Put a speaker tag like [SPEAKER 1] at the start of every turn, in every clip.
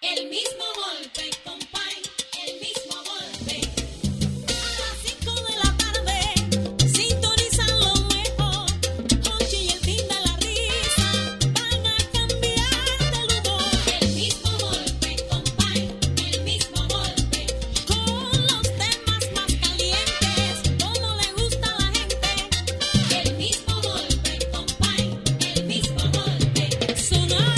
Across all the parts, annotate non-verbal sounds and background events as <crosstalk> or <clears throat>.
[SPEAKER 1] El mismo golpe, compay, el mismo golpe. A las cinco de la tarde, sintonizan lo mejor. Hochi y el fin de la risa van a cambiar el humor. El mismo golpe, compay, el mismo golpe. Con los temas más calientes, como le gusta a la gente. El mismo golpe, compay, el mismo golpe. Sonar.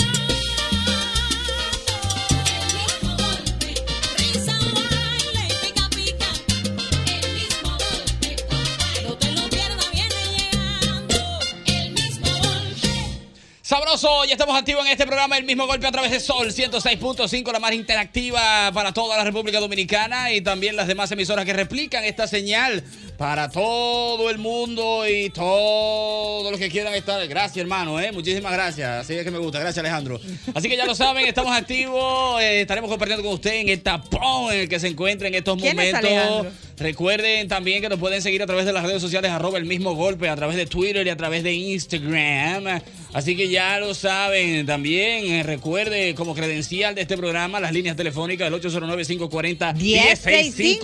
[SPEAKER 2] Sabroso, ya estamos activos en este programa El mismo golpe a través de Sol 106.5, la más interactiva para toda la República Dominicana y también las demás emisoras que replican esta señal para todo el mundo y todos los que quieran estar. Gracias, hermano, ¿eh? muchísimas gracias. Así es que me gusta, gracias, Alejandro. Así que ya lo saben, estamos activos, eh, estaremos compartiendo con usted en el tapón en el que se encuentra en estos
[SPEAKER 3] ¿Quién es
[SPEAKER 2] momentos.
[SPEAKER 3] Alejandro?
[SPEAKER 2] Recuerden también que nos pueden seguir a través de las redes sociales, arroba el mismo golpe, a través de Twitter y a través de Instagram. Así que ya lo saben. También eh, recuerde como credencial de este programa las líneas telefónicas del 809-540-1065.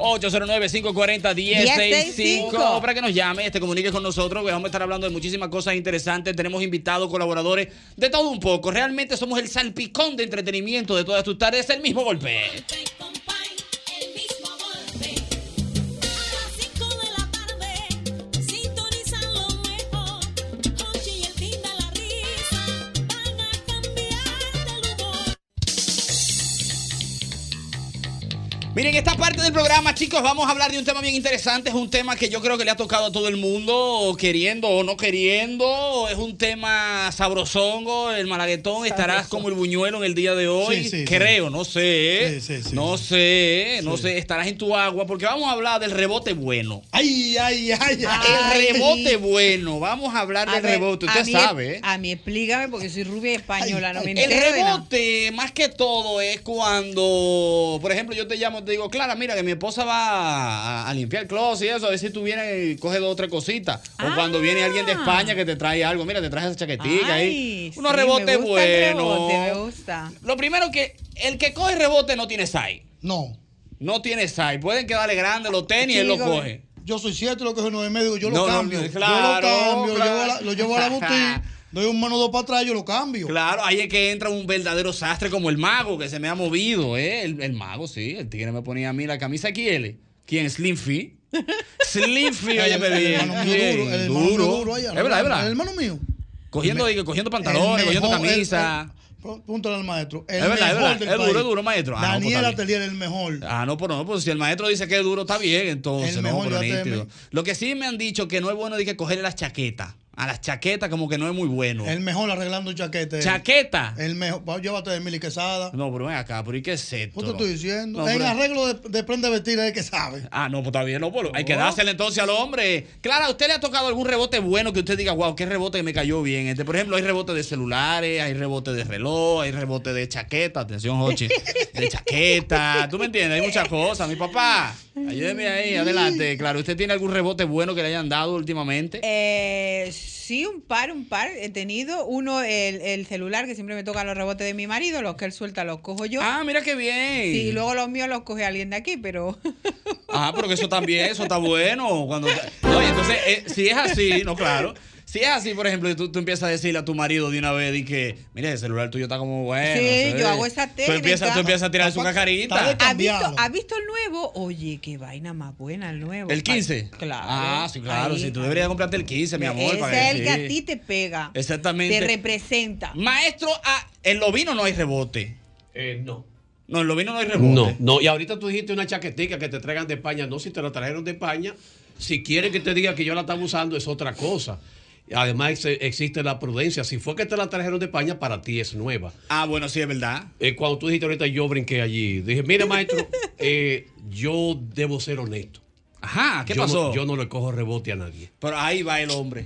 [SPEAKER 2] 809-540-1065. Para que nos llame, te comunique con nosotros, que vamos a estar hablando de muchísimas cosas interesantes. Tenemos invitados, colaboradores, de todo un poco. Realmente somos el salpicón de entretenimiento de todas tus tardes, el mismo golpe. Miren, en esta parte del programa, chicos, vamos a hablar de un tema bien interesante. Es un tema que yo creo que le ha tocado a todo el mundo, queriendo o no queriendo. Es un tema sabrosongo, el malaguetón. Estarás como el buñuelo en el día de hoy.
[SPEAKER 4] Sí, sí, sí.
[SPEAKER 2] creo, no sé.
[SPEAKER 4] Sí, sí, sí,
[SPEAKER 2] no
[SPEAKER 4] sí.
[SPEAKER 2] sé, no
[SPEAKER 4] Sí.
[SPEAKER 2] sé. Estarás en tu agua porque vamos a hablar del rebote bueno.
[SPEAKER 4] Ay, ay, ay,
[SPEAKER 2] El rebote bueno. Vamos a hablar
[SPEAKER 3] A
[SPEAKER 2] del
[SPEAKER 3] ver,
[SPEAKER 2] rebote.
[SPEAKER 3] a
[SPEAKER 2] Usted
[SPEAKER 3] mí-
[SPEAKER 2] sabe. ¿eh?
[SPEAKER 3] A mí explícame porque soy rubia y española, no me
[SPEAKER 2] El
[SPEAKER 3] entero de nada.
[SPEAKER 2] rebote, más que todo, es cuando, por ejemplo, yo te llamo y te digo, Clara, mira que mi esposa va a, a limpiar el closet y eso, a ver si tú vienes y coges dos o tres cositas. O
[SPEAKER 3] Ah.
[SPEAKER 2] cuando viene alguien de España que te trae algo, mira, te traje esa chaquetita ahí.
[SPEAKER 3] Ay,
[SPEAKER 2] Unos
[SPEAKER 3] sí, me
[SPEAKER 2] rebotes
[SPEAKER 3] gusta el
[SPEAKER 2] buenos.
[SPEAKER 3] rebote, me gusta.
[SPEAKER 2] Lo primero que, el que coge rebote no tiene sai.
[SPEAKER 4] No,
[SPEAKER 2] No tiene sai. Pueden quedarle grande los tenis, él los
[SPEAKER 3] Chico,
[SPEAKER 2] coge.
[SPEAKER 4] yo soy cierto, lo que es nueve medio, yo
[SPEAKER 2] No, no,
[SPEAKER 4] lo cambio.
[SPEAKER 2] claro,
[SPEAKER 4] yo lo cambio,
[SPEAKER 2] claro.
[SPEAKER 4] llevo a la- lo llevo a la
[SPEAKER 2] <laughs>
[SPEAKER 4] boutique, doy un mano dos para atrás, yo lo <laughs> cambio.
[SPEAKER 2] Claro, ahí es que entra un verdadero sastre como el mago que se me ha movido, ¿eh? El, el mago, sí. El tigre me ponía a mí la camisa XL. ¿Quién? Slim Fee.
[SPEAKER 4] <laughs>
[SPEAKER 2] Slim Fee, oye,
[SPEAKER 4] el, el
[SPEAKER 2] bien.
[SPEAKER 4] hermano mío
[SPEAKER 2] bien,
[SPEAKER 4] duro, el hermano mío
[SPEAKER 2] duro.
[SPEAKER 4] duro allá.
[SPEAKER 2] Es verdad, es
[SPEAKER 4] El
[SPEAKER 2] verdad.
[SPEAKER 4] hermano mío.
[SPEAKER 2] Cogiendo, digo, cogiendo pantalones,
[SPEAKER 4] El
[SPEAKER 2] cogiendo
[SPEAKER 4] mejor, el-
[SPEAKER 2] camisa.
[SPEAKER 4] el- pr- Pregúntale al maestro. El
[SPEAKER 2] Es verdad, es verdad.
[SPEAKER 4] mejor del
[SPEAKER 2] Es duro,
[SPEAKER 4] país.
[SPEAKER 2] es duro, maestro. Ah, no, pues,
[SPEAKER 4] Daniel
[SPEAKER 2] está bien.
[SPEAKER 4] Atelier, el mejor.
[SPEAKER 2] Ah, no, pero no, pues si el maestro dice que es duro, está bien, entonces.
[SPEAKER 4] El
[SPEAKER 2] no,
[SPEAKER 4] mejor
[SPEAKER 2] pero
[SPEAKER 4] de ATM.
[SPEAKER 2] nítido. Lo que sí me han dicho que no es bueno es que cogerle las chaquetas. A las chaquetas como que no es muy bueno.
[SPEAKER 4] El mejor arreglando chaquetes.
[SPEAKER 2] ¿Chaqueta?
[SPEAKER 4] El mejor. va, Llévate de Mili Quesada.
[SPEAKER 2] No, pero ven acá, pero ¿y qué es esto?
[SPEAKER 4] ¿Qué te estoy diciendo?
[SPEAKER 2] No,
[SPEAKER 4] en
[SPEAKER 2] pero-
[SPEAKER 4] arreglo de, de prenda de vestir es el que sabe.
[SPEAKER 2] Ah, no, pues está bien, no, pues, hay que dársela entonces al hombre. Clara, ¿a usted le ha tocado algún rebote bueno que usted diga, wow, qué rebote que me cayó bien? Este, por ejemplo, hay rebote de celulares, hay rebote de reloj, hay rebote de chaqueta, atención, Jochi, de chaqueta, tú me entiendes, hay muchas cosas, mi papá. Ayúdeme ahí, adelante. Claro, ¿usted tiene algún rebote bueno que le hayan dado últimamente?
[SPEAKER 3] Eh, sí, un par, un par he tenido. Uno, el, el celular, que siempre me toca los rebotes de mi marido, los que él suelta los cojo yo.
[SPEAKER 2] Ah, mira qué bien.
[SPEAKER 3] Sí, y luego los míos los coge alguien de aquí, pero
[SPEAKER 2] Ah, pero que eso también, eso está bueno. Cuando, no, y entonces, eh, si es así, no, claro. Si es así, por ejemplo, y tú, tú empiezas a decirle a tu marido de una vez, di que, mire, el celular tuyo está como bueno.
[SPEAKER 3] Sí,
[SPEAKER 2] se ve".
[SPEAKER 3] yo hago esa
[SPEAKER 2] Tú empiezas, tú
[SPEAKER 3] técnica.
[SPEAKER 2] empiezas a tirar su
[SPEAKER 4] Papá,
[SPEAKER 2] cacarita.
[SPEAKER 4] está
[SPEAKER 3] ¿Has visto,
[SPEAKER 4] Cambiarlo.
[SPEAKER 3] ¿has visto el nuevo? Oye, qué vaina más buena el nuevo.
[SPEAKER 2] ¿El 15?
[SPEAKER 3] Pa- Claro.
[SPEAKER 2] Ah, sí, claro.
[SPEAKER 3] Ahí,
[SPEAKER 2] sí, tú
[SPEAKER 3] ahí.
[SPEAKER 2] deberías comprarte el 15, mi amor.
[SPEAKER 3] Ese
[SPEAKER 2] para que-
[SPEAKER 3] es el que
[SPEAKER 2] sí.
[SPEAKER 3] a ti te pega.
[SPEAKER 2] Exactamente.
[SPEAKER 3] Te representa.
[SPEAKER 2] Maestro, ah, en los vinos no hay
[SPEAKER 3] <laughs>
[SPEAKER 2] rebote.
[SPEAKER 5] Eh, no.
[SPEAKER 2] No, en los vinos no hay rebote.
[SPEAKER 5] No, no. Y ahorita tú dijiste una chaquetica que te traigan de España. No, si te la trajeron de España, si quieren que te diga que yo la estaba usando, es otra cosa. Además, ex- existe la prudencia. Si fue que te la trajeron de España, para ti es nueva.
[SPEAKER 2] Ah, bueno, sí, es verdad.
[SPEAKER 5] Eh, cuando tú dijiste ahorita, yo brinqué allí. Dije, mire, maestro, eh, yo debo ser honesto.
[SPEAKER 2] Ajá, <laughs> ¿qué
[SPEAKER 5] yo
[SPEAKER 2] pasó?
[SPEAKER 5] No, yo no le cojo rebote a nadie.
[SPEAKER 2] Pero ahí va el hombre.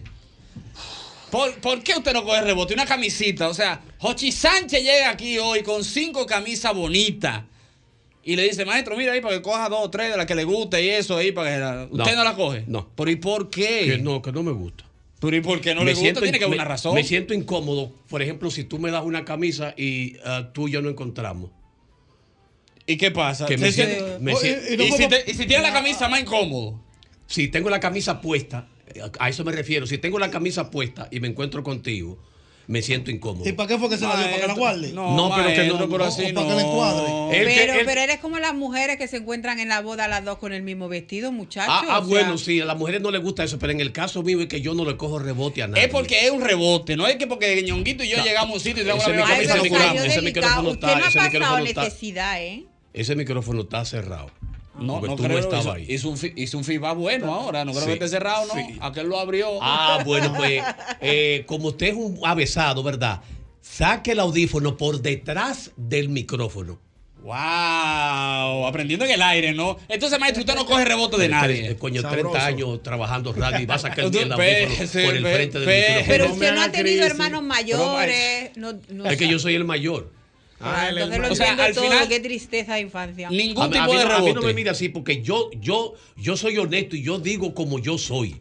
[SPEAKER 2] ¿Por, por qué usted no coge rebote? Una camisita. O sea, Jochi Sánchez llega aquí hoy con cinco camisas bonitas. Y le dice, maestro, mira ahí para que coja dos o tres de las que le guste y eso ahí para que la- ¿Usted no, la coge?
[SPEAKER 5] No.
[SPEAKER 2] ¿Pero y por qué?
[SPEAKER 5] Que no, que no me gusta.
[SPEAKER 2] ¿Pero y por qué no
[SPEAKER 5] Me
[SPEAKER 2] le gusta?
[SPEAKER 5] siento
[SPEAKER 2] Tiene
[SPEAKER 5] in-
[SPEAKER 2] que haber
[SPEAKER 5] me-
[SPEAKER 2] una razón.
[SPEAKER 5] Me siento incómodo. Por ejemplo, si tú me das una camisa y ah, tú y yo no encontramos.
[SPEAKER 2] ¿Y qué pasa?
[SPEAKER 5] Que
[SPEAKER 2] Se
[SPEAKER 5] me
[SPEAKER 2] siente-
[SPEAKER 5] siento- me
[SPEAKER 4] Oh,
[SPEAKER 5] siento-
[SPEAKER 4] y- y no
[SPEAKER 2] ¿Y, si
[SPEAKER 4] como-
[SPEAKER 2] te- y si tiene la camisa más incómodo.
[SPEAKER 5] si tengo la camisa puesta, a a eso me refiero, si tengo la camisa puesta y me encuentro contigo, me siento incómodo.
[SPEAKER 4] ¿Y para qué fue que se la dio? ¿Para que la guarde?
[SPEAKER 2] No,
[SPEAKER 5] No, pero que
[SPEAKER 2] maestro,
[SPEAKER 5] no-
[SPEAKER 2] pero
[SPEAKER 5] no,
[SPEAKER 2] así
[SPEAKER 4] o para que le
[SPEAKER 2] no.
[SPEAKER 4] encuadre.
[SPEAKER 5] El que-
[SPEAKER 3] pero,
[SPEAKER 5] el-
[SPEAKER 3] pero eres como las mujeres que se encuentran en la boda las dos con el mismo vestido, muchachos.
[SPEAKER 5] Ah, ah, bueno, sí, a las mujeres no les gusta eso, pero en el caso mío es que yo no le cojo rebote a nadie.
[SPEAKER 2] Es porque es un rebote, no es que porque Ñonguito y yo
[SPEAKER 5] No.
[SPEAKER 2] llegamos a un sitio y tenemos
[SPEAKER 5] Ese
[SPEAKER 2] la misma
[SPEAKER 5] micrófono-
[SPEAKER 2] camisa.
[SPEAKER 5] ese
[SPEAKER 2] nos
[SPEAKER 5] micrófono- ese
[SPEAKER 2] curamos.
[SPEAKER 5] micrófono
[SPEAKER 3] Usted
[SPEAKER 5] está-
[SPEAKER 3] no ha
[SPEAKER 5] ese
[SPEAKER 3] pasado
[SPEAKER 5] micrófono está-
[SPEAKER 2] este
[SPEAKER 3] necesidad, ¿eh?
[SPEAKER 5] Ese micrófono está cerrado.
[SPEAKER 2] No,
[SPEAKER 5] Porque
[SPEAKER 2] no
[SPEAKER 5] tú
[SPEAKER 2] creo.
[SPEAKER 5] no estabas
[SPEAKER 2] hizo,
[SPEAKER 5] ahí.
[SPEAKER 2] hizo un, fi- hizo un feedback bueno ahora. No creo
[SPEAKER 5] Sí.
[SPEAKER 2] que esté cerrado, ¿no? <laughs>
[SPEAKER 5] Sí.
[SPEAKER 2] Aquel lo abrió.
[SPEAKER 5] Ah,
[SPEAKER 2] <laughs>
[SPEAKER 5] bueno, pues eh, como usted es un avesado, ¿verdad? Saque el audífono por detrás del micrófono.
[SPEAKER 2] Wow, aprendiendo en el aire, ¿no? Entonces, maestro, usted no coge rebote de
[SPEAKER 5] Eh,
[SPEAKER 2] nadie.
[SPEAKER 5] Coño,
[SPEAKER 4] Sabroso.
[SPEAKER 5] 30 años trabajando radio y va a sacar el
[SPEAKER 2] <laughs> Tú-
[SPEAKER 5] audífono
[SPEAKER 2] pe- sí,
[SPEAKER 5] por el
[SPEAKER 2] pe-
[SPEAKER 5] frente del
[SPEAKER 2] pe-
[SPEAKER 3] Pero
[SPEAKER 5] micrófono.
[SPEAKER 4] no me
[SPEAKER 3] usted no ha
[SPEAKER 4] haga
[SPEAKER 3] tenido
[SPEAKER 4] crisis.
[SPEAKER 3] hermanos mayores. No, no
[SPEAKER 5] Es que yo soy el mayor.
[SPEAKER 3] Ah,
[SPEAKER 4] Ah, el
[SPEAKER 3] entonces
[SPEAKER 4] hermano.
[SPEAKER 3] lo
[SPEAKER 2] O sea,
[SPEAKER 3] entiendo
[SPEAKER 2] al
[SPEAKER 3] todo.
[SPEAKER 2] final-
[SPEAKER 3] Qué tristeza de infancia.
[SPEAKER 2] Ningún
[SPEAKER 5] a, mí-
[SPEAKER 2] tipo
[SPEAKER 5] a mí,
[SPEAKER 2] de
[SPEAKER 5] no- a mí
[SPEAKER 2] rebote.
[SPEAKER 5] no me mira así porque yo, yo, yo soy honesto y yo digo como yo soy.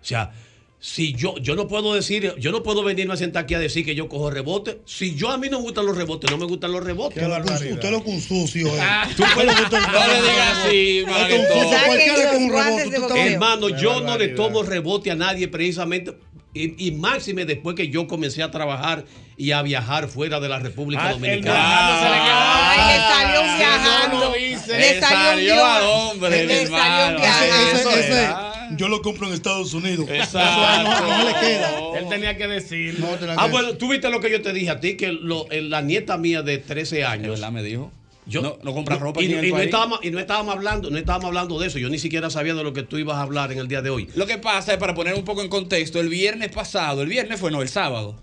[SPEAKER 5] O sea, si yo, yo no puedo decir, yo no puedo venirme a sentar aquí a decir que yo cojo rebote. Si yo a mí no me gustan los rebotes, no me gustan los rebotes.
[SPEAKER 4] Usted lo cons- usted lo consucio. eh.
[SPEAKER 2] Ah,
[SPEAKER 4] Tú puedes gustar-
[SPEAKER 2] No le digas así,
[SPEAKER 4] Usted
[SPEAKER 2] Maguito.
[SPEAKER 4] consucio,
[SPEAKER 3] Saquen
[SPEAKER 4] Cualquiera con un
[SPEAKER 3] los guantes
[SPEAKER 4] rebote.
[SPEAKER 3] de
[SPEAKER 4] tú
[SPEAKER 3] boxeo.
[SPEAKER 4] estabas-
[SPEAKER 5] Hermano,
[SPEAKER 6] Qué
[SPEAKER 5] yo no le
[SPEAKER 6] barbaridad.
[SPEAKER 5] tomo rebote a nadie precisamente. Y, y máxime después que yo comencé a trabajar y a viajar fuera de la República
[SPEAKER 6] Ah, el
[SPEAKER 5] Dominicana.
[SPEAKER 6] viajar.
[SPEAKER 3] Ay, le salió un
[SPEAKER 2] Ah,
[SPEAKER 3] viajando.
[SPEAKER 2] eso no dice.
[SPEAKER 3] Le
[SPEAKER 2] Le
[SPEAKER 3] salió un
[SPEAKER 2] salió
[SPEAKER 3] guión.
[SPEAKER 2] al hombre, mi
[SPEAKER 3] Le salió
[SPEAKER 2] hermano.
[SPEAKER 3] un
[SPEAKER 4] Ese-
[SPEAKER 3] viaje.
[SPEAKER 4] ese-
[SPEAKER 2] Eso
[SPEAKER 4] ese,
[SPEAKER 2] era.
[SPEAKER 4] yo lo compro en Estados
[SPEAKER 5] Eh,
[SPEAKER 4] Unidos.
[SPEAKER 2] Exacto.
[SPEAKER 4] Eso no, no le queda.
[SPEAKER 6] Él tenía que decir.
[SPEAKER 4] No, te la
[SPEAKER 5] Ah,
[SPEAKER 4] queda.
[SPEAKER 5] bueno, tú viste lo que yo te dije a ti, que lo- eh, la nieta mía de 13
[SPEAKER 2] De
[SPEAKER 5] años.
[SPEAKER 2] verdad me dijo.
[SPEAKER 5] Yo-
[SPEAKER 2] no, no compra
[SPEAKER 5] no,
[SPEAKER 2] ropa
[SPEAKER 5] y,
[SPEAKER 2] aquí en el
[SPEAKER 5] y no
[SPEAKER 2] país.
[SPEAKER 5] estábamos, y no estábamos hablando, no estábamos hablando de eso. Yo ni siquiera sabía de lo que tú ibas a hablar en el día de hoy.
[SPEAKER 2] Lo que pasa es, para poner un poco en contexto, el viernes pasado, el viernes fue, no, el sábado.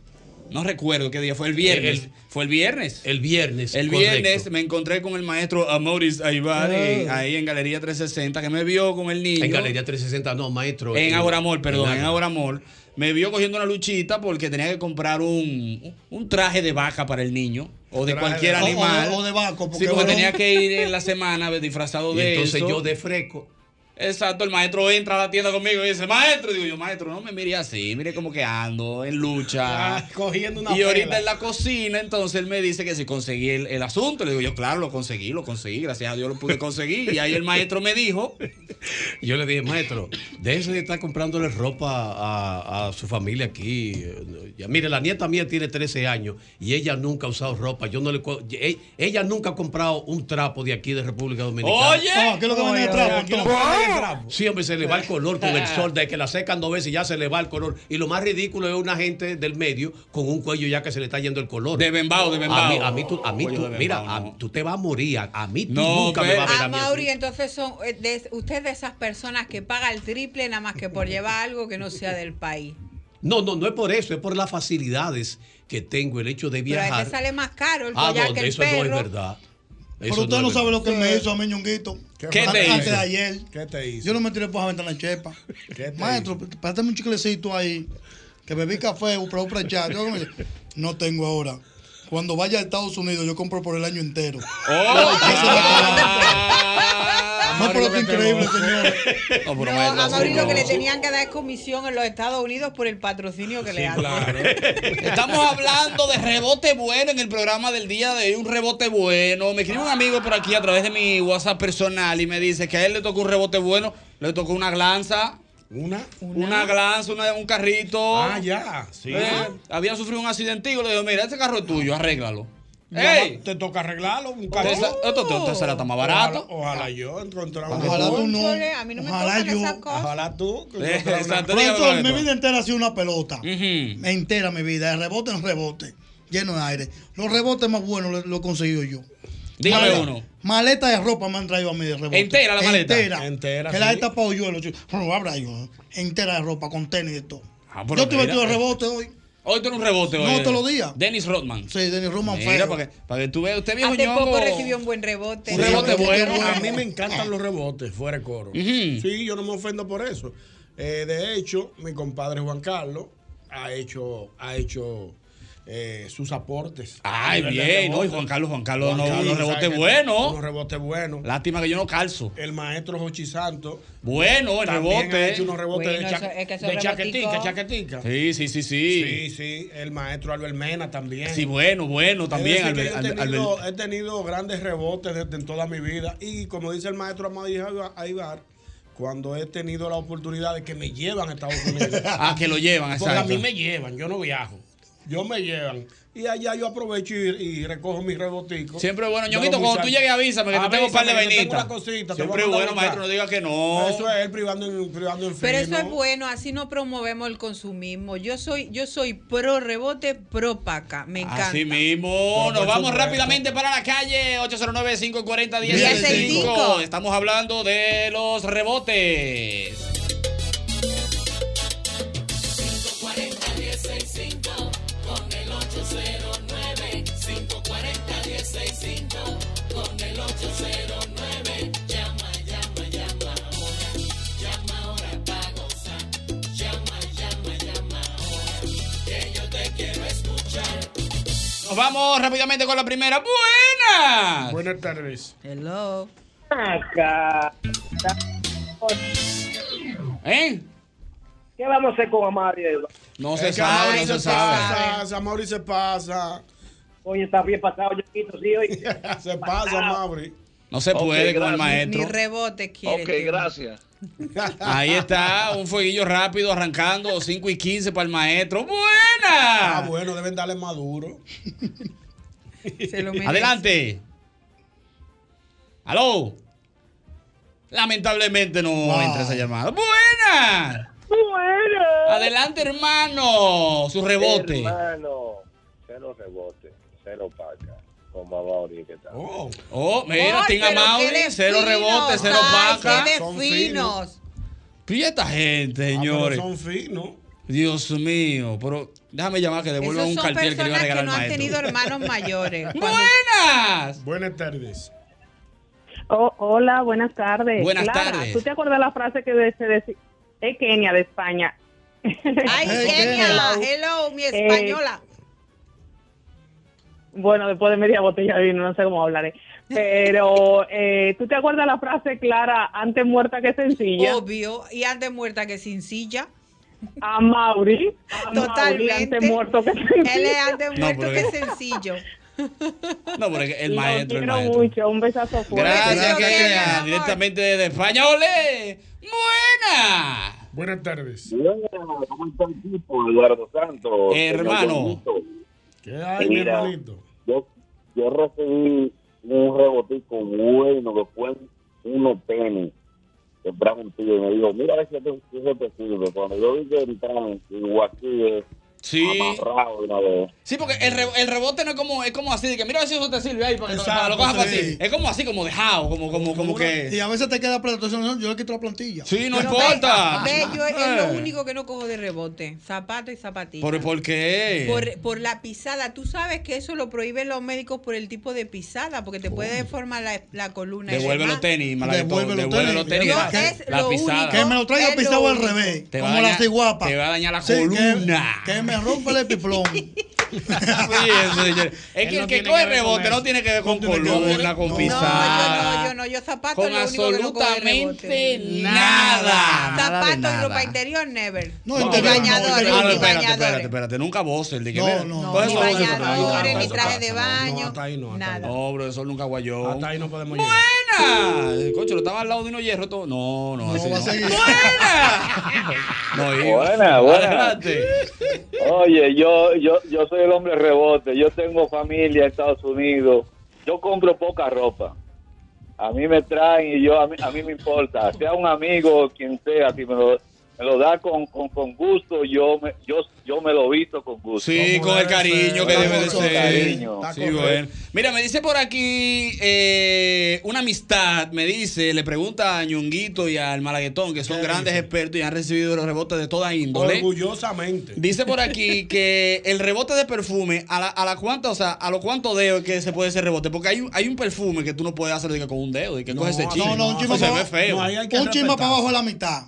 [SPEAKER 2] No recuerdo qué día fue, el viernes.
[SPEAKER 5] El-
[SPEAKER 2] fue el viernes. El,
[SPEAKER 5] El viernes.
[SPEAKER 2] viernes
[SPEAKER 5] correcto.
[SPEAKER 2] me encontré con el maestro Amoris Aibar en-
[SPEAKER 4] Ah.
[SPEAKER 2] ahí en Galería 360, que me vio con el niño.
[SPEAKER 5] en Galería 360, no, maestro. este,
[SPEAKER 2] En Ahora Mall, perdón, en
[SPEAKER 5] Ágora.
[SPEAKER 2] Ahora Mall. Me vio cogiendo una luchita porque tenía que comprar un, un traje de vaca para el niño. O de
[SPEAKER 6] Traje
[SPEAKER 2] cualquier
[SPEAKER 6] de-
[SPEAKER 4] O- o de-
[SPEAKER 2] animal.
[SPEAKER 4] o de vaco,
[SPEAKER 2] Sí,
[SPEAKER 4] porque
[SPEAKER 2] porque
[SPEAKER 4] varón-
[SPEAKER 2] tenía que ir en la semana disfrazado
[SPEAKER 5] Y
[SPEAKER 2] de
[SPEAKER 5] entonces
[SPEAKER 2] eso.
[SPEAKER 5] yo de fresco.
[SPEAKER 2] Exacto, el maestro entra a la tienda conmigo y dice, maestro, digo yo, maestro, no me mire así, mire como que ando en lucha.
[SPEAKER 6] Ah, cogiendo una
[SPEAKER 2] y ahorita
[SPEAKER 6] pela.
[SPEAKER 2] en la cocina, entonces él me dice que si conseguí el, el asunto, le digo yo, claro, lo conseguí, lo conseguí, gracias a Dios lo pude conseguir. Y ahí el maestro me dijo,
[SPEAKER 5] Yo le dije, maestro, déjese de estar comprándole ropa a, a su familia aquí. Eh, ya, mire, la nieta mía tiene 13 años y ella nunca ha usado ropa. Yo no le co- e- ella nunca ha comprado un trapo de aquí de República Dominicana. Oh,
[SPEAKER 2] oye,
[SPEAKER 4] No, ¿qué es lo que pues, van a trapo? entonces?
[SPEAKER 5] Sí, hombre, se le va el color con
[SPEAKER 2] <laughs>
[SPEAKER 5] el sol, de que la secan dos veces ya se le va el color. Y lo más ridículo es una gente del medio con un cuello ya que se le está yendo el color.
[SPEAKER 2] de bembao, de bembao.
[SPEAKER 5] a mí, a mí tú, a mí
[SPEAKER 2] Oye,
[SPEAKER 5] tú-
[SPEAKER 2] de Bembao,
[SPEAKER 5] mira, a-
[SPEAKER 2] no.
[SPEAKER 5] tú te vas a morir. A, a mí tú
[SPEAKER 2] No,
[SPEAKER 5] nunca
[SPEAKER 2] ve.
[SPEAKER 5] me vas a ver
[SPEAKER 3] A
[SPEAKER 5] a mí
[SPEAKER 3] Mauri,
[SPEAKER 5] así.
[SPEAKER 3] entonces son eh, de- usted es de esas personas que paga el triple nada más que por llevar algo que no sea
[SPEAKER 5] <laughs>
[SPEAKER 3] del país.
[SPEAKER 5] No, no, no es por eso, es por las facilidades que tengo, el hecho de
[SPEAKER 3] Pero a
[SPEAKER 5] viajar.
[SPEAKER 3] veces sale más caro el
[SPEAKER 5] Ah,
[SPEAKER 3] collar
[SPEAKER 5] no,
[SPEAKER 3] que el
[SPEAKER 5] eso
[SPEAKER 3] perro.
[SPEAKER 5] no es verdad.
[SPEAKER 4] Pero usted no sabe lo que él me hizo a mí, Ñonguito.
[SPEAKER 2] ¿Qué
[SPEAKER 4] An-
[SPEAKER 2] te hizo?
[SPEAKER 4] Antes de ayer.
[SPEAKER 6] ¿Qué te hizo?
[SPEAKER 4] Yo no me tiré por la ventana de chepa.
[SPEAKER 6] ¿Qué te
[SPEAKER 4] Maestro, préstame un chiclecito ahí. Que bebí café, un para planchar. Yo me dice, no tengo ahora. Cuando vaya a Estados Unidos, yo compro por el año entero.
[SPEAKER 2] Oh,
[SPEAKER 4] Ah, no, pero qué increíble, señor.
[SPEAKER 2] No, pero
[SPEAKER 3] No,
[SPEAKER 2] maestro,
[SPEAKER 3] a Mauri lo que le
[SPEAKER 2] no.
[SPEAKER 3] tenían que dar es comisión en los Estados Unidos por el patrocinio que le hacen.
[SPEAKER 2] Claro. Estamos hablando de rebote bueno en el programa del día de hoy, un rebote bueno. Me escribe un amigo por aquí a través de mi WhatsApp personal y me dice que a él le tocó un rebote bueno, le tocó una glanza,
[SPEAKER 6] Una.
[SPEAKER 2] una, glanza, una- un carrito.
[SPEAKER 6] Ah, ya. Sí.
[SPEAKER 2] Eh, había sufrido un accidente y le digo, mira, este carro es tuyo, arréglalo.
[SPEAKER 6] Ya
[SPEAKER 2] ¡Ey!
[SPEAKER 6] va- Te toca arreglarlo. Un carro. Oh.
[SPEAKER 2] Entonces, Esto te- te será hasta más
[SPEAKER 6] Ojalá,
[SPEAKER 2] barato.
[SPEAKER 6] ojalá yo encontrara una.
[SPEAKER 4] Ojalá tú no.
[SPEAKER 3] Cónchale, a mí no me
[SPEAKER 4] Ojalá
[SPEAKER 3] tocan
[SPEAKER 4] yo.
[SPEAKER 3] esas cosas.
[SPEAKER 6] Ojalá tú. que
[SPEAKER 2] Eh,
[SPEAKER 6] encontrara una-
[SPEAKER 2] exacto.
[SPEAKER 4] Profesor,
[SPEAKER 2] Dígame,
[SPEAKER 4] mi vida entera ha sido una pelota.
[SPEAKER 2] Ujú.
[SPEAKER 4] Entera mi vida, de rebote en rebote, lleno de aire. Los rebotes más buenos lo- lo he conseguido yo.
[SPEAKER 2] Dígame
[SPEAKER 4] Maleta-
[SPEAKER 2] uno.
[SPEAKER 4] Maleta de ropa me han traído a mí de rebote.
[SPEAKER 2] ¿Entera la maleta?
[SPEAKER 4] Entera.
[SPEAKER 6] Entera,
[SPEAKER 4] Que la he
[SPEAKER 6] sí.
[SPEAKER 4] tapado yo. lo- bueno, abra yo. Entera de ropa, con tenis y todo.
[SPEAKER 2] pero
[SPEAKER 4] Yo tuve
[SPEAKER 2] mira,
[SPEAKER 4] tu
[SPEAKER 2] eh.
[SPEAKER 4] rebote hoy.
[SPEAKER 2] Hoy tú un rebote.
[SPEAKER 4] No,
[SPEAKER 2] hoy.
[SPEAKER 4] todos los días.
[SPEAKER 2] Dennis Rodman.
[SPEAKER 4] Sí, Denis Roman
[SPEAKER 2] Mira,
[SPEAKER 4] feo.
[SPEAKER 2] para que, para que tú veas, usted viejo
[SPEAKER 3] Hace poco
[SPEAKER 2] ñongo.
[SPEAKER 3] recibió un buen rebote.
[SPEAKER 2] Un rebote bueno.
[SPEAKER 6] A mí me encantan los rebotes, fuera de coro.
[SPEAKER 2] Ujú.
[SPEAKER 6] Sí, yo no me ofendo por eso. Eh, de hecho, mi compadre Juan Carlos ha hecho, ha hecho eh, sus aportes.
[SPEAKER 2] Ay,
[SPEAKER 6] A nivel de
[SPEAKER 2] bien, ¿no?
[SPEAKER 6] rebote.
[SPEAKER 2] Y Juan Carlos, Juan Carlos,
[SPEAKER 6] Juan
[SPEAKER 2] no,
[SPEAKER 6] Carlos,
[SPEAKER 2] unos
[SPEAKER 6] ¿sabe
[SPEAKER 2] rebotes
[SPEAKER 6] qué?
[SPEAKER 2] buenos.
[SPEAKER 6] Unos rebotes buenos.
[SPEAKER 2] Lástima que yo no calzo.
[SPEAKER 6] El maestro Jochi Santos.
[SPEAKER 2] Bueno, el
[SPEAKER 6] también ha
[SPEAKER 2] rebote.
[SPEAKER 6] hecho unos rebotes
[SPEAKER 3] Bueno,
[SPEAKER 6] de, cha-
[SPEAKER 3] eso- es que esos
[SPEAKER 6] de chaquetica,
[SPEAKER 3] reboticos-
[SPEAKER 6] chaquetica.
[SPEAKER 2] Sí, sí, sí,
[SPEAKER 6] Sí,
[SPEAKER 2] sí.
[SPEAKER 6] sí, el maestro Albert Mena también.
[SPEAKER 2] Sí, bueno, bueno, también.
[SPEAKER 6] Es decir, que
[SPEAKER 2] Albert-
[SPEAKER 6] yo eh, he, tenido,
[SPEAKER 2] Albert-
[SPEAKER 6] he tenido grandes rebotes desde en toda mi vida y como dice el maestro Amadí Aibar, cuando he tenido la oportunidad de que me llevan a Estados Unidos,
[SPEAKER 2] <laughs> Ah, que lo llevan,
[SPEAKER 6] porque a
[SPEAKER 2] exacto.
[SPEAKER 6] mí me llevan, yo no viajo, yo me llevan y allá yo aprovecho y, y recojo mis reboticos.
[SPEAKER 2] Siempre es bueno,
[SPEAKER 6] de
[SPEAKER 2] ñonguito,
[SPEAKER 6] los
[SPEAKER 2] cuando tú
[SPEAKER 6] muchachos.
[SPEAKER 2] llegues avísame que te tengo un par de
[SPEAKER 6] Avísame, que yo tengo
[SPEAKER 2] vainitas.
[SPEAKER 6] una cosita, te voy
[SPEAKER 2] Siempre
[SPEAKER 6] a
[SPEAKER 2] es
[SPEAKER 6] mandar
[SPEAKER 2] bueno,
[SPEAKER 6] a
[SPEAKER 2] maestro, no
[SPEAKER 6] buscar.
[SPEAKER 2] diga que no.
[SPEAKER 6] Eso es él privando, en- privando el
[SPEAKER 3] Pero eso
[SPEAKER 6] fino.
[SPEAKER 3] es bueno, así no promovemos el consumismo. Yo soy, yo soy pro rebote, pro paca. Me encanta.
[SPEAKER 2] Así mismo,
[SPEAKER 6] por
[SPEAKER 2] nos vamos
[SPEAKER 6] supuesto.
[SPEAKER 2] rápidamente para la calle 809-540-1065.
[SPEAKER 3] 1065.
[SPEAKER 2] Estamos hablando de los rebotes. Nos vamos rápidamente con la primera. ¡Buenas!
[SPEAKER 6] Buenas tardes.
[SPEAKER 3] Hello.
[SPEAKER 2] ¿Eh?
[SPEAKER 7] ¿Qué vamos a hacer con Amario?
[SPEAKER 2] No se
[SPEAKER 6] Es que
[SPEAKER 2] sabe,
[SPEAKER 6] Amaury
[SPEAKER 2] no se
[SPEAKER 6] se
[SPEAKER 2] sabe.
[SPEAKER 6] pasa, Amaury se pasa,
[SPEAKER 7] Oye, está bien pasado, yo quito, sí, hoy.
[SPEAKER 6] <laughs> se pasa, Amaury.
[SPEAKER 2] No se
[SPEAKER 8] Ok,
[SPEAKER 2] puede con el
[SPEAKER 8] gracias.
[SPEAKER 3] Ni
[SPEAKER 2] maestro.
[SPEAKER 3] rebote quiere.
[SPEAKER 8] Ok,
[SPEAKER 3] tío.
[SPEAKER 8] gracias.
[SPEAKER 2] <laughs> Ahí está, un fueguillo rápido arrancando, 5 y 15 para el maestro.
[SPEAKER 6] Ah,
[SPEAKER 2] ¡Buena!
[SPEAKER 6] bueno, deben darle más duro.
[SPEAKER 3] <laughs> Se lo merece.
[SPEAKER 2] Adelante. ¿Aló? Lamentablemente no entra esa llamada. ¡Buena! Adelante, hermano. Su rebote.
[SPEAKER 9] Hermano, cero rebote, cero paca. Con Mauri, ¿qué tal?
[SPEAKER 6] Oh,
[SPEAKER 2] Oh, mira,
[SPEAKER 3] Ay,
[SPEAKER 2] Tinga
[SPEAKER 3] pero qué
[SPEAKER 2] Mauri,
[SPEAKER 3] de
[SPEAKER 2] cero
[SPEAKER 3] finos,
[SPEAKER 2] rebote, cero
[SPEAKER 3] ay,
[SPEAKER 2] paca.
[SPEAKER 3] qué de
[SPEAKER 6] Son
[SPEAKER 3] finos.
[SPEAKER 2] Y esta gente,
[SPEAKER 6] ah, pero
[SPEAKER 2] señores.
[SPEAKER 6] son finos.
[SPEAKER 2] Dios mío, pero déjame llamar que devuelva
[SPEAKER 3] Esos
[SPEAKER 2] un
[SPEAKER 3] son
[SPEAKER 2] cartel que le iba a
[SPEAKER 3] personas que,
[SPEAKER 2] regalar al
[SPEAKER 3] no han
[SPEAKER 2] maestro.
[SPEAKER 3] tenido hermanos
[SPEAKER 2] <laughs>
[SPEAKER 3] mayores. Cuando-
[SPEAKER 2] ¡Buenas!
[SPEAKER 6] Buenas tardes.
[SPEAKER 10] Oh, hola, buenas tardes.
[SPEAKER 2] Buenas
[SPEAKER 10] Clara,
[SPEAKER 2] tardes.
[SPEAKER 10] ¿Tú te acuerdas la frase que de- se decía? Es Kenia, de España.
[SPEAKER 3] Ay, Eh,
[SPEAKER 4] Hey,
[SPEAKER 3] Kenia.
[SPEAKER 10] Kenia.
[SPEAKER 3] Hello, mi española.
[SPEAKER 10] Bueno, después de media botella de vino, no sé cómo hablaré. Pero, eh, ¿tú te acuerdas la frase, Clara, antes muerta que sencilla?
[SPEAKER 3] Obvio. Y antes muerta que sin <laughs> silla.
[SPEAKER 10] A Mauri. a Mauri,
[SPEAKER 3] Totalmente.
[SPEAKER 10] antes muerto que sencilla.
[SPEAKER 3] Él es antes
[SPEAKER 2] No,
[SPEAKER 3] muerto
[SPEAKER 2] porque-
[SPEAKER 3] que sencillo.
[SPEAKER 2] No, porque el
[SPEAKER 10] Lo
[SPEAKER 2] maestro, el
[SPEAKER 10] quiero
[SPEAKER 2] maestro.
[SPEAKER 10] mucho. Un besazo fuerte.
[SPEAKER 2] Gracias,
[SPEAKER 3] Eso,
[SPEAKER 2] Kenia.
[SPEAKER 3] Kenia, mi amor.
[SPEAKER 2] Directamente desde España, ¡ole! ¡Buena!
[SPEAKER 6] Buenas tardes.
[SPEAKER 9] ¿Cómo está el tipo, Eduardo Santos?
[SPEAKER 2] Hermano.
[SPEAKER 9] Señor Bonito.
[SPEAKER 6] ¿Qué hay, mi
[SPEAKER 9] Mira.
[SPEAKER 6] hermanito?
[SPEAKER 9] Yo, yo recibí un rebotico bueno que fue unos tenis que trajo un tío y me dijo, mira a ver si te, si eso te sirve. Cuando yo vi que entraron y aquí es
[SPEAKER 2] Sí.
[SPEAKER 9] amarrado de una vez.
[SPEAKER 2] Sí, porque el, re- el rebote no es como, es como así, de que mira a ver si eso te sirve ahí para que
[SPEAKER 6] Exacto,
[SPEAKER 2] para lo cojas para ti.
[SPEAKER 4] sí.
[SPEAKER 2] Es como así, como dejado, como, como, como
[SPEAKER 4] Y
[SPEAKER 2] que.
[SPEAKER 4] a veces te queda plata, entonces, no, yo le quito la plantilla. ah,
[SPEAKER 2] Sí, no
[SPEAKER 3] Pero
[SPEAKER 2] importa.
[SPEAKER 3] Ve, ve, yo es
[SPEAKER 2] Eh.
[SPEAKER 3] lo único que no cojo de rebote. Zapato y zapatilla.
[SPEAKER 2] ¿Por, por qué?
[SPEAKER 3] Por, por la pisada. Tú sabes que eso lo prohíben los médicos por el tipo de pisada, porque te puede deformar la, la columna. y
[SPEAKER 2] Devuelve los
[SPEAKER 3] demás.
[SPEAKER 2] tenis, malavitoso.
[SPEAKER 4] Devuelve los
[SPEAKER 2] Devuelve los tenis.
[SPEAKER 4] tenis.
[SPEAKER 2] que
[SPEAKER 3] Yo es
[SPEAKER 2] la
[SPEAKER 3] lo
[SPEAKER 2] pisada.
[SPEAKER 3] único-
[SPEAKER 4] Que me lo traiga
[SPEAKER 3] Es lo
[SPEAKER 4] pisado al
[SPEAKER 3] único.
[SPEAKER 4] revés,
[SPEAKER 2] Te va a
[SPEAKER 4] como la
[SPEAKER 2] dañar-
[SPEAKER 4] ciguapa.
[SPEAKER 2] te va a dañar la
[SPEAKER 4] que-
[SPEAKER 2] columna.
[SPEAKER 4] <laughs> Que, me
[SPEAKER 2] <laughs>
[SPEAKER 4] rompa el epiplón.
[SPEAKER 2] Sí, eso, señor. Es
[SPEAKER 6] Él
[SPEAKER 2] que
[SPEAKER 6] no
[SPEAKER 2] el que
[SPEAKER 6] tiene
[SPEAKER 2] coge
[SPEAKER 6] que ver con
[SPEAKER 2] rebote
[SPEAKER 6] eso.
[SPEAKER 2] no tiene que ver con
[SPEAKER 4] No tiene que ver.
[SPEAKER 2] columna, con
[SPEAKER 4] No,
[SPEAKER 3] No,
[SPEAKER 2] pisada.
[SPEAKER 3] yo no, yo no, yo zapato
[SPEAKER 2] Con
[SPEAKER 3] es lo único que no cojo de
[SPEAKER 2] absolutamente
[SPEAKER 3] rebote.
[SPEAKER 2] nada. Nada de
[SPEAKER 3] Zapato y
[SPEAKER 2] nada.
[SPEAKER 3] ropa interior, never.
[SPEAKER 4] No,
[SPEAKER 3] ni
[SPEAKER 4] interior no,
[SPEAKER 3] bañadores,
[SPEAKER 4] interior
[SPEAKER 2] Ah, no,
[SPEAKER 4] no.
[SPEAKER 3] ni
[SPEAKER 2] espérate, espérate,
[SPEAKER 3] bañadores.
[SPEAKER 2] espérate. Nunca voces el de que
[SPEAKER 4] No,
[SPEAKER 2] mira,
[SPEAKER 4] no,
[SPEAKER 3] No,
[SPEAKER 2] todo
[SPEAKER 3] ni
[SPEAKER 2] eso
[SPEAKER 6] no,
[SPEAKER 2] voces,
[SPEAKER 6] eso pasa,
[SPEAKER 3] bañadores,
[SPEAKER 6] no,
[SPEAKER 3] ni
[SPEAKER 6] eso
[SPEAKER 3] traje
[SPEAKER 6] pasa,
[SPEAKER 3] de
[SPEAKER 6] no,
[SPEAKER 3] baño.
[SPEAKER 6] hasta ahí no, hasta ahí
[SPEAKER 3] Nada.
[SPEAKER 2] No, bro, eso nunca guayó.
[SPEAKER 6] Hasta ahí no podemos llegar.
[SPEAKER 2] ¡Buena! Eh, Cocho, lo estaba al lado de uno hierro todo. No, no,
[SPEAKER 4] No,
[SPEAKER 2] así
[SPEAKER 4] va a seguir.
[SPEAKER 2] <laughs> no. No, iba.
[SPEAKER 9] Buena, buena.
[SPEAKER 2] Adelante.
[SPEAKER 9] Oye, yo, yo, yo soy el hombre rebote. Yo tengo familia en Estados Unidos. Yo compro poca ropa. A mí me traen y yo a mí, a mí me importa. Sea un amigo, quien sea, si me lo,
[SPEAKER 11] me lo da con, con, con gusto, yo me, yo, yo me lo visto con gusto.
[SPEAKER 2] Sí, con el
[SPEAKER 9] eh,
[SPEAKER 2] cariño que debe de
[SPEAKER 11] Con
[SPEAKER 2] ser.
[SPEAKER 11] cariño.
[SPEAKER 2] Sí, bueno. Mira, me dice por aquí eh, una amistad, me dice, le pregunta a Ñonguito y al Malaguetón, que son grandes expertos y han recibido los rebotes de toda índole.
[SPEAKER 6] Orgullosamente.
[SPEAKER 2] Dice por aquí que el rebote de perfume, a la, a la cuánta, o sea, a lo cuánto dedo es que se puede hacer rebote, porque hay, un- hay un perfume que tú no puedes hacer de que con un dedo y que coge ese chisme.
[SPEAKER 4] No, no, un chisme
[SPEAKER 2] se ve
[SPEAKER 4] para,
[SPEAKER 2] feo.
[SPEAKER 4] abajo- un chisme para abajo es la mitad.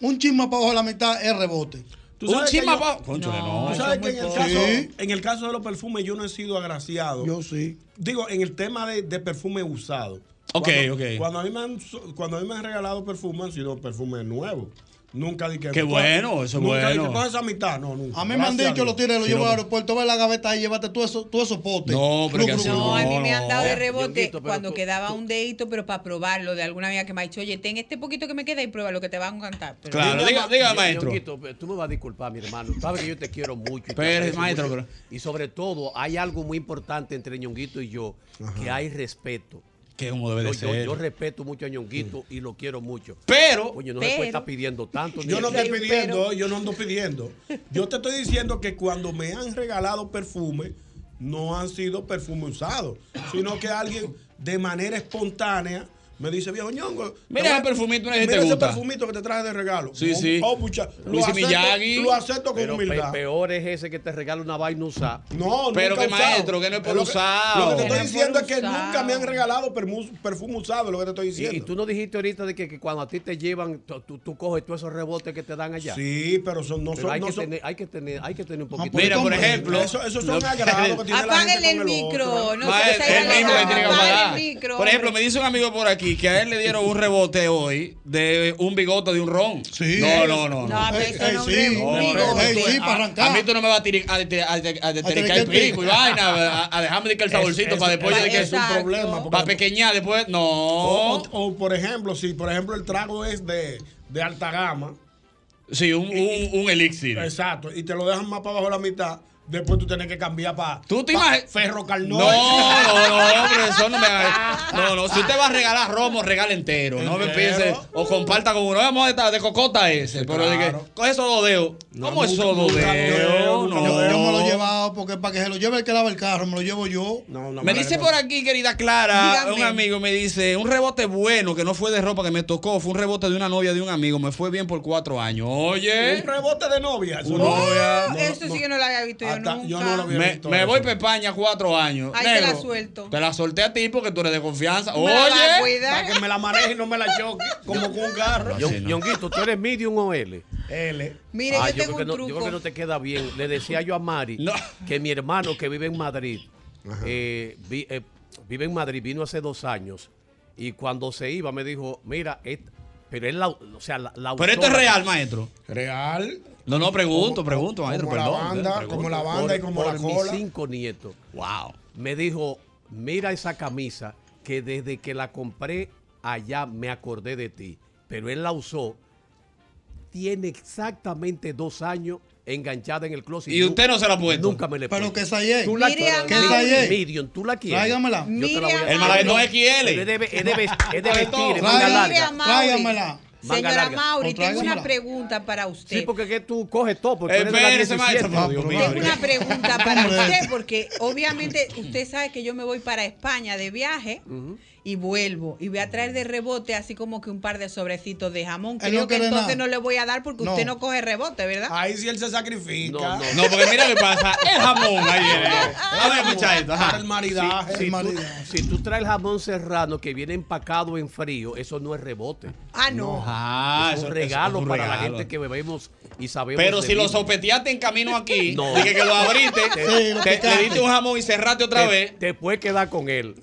[SPEAKER 4] Un chisme para abajo es la mitad es rebote.
[SPEAKER 6] ¿Tú sabes que yo-
[SPEAKER 2] Cónchale,
[SPEAKER 6] No,
[SPEAKER 2] no.
[SPEAKER 6] tú sabes que en el,
[SPEAKER 4] pobres.
[SPEAKER 6] caso,
[SPEAKER 4] Sí.
[SPEAKER 6] en el caso de los perfumes yo no he sido agraciado.
[SPEAKER 4] Yo sí.
[SPEAKER 6] Digo, en el tema de, de perfume usado.
[SPEAKER 2] Ok,
[SPEAKER 6] cuando,
[SPEAKER 2] ok.
[SPEAKER 6] Cuando a, mí me han, so- cuando a mí me han regalado perfumes, han sido perfumes nuevos. Nunca dije...
[SPEAKER 2] Qué bueno, eso es
[SPEAKER 6] nunca dije,
[SPEAKER 2] bueno.
[SPEAKER 6] "Coge esa mitad. No, nunca.
[SPEAKER 4] A mí me
[SPEAKER 6] Gracias
[SPEAKER 4] han dicho,
[SPEAKER 6] a Dios.
[SPEAKER 4] lo tienes, lo
[SPEAKER 6] Sí,
[SPEAKER 4] llevo
[SPEAKER 6] no.
[SPEAKER 4] al aeropuerto, ve la gaveta ahí, llévate tú eso, tú esos potes.
[SPEAKER 2] No, pero que así
[SPEAKER 3] No, a mí me han dado de
[SPEAKER 2] no.
[SPEAKER 3] rebote
[SPEAKER 2] Dionguito, pero
[SPEAKER 3] cuando
[SPEAKER 2] tú-
[SPEAKER 3] quedaba un dedito, pero para probarlo de alguna amiga que me ha dicho, oye, ten este poquito que me queda y prueba lo que te van a cantar. Pero-
[SPEAKER 2] Claro, diga- diga,
[SPEAKER 5] Ño-
[SPEAKER 2] maestro.
[SPEAKER 5] Ñonguito, pero tú me vas a disculpar, mi hermano. Sabes que yo te quiero mucho. y te
[SPEAKER 2] Pero,
[SPEAKER 5] aprecio
[SPEAKER 2] maestro,
[SPEAKER 5] mucho. Y sobre todo, hay algo muy importante entre Ñonguito y yo, que hay respeto.
[SPEAKER 2] Que como debe de
[SPEAKER 5] Yo- yo,
[SPEAKER 2] ser.
[SPEAKER 5] yo respeto mucho a Ñonguito y lo quiero mucho.
[SPEAKER 2] Pero-
[SPEAKER 5] Oye, no se
[SPEAKER 6] Pero-
[SPEAKER 5] puede estar pidiendo tanto.
[SPEAKER 6] Yo no
[SPEAKER 5] Ñonguito.
[SPEAKER 6] estoy pidiendo, yo no ando pidiendo. Yo te estoy diciendo que cuando me han regalado perfume, no han sido perfume usados, sino que alguien de manera espontánea me dice, viejo ñongo. te
[SPEAKER 2] Mira
[SPEAKER 6] voy a-
[SPEAKER 2] ese perfumito, una vez que
[SPEAKER 6] mira
[SPEAKER 2] te
[SPEAKER 6] ese
[SPEAKER 2] gusta".
[SPEAKER 6] perfumito que te traje de regalo.
[SPEAKER 2] Sí,
[SPEAKER 6] Oh,
[SPEAKER 2] sí.
[SPEAKER 6] oh, pucha, lo,
[SPEAKER 2] Luis
[SPEAKER 6] acepto,
[SPEAKER 2] Miyagi.
[SPEAKER 6] lo acepto con
[SPEAKER 5] Pero pe-
[SPEAKER 6] humildad.
[SPEAKER 5] peor es ese que te regala una vaina usada.
[SPEAKER 6] No,
[SPEAKER 2] Pero
[SPEAKER 6] nunca
[SPEAKER 2] que
[SPEAKER 6] usado.
[SPEAKER 2] maestro, que no es por
[SPEAKER 6] Lo que-
[SPEAKER 2] usado.
[SPEAKER 6] Lo que te
[SPEAKER 2] Que no
[SPEAKER 6] estoy
[SPEAKER 2] es
[SPEAKER 6] diciendo
[SPEAKER 2] por
[SPEAKER 6] es que
[SPEAKER 2] usado.
[SPEAKER 6] nunca me han regalado permu- perfume usado, lo que te estoy
[SPEAKER 5] Y,
[SPEAKER 6] diciendo.
[SPEAKER 5] y tú no dijiste ahorita de que, que cuando a ti te llevan, tú, tú- tú coges todos esos rebotes que te dan allá.
[SPEAKER 6] Sí, pero son, no
[SPEAKER 5] Pero
[SPEAKER 6] son-
[SPEAKER 5] hay,
[SPEAKER 6] no
[SPEAKER 5] que
[SPEAKER 6] son- Ah,
[SPEAKER 5] tener, hay que tener, hay que tener un poquito.
[SPEAKER 2] Mira, por ejemplo,
[SPEAKER 6] Eso, eso son
[SPEAKER 2] lo-
[SPEAKER 6] agrados que tiene
[SPEAKER 3] Apáguenle el
[SPEAKER 6] la gente con otro.
[SPEAKER 3] micro, no se
[SPEAKER 2] Maestro,
[SPEAKER 3] les haya
[SPEAKER 2] el mismo que
[SPEAKER 3] agarrado.
[SPEAKER 2] tiene que pagar.
[SPEAKER 3] Apague el micro,
[SPEAKER 2] Por ejemplo, me
[SPEAKER 3] hombre.
[SPEAKER 2] dice un amigo por aquí que a él le dieron un rebote hoy de un bigote de un ron. No, no, no.
[SPEAKER 3] No, pero eso no es un
[SPEAKER 2] hombre,
[SPEAKER 3] bigote.
[SPEAKER 2] tú- a- A mí tú no me vas a tirar a, te- a, te- a te- tericar el pico y vaina, a, a dejarme de que el saborcito para después de que
[SPEAKER 6] es un problema.
[SPEAKER 2] Para pequeñar después, no.
[SPEAKER 6] O, o, por ejemplo, si por ejemplo el trago es de, de alta gama.
[SPEAKER 2] Sí, un, un, elixir.
[SPEAKER 6] Exacto. Y te lo dejan más para abajo la mitad. Después tú tienes que cambiar para.
[SPEAKER 2] ¿Tú te imaginas?
[SPEAKER 6] Ferro
[SPEAKER 2] No,
[SPEAKER 6] Carnoy.
[SPEAKER 2] no, no, hombre, eso no me haga- No, no, si usted va a regalar romo, regala entero. No me
[SPEAKER 6] Entero.
[SPEAKER 2] piense o comparta con uno. Vamos a estar de cocota ese. Pero de que, coge esos dos dedos. ¿Cómo esos dos dedos? No.
[SPEAKER 4] Yo, yo me lo he llevado porque para que se lo lleve el que lava el carro, me lo llevo yo.
[SPEAKER 2] Me dice por aquí, querida Clara,
[SPEAKER 4] Dígame.
[SPEAKER 2] un amigo me dice, un rebote bueno que no fue de ropa que me tocó, fue un rebote de una novia de un amigo, me fue bien por cuatro años. Oye,
[SPEAKER 6] Un rebote de novia. eso
[SPEAKER 2] Un
[SPEAKER 6] no-
[SPEAKER 2] novia.
[SPEAKER 3] Ah, Eso sí que no lo había visto yo nunca.
[SPEAKER 2] me, me voy para España cuatro años.
[SPEAKER 3] Ahí te la
[SPEAKER 2] Negro,
[SPEAKER 3] suelto.
[SPEAKER 2] Te la solté a ti porque tú eres de confianza.
[SPEAKER 3] Me la vas a
[SPEAKER 2] Oye,
[SPEAKER 3] cuidar.
[SPEAKER 6] Para que me la maneje y no me la choque. Como con un carro.
[SPEAKER 5] Ñon- Ñonguito, ¿tú eres medium o L?
[SPEAKER 6] L.
[SPEAKER 3] Mire,
[SPEAKER 5] Ah,
[SPEAKER 3] yo
[SPEAKER 5] creo
[SPEAKER 3] tengo un
[SPEAKER 5] que no- yo creo
[SPEAKER 3] truco.
[SPEAKER 5] que no te queda bien. Le decía yo a Mari que mi hermano que vive en Madrid, eh, vi- eh, vive en Madrid, vino hace dos años y cuando se iba me dijo, mira, et- pero es la, o sea, la, la
[SPEAKER 2] pero esto es
[SPEAKER 5] autora-
[SPEAKER 2] real, maestro.
[SPEAKER 6] Real.
[SPEAKER 2] No, no, pregunto, pregunto, maestro,
[SPEAKER 5] como la
[SPEAKER 2] perdón.
[SPEAKER 5] banda,
[SPEAKER 2] pregunto.
[SPEAKER 5] como la
[SPEAKER 6] banda y como
[SPEAKER 5] por
[SPEAKER 6] la
[SPEAKER 5] mis
[SPEAKER 6] cola.
[SPEAKER 5] cinco nietos.
[SPEAKER 2] Wow.
[SPEAKER 5] Me dijo, mira esa camisa que desde que la compré allá me acordé de ti. Pero él la usó. Tiene exactamente dos años enganchada en el closet.
[SPEAKER 2] Y
[SPEAKER 5] nu-
[SPEAKER 2] usted no se la ha puesto.
[SPEAKER 5] Nunca me le
[SPEAKER 4] Pero
[SPEAKER 5] puse.
[SPEAKER 4] que esa ahí es.
[SPEAKER 5] Tú la
[SPEAKER 4] Miriam,
[SPEAKER 5] que
[SPEAKER 4] ¿qué esa ahí es?
[SPEAKER 5] Miriam, tú la quieres.
[SPEAKER 4] Tráigamela.
[SPEAKER 5] Yo te la voy a-
[SPEAKER 2] El malaguetón es XL.
[SPEAKER 5] Pero Es de, es de vest- es de vestir, es
[SPEAKER 3] Mire,
[SPEAKER 5] manga
[SPEAKER 3] Mauri,
[SPEAKER 5] larga. Manga
[SPEAKER 3] Señora
[SPEAKER 5] larga.
[SPEAKER 3] Mauri, tengo una
[SPEAKER 5] Tráigamela.
[SPEAKER 3] pregunta para usted.
[SPEAKER 5] Sí, porque que tú coges todo. porque tú eres de la
[SPEAKER 2] Espérese, maestro.
[SPEAKER 5] 17.
[SPEAKER 2] Dios mío.
[SPEAKER 3] Tengo una
[SPEAKER 6] <laughs>
[SPEAKER 3] pregunta para
[SPEAKER 2] Hombre.
[SPEAKER 3] usted, porque obviamente usted sabe que yo me voy para España de viaje y vuelvo. Y voy a traer de rebote así como que un par de sobrecitos de jamón.
[SPEAKER 6] Él
[SPEAKER 3] Creo
[SPEAKER 6] no
[SPEAKER 3] que
[SPEAKER 6] quiere
[SPEAKER 3] entonces
[SPEAKER 6] nada.
[SPEAKER 3] no le voy a dar porque
[SPEAKER 6] No.
[SPEAKER 3] usted no coge rebote, ¿verdad?
[SPEAKER 6] Ahí sí él se sacrifica.
[SPEAKER 2] No,
[SPEAKER 6] No, <laughs>
[SPEAKER 2] porque mira lo que pasa. Es jamón. Ahí viene. A ver, escucha esto. ajá.
[SPEAKER 6] El maridaje.
[SPEAKER 5] Si- si, tú, si tú traes jamón serrano que viene empacado en frío, eso no es rebote.
[SPEAKER 3] Ah, no.
[SPEAKER 2] Ah,
[SPEAKER 5] es un
[SPEAKER 2] eso-
[SPEAKER 5] regalo
[SPEAKER 2] eso es un
[SPEAKER 5] para la
[SPEAKER 2] regalo.
[SPEAKER 5] gente que bebemos y sabemos.
[SPEAKER 2] Pero
[SPEAKER 5] de
[SPEAKER 2] si lo
[SPEAKER 5] vino.
[SPEAKER 2] sopeteaste en camino
[SPEAKER 4] <laughs>
[SPEAKER 2] aquí,
[SPEAKER 5] No.
[SPEAKER 2] dije que lo abriste,
[SPEAKER 5] Te-
[SPEAKER 2] te-
[SPEAKER 5] lo
[SPEAKER 2] te,
[SPEAKER 5] picaste.
[SPEAKER 2] le diste un jamón y cerraste otra
[SPEAKER 5] te,
[SPEAKER 2] vez.
[SPEAKER 5] Te puedes quedar con
[SPEAKER 2] <laughs>
[SPEAKER 5] él.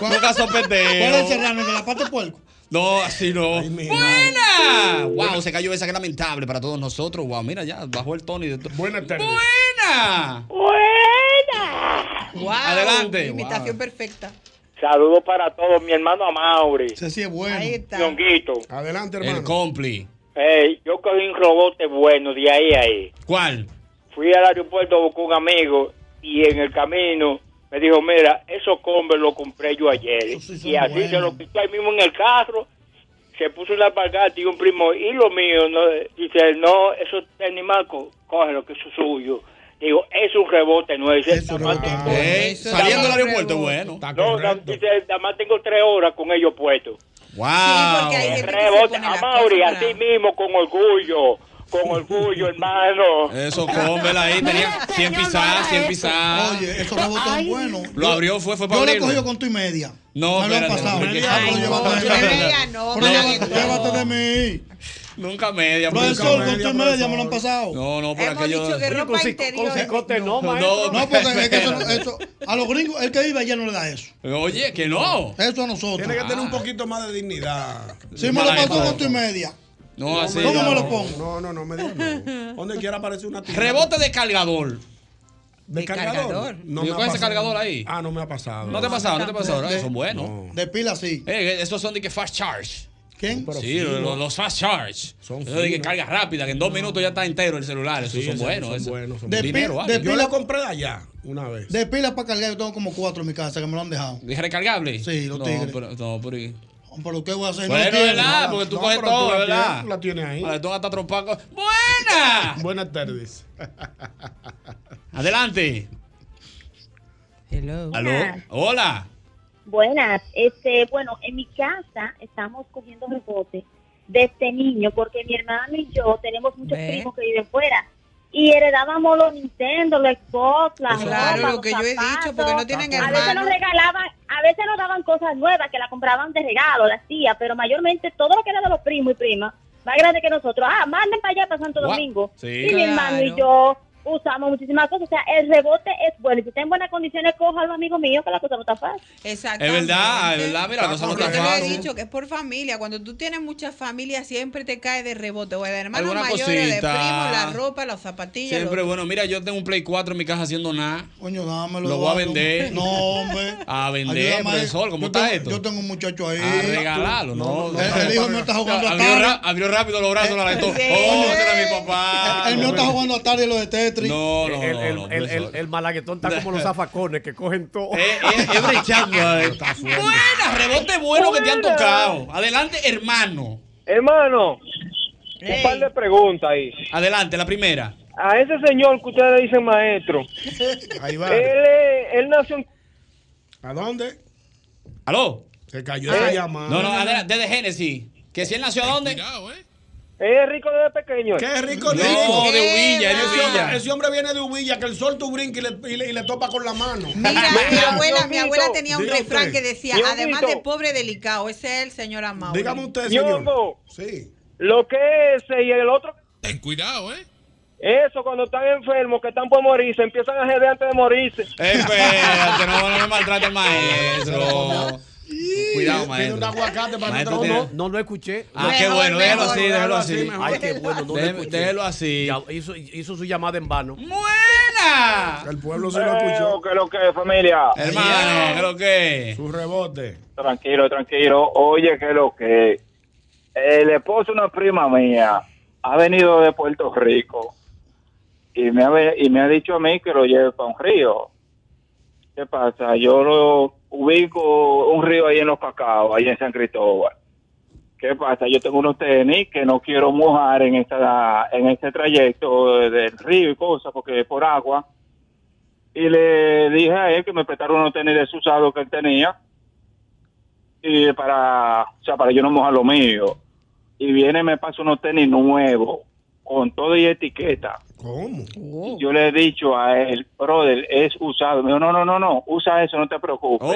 [SPEAKER 2] Nunca sopeteo.
[SPEAKER 4] ¿Cuál es el serrano? ¿De la parte de puerco?
[SPEAKER 2] No, así no. ¡Buena! Wow, se cayó esa que lamentable para todos nosotros. Wow, mira ya, bajó el tono y de to-
[SPEAKER 6] Buenas tardes.
[SPEAKER 2] ¡Buena!
[SPEAKER 3] Wow,
[SPEAKER 2] Adelante.
[SPEAKER 3] Imitación perfecta.
[SPEAKER 12] Saludos para todos, mi hermano Amauri.
[SPEAKER 4] Ese sí es bueno.
[SPEAKER 3] Ahí está.
[SPEAKER 12] Ñonguito.
[SPEAKER 6] Adelante,
[SPEAKER 2] El compli.
[SPEAKER 12] Ey, yo cogí un robote bueno de ahí a ahí.
[SPEAKER 2] ¿Cuál?
[SPEAKER 12] Fui al aeropuerto a buscar un amigo y en el camino me dijo, mira, esos combes los compré yo ayer.
[SPEAKER 4] sí son
[SPEAKER 12] y así
[SPEAKER 4] buenos.
[SPEAKER 12] se los quité ahí mismo en el carro
[SPEAKER 13] se puso una alpargata y un primo, y lo mío, no, dice, no, eso es de Nimaco, cógelo, que eso es suyo. Digo, es un rebote, no es el
[SPEAKER 2] saliendo del aeropuerto, bueno.
[SPEAKER 13] No, no, dice, nada más tengo tres horas con ellos puestos.
[SPEAKER 2] Wow.
[SPEAKER 13] Rebote, a Mauri, así mismo, con orgullo, con orgullo, hermano.
[SPEAKER 2] Eso, cómela
[SPEAKER 3] <laughs>
[SPEAKER 2] ahí. Tenía
[SPEAKER 4] este
[SPEAKER 2] 100 pisadas, 100 pisadas.
[SPEAKER 4] Oye, esos rebotes son buenos.
[SPEAKER 2] Lo abrió, fue, fue para
[SPEAKER 4] Yo lo he
[SPEAKER 2] abrirlo.
[SPEAKER 4] cogido con tu y media.
[SPEAKER 2] No,
[SPEAKER 4] me lo han
[SPEAKER 2] espérate,
[SPEAKER 4] pasado.
[SPEAKER 2] porque-
[SPEAKER 4] Ah, pero llévate de mí. Pero llévate- llévate de mí.
[SPEAKER 2] Nunca media.
[SPEAKER 4] Profesor, con tu y media me lo han pasado.
[SPEAKER 2] No, no, por aquello.
[SPEAKER 4] ropa interior.
[SPEAKER 3] Oh,
[SPEAKER 2] no,
[SPEAKER 4] no,
[SPEAKER 2] maestro.
[SPEAKER 4] porque es que eso, eso- a los gringos, el que vive allá no le da eso.
[SPEAKER 2] Oye, que no.
[SPEAKER 4] Eso a nosotros.
[SPEAKER 6] Tiene que tener
[SPEAKER 2] Ah.
[SPEAKER 6] un poquito más de dignidad.
[SPEAKER 4] Si me lo pasó con tu y media.
[SPEAKER 2] No, así.
[SPEAKER 4] ¿Cómo
[SPEAKER 2] no.
[SPEAKER 4] me lo pongo?
[SPEAKER 6] No, no, no, me digas
[SPEAKER 2] <laughs>
[SPEAKER 6] no. Donde quiera aparece una tienda.
[SPEAKER 2] Rebote de cargador.
[SPEAKER 6] ¿De cargador?
[SPEAKER 2] cargador.
[SPEAKER 6] No
[SPEAKER 2] Digo,
[SPEAKER 6] me ha
[SPEAKER 2] ¿cuál es ese
[SPEAKER 6] pasado.
[SPEAKER 2] cargador ahí?
[SPEAKER 6] Ah, no me ha pasado.
[SPEAKER 2] No te ha pasado, no te ha pasado. ¿verdad? Eso es bueno.
[SPEAKER 4] De pila sí.
[SPEAKER 2] Eh, esos son de que fast charge.
[SPEAKER 4] ¿Quién?
[SPEAKER 2] sí, lo- lo- los, fast charge. Son de que
[SPEAKER 6] finos.
[SPEAKER 2] carga rápida, que en dos minutos ya está entero el celular. Esos
[SPEAKER 6] Sí,
[SPEAKER 2] son
[SPEAKER 6] esos
[SPEAKER 2] buenos.
[SPEAKER 6] son
[SPEAKER 2] esos.
[SPEAKER 6] buenos, son
[SPEAKER 4] De pi-
[SPEAKER 2] Dinero,
[SPEAKER 4] de
[SPEAKER 2] vale.
[SPEAKER 6] Yo lo
[SPEAKER 4] pila-
[SPEAKER 6] compré allá una vez.
[SPEAKER 4] De pilas para cargar, yo tengo como cuatro en mi casa que me lo han dejado.
[SPEAKER 2] ¿Dije recargable?
[SPEAKER 4] Sí, los
[SPEAKER 2] no,
[SPEAKER 4] tigres.
[SPEAKER 2] Pero, no, pero. ¿y?
[SPEAKER 4] Pero ¿qué voy a hacer?
[SPEAKER 2] Bueno,
[SPEAKER 4] tiene.
[SPEAKER 2] ¿verdad? Porque tú coges
[SPEAKER 4] pero tú
[SPEAKER 2] todo,
[SPEAKER 4] la
[SPEAKER 2] ¿verdad?
[SPEAKER 4] tienes, la
[SPEAKER 6] tienes ahí.
[SPEAKER 2] Vale, tú hasta trompar con- ¡Buena!
[SPEAKER 6] Buenas tardes.
[SPEAKER 2] Adelante.
[SPEAKER 3] Hello.
[SPEAKER 2] ¿Aló? Hola.
[SPEAKER 14] Buenas. Este, bueno, en mi casa estamos cogiendo rebote desde niño porque mi hermano y yo tenemos muchos
[SPEAKER 3] Ve.
[SPEAKER 14] primos que viven fuera y heredábamos los Nintendo, los Xbox, las
[SPEAKER 3] Eso claro,
[SPEAKER 14] ropas,
[SPEAKER 3] lo que yo
[SPEAKER 14] los
[SPEAKER 3] he dicho, porque
[SPEAKER 14] zapatos.
[SPEAKER 3] no tienen
[SPEAKER 14] A veces nos
[SPEAKER 3] hermanos.
[SPEAKER 14] regalaban, a veces nos daban cosas nuevas que la compraban de regalo, las tías, pero mayormente todo lo que era de los primos y primas, más grande que nosotros. Ah, manden para allá, para Santo
[SPEAKER 15] Gua-
[SPEAKER 14] Domingo.
[SPEAKER 15] Sí.
[SPEAKER 14] Y mi hermano y
[SPEAKER 15] Claro.
[SPEAKER 14] yo usamos muchísimas cosas. O sea, el rebote es bueno. Y si está en buenas condiciones, cójalo, amigo mío, que la cosa no está fácil.
[SPEAKER 3] Exacto.
[SPEAKER 2] Es verdad, es verdad. Mira, la cosa no
[SPEAKER 3] Yo
[SPEAKER 2] está
[SPEAKER 3] te lo he
[SPEAKER 2] fácil.
[SPEAKER 3] dicho que es por familia. Cuando tú tienes muchas familias, siempre te cae de rebote. O de hermanos
[SPEAKER 2] Alguna
[SPEAKER 3] mayores, de
[SPEAKER 2] cosita.
[SPEAKER 3] primos, la ropa, las zapatillas.
[SPEAKER 2] Siempre
[SPEAKER 3] los-
[SPEAKER 2] bueno. Mira, yo tengo un Play 4 en mi casa haciendo nada.
[SPEAKER 4] Coño, dámelo.
[SPEAKER 2] Lo voy a
[SPEAKER 4] dámelo.
[SPEAKER 2] vender.
[SPEAKER 4] <laughs> No, hombre.
[SPEAKER 2] <laughs> A vender,
[SPEAKER 4] Ayúdame.
[SPEAKER 2] profesor. ¿Cómo
[SPEAKER 4] Yo
[SPEAKER 2] está
[SPEAKER 4] tengo-
[SPEAKER 2] esto?
[SPEAKER 4] Yo tengo un muchacho ahí.
[SPEAKER 2] A regalarlo, no.
[SPEAKER 4] El, el hijo mío está jugando a
[SPEAKER 2] abrió,
[SPEAKER 4] Atari.
[SPEAKER 2] ra- abrió rápido los brazos, la aventó. ¡Oh, ese era mi papá!
[SPEAKER 4] El mío está jugando a Atari y lo de Tetris.
[SPEAKER 2] No, no,
[SPEAKER 5] el,
[SPEAKER 2] no,
[SPEAKER 5] el,
[SPEAKER 2] no,
[SPEAKER 5] el, el, el malaguetón está como los zafacones que cogen todo.
[SPEAKER 2] Es brechando. Buena, rebote bueno que te han
[SPEAKER 5] Buena.
[SPEAKER 2] tocado. Adelante, hermano.
[SPEAKER 12] Hermano, un par de preguntas ahí.
[SPEAKER 2] Adelante, la primera.
[SPEAKER 12] A ese señor que ustedes le dicen maestro,
[SPEAKER 6] Ahí va.
[SPEAKER 12] él, eh, él nació en...
[SPEAKER 6] ¿A dónde?
[SPEAKER 2] ¿Aló?
[SPEAKER 6] Se cayó la
[SPEAKER 12] Eh.
[SPEAKER 6] llamada.
[SPEAKER 2] No, no, adelante, desde Génesis. ¿Que si él nació a dónde?
[SPEAKER 12] Es rico desde pequeño.
[SPEAKER 6] ¿Qué rico
[SPEAKER 2] No,
[SPEAKER 6] rico?
[SPEAKER 2] de Ubilla, es de
[SPEAKER 6] Ese hombre-
[SPEAKER 2] Ubilla.
[SPEAKER 6] Ese hombre viene de Ubilla, que el sol tú brinca y le, y le- y le topa con la mano.
[SPEAKER 10] <laughs>
[SPEAKER 3] Mira, mi abuela, mi abuela tenía un
[SPEAKER 6] Diga
[SPEAKER 3] refrán
[SPEAKER 6] usted.
[SPEAKER 3] que decía,
[SPEAKER 6] Diga
[SPEAKER 3] además
[SPEAKER 6] usted.
[SPEAKER 3] de pobre, delicado. Ese es el señor Amado.
[SPEAKER 6] Dígame usted, señor.
[SPEAKER 12] Ñongo,
[SPEAKER 6] Sí.
[SPEAKER 12] lo que es y el otro...
[SPEAKER 16] Ten cuidado, ¿eh?
[SPEAKER 12] Eso, cuando están enfermos, que están por morirse, empiezan a joder antes de morirse.
[SPEAKER 2] Espérate, no, no me
[SPEAKER 12] <laughs>
[SPEAKER 2] maltrate, maestro. Cuidado, maestro. Maestro,
[SPEAKER 5] No,
[SPEAKER 2] tiene-
[SPEAKER 5] no, no lo escuché.
[SPEAKER 2] Ah, qué bueno, déjalo así, déjalo así.
[SPEAKER 5] Ay, qué bueno, no lo
[SPEAKER 2] Déjelo-
[SPEAKER 5] escuché.
[SPEAKER 2] déjelo así.
[SPEAKER 5] Ya, hizo, hizo su llamada en vano.
[SPEAKER 2] ¡Buena!
[SPEAKER 6] El pueblo
[SPEAKER 5] se lo escuchó.
[SPEAKER 12] ¿Qué lo que es, familia?
[SPEAKER 2] Hermano, ¿qué lo que?
[SPEAKER 6] Su rebote.
[SPEAKER 12] Tranquilo, tranquilo. Oye, que lo que el esposo de una prima mía ha venido de Puerto Rico y me ha, ve- y me ha dicho a mí que lo lleve para un río. ¿Qué pasa? Yo lo ubico un río ahí en Los Cacaos, ahí en San Cristóbal. ¿Qué pasa? Yo tengo unos tenis que no quiero mojar en esta en este trayecto del río y cosas porque es por agua. Y le dije a él que me prestaron unos tenis de Susado que él tenía y para, o sea, para yo no mojar lo mío. Y viene y me pasa unos tenis nuevos, con todo y etiqueta.
[SPEAKER 6] ¿Cómo?
[SPEAKER 1] Oh.
[SPEAKER 12] Yo le he dicho a él, brother, es usado. Me dijo, no, no, no, no, usa eso, no te preocupes.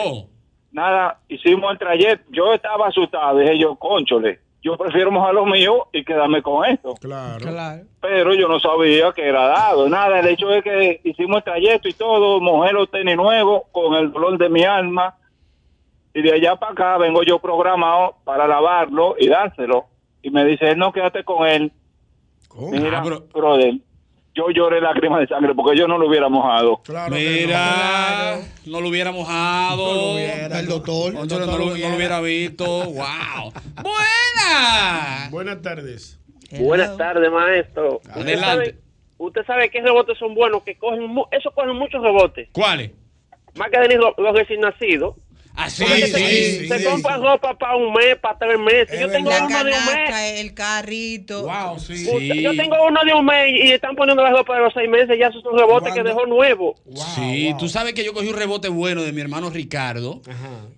[SPEAKER 12] Nada, hicimos el trayecto. Yo estaba asustado, dije yo, conchole, yo prefiero mojar lo mío y quedarme con esto.
[SPEAKER 6] Claro.
[SPEAKER 12] Pero yo no sabía que era dado. Nada, el hecho es que hicimos el trayecto y todo, mojé los tenis nuevos con el dolor de mi alma. Y de allá para acá vengo yo programado para lavarlo y dárselo. Y me dice, él no, quédate con él. Mira,
[SPEAKER 2] Ah, pero-
[SPEAKER 12] brother, yo lloré lágrimas de sangre porque yo no lo hubiera mojado.
[SPEAKER 2] Mira, no lo hubiera mojado.
[SPEAKER 4] El doctor.
[SPEAKER 2] Ocho, no, lo, no lo hubiera visto. ¡Wow! ¡Buena!
[SPEAKER 6] Buenas tardes.
[SPEAKER 10] <laughs> Buenas tardes, maestro. Usted
[SPEAKER 2] Adelante.
[SPEAKER 10] sabe, usted sabe que rebotes son buenos, que cogen, mu- eso cogen muchos rebotes.
[SPEAKER 2] ¿Cuáles?
[SPEAKER 10] Más que de los, los recién nacidos.
[SPEAKER 2] Así,
[SPEAKER 10] Porque
[SPEAKER 2] sí,
[SPEAKER 10] te,
[SPEAKER 2] sí,
[SPEAKER 10] te
[SPEAKER 2] sí.
[SPEAKER 10] compras ropa para un mes, para tres meses. yo tengo
[SPEAKER 3] la
[SPEAKER 10] una de un mes.
[SPEAKER 3] canasta, el carrito.
[SPEAKER 6] Wow, sí.
[SPEAKER 10] Puta, Yo tengo uno de un mes y están poniendo la ropa de los seis meses. Ya esos son rebotes que dejó nuevo.
[SPEAKER 2] sí, tú sabes que yo cogí un rebote bueno de mi hermano Ricardo.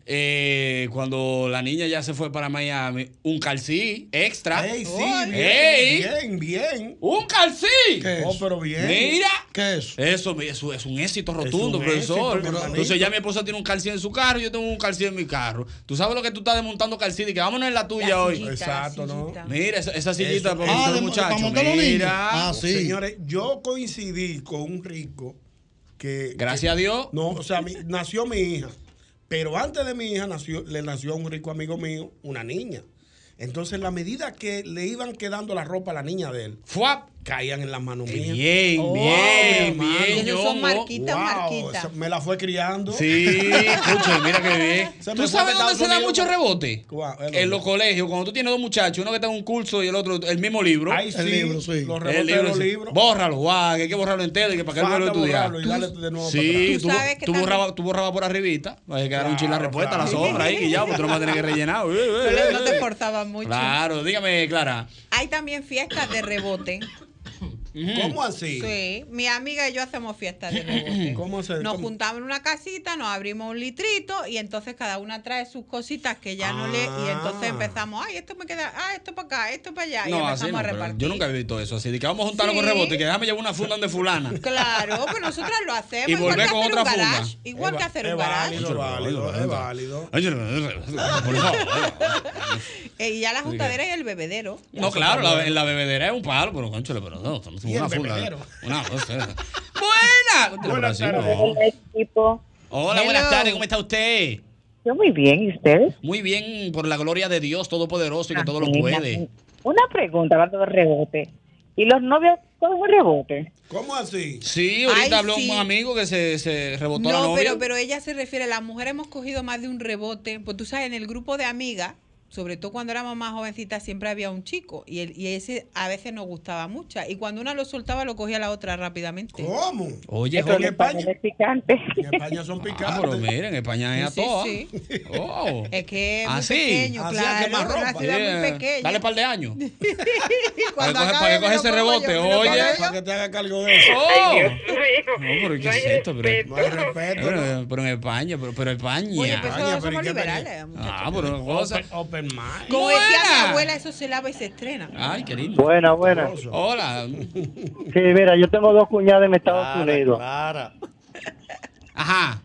[SPEAKER 2] Eh, cuando la niña ya se fue para Miami, un calcí extra.
[SPEAKER 6] Ey, sí, bien,
[SPEAKER 2] Ah, Ey.
[SPEAKER 6] bien, bien.
[SPEAKER 2] ¡Un calcí!
[SPEAKER 6] ¿Qué es? pero bien.
[SPEAKER 2] Mira.
[SPEAKER 6] ¿Qué es?
[SPEAKER 2] Eso, mi- eso es un éxito rotundo,
[SPEAKER 6] un
[SPEAKER 2] profesor.
[SPEAKER 6] éxito, mi hermanito.
[SPEAKER 2] Entonces ya mi esposa tiene un calcín en su carro, yo tengo un calcín en mi carro. Tú sabes lo que tú estás desmontando calcín y que vámonos en la tuya hoy.
[SPEAKER 6] Exacto, ¿no?
[SPEAKER 2] Mira, esa, esa sillita
[SPEAKER 6] Eso. Ah,
[SPEAKER 2] para montar un muchacho. Mira.
[SPEAKER 6] Señores, Ah, yo coincidí con un rico que.
[SPEAKER 2] Gracias a Dios.
[SPEAKER 6] No, o sea, mi- nació mi hija. Pero antes de mi hija nació, le nació a un rico amigo mío, una niña. Entonces, la medida que le iban quedando la ropa a la niña de él,
[SPEAKER 2] ¡fuap!
[SPEAKER 6] caían en las manos mías.
[SPEAKER 2] bien,
[SPEAKER 6] Oh,
[SPEAKER 2] bien,
[SPEAKER 6] mi hermano.
[SPEAKER 2] bien, Y esas son ñongo. marquitas,
[SPEAKER 6] Wow,
[SPEAKER 2] marquitas.
[SPEAKER 6] esa- Me la fue criando.
[SPEAKER 2] Sí, escucha, y mira qué bien.
[SPEAKER 6] Se me
[SPEAKER 2] ¿Tú
[SPEAKER 6] fue
[SPEAKER 2] sabes
[SPEAKER 6] para
[SPEAKER 2] dónde se da
[SPEAKER 6] Estados
[SPEAKER 2] mucho
[SPEAKER 6] Unidos.
[SPEAKER 2] rebote? En los colegios, cuando tú tienes dos muchachos, uno que está en un curso y el otro el mismo libro.
[SPEAKER 6] Ay, sí, El libro, sí. los rebotes
[SPEAKER 2] El
[SPEAKER 6] de los
[SPEAKER 2] sí.
[SPEAKER 6] libros.
[SPEAKER 2] Bórralo, guau, que hay que borrarlo entero y que para que él vuelva a
[SPEAKER 6] Falta
[SPEAKER 2] estudiar.
[SPEAKER 6] borrarlo y dale de nuevo para
[SPEAKER 2] Sí,
[SPEAKER 6] atrás.
[SPEAKER 2] tú,
[SPEAKER 6] Tú sabes que
[SPEAKER 2] tú
[SPEAKER 6] también-
[SPEAKER 2] borrabas, tú borrabas por arribita, va a quedar un chile la respuesta, la
[SPEAKER 3] claro.
[SPEAKER 2] sombra ahí, y ya, porque tú no vas a tener que
[SPEAKER 3] <laughs>
[SPEAKER 2] rellenar. Uy, uy,
[SPEAKER 3] Pero no
[SPEAKER 2] uy,
[SPEAKER 3] te
[SPEAKER 2] uy.
[SPEAKER 3] forzaba mucho.
[SPEAKER 2] Claro, dígame, Clara.
[SPEAKER 3] Hay también fiestas de rebote.
[SPEAKER 6] ¿Cómo así?
[SPEAKER 3] Sí, mi amiga y yo hacemos fiestas de rebote.
[SPEAKER 6] ¿Cómo se
[SPEAKER 3] Nos
[SPEAKER 6] cómo-
[SPEAKER 3] juntamos en una casita, nos abrimos un litrito y entonces cada una trae sus cositas que ya no le. Y entonces empezamos, ay, esto me queda, ah, esto para acá, esto para allá. y
[SPEAKER 2] Ah. No,
[SPEAKER 3] empezamos
[SPEAKER 2] así no,
[SPEAKER 3] a
[SPEAKER 2] pero
[SPEAKER 3] repartir.
[SPEAKER 2] yo nunca he visto eso, así de que vamos a juntarlo con
[SPEAKER 3] Sí.
[SPEAKER 2] rebote, que déjame llevar una funda de fulana.
[SPEAKER 3] Claro, pues nosotras lo hacemos.
[SPEAKER 2] Y
[SPEAKER 3] igual que
[SPEAKER 2] volver con
[SPEAKER 3] hacer
[SPEAKER 2] otra
[SPEAKER 3] un
[SPEAKER 2] funda.
[SPEAKER 3] garage. Igual que hacer un garage.
[SPEAKER 6] válido, válido, es válido.
[SPEAKER 2] Por favor.
[SPEAKER 3] Eh, Y ya la juntadera y el bebedero.
[SPEAKER 2] No, claro, la, en la bebedera es un palo, pero conchole, pero no, estamos en
[SPEAKER 3] Y el
[SPEAKER 2] una funda.
[SPEAKER 3] bebedero.
[SPEAKER 2] <laughs> Una cosa. ¡Buena! Buenas
[SPEAKER 17] Hola, equipo.
[SPEAKER 2] Hola, buenas
[SPEAKER 17] Hello.
[SPEAKER 2] tardes, ¿cómo está usted?
[SPEAKER 17] Yo muy bien, ¿y ustedes?
[SPEAKER 2] Muy bien, por la gloria de Dios Todopoderoso y que todo lo
[SPEAKER 17] Imagínate.
[SPEAKER 2] puede.
[SPEAKER 17] Una pregunta, hablando de rebote. ¿Y los novios son un rebote?
[SPEAKER 6] ¿Cómo así?
[SPEAKER 2] Sí,
[SPEAKER 3] Ay,
[SPEAKER 2] ahorita habló
[SPEAKER 3] sí.
[SPEAKER 2] un amigo que se, se rebotó la
[SPEAKER 3] No,
[SPEAKER 2] novia.
[SPEAKER 3] pero, pero ella se refiere, las mujeres hemos cogido más de un rebote, pues tú sabes, en el grupo de amigas, sobre todo cuando éramos más jovencitas, siempre había un chico y, el, y ese a veces nos gustaba mucho. Y cuando una lo soltaba, lo cogía la otra rápidamente.
[SPEAKER 6] ¿Cómo?
[SPEAKER 2] Oye,
[SPEAKER 17] Eso
[SPEAKER 2] Jorge,
[SPEAKER 17] en España es picante.
[SPEAKER 6] En España son picantes.
[SPEAKER 2] Ah, pero miren, España es a
[SPEAKER 3] Sí,
[SPEAKER 2] todas.
[SPEAKER 3] sí.
[SPEAKER 2] <laughs> Oh.
[SPEAKER 3] Es que es muy
[SPEAKER 2] Así.
[SPEAKER 3] pequeño,
[SPEAKER 2] Así,
[SPEAKER 3] claro,
[SPEAKER 2] que más
[SPEAKER 3] es una
[SPEAKER 2] ropa.
[SPEAKER 3] ciudad muy
[SPEAKER 2] Yeah.
[SPEAKER 3] pequeña.
[SPEAKER 2] eh, Dale par de
[SPEAKER 3] <laughs>
[SPEAKER 2] años.
[SPEAKER 3] Y
[SPEAKER 2] Para que
[SPEAKER 3] cuando
[SPEAKER 2] coge- para
[SPEAKER 3] acabe,
[SPEAKER 2] que
[SPEAKER 3] me
[SPEAKER 2] coge ese
[SPEAKER 3] lo como
[SPEAKER 2] rebote,
[SPEAKER 3] yo, me lo como
[SPEAKER 2] oye.
[SPEAKER 3] yo.
[SPEAKER 6] Para que te haga cargo de eso.
[SPEAKER 2] Oh.
[SPEAKER 6] Ay,
[SPEAKER 2] No, pero ¿qué es esto? Pero,
[SPEAKER 6] No hay respeto.
[SPEAKER 2] Pero, pero en España, pero, pero España.
[SPEAKER 3] Oye, pero eso
[SPEAKER 2] España,
[SPEAKER 3] somos
[SPEAKER 2] ¿y qué
[SPEAKER 3] liberales,
[SPEAKER 2] España?
[SPEAKER 3] muchachos.
[SPEAKER 2] Ah, pero cosa.
[SPEAKER 6] Open mind.
[SPEAKER 3] Como decía mi
[SPEAKER 2] Buena.
[SPEAKER 3] abuela, eso se lava y se estrena.
[SPEAKER 2] Ay, qué lindo.
[SPEAKER 17] Buena, buena.
[SPEAKER 2] Hola.
[SPEAKER 17] Sí, mira, yo tengo dos cuñadas en Estados Unidos.
[SPEAKER 2] Ajá.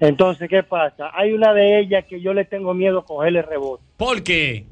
[SPEAKER 17] Entonces, ¿qué pasa? Hay una de ellas que yo le tengo miedo a cogerle rebote.
[SPEAKER 2] ¿Por qué?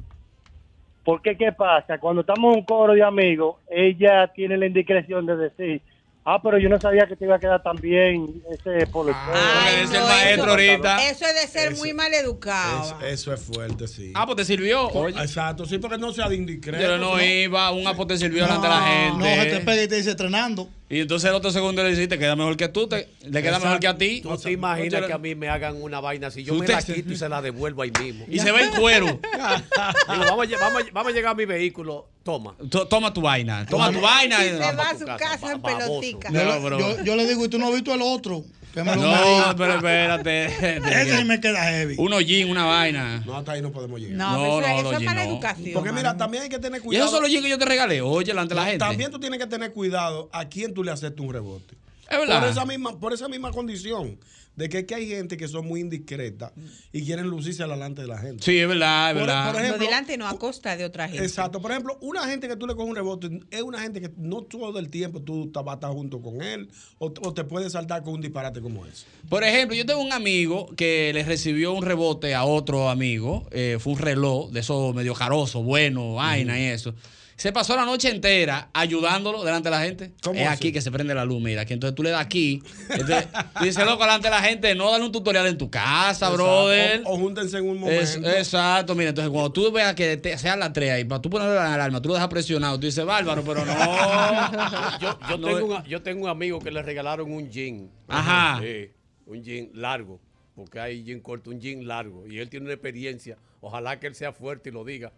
[SPEAKER 17] Porque, ¿qué pasa? Cuando estamos en un coro de amigos, ella tiene la indiscreción de decir, ah, pero yo no sabía que te iba a quedar tan bien ese polo.
[SPEAKER 2] Ah, es el maestro ahorita.
[SPEAKER 3] Eso es de ser muy mal educado.
[SPEAKER 6] Eso, eso es fuerte, sí.
[SPEAKER 2] Ah, pues te sirvió. Oye.
[SPEAKER 6] Exacto, sí, porque no sea de indiscreto.
[SPEAKER 2] Pero no iba, un apo te sirvió delante de
[SPEAKER 4] No, se
[SPEAKER 2] la
[SPEAKER 4] te
[SPEAKER 2] gente.
[SPEAKER 4] pega y te dice estrenando.
[SPEAKER 2] Y entonces el otro segundo le dice, te queda mejor que tú, te, le queda mejor que a ti.
[SPEAKER 18] ¿Tú te imaginas que a mí me hagan una vaina así? Yo
[SPEAKER 2] Si
[SPEAKER 18] me
[SPEAKER 2] usted-
[SPEAKER 18] la quito y se la devuelvo ahí mismo.
[SPEAKER 2] Y se va en cuero.
[SPEAKER 18] <laughs> Digo, vamos, a, lle- vamos a- vamos a llegar a mi vehículo. Toma.
[SPEAKER 2] To- Toma tu vaina, toma tu vaina.
[SPEAKER 3] Y se va a
[SPEAKER 18] tu
[SPEAKER 3] su
[SPEAKER 18] casa,
[SPEAKER 3] casa en
[SPEAKER 18] baboso.
[SPEAKER 3] pelotica.
[SPEAKER 2] No,
[SPEAKER 4] Yo,
[SPEAKER 2] pero-
[SPEAKER 4] yo- yo le digo, ¿y tú no has visto el otro? Que me lo
[SPEAKER 2] No, pero espérate.
[SPEAKER 4] Ese sí me queda heavy.
[SPEAKER 2] Un hollín, una vaina.
[SPEAKER 6] No, hasta ahí no podemos llegar.
[SPEAKER 2] No, No, pero eso- no, eso es
[SPEAKER 6] es
[SPEAKER 2] oye,
[SPEAKER 6] para
[SPEAKER 2] mala
[SPEAKER 6] la
[SPEAKER 2] no. educación,
[SPEAKER 6] Porque mira, también hay que tener
[SPEAKER 2] Y
[SPEAKER 6] cuidado.
[SPEAKER 2] esos son los jeans que yo te regalé. Oye, delante de la gente.
[SPEAKER 6] También tú tienes que tener cuidado a quién tú le aceptas un rebote.
[SPEAKER 2] Es verdad.
[SPEAKER 6] Por esa misma, por esa misma condición de que, es que hay gente que son muy indiscretas y quieren lucirse delante de la gente.
[SPEAKER 2] Sí, es verdad, es
[SPEAKER 6] Por-
[SPEAKER 2] verdad.
[SPEAKER 6] por ejemplo,
[SPEAKER 3] Lo delante no a costa de otra gente.
[SPEAKER 6] Exacto. Por ejemplo, una gente que tú le coges un rebote es una gente que no todo el tiempo tú vas a estar junto con él o, o te puede saltar con un disparate como ese.
[SPEAKER 2] Por ejemplo, yo tengo un amigo que le recibió un rebote a otro amigo. eh, fue un reloj de esos medio jaroso, bueno, vaina y eso. Se pasó la noche entera ayudándolo delante de la gente.
[SPEAKER 6] ¿Cómo
[SPEAKER 2] es
[SPEAKER 6] así?
[SPEAKER 2] aquí que se prende la luz, mira. Que entonces tú le das aquí.
[SPEAKER 6] <laughs>
[SPEAKER 2] Entonces, tú dices, loco, delante de la gente, no dale un tutorial en tu casa,
[SPEAKER 6] Exacto.
[SPEAKER 2] brother.
[SPEAKER 6] O, o júntense en un momento.
[SPEAKER 2] Es- exacto, mira, entonces cuando tú veas que te, sean las tres ahí, para tú ponerle la alarma, tú lo dejas presionado, tú dices, bárbaro, pero
[SPEAKER 6] <laughs>
[SPEAKER 2] no.
[SPEAKER 18] Oh, Yo, yo
[SPEAKER 2] No,
[SPEAKER 18] tengo
[SPEAKER 2] eh.
[SPEAKER 18] un, yo tengo un amigo que le regalaron un jean.
[SPEAKER 2] Ajá.
[SPEAKER 18] Sí, un jean largo. Porque hay jean corto, un jean largo. Y él tiene una experiencia. Ojalá que él sea fuerte y lo diga.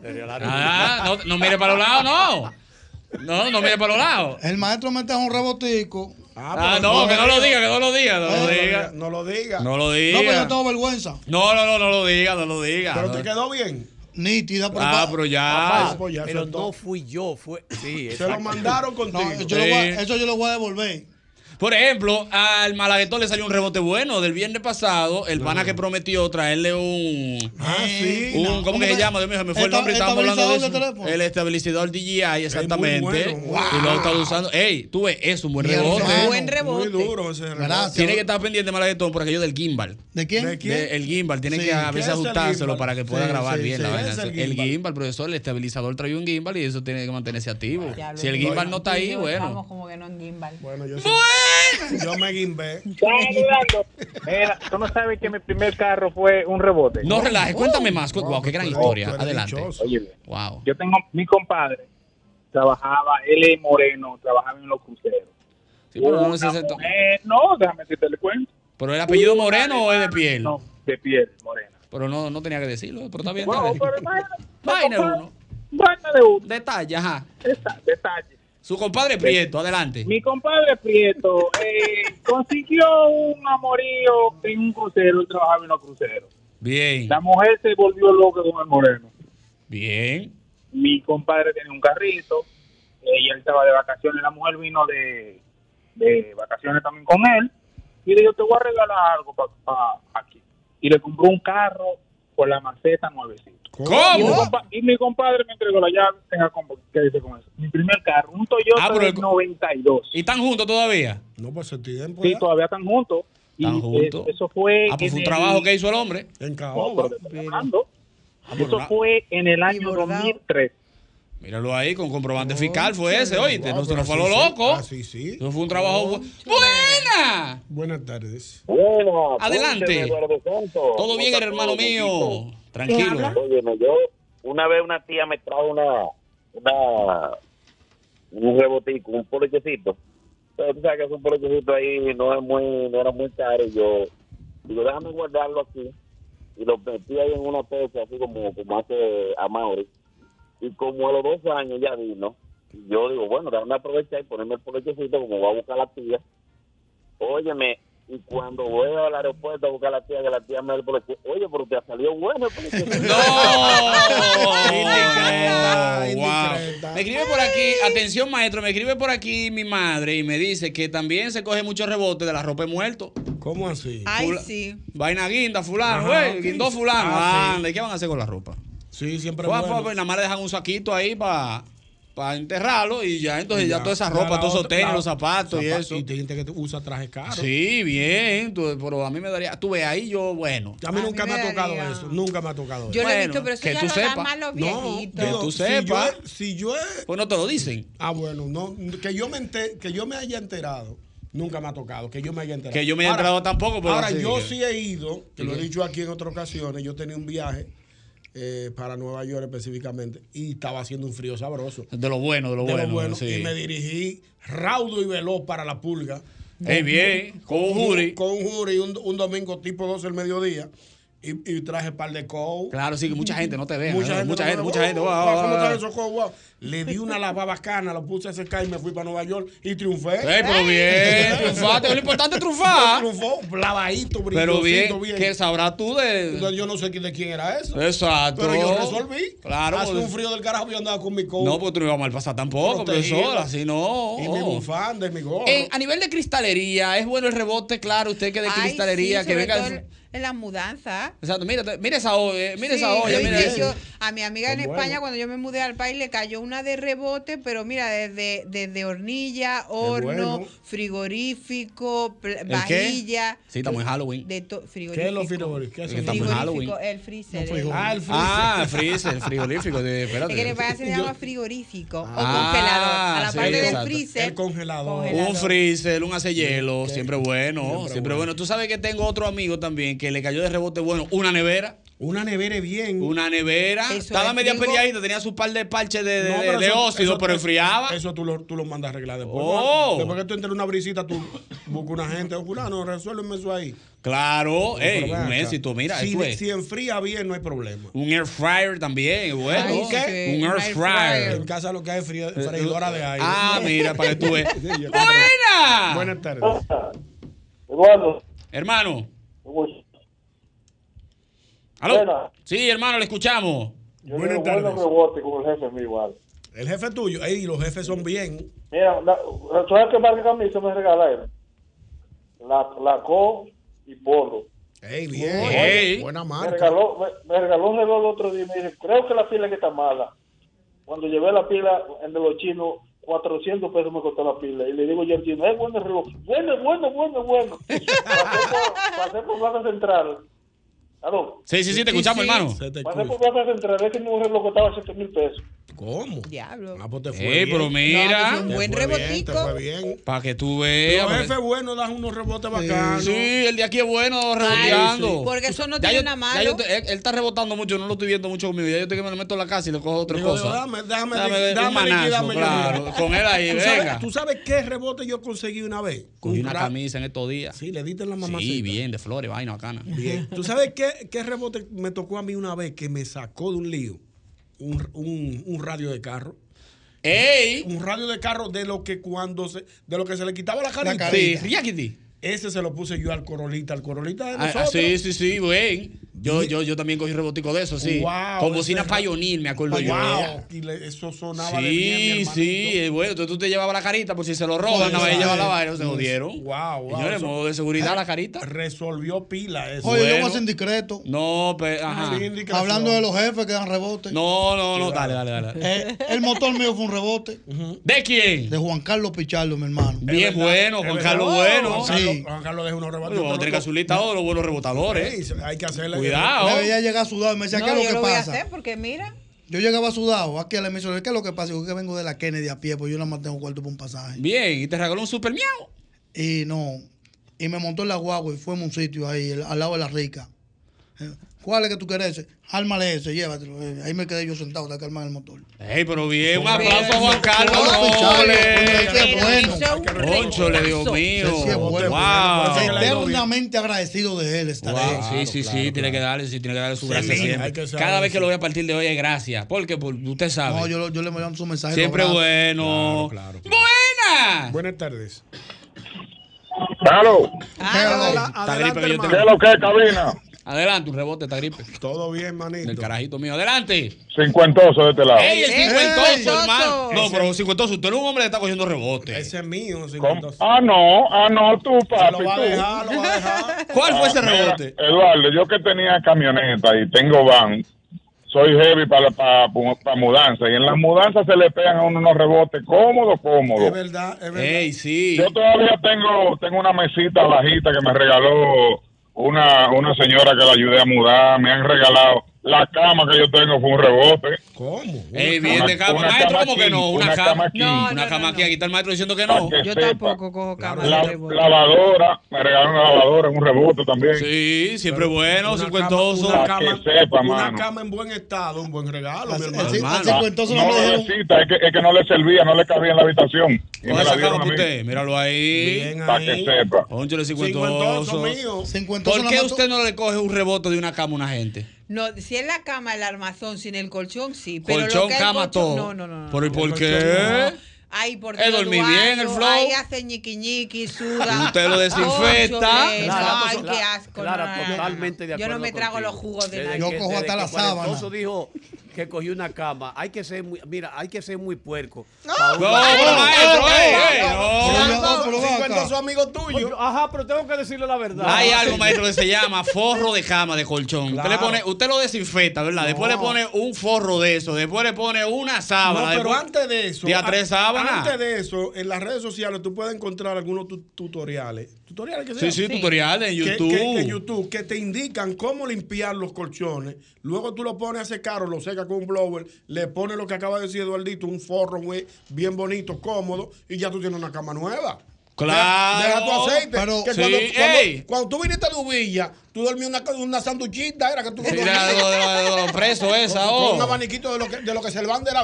[SPEAKER 18] Le regalaron un
[SPEAKER 2] Ah,
[SPEAKER 18] jean.
[SPEAKER 2] no, no mire para los lados, no. No, no mire para los lados.
[SPEAKER 4] El maestro mete un rebotico.
[SPEAKER 2] Ah, no, que no lo diga, que no lo diga, no lo diga.
[SPEAKER 6] No lo diga.
[SPEAKER 2] No lo diga.
[SPEAKER 4] No, pero yo tengo vergüenza.
[SPEAKER 2] No, no, no, no lo diga, no lo diga.
[SPEAKER 6] Pero
[SPEAKER 2] No.
[SPEAKER 6] te quedó bien. pues,
[SPEAKER 4] Nítida, pero
[SPEAKER 2] Ah, pero ya.
[SPEAKER 5] Papá, pero no fui yo, fue. Sí,
[SPEAKER 6] Se lo
[SPEAKER 5] exacto.
[SPEAKER 6] mandaron contigo.
[SPEAKER 2] No, yo lo voy a-
[SPEAKER 4] eso yo lo voy a devolver.
[SPEAKER 2] Por ejemplo, al Malaguetón le salió un rebote bueno del viernes pasado. El pana que prometió traerle un.
[SPEAKER 4] Ah,
[SPEAKER 2] un- ¿Cómo, que se llama? Dios mío, se me fue el
[SPEAKER 4] Esta-
[SPEAKER 2] nombre y estábamos hablando de eso.
[SPEAKER 4] estabilizador de teléfono.
[SPEAKER 2] El estabilizador DJI, exactamente.
[SPEAKER 4] bueno, muy
[SPEAKER 2] Y lo ha estado usando. Ey, tú ves, es un buen
[SPEAKER 4] Mi
[SPEAKER 2] rebote.
[SPEAKER 4] hermano,
[SPEAKER 6] Muy duro ese reloj.
[SPEAKER 2] Tiene que estar pendiente Malaguetón por aquello del gimbal.
[SPEAKER 4] ¿De quién?
[SPEAKER 2] De- el gimbal, tiene
[SPEAKER 4] Sí.
[SPEAKER 2] que
[SPEAKER 4] ¿Qué
[SPEAKER 2] a veces
[SPEAKER 4] es el
[SPEAKER 2] ajustárselo
[SPEAKER 4] gimbal?
[SPEAKER 2] para que pueda
[SPEAKER 4] Sí,
[SPEAKER 2] grabar
[SPEAKER 4] sí,
[SPEAKER 2] bien
[SPEAKER 4] sí.
[SPEAKER 2] la
[SPEAKER 4] ¿Qué
[SPEAKER 2] vaina.
[SPEAKER 4] es el
[SPEAKER 2] El gimbal? profesor, el estabilizador trae un gimbal y eso tiene que mantenerse activo.
[SPEAKER 3] Ya lo
[SPEAKER 2] si el
[SPEAKER 3] digo,
[SPEAKER 2] gimbal no está ahí,
[SPEAKER 3] digo,
[SPEAKER 2] bueno.
[SPEAKER 3] Estamos como que no en gimbal.
[SPEAKER 6] Bueno, yo Yo me guimbé.
[SPEAKER 12] Mira, tú no sabes que mi primer carro fue un rebote.
[SPEAKER 2] No relajes, cuéntame más. cu- Oh. Wow, qué gran historia. Adelante.
[SPEAKER 12] Oye,
[SPEAKER 2] Wow.
[SPEAKER 12] yo tengo mi compadre, trabajaba, él es moreno, trabajaba en los cruceros.
[SPEAKER 2] Sí, pero no
[SPEAKER 12] Una
[SPEAKER 2] necesito-
[SPEAKER 12] mujer- no, déjame que te le cuento.
[SPEAKER 2] ¿Pero el apellido moreno o es de piel?
[SPEAKER 12] No, de piel, morena.
[SPEAKER 2] Pero no, no tenía que decirlo, pero está bien.
[SPEAKER 12] Wow,
[SPEAKER 2] está bien.
[SPEAKER 12] pero imagínate,
[SPEAKER 2] <laughs> Vaina de uno.
[SPEAKER 12] Vaina de uno.
[SPEAKER 2] Detalle, ajá.
[SPEAKER 12] Detalle.
[SPEAKER 2] Su compadre Prieto, adelante.
[SPEAKER 12] Mi compadre Prieto
[SPEAKER 2] <laughs>
[SPEAKER 12] eh, consiguió un amorío en un crucero, él trabajaba en los cruceros.
[SPEAKER 2] Bien.
[SPEAKER 12] La mujer se volvió loca con el moreno.
[SPEAKER 2] Bien.
[SPEAKER 12] Mi compadre tenía un carrito, ella estaba de vacaciones, la mujer vino de, de vacaciones también con él, y le dijo, te voy a regalar algo para aquí. Y le compró un carro con la maceta nuevecito. Y mi, compa- y mi compadre me entregó la llave, tenga compa- ¿qué dice con eso? Mi primer carro, un Toyota
[SPEAKER 2] Ah, pero
[SPEAKER 12] del
[SPEAKER 2] el-
[SPEAKER 12] 92.
[SPEAKER 2] ¿Y están juntos todavía?
[SPEAKER 6] No, pues el tiempo.
[SPEAKER 12] Sí, todavía están juntos. Y
[SPEAKER 2] Están
[SPEAKER 12] eh,
[SPEAKER 2] juntos.
[SPEAKER 12] Eso fue.
[SPEAKER 2] Ah, pues fue un
[SPEAKER 12] en
[SPEAKER 2] trabajo
[SPEAKER 12] el-
[SPEAKER 2] que hizo el hombre. Ah, pues
[SPEAKER 6] En
[SPEAKER 12] No, pero te estoy hablando. Eso fue en el año 2003.
[SPEAKER 2] Míralo ahí, con comprobante fiscal fue ese, oíste. no se nos fue a lo
[SPEAKER 6] sí, sí.
[SPEAKER 2] loco.
[SPEAKER 6] Ah, sí, sí.
[SPEAKER 2] Eso fue un trabajo. bu- ¡Buena!
[SPEAKER 6] Buenas tardes.
[SPEAKER 2] <laughs>
[SPEAKER 19] Bueno,
[SPEAKER 2] Adelante.
[SPEAKER 19] cuénteme, Eduardo Santos.
[SPEAKER 2] Todo bien,
[SPEAKER 19] ¿Cómo está
[SPEAKER 2] hermano
[SPEAKER 19] todo,
[SPEAKER 2] mío.
[SPEAKER 19] Paquito?
[SPEAKER 2] Tranquilo.
[SPEAKER 19] Óyeme, yo una vez una tía me trajo una, una un rebotico, un polochecito. Pero tú sabes que es un polochecito ahí, no es muy, no era muy caro. Y yo digo, déjame guardarlo aquí. Y lo metí ahí en una pesa, así como, como hace a Mauri. Y como a los dos años ya vino, y yo digo, bueno, déjame aprovechar y ponerme el polochecito, como va a buscar la tía. Óyeme, y cuando voy al aeropuerto a buscar a la tía, que la tía me da el poloche, oye, pero te salió bueno el
[SPEAKER 11] <laughs>
[SPEAKER 19] polochecito".
[SPEAKER 6] <laughs>
[SPEAKER 2] Me escribe por aquí, atención maestro, me escribe por aquí mi madre y me dice que también se coge mucho rebote de la ropa de muerto.
[SPEAKER 6] ¿Cómo así?
[SPEAKER 3] Ay, sí.
[SPEAKER 2] Vaina guinda, fulano,
[SPEAKER 6] Ajá,
[SPEAKER 2] güey,
[SPEAKER 6] ok.
[SPEAKER 2] guindó fulano.
[SPEAKER 6] Ah, sí.
[SPEAKER 2] Anda, ¿y qué van a hacer con la ropa?
[SPEAKER 6] Sí, siempre
[SPEAKER 2] Pues,
[SPEAKER 6] bueno.
[SPEAKER 2] pues, pues, nada más le dejan un saquito ahí para enterrarlo y ya, entonces ya,
[SPEAKER 6] Ya.
[SPEAKER 2] toda esa
[SPEAKER 6] Ya
[SPEAKER 2] ropa,
[SPEAKER 6] la
[SPEAKER 2] todos esos
[SPEAKER 6] otra-
[SPEAKER 2] tenis,
[SPEAKER 6] la-
[SPEAKER 2] los zapatos y
[SPEAKER 6] zapa-
[SPEAKER 2] eso.
[SPEAKER 6] Y te gente que te usa trajes caros.
[SPEAKER 2] Sí, bien, tú- pero a mí me daría, tú ves ahí yo, bueno.
[SPEAKER 6] A mí nunca me, ha tocado eso. Nunca me ha tocado
[SPEAKER 2] Yo lo
[SPEAKER 6] eso.
[SPEAKER 2] he Bueno, visto, pero eso que ya tú lo dan sepas. más los viejitos.
[SPEAKER 6] digo,
[SPEAKER 2] Que tú
[SPEAKER 6] si yo
[SPEAKER 2] sepas.
[SPEAKER 6] he- Si yo, he-
[SPEAKER 2] Pues no te lo dicen.
[SPEAKER 6] Ah, bueno, no, que yo me enter- que yo me haya enterado. Nunca me ha tocado, que yo me haya enterado.
[SPEAKER 2] Que yo me haya
[SPEAKER 6] Ahora-
[SPEAKER 2] enterado tampoco, pero
[SPEAKER 6] ahora,
[SPEAKER 2] así
[SPEAKER 6] yo
[SPEAKER 2] que-
[SPEAKER 6] sí he ido, que lo he
[SPEAKER 2] Sí.
[SPEAKER 6] dicho aquí en otras ocasiones, yo tenía un viaje eh, para Nueva York específicamente y estaba haciendo un frío sabroso.
[SPEAKER 2] De lo bueno, de lo bueno, sí.
[SPEAKER 6] Y me dirigí raudo y veloz para la pulga.
[SPEAKER 2] Ey, bien, con un jury.
[SPEAKER 6] Con un jury, un, un domingo tipo 12 del mediodía. Y, y traje par de cow.
[SPEAKER 2] Claro, sí, que mucha
[SPEAKER 6] <laughs>
[SPEAKER 2] gente no te ve.
[SPEAKER 6] Mucha
[SPEAKER 2] ¿no?
[SPEAKER 6] gente,
[SPEAKER 2] mucha
[SPEAKER 6] no
[SPEAKER 2] gente,
[SPEAKER 6] me-
[SPEAKER 2] mucha gente.
[SPEAKER 6] Oh,
[SPEAKER 2] Wow, wow,
[SPEAKER 6] ¿cómo están
[SPEAKER 2] wow.
[SPEAKER 6] esos cow? Wow. Le di una lavada bacana, lo puse a secar y me fui para Nueva York y triunfé.
[SPEAKER 2] Ey, pero
[SPEAKER 6] <laughs>
[SPEAKER 2] bien, triunfaste, lo importante es triunfar.
[SPEAKER 6] Triunfó, lavadito,
[SPEAKER 2] Pero bien,
[SPEAKER 6] brillosito, bien.
[SPEAKER 2] que sabrás tú de.
[SPEAKER 6] Entonces, yo no sé quién- de quién era eso.
[SPEAKER 2] Exacto.
[SPEAKER 6] Pero yo resolví.
[SPEAKER 2] Claro,
[SPEAKER 6] Hace
[SPEAKER 2] pues-
[SPEAKER 6] un frío del carajo, yo andaba con mi cow.
[SPEAKER 2] No, pues tú no ibas a mal pasar tampoco,
[SPEAKER 6] Protegido.
[SPEAKER 2] profesor, así no.
[SPEAKER 6] Y mi bufanda y mi gorro.
[SPEAKER 2] En- a nivel de cristalería, es bueno el rebote, claro, usted que de
[SPEAKER 3] Ay,
[SPEAKER 2] cristalería,
[SPEAKER 3] sí,
[SPEAKER 2] que
[SPEAKER 3] sobre
[SPEAKER 2] venga.
[SPEAKER 3] todo en- en la mudanza.
[SPEAKER 2] Exacto, mira, mira esa olla, mira esa
[SPEAKER 3] Sí,
[SPEAKER 2] olla,
[SPEAKER 3] yo-
[SPEAKER 2] mira
[SPEAKER 3] yo-
[SPEAKER 2] eso.
[SPEAKER 3] yo- a mi amiga en
[SPEAKER 2] Qué bueno.
[SPEAKER 3] España, cuando yo me mudé al país, le cayó una de rebote, pero mira, desde, desde hornilla, horno,
[SPEAKER 2] bueno.
[SPEAKER 3] frigorífico, pl-
[SPEAKER 2] ¿El qué?
[SPEAKER 3] vajilla.
[SPEAKER 2] Sí, estamos en Halloween.
[SPEAKER 3] De to- frigorífico.
[SPEAKER 2] ¿Qué es los frigoríficos? ¿Qué es eso? Estamos en
[SPEAKER 3] Frigorífico,
[SPEAKER 2] Halloween.
[SPEAKER 3] El freezer.
[SPEAKER 2] No,
[SPEAKER 3] el-
[SPEAKER 2] frigorífico. Ah, el freezer, el frigorífico. De, espérate.
[SPEAKER 3] Es que en España se
[SPEAKER 2] Yo-
[SPEAKER 3] llama frigorífico o
[SPEAKER 2] Ah,
[SPEAKER 3] congelador. A la
[SPEAKER 2] sí,
[SPEAKER 3] parte del
[SPEAKER 2] exacto.
[SPEAKER 3] freezer.
[SPEAKER 2] El
[SPEAKER 6] congelador.
[SPEAKER 2] Un freezer, un hace hielo, siempre bueno, siempre, bueno. Tú sabes que tengo otro amigo también que le cayó de rebote bueno una nevera.
[SPEAKER 6] Una nevera es bien.
[SPEAKER 2] Una nevera.
[SPEAKER 6] Eso
[SPEAKER 2] Estaba
[SPEAKER 6] es
[SPEAKER 2] media
[SPEAKER 6] trigo.
[SPEAKER 2] peleadita, tenía su par de parches de, de,
[SPEAKER 6] No,
[SPEAKER 2] de- de
[SPEAKER 6] eso-
[SPEAKER 2] óxido,
[SPEAKER 6] eso-
[SPEAKER 2] pero enfriaba.
[SPEAKER 6] Eso tú lo, tú lo mandas a arreglar después.
[SPEAKER 2] Oh.
[SPEAKER 6] Después que tú entres en una brisita, tú buscas una gente, o fulano, resuélveme eso ahí.
[SPEAKER 2] Claro,
[SPEAKER 6] Pero
[SPEAKER 2] Oh, ey,
[SPEAKER 6] ven
[SPEAKER 2] un
[SPEAKER 6] acá.
[SPEAKER 2] éxito, mira,
[SPEAKER 6] si,
[SPEAKER 2] esto es.
[SPEAKER 6] si enfría bien, no hay problema.
[SPEAKER 2] Un air fryer también, bueno.
[SPEAKER 6] ¿Un qué?
[SPEAKER 2] Pues, Un air fryer. Eh,
[SPEAKER 6] En casa lo que hay es fría- freidora de aire. <laughs>
[SPEAKER 2] Ah, mira, para que tú veas.
[SPEAKER 6] Sí, yo-
[SPEAKER 2] ¡Buena!
[SPEAKER 6] Buenas tardes.
[SPEAKER 2] Hermano.
[SPEAKER 9] Buenas.
[SPEAKER 2] ¿Aló? Sí, hermano, le escuchamos.
[SPEAKER 9] Yo tengo buenos rebotes con el jefe mío igual.
[SPEAKER 6] El jefe tuyo, ey, los jefes son bien.
[SPEAKER 9] Mira, la, ¿sabes qué marca camisa me regalaron? La, la Co y Polo.
[SPEAKER 6] Ey, bien.
[SPEAKER 9] Ey.
[SPEAKER 6] Buena
[SPEAKER 9] Me
[SPEAKER 6] marca.
[SPEAKER 9] regaló, me, me regaló un reloj el otro día y me dice, creo que la pila que está mala. Cuando llevé la pila en de los chinos, 400 pesos me costó la pila. Y le digo yo al chino, es bueno el reloj. Bueno, bueno, bueno,
[SPEAKER 6] <laughs>
[SPEAKER 9] bueno. pasé, por, pasé por Plaza Central. ¿Aló?
[SPEAKER 2] Sí, sí, sí, te escuchamos, hermano.
[SPEAKER 9] Pasé por Plaza Central, ese mismo reloj costaba 7 mil pesos.
[SPEAKER 6] ¿Cómo?
[SPEAKER 3] Diablo.
[SPEAKER 6] Ah, pues te fue
[SPEAKER 2] Eh,
[SPEAKER 6] bien.
[SPEAKER 2] pero mira.
[SPEAKER 6] Te fue bien, te fue bien.
[SPEAKER 2] Para que tú
[SPEAKER 6] Los
[SPEAKER 2] veas. pa' que-
[SPEAKER 6] jefes buenos dan unos rebotes bacanos.
[SPEAKER 2] Sí, el de aquí es bueno
[SPEAKER 6] Ay, sí.
[SPEAKER 2] reboteando.
[SPEAKER 6] Porque eso no
[SPEAKER 2] Ya
[SPEAKER 6] tiene
[SPEAKER 2] yo-
[SPEAKER 6] nada
[SPEAKER 2] ya
[SPEAKER 6] malo.
[SPEAKER 2] yo te- él, él está rebotando mucho, no lo estoy viendo mucho conmigo. Ya yo te que me lo meto en la casa y le cojo otra
[SPEAKER 6] Digo,
[SPEAKER 2] cosa.
[SPEAKER 6] Dame, dame,
[SPEAKER 2] Dame,
[SPEAKER 6] liqui-
[SPEAKER 2] un
[SPEAKER 6] dame
[SPEAKER 2] manazo,
[SPEAKER 6] liquidarme yo
[SPEAKER 2] claro.
[SPEAKER 6] mismo.
[SPEAKER 2] Con él ahí,
[SPEAKER 6] ¿Tú
[SPEAKER 2] venga.
[SPEAKER 6] Sabes, ¿Tú sabes qué rebote yo conseguí una vez?
[SPEAKER 2] Cogí
[SPEAKER 6] Un
[SPEAKER 2] una
[SPEAKER 6] ra-
[SPEAKER 2] camisa en estos días.
[SPEAKER 6] Sí, le diste la mamacita.
[SPEAKER 2] Sí, bien, de flores, vaina, bacana. Ah,
[SPEAKER 6] Bien. ¿Tú sabes qué, qué rebote me tocó a mí una vez que me sacó de un lío? Un, un- un radio de carro.
[SPEAKER 2] ¡Ey!
[SPEAKER 6] Un radio de carro de lo que cuando se, de lo que se le quitaba la carita.
[SPEAKER 2] carita. Sí, riáquiti.
[SPEAKER 6] Ese se lo puse yo al corolita, al corolita de
[SPEAKER 2] Ah,
[SPEAKER 6] nosotros.
[SPEAKER 2] ah, sí, sí, sí, güey. Yo, yo, yo también cogí rebotico de eso, sí.
[SPEAKER 6] Wow,
[SPEAKER 2] Con bocina
[SPEAKER 6] ese-
[SPEAKER 2] Pioneer, me acuerdo yo.
[SPEAKER 6] Wow, y le- eso sonaba de bien, mi
[SPEAKER 2] Sí,
[SPEAKER 6] hermano.
[SPEAKER 2] sí, eh, bueno, entonces tú te llevabas la carita por si se lo roban, no vez llevaba la vaina, se jodieron.
[SPEAKER 6] Wow, wow.
[SPEAKER 2] Señores,
[SPEAKER 6] eso
[SPEAKER 2] modo de seguridad la carita.
[SPEAKER 6] Resolvió pila eso.
[SPEAKER 2] Oye, luego
[SPEAKER 4] hacen discreto.
[SPEAKER 2] No, pero, ajá.
[SPEAKER 4] Hablando de los jefes que dan rebote.
[SPEAKER 2] No, no, no, dale, dale, dale.
[SPEAKER 4] Eh, el motor mío fue un rebote.
[SPEAKER 2] ¿De quién?
[SPEAKER 4] De Juan Carlos Pichardo, mi hermano.
[SPEAKER 2] Bien bueno, Juan Carlos bueno.
[SPEAKER 4] Juan Carlos- Sí.
[SPEAKER 6] Juan Carlos deja unos rebotes.
[SPEAKER 2] Oye, vamos a tener que hacer todos los buenos rebotadores.
[SPEAKER 6] Ey, Hay que hacerle.
[SPEAKER 2] Cuidado.
[SPEAKER 4] Me veía llegar sudado y me decía,
[SPEAKER 3] No,
[SPEAKER 4] ¿qué es lo
[SPEAKER 3] yo
[SPEAKER 4] que
[SPEAKER 3] lo voy a
[SPEAKER 4] pasa?
[SPEAKER 3] hacer porque mira.
[SPEAKER 4] Yo llegaba sudado aquí a la emisora. ¿Qué es lo que pasa? Yo que vengo de la Kennedy a pie, pues yo nada más tengo cuarto para un pasaje.
[SPEAKER 2] Bien, y te regaló un super miau.
[SPEAKER 4] Y no. Y me montó en la guagua y fuimos a un sitio ahí, el- al lado de la rica. Eh, ¿Cuál es que tú quieres? ese? Ármale ese, llévatelo. Eh, Ahí me quedé yo sentado hasta que armar el motor.
[SPEAKER 2] Ey, pero bien, Eh, un
[SPEAKER 4] Pero
[SPEAKER 2] aplauso a Juan
[SPEAKER 4] eso-
[SPEAKER 2] Carlos.
[SPEAKER 4] Hola, Pichardo,
[SPEAKER 2] ole.
[SPEAKER 4] qué bueno.
[SPEAKER 2] Concho, le digo mío.
[SPEAKER 4] Sí, sí, es bueno.
[SPEAKER 2] Wow.
[SPEAKER 4] Eternamente agradecido de él estaré.
[SPEAKER 2] Wow, sí, sí, sí, tiene que darle, sí, tiene que darle su
[SPEAKER 4] Sí,
[SPEAKER 2] gracia
[SPEAKER 4] sí,
[SPEAKER 2] siempre.
[SPEAKER 4] hay que saber
[SPEAKER 2] Cada vez
[SPEAKER 4] eso.
[SPEAKER 2] que lo voy a partir de hoy es gracias, porque por- usted sabe.
[SPEAKER 4] No, yo, lo- yo le mando su mensaje.
[SPEAKER 2] siempre
[SPEAKER 4] lo abrazo.
[SPEAKER 2] bueno. Buenas.
[SPEAKER 6] Buenas tardes.
[SPEAKER 20] Claro.
[SPEAKER 6] Ah,
[SPEAKER 2] Está gripe que yo
[SPEAKER 20] hermano.
[SPEAKER 2] tengo.
[SPEAKER 20] ¿Qué es lo que es, cabina?
[SPEAKER 2] Adelante, un rebote, está gripe.
[SPEAKER 6] Todo bien, manito.
[SPEAKER 2] Del carajito mío. Adelante.
[SPEAKER 20] Cincuentoso de este lado.
[SPEAKER 2] ¡Ey, el Eh, cincuentoso,
[SPEAKER 20] Ey.
[SPEAKER 2] hermano! No,
[SPEAKER 20] Ese-
[SPEAKER 2] pero cincuentoso, usted no es un hombre que está cogiendo rebote. Ese
[SPEAKER 6] es mío, cincuentoso.
[SPEAKER 20] Ah, no, ah, no, tú, papi.
[SPEAKER 6] Lo va a
[SPEAKER 20] tú. Ah,
[SPEAKER 6] dejar, lo va a dejar.
[SPEAKER 2] ¿Cuál fue ese
[SPEAKER 20] Mira,
[SPEAKER 2] rebote?
[SPEAKER 20] Eduardo, yo que tenía camioneta y tengo van, soy heavy para, para, para mudanza. Y en las mudanzas se le pegan a uno unos rebotes cómodos, cómodos.
[SPEAKER 6] verdad, es
[SPEAKER 2] verdad. Ey, sí.
[SPEAKER 20] Yo todavía tengo, tengo una mesita bajita que me regaló una, una señora que la ayudé a mudar. Me han regalado la cama que yo tengo, fue un rebote.
[SPEAKER 6] ¿Cómo?
[SPEAKER 2] Ey, bien de cama.
[SPEAKER 20] una
[SPEAKER 2] Maestro,
[SPEAKER 20] cama
[SPEAKER 2] ¿cómo que no?
[SPEAKER 20] king,
[SPEAKER 2] Una
[SPEAKER 20] una
[SPEAKER 2] cama.
[SPEAKER 20] cama
[SPEAKER 2] No,
[SPEAKER 20] king.
[SPEAKER 2] Una cama aquí. Aquí está el maestro diciendo que no.
[SPEAKER 20] Para que Yo sepa. tampoco
[SPEAKER 3] cojo
[SPEAKER 2] cama.
[SPEAKER 20] La, lavadora, me regaló una lavadora, un rebote también.
[SPEAKER 2] Sí, siempre bueno, cincuentoso.
[SPEAKER 6] Una
[SPEAKER 20] Para
[SPEAKER 6] cama,
[SPEAKER 20] que sepa,
[SPEAKER 6] una
[SPEAKER 20] mano.
[SPEAKER 6] cama en buen estado, un buen regalo, mi hermano.
[SPEAKER 20] Ah,
[SPEAKER 6] Ah,
[SPEAKER 20] no lo necesita, es que, es que no le servía, no le cabía en la habitación. Y
[SPEAKER 2] Coge
[SPEAKER 20] me la
[SPEAKER 2] esa
[SPEAKER 20] dieron
[SPEAKER 2] cama
[SPEAKER 20] a
[SPEAKER 2] para
[SPEAKER 20] mí.
[SPEAKER 2] usted. Míralo ahí.
[SPEAKER 20] Para que sepa.
[SPEAKER 2] Pónchale
[SPEAKER 6] Cincuentoso
[SPEAKER 2] cincuentoso.
[SPEAKER 6] mío.
[SPEAKER 4] Cincuentoso
[SPEAKER 2] ¿Por
[SPEAKER 4] nada
[SPEAKER 2] qué
[SPEAKER 4] más
[SPEAKER 2] usted no le coge un rebote de una cama a una gente?
[SPEAKER 3] No, si es la cama, el armazón, sin el colchón, sí. Pero lo
[SPEAKER 2] Colchón,
[SPEAKER 3] que es
[SPEAKER 2] cama,
[SPEAKER 3] colchón-
[SPEAKER 2] todo.
[SPEAKER 3] No, no, no. no.
[SPEAKER 2] ¿Pero y por qué?
[SPEAKER 3] Ay, por
[SPEAKER 2] Eh,
[SPEAKER 3] Dios,
[SPEAKER 2] dormí bien, el
[SPEAKER 3] Eduardo,
[SPEAKER 2] flow.
[SPEAKER 3] Ahí hacen ñiqui ñiqui, sudan.
[SPEAKER 2] Usted lo desinfecta.
[SPEAKER 3] Concho, eh,
[SPEAKER 2] Clara,
[SPEAKER 3] ay,
[SPEAKER 2] to-
[SPEAKER 3] qué asco.
[SPEAKER 18] Clara,
[SPEAKER 3] no, no, no, no.
[SPEAKER 18] totalmente de
[SPEAKER 3] Yo
[SPEAKER 18] acuerdo.
[SPEAKER 3] no me trago los jugos de
[SPEAKER 18] la
[SPEAKER 3] la
[SPEAKER 18] Eso dijo que cogió una cama. Hay que ser muy, mira, hay que ser muy puerco.
[SPEAKER 3] No.
[SPEAKER 18] Pa' un-
[SPEAKER 2] No, pero maestro, ey, ey, no.
[SPEAKER 6] Cincuentoso amigo tuyo.
[SPEAKER 18] Ajá, pero tengo que decirle la verdad.
[SPEAKER 2] Hay algo, maestro, que se llama forro de cama de colchón. Usted, le
[SPEAKER 18] Claro.
[SPEAKER 2] pone, usted lo desinfecta, ¿verdad? Después le pone un forro de eso, después le pone una sábana.
[SPEAKER 6] No, pero
[SPEAKER 2] después-
[SPEAKER 6] antes de eso.
[SPEAKER 2] De a tres sábanas.
[SPEAKER 6] Antes de eso, en las redes sociales tú puedes encontrar algunos tu- tutoriales. ¿Tutoriales que se
[SPEAKER 2] Sí, sí,
[SPEAKER 6] llaman?
[SPEAKER 2] tutoriales en
[SPEAKER 6] Que-
[SPEAKER 2] YouTube.
[SPEAKER 6] Que, que YouTube, que te indican cómo limpiar los colchones. Luego tú lo pones a secar o lo secas con un blower. Le pones e- lo que acaba de decir Eduardito, un forro, güey, bien bonito, cómodo. Y ya tú tienes una cama nueva.
[SPEAKER 2] Claro.
[SPEAKER 6] Deja, deja tu aceite.
[SPEAKER 2] Pero-
[SPEAKER 6] que
[SPEAKER 2] Sí,
[SPEAKER 6] cuando, cuando-
[SPEAKER 2] ey.
[SPEAKER 6] cuando tú viniste a Dubilla, tú dormías una, una sanduchita, era que tú
[SPEAKER 2] Sí, era de lo- de lo- de los presos
[SPEAKER 6] <laughs>
[SPEAKER 2] esa,
[SPEAKER 6] Con-
[SPEAKER 2] oh.
[SPEAKER 6] Con un abaniquito de lo que, de lo que se bandera.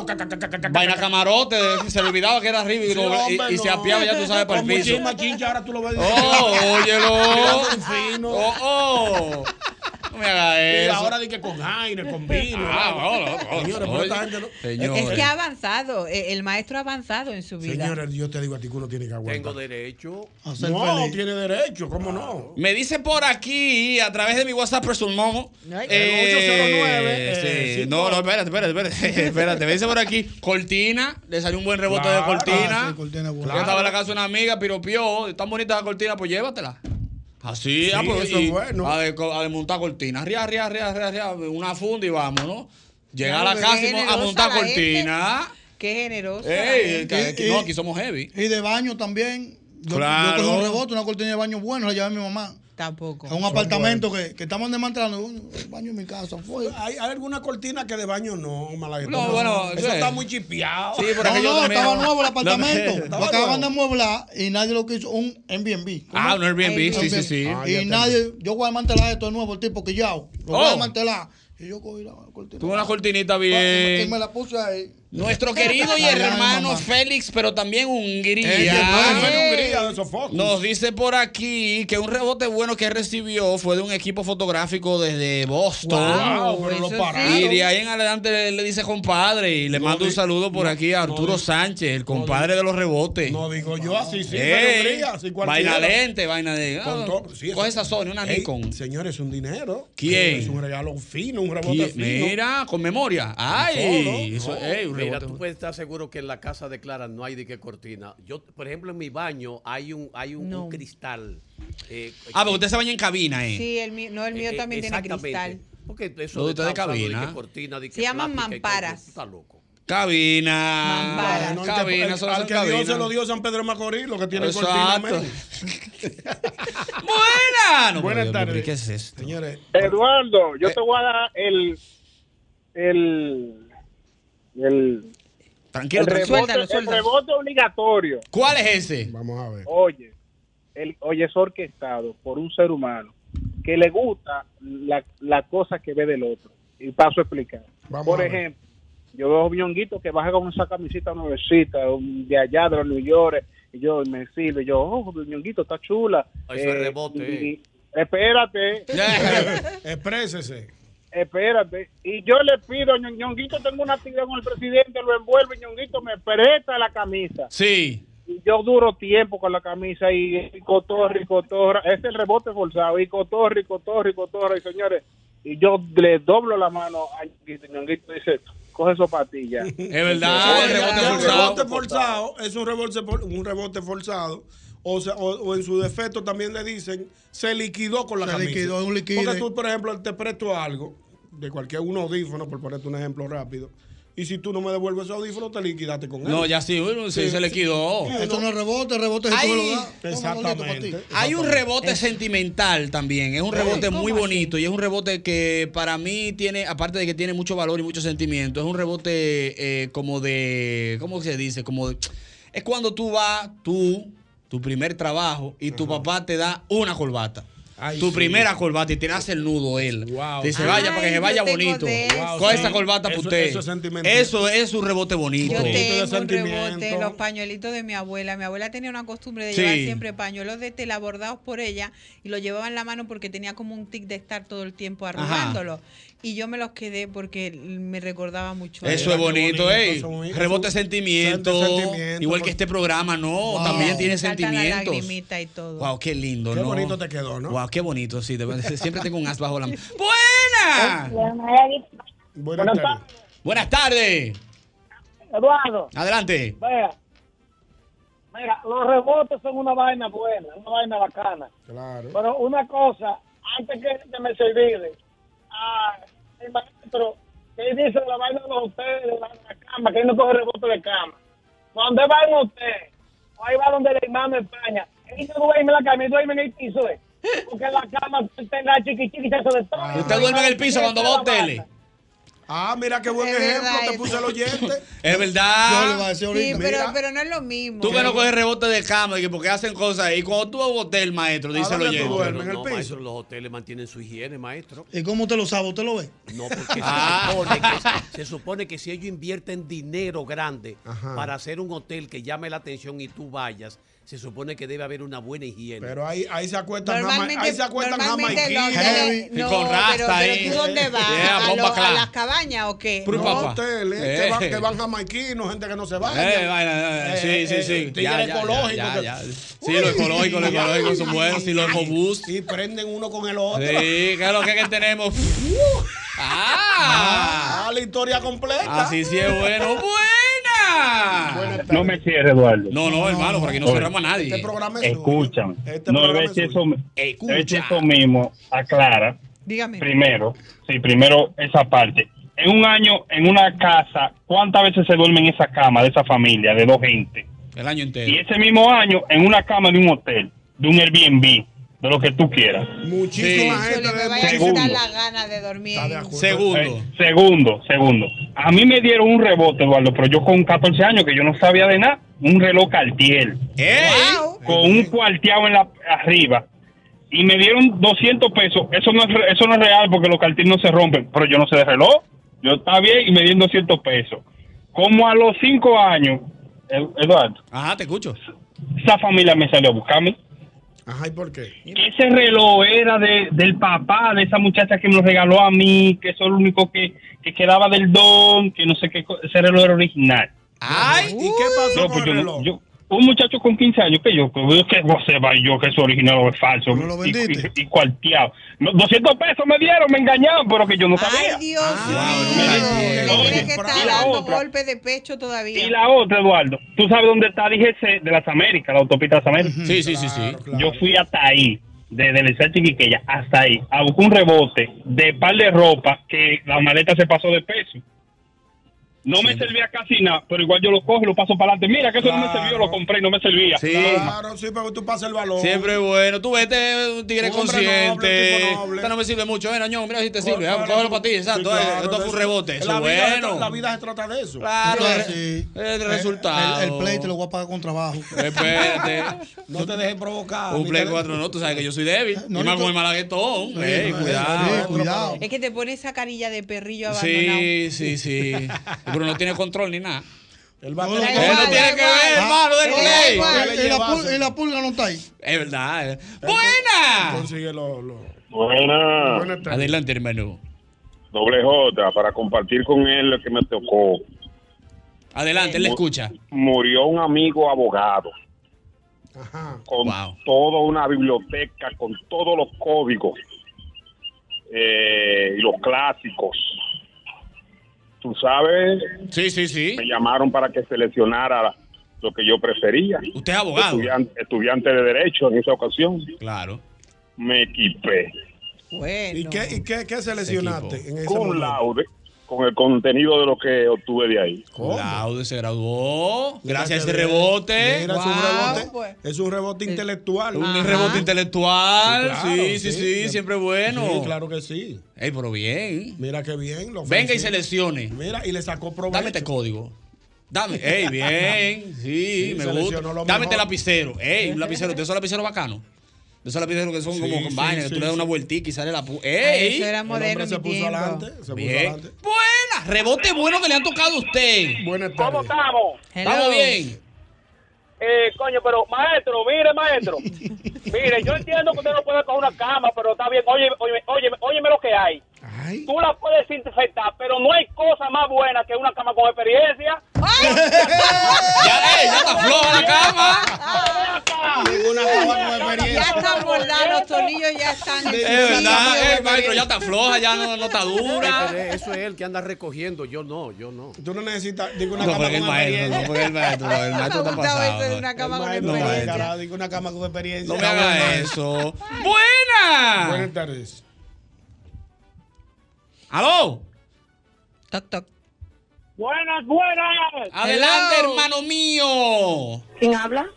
[SPEAKER 2] Vaina camarote, de- se le olvidaba que era arriba y,
[SPEAKER 6] Sí,
[SPEAKER 2] lo- y-
[SPEAKER 6] hombre,
[SPEAKER 2] y se
[SPEAKER 6] no.
[SPEAKER 2] apiaba ya tú sabes para el
[SPEAKER 6] Con
[SPEAKER 2] piso.
[SPEAKER 6] muchísima chincha, ahora tú lo ves.
[SPEAKER 2] Oh,
[SPEAKER 6] <laughs>
[SPEAKER 2] óyelo.
[SPEAKER 6] Tirando en fino.
[SPEAKER 2] Oh, oh. No me haga
[SPEAKER 6] Y
[SPEAKER 2] eso.
[SPEAKER 6] ahora di que con Jaime, con vino.
[SPEAKER 2] Ah,
[SPEAKER 6] ¿vale?
[SPEAKER 2] no, no,
[SPEAKER 6] Señores,
[SPEAKER 2] no,
[SPEAKER 6] pero esta
[SPEAKER 2] oye,
[SPEAKER 6] gente no-
[SPEAKER 2] señor.
[SPEAKER 3] Es que ha avanzado, eh, el maestro ha avanzado en su vida.
[SPEAKER 6] Señores, yo te digo a ti que uno tiene que aguantar.
[SPEAKER 5] Tengo derecho.
[SPEAKER 6] no, tiene derecho, ¿cómo no?
[SPEAKER 2] Me dice por aquí, a través de mi WhatsApp personal.
[SPEAKER 6] Ay,
[SPEAKER 2] eh,
[SPEAKER 6] 809, eh,
[SPEAKER 2] sí.
[SPEAKER 6] sí,
[SPEAKER 2] No, no, espérate, espérate, espérate. <laughs> espérate. Me dice por aquí, Cortina. Le salió un buen rebote de Cortina. Yo estaba en la casa de una amiga, piropió. Tan bonita la cortina, pues llévatela. Así,
[SPEAKER 6] Sí,
[SPEAKER 2] ah, pues
[SPEAKER 6] eso es
[SPEAKER 2] y
[SPEAKER 6] bueno.
[SPEAKER 2] A, de- a desmontar cortinas. Ria, ria, ria, ria, ria, Una funda y vamos, ¿no? Llega
[SPEAKER 3] Claro,
[SPEAKER 2] a la
[SPEAKER 3] qué
[SPEAKER 2] casa y mo- a
[SPEAKER 3] generosa
[SPEAKER 2] montar
[SPEAKER 3] la gente.
[SPEAKER 2] cortinas.
[SPEAKER 3] Qué
[SPEAKER 2] Ey,
[SPEAKER 3] generoso. la gente.
[SPEAKER 2] eh, aquí- no, aquí somos heavy.
[SPEAKER 4] Y de baño también. Yo,
[SPEAKER 2] Claro.
[SPEAKER 4] yo cogí un rebote, una cortina de baño buena, la llevé a mi mamá.
[SPEAKER 3] Tampoco.
[SPEAKER 4] A un apartamento que, que estaban desmantelando. Un baño en
[SPEAKER 2] <laughs>
[SPEAKER 4] mi casa. Fue.
[SPEAKER 6] Pues, Hay, hay alguna cortina que de baño no, mala
[SPEAKER 4] No, bueno,
[SPEAKER 6] eso
[SPEAKER 4] sí.
[SPEAKER 6] está
[SPEAKER 2] Eh,
[SPEAKER 6] muy chipeado.
[SPEAKER 4] Sí, por No, aquello no, también. estaba nuevo el apartamento. Lo acababan de amueblar y nadie lo quiso. Un Airbnb. ¿Cómo?
[SPEAKER 2] Ah, un Airbnb, sí, sí, sí. Ah, ya
[SPEAKER 4] Y
[SPEAKER 2] entendí.
[SPEAKER 4] nadie. Yo voy a desmantelar esto de nuevo, el tipo quillao. Lo voy
[SPEAKER 2] Oh.
[SPEAKER 4] a desmantelar. Y yo cogí la cortina.
[SPEAKER 2] Tuvo una cortinita
[SPEAKER 4] Y
[SPEAKER 2] bien.
[SPEAKER 4] me la puse ahí. <laughs>
[SPEAKER 2] Nuestro querido y
[SPEAKER 4] Ay, ay,
[SPEAKER 2] hermano
[SPEAKER 4] mamá.
[SPEAKER 2] Félix, pero también Hungría.
[SPEAKER 4] Ey, hermano,
[SPEAKER 6] Félix Hungría, de Sofocus.
[SPEAKER 2] Nos dice por aquí que un rebote bueno que recibió fue de un equipo fotográfico desde Boston.
[SPEAKER 6] Wow, pero lo pararon.
[SPEAKER 2] y de ahí en adelante le, le dice compadre y le mando un saludo por aquí a Arturo Sánchez, el compadre de los rebotes.
[SPEAKER 6] No digo yo así, sí,
[SPEAKER 2] Ey,
[SPEAKER 6] Félix Hungría, así cualquiera.
[SPEAKER 2] Eh, vaina lente, vaina de.
[SPEAKER 6] Con
[SPEAKER 2] ah,
[SPEAKER 6] todo, sí,
[SPEAKER 2] coge
[SPEAKER 6] eso-
[SPEAKER 2] esa Sony, una
[SPEAKER 6] Ey,
[SPEAKER 2] Nikon.
[SPEAKER 6] Señores, es un dinero.
[SPEAKER 2] ¿Quién?
[SPEAKER 6] Es un regalo fino, un rebote
[SPEAKER 2] ¿Qui-
[SPEAKER 6] fino.
[SPEAKER 2] Mira, con memoria. Ay, eso, ey, un
[SPEAKER 5] Mira,
[SPEAKER 2] rebote.
[SPEAKER 5] tú puedes estar seguro que en la casa de Clara no hay de qué cortina. Yo, por ejemplo, en mi baño hay un, hay un, un cristal. eh,
[SPEAKER 2] Ah, pero usted se baña en cabina, eh.
[SPEAKER 3] Sí, el mío, no, el mío
[SPEAKER 5] Eh, eh,
[SPEAKER 3] también tiene
[SPEAKER 5] exactamente.
[SPEAKER 3] cristal.
[SPEAKER 5] Porque eso
[SPEAKER 2] Lo de
[SPEAKER 5] estar
[SPEAKER 2] ustedes
[SPEAKER 5] usando
[SPEAKER 2] cabina.
[SPEAKER 5] de que cortina, de que
[SPEAKER 3] Se llaman
[SPEAKER 5] plástica y todo,
[SPEAKER 3] mamparas.
[SPEAKER 5] Está loco.
[SPEAKER 2] Cabina.
[SPEAKER 6] Ah, no,
[SPEAKER 2] cabina,
[SPEAKER 6] el-
[SPEAKER 2] solo
[SPEAKER 6] al
[SPEAKER 2] son
[SPEAKER 6] que
[SPEAKER 2] cabina.
[SPEAKER 6] Dios se lo dio San Pedro de Macorís, lo que tiene
[SPEAKER 2] Exacto.
[SPEAKER 6] cortina. men.
[SPEAKER 2] Buenas.
[SPEAKER 6] Buenas tardes.
[SPEAKER 2] ¿Qué es esto?
[SPEAKER 6] Señores,
[SPEAKER 12] Eduardo,
[SPEAKER 2] Eh,
[SPEAKER 12] yo te voy a dar el. El. El.
[SPEAKER 2] Tranquilo,
[SPEAKER 12] el rebote,
[SPEAKER 2] tranquilo.
[SPEAKER 12] el rebote obligatorio.
[SPEAKER 2] ¿Cuál es ese?
[SPEAKER 6] Vamos a ver.
[SPEAKER 12] Oye, el, oye, es orquestado por un ser humano que le gusta la, la cosa que ve del otro. Y paso a explicar.
[SPEAKER 6] Vamos
[SPEAKER 12] por
[SPEAKER 6] a ver.
[SPEAKER 12] ejemplo, yo veo a Ñonguito que baja con esa camisita nuevecita un- de allá, de los New York, y yo me sirve, yo, oh, Ñonguito, está chula.
[SPEAKER 5] Oh, Eso es rebote,
[SPEAKER 12] y-
[SPEAKER 5] eh.
[SPEAKER 12] espérate.
[SPEAKER 6] <laughs> Exprésese.
[SPEAKER 12] Espérate, y yo le pido, Ñon- Ñonguito, tengo una actividad con el presidente, lo envuelve, Ñonguito me presta la camisa.
[SPEAKER 2] Sí.
[SPEAKER 12] Y yo duro tiempo con la camisa y, y cotorra, y cotorra, es el rebote forzado, y cotorra, y cotorra, y cotorra, y señores, y yo le doblo la mano a Ñonguito, y Ñonguito dice, coge eso patilla.
[SPEAKER 2] <laughs> Es verdad, el rebote
[SPEAKER 6] Ya,
[SPEAKER 2] forzado.
[SPEAKER 6] rebote forzado es un rebote, for- un rebote forzado. O, sea, o, o en su defecto también le dicen, se liquidó con la
[SPEAKER 4] Se
[SPEAKER 6] camisa.
[SPEAKER 4] liquidó, es un liquide.
[SPEAKER 6] Porque tú, por ejemplo, te presto algo, de cualquier un audífono, por ponerte un ejemplo rápido, y si tú no me devuelves ese audífono, te liquidaste con él.
[SPEAKER 2] No, ya sí, bueno, sí, se le quedó.
[SPEAKER 4] Esto no es rebote, rebote es
[SPEAKER 2] Ay.
[SPEAKER 4] todo lo da.
[SPEAKER 6] Exactamente.
[SPEAKER 2] Hay un rebote sentimental también, es un rebote muy bonito y es un rebote que para mí tiene, aparte de que tiene mucho valor y mucho sentimiento, es un rebote eh, como de, ¿cómo se dice? Como de- es cuando tú vas, tú, tu primer trabajo y tu papá te da una corbata. tu
[SPEAKER 6] sí.
[SPEAKER 2] primera corbata y te hace el nudo él. Te dice,
[SPEAKER 6] Ay,
[SPEAKER 2] vaya, para que se
[SPEAKER 6] yo
[SPEAKER 2] vaya
[SPEAKER 6] tengo
[SPEAKER 2] bonito.
[SPEAKER 6] de eso.
[SPEAKER 2] Con esa
[SPEAKER 6] Sí.
[SPEAKER 2] corbata para
[SPEAKER 6] Eso-
[SPEAKER 2] usted.
[SPEAKER 6] eso es sentimental.
[SPEAKER 2] Eso es un rebote bonito.
[SPEAKER 3] Yo tengo un rebote,
[SPEAKER 6] sentimiento.
[SPEAKER 3] los pañuelitos de mi abuela. Mi abuela tenía una costumbre de
[SPEAKER 2] Sí.
[SPEAKER 3] llevar siempre pañuelos de tela bordados por ella y los llevaba en la mano porque tenía como un tic de estar todo el tiempo arrugándolo. Y yo me los quedé porque me recordaba mucho. a
[SPEAKER 2] Eso
[SPEAKER 3] ella.
[SPEAKER 2] es bonito,
[SPEAKER 6] bonito,
[SPEAKER 2] ey.
[SPEAKER 6] son- son-
[SPEAKER 2] Rebote de sentimiento.
[SPEAKER 6] son de sentimiento,
[SPEAKER 2] Igual que este programa, no.
[SPEAKER 6] Wow.
[SPEAKER 2] También tiene
[SPEAKER 3] Salta la
[SPEAKER 2] sentimientos.
[SPEAKER 3] lagrimita y todo.
[SPEAKER 2] Wow, qué lindo,
[SPEAKER 6] Qué
[SPEAKER 2] ¿no?
[SPEAKER 6] bonito te quedó, ¿no?
[SPEAKER 2] Wow, qué bonito, sí. de- <laughs> Siempre tengo un as bajo la mano.
[SPEAKER 6] <laughs> Buenas, tardes.
[SPEAKER 2] Buenas tardes.
[SPEAKER 10] Eduardo,
[SPEAKER 2] Adelante.
[SPEAKER 10] vea. Mira, los rebotes son una vaina buena, una vaina bacana.
[SPEAKER 6] Claro.
[SPEAKER 10] Pero una cosa, antes que, que me se olvide, a el maestro que dice la vaina de los hoteles, de la, de la cama, que él no coge rebote de cama. ¿Dónde va en usted? O ahí va donde la hermana de España. Él no duerme en la cama, él duerme en el piso. eh. Porque en la cama, usted en la chiquichiquita, eso de todo.
[SPEAKER 2] Usted duerme en el piso cuando va a hoteles.
[SPEAKER 6] Ah, mira qué buen
[SPEAKER 3] Es
[SPEAKER 6] ejemplo
[SPEAKER 3] verdad
[SPEAKER 6] te puse el
[SPEAKER 3] eso.
[SPEAKER 6] oyente.
[SPEAKER 2] Es verdad.
[SPEAKER 6] Yo le iba a decir
[SPEAKER 3] Sí,
[SPEAKER 6] ahorita.
[SPEAKER 3] pero,
[SPEAKER 6] Mira,
[SPEAKER 3] pero no es lo mismo.
[SPEAKER 2] Tú que no coges rebote de cama, y que porque hacen cosas ahí. Cuando tú vas a un hotel, maestro, dice el
[SPEAKER 5] Díselo
[SPEAKER 2] oyente.
[SPEAKER 5] no, maestro, los hoteles mantienen su higiene, maestro.
[SPEAKER 4] ¿Y cómo usted lo sabe? ¿Usted lo ve?
[SPEAKER 5] No,
[SPEAKER 2] <laughs>
[SPEAKER 5] porque
[SPEAKER 4] Ah.
[SPEAKER 5] se, supone que, se supone que si ellos invierten dinero grande
[SPEAKER 4] Ajá.
[SPEAKER 5] para hacer un hotel que llame la atención y tú vayas, se supone que debe haber una buena higiene.
[SPEAKER 6] Pero ahí, ahí se acuestan jama- ahí se acuestan
[SPEAKER 3] normalmente
[SPEAKER 6] jamaiquinos.
[SPEAKER 3] los hoteles-
[SPEAKER 5] Heavy.
[SPEAKER 3] no,
[SPEAKER 5] Y con rasta
[SPEAKER 3] pero, pero
[SPEAKER 5] ahí.
[SPEAKER 2] eh.
[SPEAKER 3] ¿tú dónde vas?
[SPEAKER 5] Yeah,
[SPEAKER 3] ¿A,
[SPEAKER 5] bomba
[SPEAKER 3] lo- a
[SPEAKER 5] clara.
[SPEAKER 3] las cabañas o qué?
[SPEAKER 6] No, hoteles que
[SPEAKER 2] Eh.
[SPEAKER 6] van, que van jamaiquinos, gente que no se
[SPEAKER 2] Eh,
[SPEAKER 6] vaya.
[SPEAKER 2] vaina, eh, sí, sí, sí.
[SPEAKER 6] tigres ecológicos
[SPEAKER 2] ya,
[SPEAKER 6] que-
[SPEAKER 2] ya, ya. Sí, lo
[SPEAKER 6] <laughs>
[SPEAKER 2] ecológico, lo ecológico son buenos. Sí, lo ecobús.
[SPEAKER 6] Y prenden uno con el otro.
[SPEAKER 2] Sí, que es lo que, que tenemos.
[SPEAKER 6] ah. la historia completa.
[SPEAKER 2] Así sí es bueno. ¡Buena!
[SPEAKER 21] No me cierres, Eduardo.
[SPEAKER 2] No, no, hermano, por aquí no
[SPEAKER 21] Oye,
[SPEAKER 2] cerramos a nadie. Este programa es
[SPEAKER 21] Escúchame. no, es eso, es eso mismo. Aclara.
[SPEAKER 3] Dígame.
[SPEAKER 21] Primero, sí, primero esa parte. En un año, en una casa, ¿cuántas veces se duerme en esa cama de esa familia, de dos gente?
[SPEAKER 2] El año entero.
[SPEAKER 21] Y ese mismo año, en una cama de un hotel, de un Airbnb, de lo que tú quieras.
[SPEAKER 6] Muchísima
[SPEAKER 3] Yo le
[SPEAKER 6] gente
[SPEAKER 3] me
[SPEAKER 6] de
[SPEAKER 3] vaya a
[SPEAKER 21] Segundo.
[SPEAKER 3] quitar la gana de dormir. en-
[SPEAKER 21] Eh, segundo, segundo. A mí me dieron un rebote, Eduardo, pero yo con 14 años que yo no sabía de nada, un reloj Cartier. Con un cuarteado en la arriba. Y me dieron 200 pesos. Eso no es, re- eso no es real porque los Cartier no se rompen, pero yo no sé de reloj. Yo estaba bien y me dieron 200 pesos. Como a los 5 años, Ed- Eduardo.
[SPEAKER 2] Ajá, te escucho.
[SPEAKER 21] Esa familia me salió a buscarme.
[SPEAKER 6] Ajá, ¿y por qué?
[SPEAKER 21] Que ese reloj era de, del papá de esa muchacha que me lo regaló a mí, que eso es lo único que, que quedaba del don, que no sé qué, co- ese reloj era original. pues
[SPEAKER 6] Ay, ¿y qué pasó
[SPEAKER 20] pues
[SPEAKER 6] con el reloj?
[SPEAKER 21] un muchacho con 15 años que yo, que yo que no sé, va, yo que eso es original o es falso. y, y- y cuarteado. No, 200 pesos me dieron, me engañaron, pero que yo no sabía.
[SPEAKER 3] Dios
[SPEAKER 2] Ah,
[SPEAKER 3] mío, ¿te crees que está dando golpes de pecho todavía?
[SPEAKER 21] Y la otra, Eduardo, tú sabes dónde está, dije, ese de las Américas, la autopista de las Américas.
[SPEAKER 2] Sí, sí, sí, sí.
[SPEAKER 21] Yo fui hasta ahí, desde el Liceo Chiquiqueya hasta ahí, a buscar un rebote de par de ropa que la maleta se pasó de peso. No me servía casi nada, pero igual yo lo cojo y lo paso para adelante. Mira, que eso no me
[SPEAKER 6] Claro.
[SPEAKER 21] sirvió, lo compré y no me servía.
[SPEAKER 2] Sí.
[SPEAKER 6] Claro, sí, pero tú pasas el balón.
[SPEAKER 2] Siempre es bueno. Tú vete un tigre
[SPEAKER 6] Un hombre noble, un
[SPEAKER 2] consciente.
[SPEAKER 6] tipo noble.
[SPEAKER 2] Esta no me sirve mucho. Ven, añón, mira si te sirve. Ah,
[SPEAKER 6] Claro,
[SPEAKER 2] Cógelo
[SPEAKER 6] tú-
[SPEAKER 2] para ti, exacto.
[SPEAKER 6] sí,
[SPEAKER 2] eh,
[SPEAKER 6] claro,
[SPEAKER 2] Esto fue un
[SPEAKER 6] eso-
[SPEAKER 2] rebote. Eso
[SPEAKER 6] la
[SPEAKER 2] es
[SPEAKER 6] vida se-
[SPEAKER 2] bueno.
[SPEAKER 6] La vida Eh, se trata de eso.
[SPEAKER 2] Claro,
[SPEAKER 6] Entonces,
[SPEAKER 2] el resultado. Eh,
[SPEAKER 4] El, el play te lo voy a pagar con trabajo.
[SPEAKER 2] Espérate.
[SPEAKER 6] <laughs> No te dejes provocar.
[SPEAKER 2] Un
[SPEAKER 6] ni
[SPEAKER 2] Play
[SPEAKER 6] te-
[SPEAKER 2] 4 no, tú sabes que yo soy débil.
[SPEAKER 6] No,
[SPEAKER 2] y más con
[SPEAKER 6] ni tú-
[SPEAKER 2] el malaguetón.
[SPEAKER 6] Sí,
[SPEAKER 2] Ey,
[SPEAKER 6] no,
[SPEAKER 2] cuidado.
[SPEAKER 3] Es que te pone esa carilla de perrillo abandonado.
[SPEAKER 2] Sí, sí, sí. Pero no tiene control ni nada. Ah.
[SPEAKER 6] Él
[SPEAKER 2] no,
[SPEAKER 6] tener-
[SPEAKER 2] no tiene que ver, hermano, del
[SPEAKER 4] Y
[SPEAKER 2] play.
[SPEAKER 4] la- Ah, eh, y la pul- y la pulga no está ahí.
[SPEAKER 2] Es verdad. eh. ¡Buena!
[SPEAKER 6] Consigue lo- lo-
[SPEAKER 22] Buena.
[SPEAKER 2] Adelante, hermano.
[SPEAKER 22] Doble J, para compartir con él lo que me tocó.
[SPEAKER 2] Adelante, él le escucha.
[SPEAKER 22] Murió un amigo abogado. Con toda una biblioteca, con todos los códigos eh, y los clásicos. ¿Tú sabes?
[SPEAKER 2] Sí, sí, sí.
[SPEAKER 22] Me llamaron para que seleccionara lo que yo prefería.
[SPEAKER 2] Usted es abogado.
[SPEAKER 22] Estudiante, estudiante de Derecho en esa ocasión.
[SPEAKER 2] Claro.
[SPEAKER 22] Me equipé.
[SPEAKER 6] ¿Y qué, y qué, qué seleccionaste en ese
[SPEAKER 22] Con
[SPEAKER 6] momento?
[SPEAKER 22] laude, con el contenido de lo que obtuve de ahí.
[SPEAKER 2] Laude se graduó. Gracias a
[SPEAKER 6] Mira
[SPEAKER 2] ese
[SPEAKER 6] que bien.
[SPEAKER 2] rebote.
[SPEAKER 6] Mira, es un rebote,
[SPEAKER 3] pues.
[SPEAKER 6] es un rebote intelectual.
[SPEAKER 2] Un rebote intelectual. Sí,
[SPEAKER 6] Sí, claro,
[SPEAKER 2] sí, sí,
[SPEAKER 6] sí.
[SPEAKER 2] siempre bueno.
[SPEAKER 6] Sí, claro que sí.
[SPEAKER 2] Ey, pero bien.
[SPEAKER 6] Mira qué bien. lo
[SPEAKER 2] Venga y
[SPEAKER 6] felicito.
[SPEAKER 2] seleccione.
[SPEAKER 6] Mira, y le sacó provecho.
[SPEAKER 2] Dame este código. Dame. Ey,
[SPEAKER 6] <laughs>
[SPEAKER 2] bien. Sí,
[SPEAKER 6] Sí,
[SPEAKER 2] me gusta.
[SPEAKER 6] seleccionó lo
[SPEAKER 2] Dame este
[SPEAKER 6] mejor.
[SPEAKER 2] lapicero.
[SPEAKER 6] <laughs>
[SPEAKER 2] Ey, un lapicero. De esos lapiceros bacanos. De esos lapiceros que son
[SPEAKER 6] Sí,
[SPEAKER 2] como
[SPEAKER 6] sí,
[SPEAKER 2] con vainas, que
[SPEAKER 6] sí,
[SPEAKER 2] tú le das
[SPEAKER 6] sí.
[SPEAKER 2] una vueltica y sale la pu.
[SPEAKER 3] Ah,
[SPEAKER 2] ¡Ey!
[SPEAKER 3] Eso era moderno. en
[SPEAKER 6] se
[SPEAKER 3] mi
[SPEAKER 6] puso
[SPEAKER 3] tiempo.
[SPEAKER 6] adelante. Se puso
[SPEAKER 2] Bien.
[SPEAKER 6] adelante.
[SPEAKER 2] Buena. Rebote bueno que le han tocado a usted.
[SPEAKER 6] Buenas
[SPEAKER 2] ¿Cómo
[SPEAKER 10] estamos?
[SPEAKER 2] Estamos bien.
[SPEAKER 10] Eh, coño, pero maestro, mire, maestro. mire, yo entiendo que usted no puede coger una cama, pero está bien. Oye, oye, oye, óyeme lo que hay. Tú la puedes desinfectar, pero no hay cosa más buena que una cama con experiencia.
[SPEAKER 2] <laughs> ya, ya está floja la cama.
[SPEAKER 6] Ninguna cama con
[SPEAKER 3] Ya están bordados, los tornillos ya están.
[SPEAKER 2] Es
[SPEAKER 3] enchufados.
[SPEAKER 5] Eh,
[SPEAKER 2] verdad, ey, maestro, ya está floja, ya no, no está
[SPEAKER 5] Pero
[SPEAKER 2] dura.
[SPEAKER 5] Eso es él que anda recogiendo, yo no, yo no.
[SPEAKER 6] Tú no necesitas, digo, una
[SPEAKER 2] No,
[SPEAKER 6] cama
[SPEAKER 2] porque
[SPEAKER 6] con
[SPEAKER 2] el maestro, no,
[SPEAKER 6] experiencia.
[SPEAKER 2] porque el maestro, no, el maestro está pasado. no.
[SPEAKER 6] El maestro
[SPEAKER 2] No,
[SPEAKER 6] está
[SPEAKER 2] maestro.
[SPEAKER 6] descarado, digo, una cama con experiencia.
[SPEAKER 2] No me haga <laughs> eso. ¡Buena!
[SPEAKER 6] Buenas tardes.
[SPEAKER 2] ¡Aló!
[SPEAKER 10] Buenas, buenas.
[SPEAKER 2] ¡Adelante, hermano mío!
[SPEAKER 10] ¿Quién habla?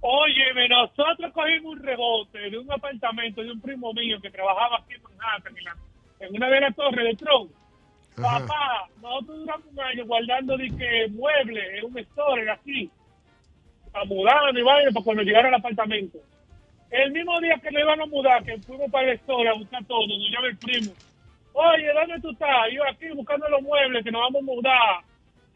[SPEAKER 10] Óyeme, nosotros cogimos un rebote de un apartamento de un primo mío que trabajaba aquí en Manhattan, en, la- en una de las torres de Trump.
[SPEAKER 15] Papá, nosotros duramos un año guardando de que muebles en un store así, a mudarnos y vaina para cuando llegaron al apartamento. El mismo día que nos iban a mudar, que fuimos para el store a buscar todo, nos llama el primo. Oye, ¿dónde tú estás? Yo aquí buscando los muebles que nos vamos a mudar,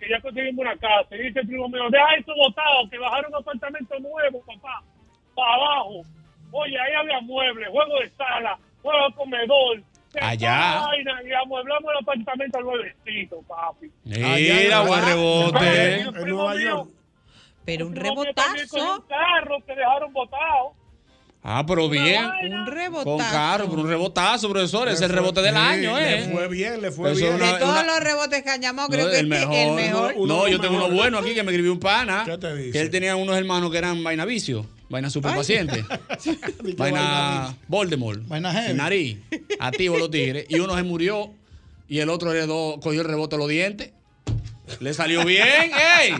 [SPEAKER 15] que ya conseguimos una casa. Y dice el primo mío, deja eso botado, que bajaron un apartamento nuevo, papá, para abajo. Oye, ahí había muebles, juego de sala, juego de comedor. de
[SPEAKER 2] Allá.
[SPEAKER 15] toda vaina, Y amueblamos el apartamento al nuevecito, papi.
[SPEAKER 2] Mira, buen rebote.
[SPEAKER 15] En Nueva York.
[SPEAKER 3] Pero un
[SPEAKER 15] Un carro que dejaron botado.
[SPEAKER 2] Ah, pero bien.
[SPEAKER 3] Un
[SPEAKER 2] Con
[SPEAKER 3] rebotazo.
[SPEAKER 2] carro, pero un rebotazo, profesor. Ese es el
[SPEAKER 6] fue-
[SPEAKER 2] rebote del
[SPEAKER 6] sí,
[SPEAKER 2] año, ¿eh?
[SPEAKER 6] le fue bien, le
[SPEAKER 2] fue
[SPEAKER 3] de todos los rebotes que han llamado, creo
[SPEAKER 2] No,
[SPEAKER 3] que
[SPEAKER 2] el
[SPEAKER 3] este es
[SPEAKER 2] mejor.
[SPEAKER 3] el mejor.
[SPEAKER 2] No, yo tengo uno bueno aquí que me escribió un pana. Que él tenía unos hermanos que eran vaina vicio, vaina
[SPEAKER 3] <laughs>
[SPEAKER 2] superpaciente, vaina Voldemort, vaina
[SPEAKER 4] heavy.
[SPEAKER 2] nariz, activo los tigres. Y uno se murió y el otro heredó, cogió el rebote de los dientes. Le salió bien, ¡ey!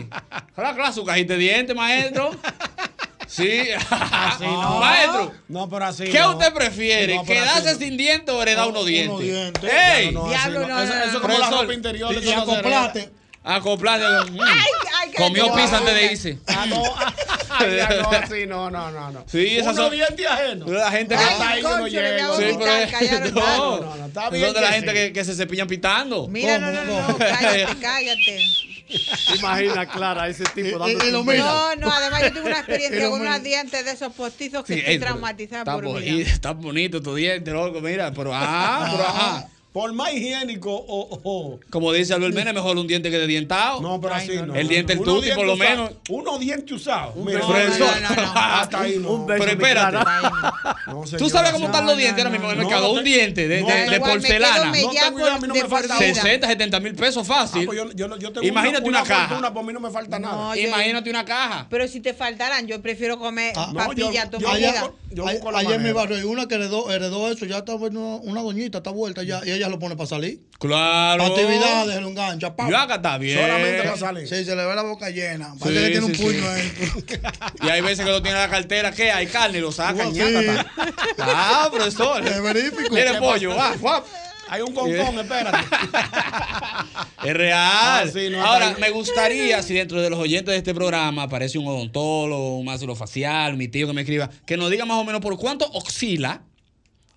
[SPEAKER 2] Claro, claro, su cajita de dientes, maestro. Sí, <laughs> Ah.
[SPEAKER 6] no.
[SPEAKER 2] maestro.
[SPEAKER 6] No, pero así.
[SPEAKER 2] ¿Qué
[SPEAKER 6] no.
[SPEAKER 2] usted prefiere?
[SPEAKER 6] No, pero
[SPEAKER 2] ¿Quedarse
[SPEAKER 6] así
[SPEAKER 2] sin dientes o heredar unos dientes?
[SPEAKER 6] dientes.
[SPEAKER 2] ¡Ey!
[SPEAKER 6] No, no, así Diablo, no. no, Eso- no, eso no. es como la
[SPEAKER 2] Profesor,
[SPEAKER 6] ropa interior,
[SPEAKER 2] y-
[SPEAKER 6] eso
[SPEAKER 2] y
[SPEAKER 6] no se
[SPEAKER 2] acoplate. Acoplate. mm. Comió pizza antes de irse.
[SPEAKER 6] Ah,
[SPEAKER 2] <laughs>
[SPEAKER 6] no, ah, ah, ya no, así, no, no, no. no.
[SPEAKER 2] Sí, esas
[SPEAKER 6] Uno
[SPEAKER 2] son-
[SPEAKER 6] diente ajeno.
[SPEAKER 2] La gente que
[SPEAKER 6] Ay, Hasta ahí yo no concho, le voy a llego.
[SPEAKER 2] Sí, pero
[SPEAKER 6] vomitar,
[SPEAKER 2] <laughs>
[SPEAKER 6] callaron,
[SPEAKER 2] no,
[SPEAKER 6] claro. No, no, está
[SPEAKER 2] Son
[SPEAKER 6] bien
[SPEAKER 2] de la
[SPEAKER 6] que
[SPEAKER 2] gente
[SPEAKER 6] sí.
[SPEAKER 2] que, que se cepillan pitando.
[SPEAKER 3] Mira, no, no,
[SPEAKER 2] <laughs>
[SPEAKER 3] no, cállate, cállate. Eh,
[SPEAKER 23] Imagina, Clara, ese tipo dando.
[SPEAKER 3] No, no, además yo tuve
[SPEAKER 23] <laughs>
[SPEAKER 3] una experiencia con unos dientes de esos <laughs> postizos que
[SPEAKER 2] Sí,
[SPEAKER 3] estoy
[SPEAKER 2] ey, pero
[SPEAKER 3] traumatizada
[SPEAKER 2] está,
[SPEAKER 3] por
[SPEAKER 2] bo-
[SPEAKER 3] vida.
[SPEAKER 2] está bonito tu diente, loco, mira, pero ah, pero ah.
[SPEAKER 6] Por más higiénico o. o-
[SPEAKER 2] Como dice Albert Mena, mejor un diente que desdientado. No,
[SPEAKER 6] pero así no.
[SPEAKER 2] El diente el
[SPEAKER 6] Uno
[SPEAKER 2] tuti, por lo
[SPEAKER 6] diente
[SPEAKER 2] menos.
[SPEAKER 6] usado. Uno diente usado. Mira,
[SPEAKER 2] beso.
[SPEAKER 6] profesor.
[SPEAKER 2] <laughs> No, no, no, no.
[SPEAKER 6] Hasta ahí no.
[SPEAKER 2] Un beso, Pero mi espérate. ¿Tú sabes cómo están los dientes ahora mismo en el mercado? un diente de,
[SPEAKER 6] no,
[SPEAKER 2] de-
[SPEAKER 6] no,
[SPEAKER 2] de
[SPEAKER 6] igual, me
[SPEAKER 2] porcelana.
[SPEAKER 6] quedo mellado No tengo idea, a mí no me de falta por vida.
[SPEAKER 2] 60, 70 mil pesos fácil.
[SPEAKER 6] tengo
[SPEAKER 2] Imagínate una, caja. <laughs>
[SPEAKER 6] fortuna, por mí no me falta nada.
[SPEAKER 2] Imagínate una caja.
[SPEAKER 3] Pero si te faltaran, yo prefiero comer
[SPEAKER 4] Ah, no, yo-
[SPEAKER 3] papilla toda
[SPEAKER 4] yo-
[SPEAKER 3] mi
[SPEAKER 4] allá-
[SPEAKER 3] vida.
[SPEAKER 4] a-
[SPEAKER 3] busco la
[SPEAKER 4] Ayer en mi
[SPEAKER 3] manera.
[SPEAKER 4] barrio hay una que heredó, heredó eso, ya está bueno, una doñita, está vuelta ya, y ella lo pone para salir.
[SPEAKER 2] Claro.
[SPEAKER 4] Actividades, lo engancha. pa.
[SPEAKER 2] Yaca, está bien. Solamente para salir.
[SPEAKER 4] Sí, se le ve la boca llena.
[SPEAKER 2] Sí,
[SPEAKER 4] Parece que tiene un
[SPEAKER 2] sí,
[SPEAKER 4] puño
[SPEAKER 2] sí.
[SPEAKER 4] ahí.
[SPEAKER 2] Y hay veces que lo tiene en la cartera, ¿qué? Hay carne, lo sacan.
[SPEAKER 4] Sí.
[SPEAKER 2] ñácata. Ah, profesor.
[SPEAKER 4] Te verifico.
[SPEAKER 2] Tiene
[SPEAKER 4] ¿Qué
[SPEAKER 2] pollo, va, Eh.
[SPEAKER 4] pasa?
[SPEAKER 2] guap.
[SPEAKER 6] Hay un
[SPEAKER 2] concón, <laughs>
[SPEAKER 6] espérate.
[SPEAKER 2] Es real.
[SPEAKER 6] Ah, sí, no,
[SPEAKER 2] Ahora,
[SPEAKER 6] está
[SPEAKER 2] me gustaría, si dentro de los oyentes de este programa aparece un odontólogo, un maxilofacial, mi tío que me escriba, que nos diga más o menos por cuánto oscila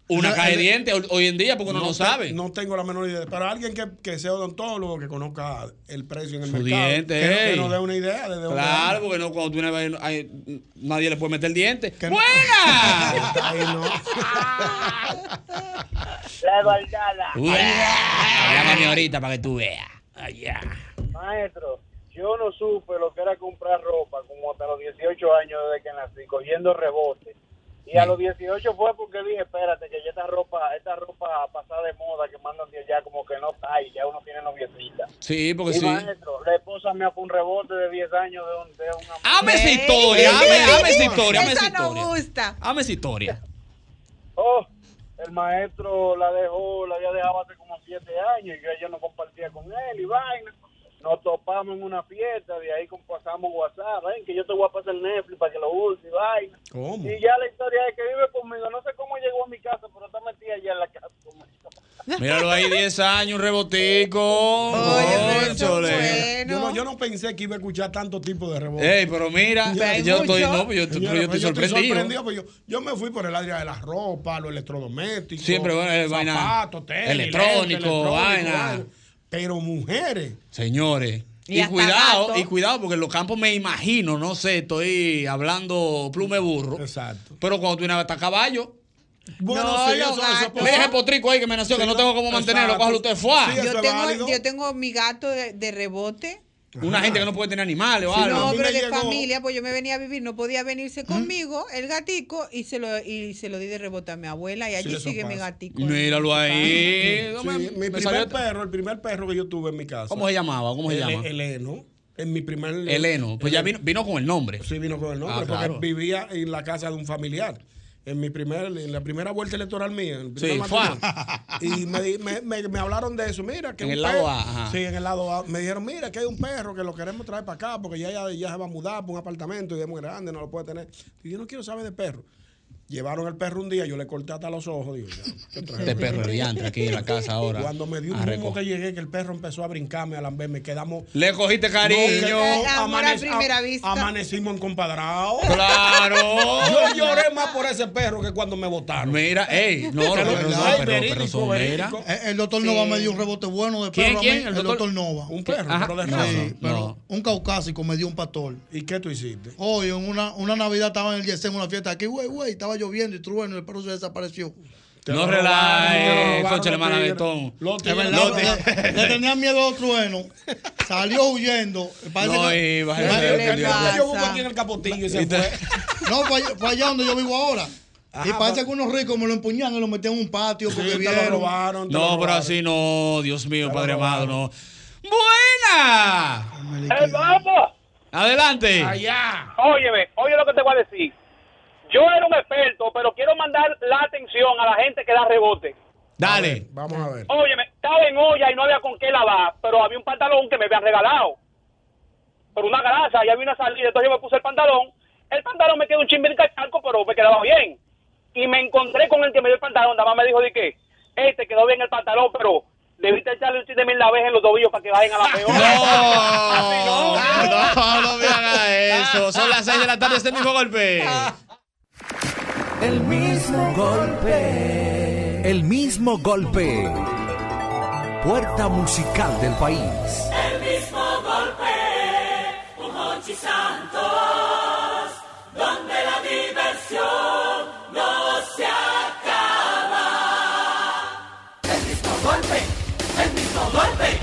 [SPEAKER 2] una
[SPEAKER 6] No,
[SPEAKER 2] caja de
[SPEAKER 6] el-
[SPEAKER 2] dientes hoy- hoy en día, porque uno no,
[SPEAKER 6] te-
[SPEAKER 2] sabe.
[SPEAKER 6] No tengo la menor idea. Pero alguien que, que sea odontólogo, que conozca el precio en el
[SPEAKER 2] Su
[SPEAKER 6] mercado.
[SPEAKER 2] diente,
[SPEAKER 6] que, no- que
[SPEAKER 2] ey.
[SPEAKER 6] nos dé una idea de dónde
[SPEAKER 2] Claro,
[SPEAKER 6] anda.
[SPEAKER 2] porque no, cuando tú vienes a ver, hay- nadie le puede meter el diente.
[SPEAKER 6] <laughs>
[SPEAKER 2] ¡Buena!
[SPEAKER 10] La guardada.
[SPEAKER 2] Uah, Llámame ahorita para que tú veas. Allá.
[SPEAKER 10] Maestro, yo no supe lo que era comprar ropa como hasta los 18 años desde que nací, cogiendo rebotes. Y a los 18 fue porque dije, espérate, que ya esta ropa, esta ropa pasada de moda que mandan de allá como que no cae, ya uno tiene noviecita.
[SPEAKER 2] Sí, porque
[SPEAKER 10] y
[SPEAKER 2] sí.
[SPEAKER 10] maestro, la esposa me fue un rebote de 10 años de un, de un amor.
[SPEAKER 2] Ame esa historia, ame, ame esa historia, ame esa historia. Ame esa historia.
[SPEAKER 10] Oh, el maestro la dejó, la había dejado hace como siete años y yo ya no compartía con él y vaina. Nos topamos en una fiesta, de ahí pasamos WhatsApp, ven que yo te voy a pasar Netflix para que lo uses y vaina.
[SPEAKER 6] ¿Cómo?
[SPEAKER 10] Y ya la historia es que vive conmigo, no sé cómo llegó a mi casa, pero está metida allá en la casa.
[SPEAKER 2] Míralo ahí, 10 años, un rebotico. Cónchole.
[SPEAKER 6] Yo, no, yo no pensé que iba a escuchar tanto tipo de rebote.
[SPEAKER 2] Ey, pero mira,
[SPEAKER 6] Hay
[SPEAKER 2] yo estoy-
[SPEAKER 6] mucho.
[SPEAKER 2] no, pero yo- pero yo estoy sorprendido.
[SPEAKER 6] pues yo, yo me fui por el área de la ropa, los electrodomésticos.
[SPEAKER 2] Siempre, bueno, eh, vaina
[SPEAKER 6] zapatos, tenis,
[SPEAKER 2] electrónico,
[SPEAKER 6] lentes, electrónico,
[SPEAKER 2] vaina.
[SPEAKER 6] Pero mujeres.
[SPEAKER 2] Señores.
[SPEAKER 6] Y
[SPEAKER 2] Y,
[SPEAKER 6] hasta
[SPEAKER 2] cuidado,
[SPEAKER 6] gato.
[SPEAKER 2] y cuidado, porque en los campos me imagino, no sé, estoy hablando plume burro. Exacto. Pero cuando tú vienes hasta caballo.
[SPEAKER 6] Bueno, No, sí, los eso- eso- gatos.
[SPEAKER 2] Me dije potrico ahí que me nació,
[SPEAKER 6] Sí,
[SPEAKER 2] que no
[SPEAKER 6] no,
[SPEAKER 2] tengo cómo mantenerlo,
[SPEAKER 6] exacto.
[SPEAKER 2] cójalo usted fuá.
[SPEAKER 3] yo, tengo, yo tengo mi gato de, de rebote.
[SPEAKER 2] Una gente que no puede tener animales o
[SPEAKER 3] Sí,
[SPEAKER 2] algo.
[SPEAKER 3] no, pero de familia, pues yo me venía a vivir, no podía venirse conmigo el gatico y se lo y se lo di de rebote a mi abuela y allí
[SPEAKER 6] eso
[SPEAKER 3] sigue mi
[SPEAKER 6] pasa.
[SPEAKER 3] gatico.
[SPEAKER 2] Míralo ahí.
[SPEAKER 6] Sí, mi primer
[SPEAKER 2] salió-
[SPEAKER 6] perro, el primer perro que yo tuve en mi casa.
[SPEAKER 2] ¿Cómo se llamaba? ¿Cómo se
[SPEAKER 6] Ele-
[SPEAKER 2] llama?
[SPEAKER 6] Eleno. En mi primer.
[SPEAKER 2] Eleno. Pues ya vino, vino con el nombre.
[SPEAKER 6] Sí, vino con el nombre,
[SPEAKER 2] Ah,
[SPEAKER 6] porque
[SPEAKER 2] claro.
[SPEAKER 6] vivía en la casa de un familiar. En mi primer, en la primera vuelta electoral mía. en el primer
[SPEAKER 2] Sí,
[SPEAKER 6] matrimonio. Y me, di- me- me- me hablaron de eso, mira que
[SPEAKER 2] En
[SPEAKER 6] un
[SPEAKER 2] el lado
[SPEAKER 6] perro-
[SPEAKER 2] A, ajá.
[SPEAKER 6] Sí, en el lado A. Me dijeron, mira que hay un perro que lo queremos traer para acá porque ya, ya, ya se va a mudar para un apartamento y es muy grande, no lo puede tener. Y yo no quiero saber de perro. Llevaron al perro un día, yo le corté hasta los ojos. Digo, ya, yo traje
[SPEAKER 2] Este
[SPEAKER 6] el
[SPEAKER 2] perro es diantre aquí en la casa ahora.
[SPEAKER 6] Cuando me dio
[SPEAKER 2] A
[SPEAKER 6] un humo
[SPEAKER 2] recoger.
[SPEAKER 6] que llegué, que el perro empezó a brincarme, a lamberme, quedamos.
[SPEAKER 2] Le cogiste cariño. El amor a primera
[SPEAKER 3] vista.
[SPEAKER 6] Amanecimos encompadrados.
[SPEAKER 2] Claro.
[SPEAKER 6] Yo lloré más por ese perro que cuando me votaron.
[SPEAKER 2] Mira, ey, no,
[SPEAKER 6] Te
[SPEAKER 2] no,
[SPEAKER 6] lo-
[SPEAKER 2] pero no,
[SPEAKER 6] Ay,
[SPEAKER 2] pero-
[SPEAKER 6] verídico,
[SPEAKER 2] pero son-
[SPEAKER 6] verídico.
[SPEAKER 4] Eh, El doctor Nova
[SPEAKER 6] Sí.
[SPEAKER 4] me dio un rebote bueno de
[SPEAKER 6] ¿Quién,
[SPEAKER 4] perro
[SPEAKER 6] quién?
[SPEAKER 4] a mí.
[SPEAKER 6] ¿El
[SPEAKER 4] El,
[SPEAKER 6] doctor-
[SPEAKER 4] doctor, Nova.
[SPEAKER 6] Un perro,
[SPEAKER 4] Ajá.
[SPEAKER 6] pero de
[SPEAKER 4] Sí,
[SPEAKER 6] raza.
[SPEAKER 4] pero
[SPEAKER 6] No.
[SPEAKER 4] un caucásico me dio un pastor.
[SPEAKER 6] ¿Y qué tú hiciste?
[SPEAKER 4] Hoy, en una, una Navidad estaba en el Yesen, en una fiesta aquí, güey, güey, estaba lloviendo y trueno, el perro se desapareció.
[SPEAKER 2] No relaje,
[SPEAKER 4] robaron,
[SPEAKER 2] coche
[SPEAKER 4] te
[SPEAKER 2] hermana
[SPEAKER 4] robaron.
[SPEAKER 2] Betón.
[SPEAKER 4] Es verdad,
[SPEAKER 2] <laughs>
[SPEAKER 4] le, le tenía miedo a los truenos. Salió huyendo.
[SPEAKER 2] No
[SPEAKER 4] que-
[SPEAKER 2] iba,
[SPEAKER 4] Parece
[SPEAKER 2] Dios, Dios,
[SPEAKER 4] que-
[SPEAKER 2] Dios.
[SPEAKER 6] Yo busco aquí en el capotillo y se fue.
[SPEAKER 4] No, fue, allá- fue allá donde yo vivo ahora. y parece que unos ricos me lo empuñaron y lo metían en un patio porque
[SPEAKER 6] te lo
[SPEAKER 4] vieron.
[SPEAKER 6] robaron,
[SPEAKER 2] No, pero así no, Dios mío, Padre amado, no. ¡Buena!
[SPEAKER 10] ¡Eh, vamos!
[SPEAKER 2] Adelante.
[SPEAKER 10] Allá. Óyeme, oye lo que te voy a decir. Yo era un experto, pero quiero mandar la atención a la gente que da rebote.
[SPEAKER 2] Dale.
[SPEAKER 6] Vamos a ver.
[SPEAKER 10] Óyeme, estaba en olla y no había con qué lavar, pero había un pantalón que me habían regalado. Por una grasa, y había una salida, entonces yo me puse el pantalón. El pantalón me quedó un chimbel cacharco, pero me quedaba bien. Y me encontré con el que me dio el pantalón, nada más me dijo de que, este quedó bien el pantalón, pero debiste echarle un chiste mil la vez en los tobillos para que vayan a la peor.
[SPEAKER 6] <laughs>
[SPEAKER 2] No, no me haga eso. Son las 6 de la tarde, este mismo golpe.
[SPEAKER 24] El mismo golpe. El mismo golpe. Puerta musical del país.
[SPEAKER 1] El mismo golpe, un Hochi Santos, donde la diversión no se acaba. El mismo golpe, el mismo golpe.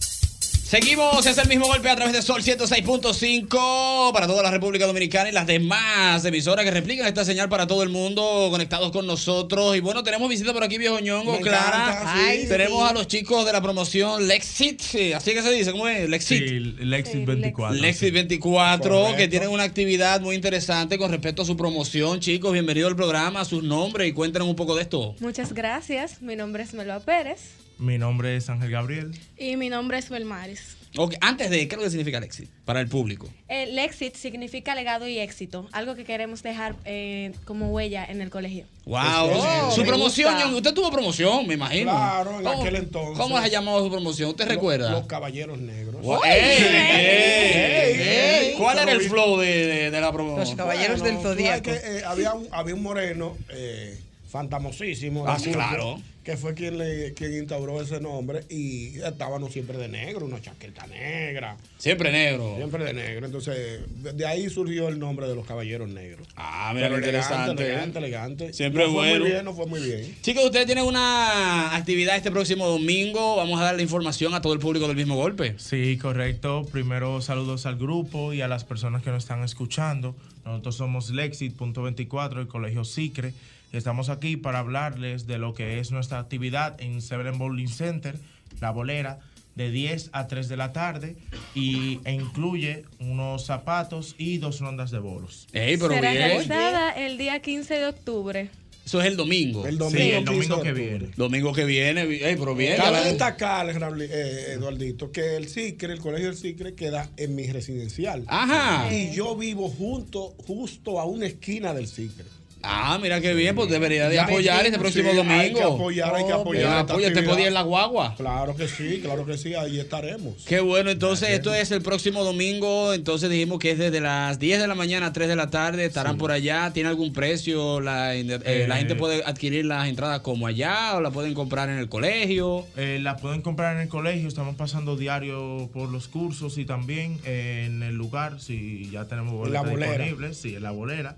[SPEAKER 2] Seguimos, es el mismo golpe a través de Sol 106.5 para toda la República Dominicana y las demás emisoras que replican esta señal para todo el mundo conectados con nosotros. Y bueno, tenemos visita por aquí, viejo ñongo,
[SPEAKER 5] Me
[SPEAKER 2] Clara.
[SPEAKER 5] encanta, sí. Ay,
[SPEAKER 2] tenemos
[SPEAKER 5] sí.
[SPEAKER 2] a los chicos de la promoción Lexit, sí, así que se dice, ¿cómo es? Lexit.
[SPEAKER 25] el Lexis 24.
[SPEAKER 2] Lexit 24, que
[SPEAKER 25] Correcto.
[SPEAKER 2] tienen una actividad muy interesante con respecto a su promoción. Chicos, bienvenidos al programa, sus nombres y cuéntenos un poco de esto.
[SPEAKER 26] Muchas gracias. Mi nombre es Meloa Pérez
[SPEAKER 25] Mi nombre es Ángel Gabriel.
[SPEAKER 26] y mi nombre es Belmaris.
[SPEAKER 2] Ok, Antes de, ¿qué es lo que significa Lexit para el público?
[SPEAKER 26] El exit significa legado y éxito, algo que queremos dejar eh, como huella en el colegio.
[SPEAKER 2] Wow,
[SPEAKER 25] Eso es.
[SPEAKER 2] su
[SPEAKER 25] Me
[SPEAKER 2] promoción,
[SPEAKER 26] gusta.
[SPEAKER 2] Ñongo, usted tuvo promoción, me imagino.
[SPEAKER 6] Claro, en
[SPEAKER 2] ¿Cómo-
[SPEAKER 6] aquel entonces.
[SPEAKER 2] ¿Cómo se llamaba su promoción? ¿Usted
[SPEAKER 6] Lo-
[SPEAKER 2] recuerda?
[SPEAKER 6] Los caballeros negros.
[SPEAKER 2] Wow. ¡Ey! ¡Ey!
[SPEAKER 6] Ey,
[SPEAKER 2] ey!
[SPEAKER 6] ey.
[SPEAKER 2] ¿Cuál era el
[SPEAKER 6] Pero
[SPEAKER 2] flow de, de- de la promoción?
[SPEAKER 6] Bueno, tú sabes que, eh, había, un, había un moreno eh, fantamosísimo. del
[SPEAKER 2] Ah, sí,
[SPEAKER 6] grupo,
[SPEAKER 2] claro.
[SPEAKER 6] Que fue quien, le, quien instauró ese nombre y estábamos siempre de negro, una chaqueta negra.
[SPEAKER 2] Siempre negro.
[SPEAKER 6] Siempre de negro. Entonces, de de ahí surgió el nombre de los caballeros negros.
[SPEAKER 2] Ah, mira,
[SPEAKER 6] Pero
[SPEAKER 2] qué interesante.
[SPEAKER 6] Elegante, elegante.
[SPEAKER 2] Siempre
[SPEAKER 6] no Fue
[SPEAKER 2] bueno.
[SPEAKER 6] muy bien, no fue muy bien.
[SPEAKER 2] Chicos, ustedes tienen una actividad este próximo domingo. Vamos a darle información a todo el público del mismo golpe.
[SPEAKER 25] Sí, correcto. Primero saludos al grupo y a las personas que nos están escuchando. Nosotros somos Lexit.24, el Colegio Sicre. y Estamos aquí para hablarles de lo que es nuestra actividad en Seven Bowling Center, La Bolera, de 10 a 3 de la tarde y, e incluye unos zapatos y dos rondas de bolos.
[SPEAKER 2] Ey,
[SPEAKER 26] Será realizada el día 15 de octubre.
[SPEAKER 2] Eso es el domingo. El
[SPEAKER 25] domingo, Sí, el domingo 15 que de octubre. viene.
[SPEAKER 2] Domingo que viene. Ey, pero bien.
[SPEAKER 6] Cabe
[SPEAKER 2] ya la-
[SPEAKER 6] destacar, Rabli- eh, Eduardito, que el CICRE, el colegio del CICRE, queda en mi residencial.
[SPEAKER 2] Ajá.
[SPEAKER 6] Y yo vivo junto, justo a una esquina del CICRE.
[SPEAKER 2] Ah, mira qué bien, pues debería de
[SPEAKER 6] Ya,
[SPEAKER 2] apoyar este
[SPEAKER 6] sí,
[SPEAKER 2] próximo
[SPEAKER 6] hay que
[SPEAKER 2] domingo. Oh,
[SPEAKER 6] apoyar, hay que apoyar
[SPEAKER 2] Ya,
[SPEAKER 6] esta
[SPEAKER 2] apoya, te
[SPEAKER 6] actividad.
[SPEAKER 2] podía en la guagua.
[SPEAKER 6] Claro que sí, claro que sí, ahí estaremos.
[SPEAKER 2] Qué bueno, entonces esto es el próximo domingo, entonces dijimos que es desde las 10 de la mañana a 3 de la tarde, estarán por allá, ¿tiene algún precio? La, eh, la
[SPEAKER 25] Eh,
[SPEAKER 2] gente puede adquirir las entradas como allá o la pueden comprar en el colegio.
[SPEAKER 25] Eh, la pueden comprar en el colegio, estamos pasando diario por los cursos y también eh, en el lugar, si ya tenemos
[SPEAKER 6] la
[SPEAKER 25] boletas
[SPEAKER 6] bolera.
[SPEAKER 25] disponibles, sí, en la bolera.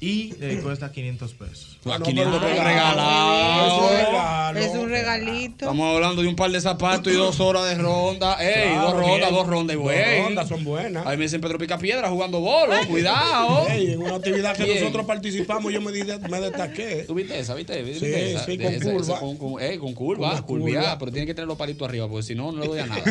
[SPEAKER 25] Y
[SPEAKER 6] <clears throat>
[SPEAKER 25] eh, cuesta 500 pesos.
[SPEAKER 2] Ah, 500 pesos regalados.
[SPEAKER 25] Eso es
[SPEAKER 3] Es un regalito.
[SPEAKER 2] Estamos hablando de un par de zapatos y dos horas de ronda. Ey,
[SPEAKER 6] Claro,
[SPEAKER 2] dos rondas,
[SPEAKER 6] bien.
[SPEAKER 2] dos rondas,
[SPEAKER 6] Dos
[SPEAKER 2] güey.
[SPEAKER 6] rondas, son buenas.
[SPEAKER 2] Ahí me dicen Pedro Picapiedra jugando bolos, cuidado.
[SPEAKER 6] <laughs> Ey, en una actividad que
[SPEAKER 2] Bien.
[SPEAKER 6] nosotros participamos, yo me, di- me destaqué.
[SPEAKER 2] ¿Tú viste esa, viste?
[SPEAKER 6] Sí,
[SPEAKER 2] ¿Viste esa?
[SPEAKER 6] sí,
[SPEAKER 2] De
[SPEAKER 6] con
[SPEAKER 2] esa-
[SPEAKER 6] curva.
[SPEAKER 2] esa- con, con- eh, con curva,
[SPEAKER 6] Una
[SPEAKER 2] curviada,
[SPEAKER 6] curva.
[SPEAKER 2] pero tiene que tener los palitos arriba, porque si no, no le doy a nada.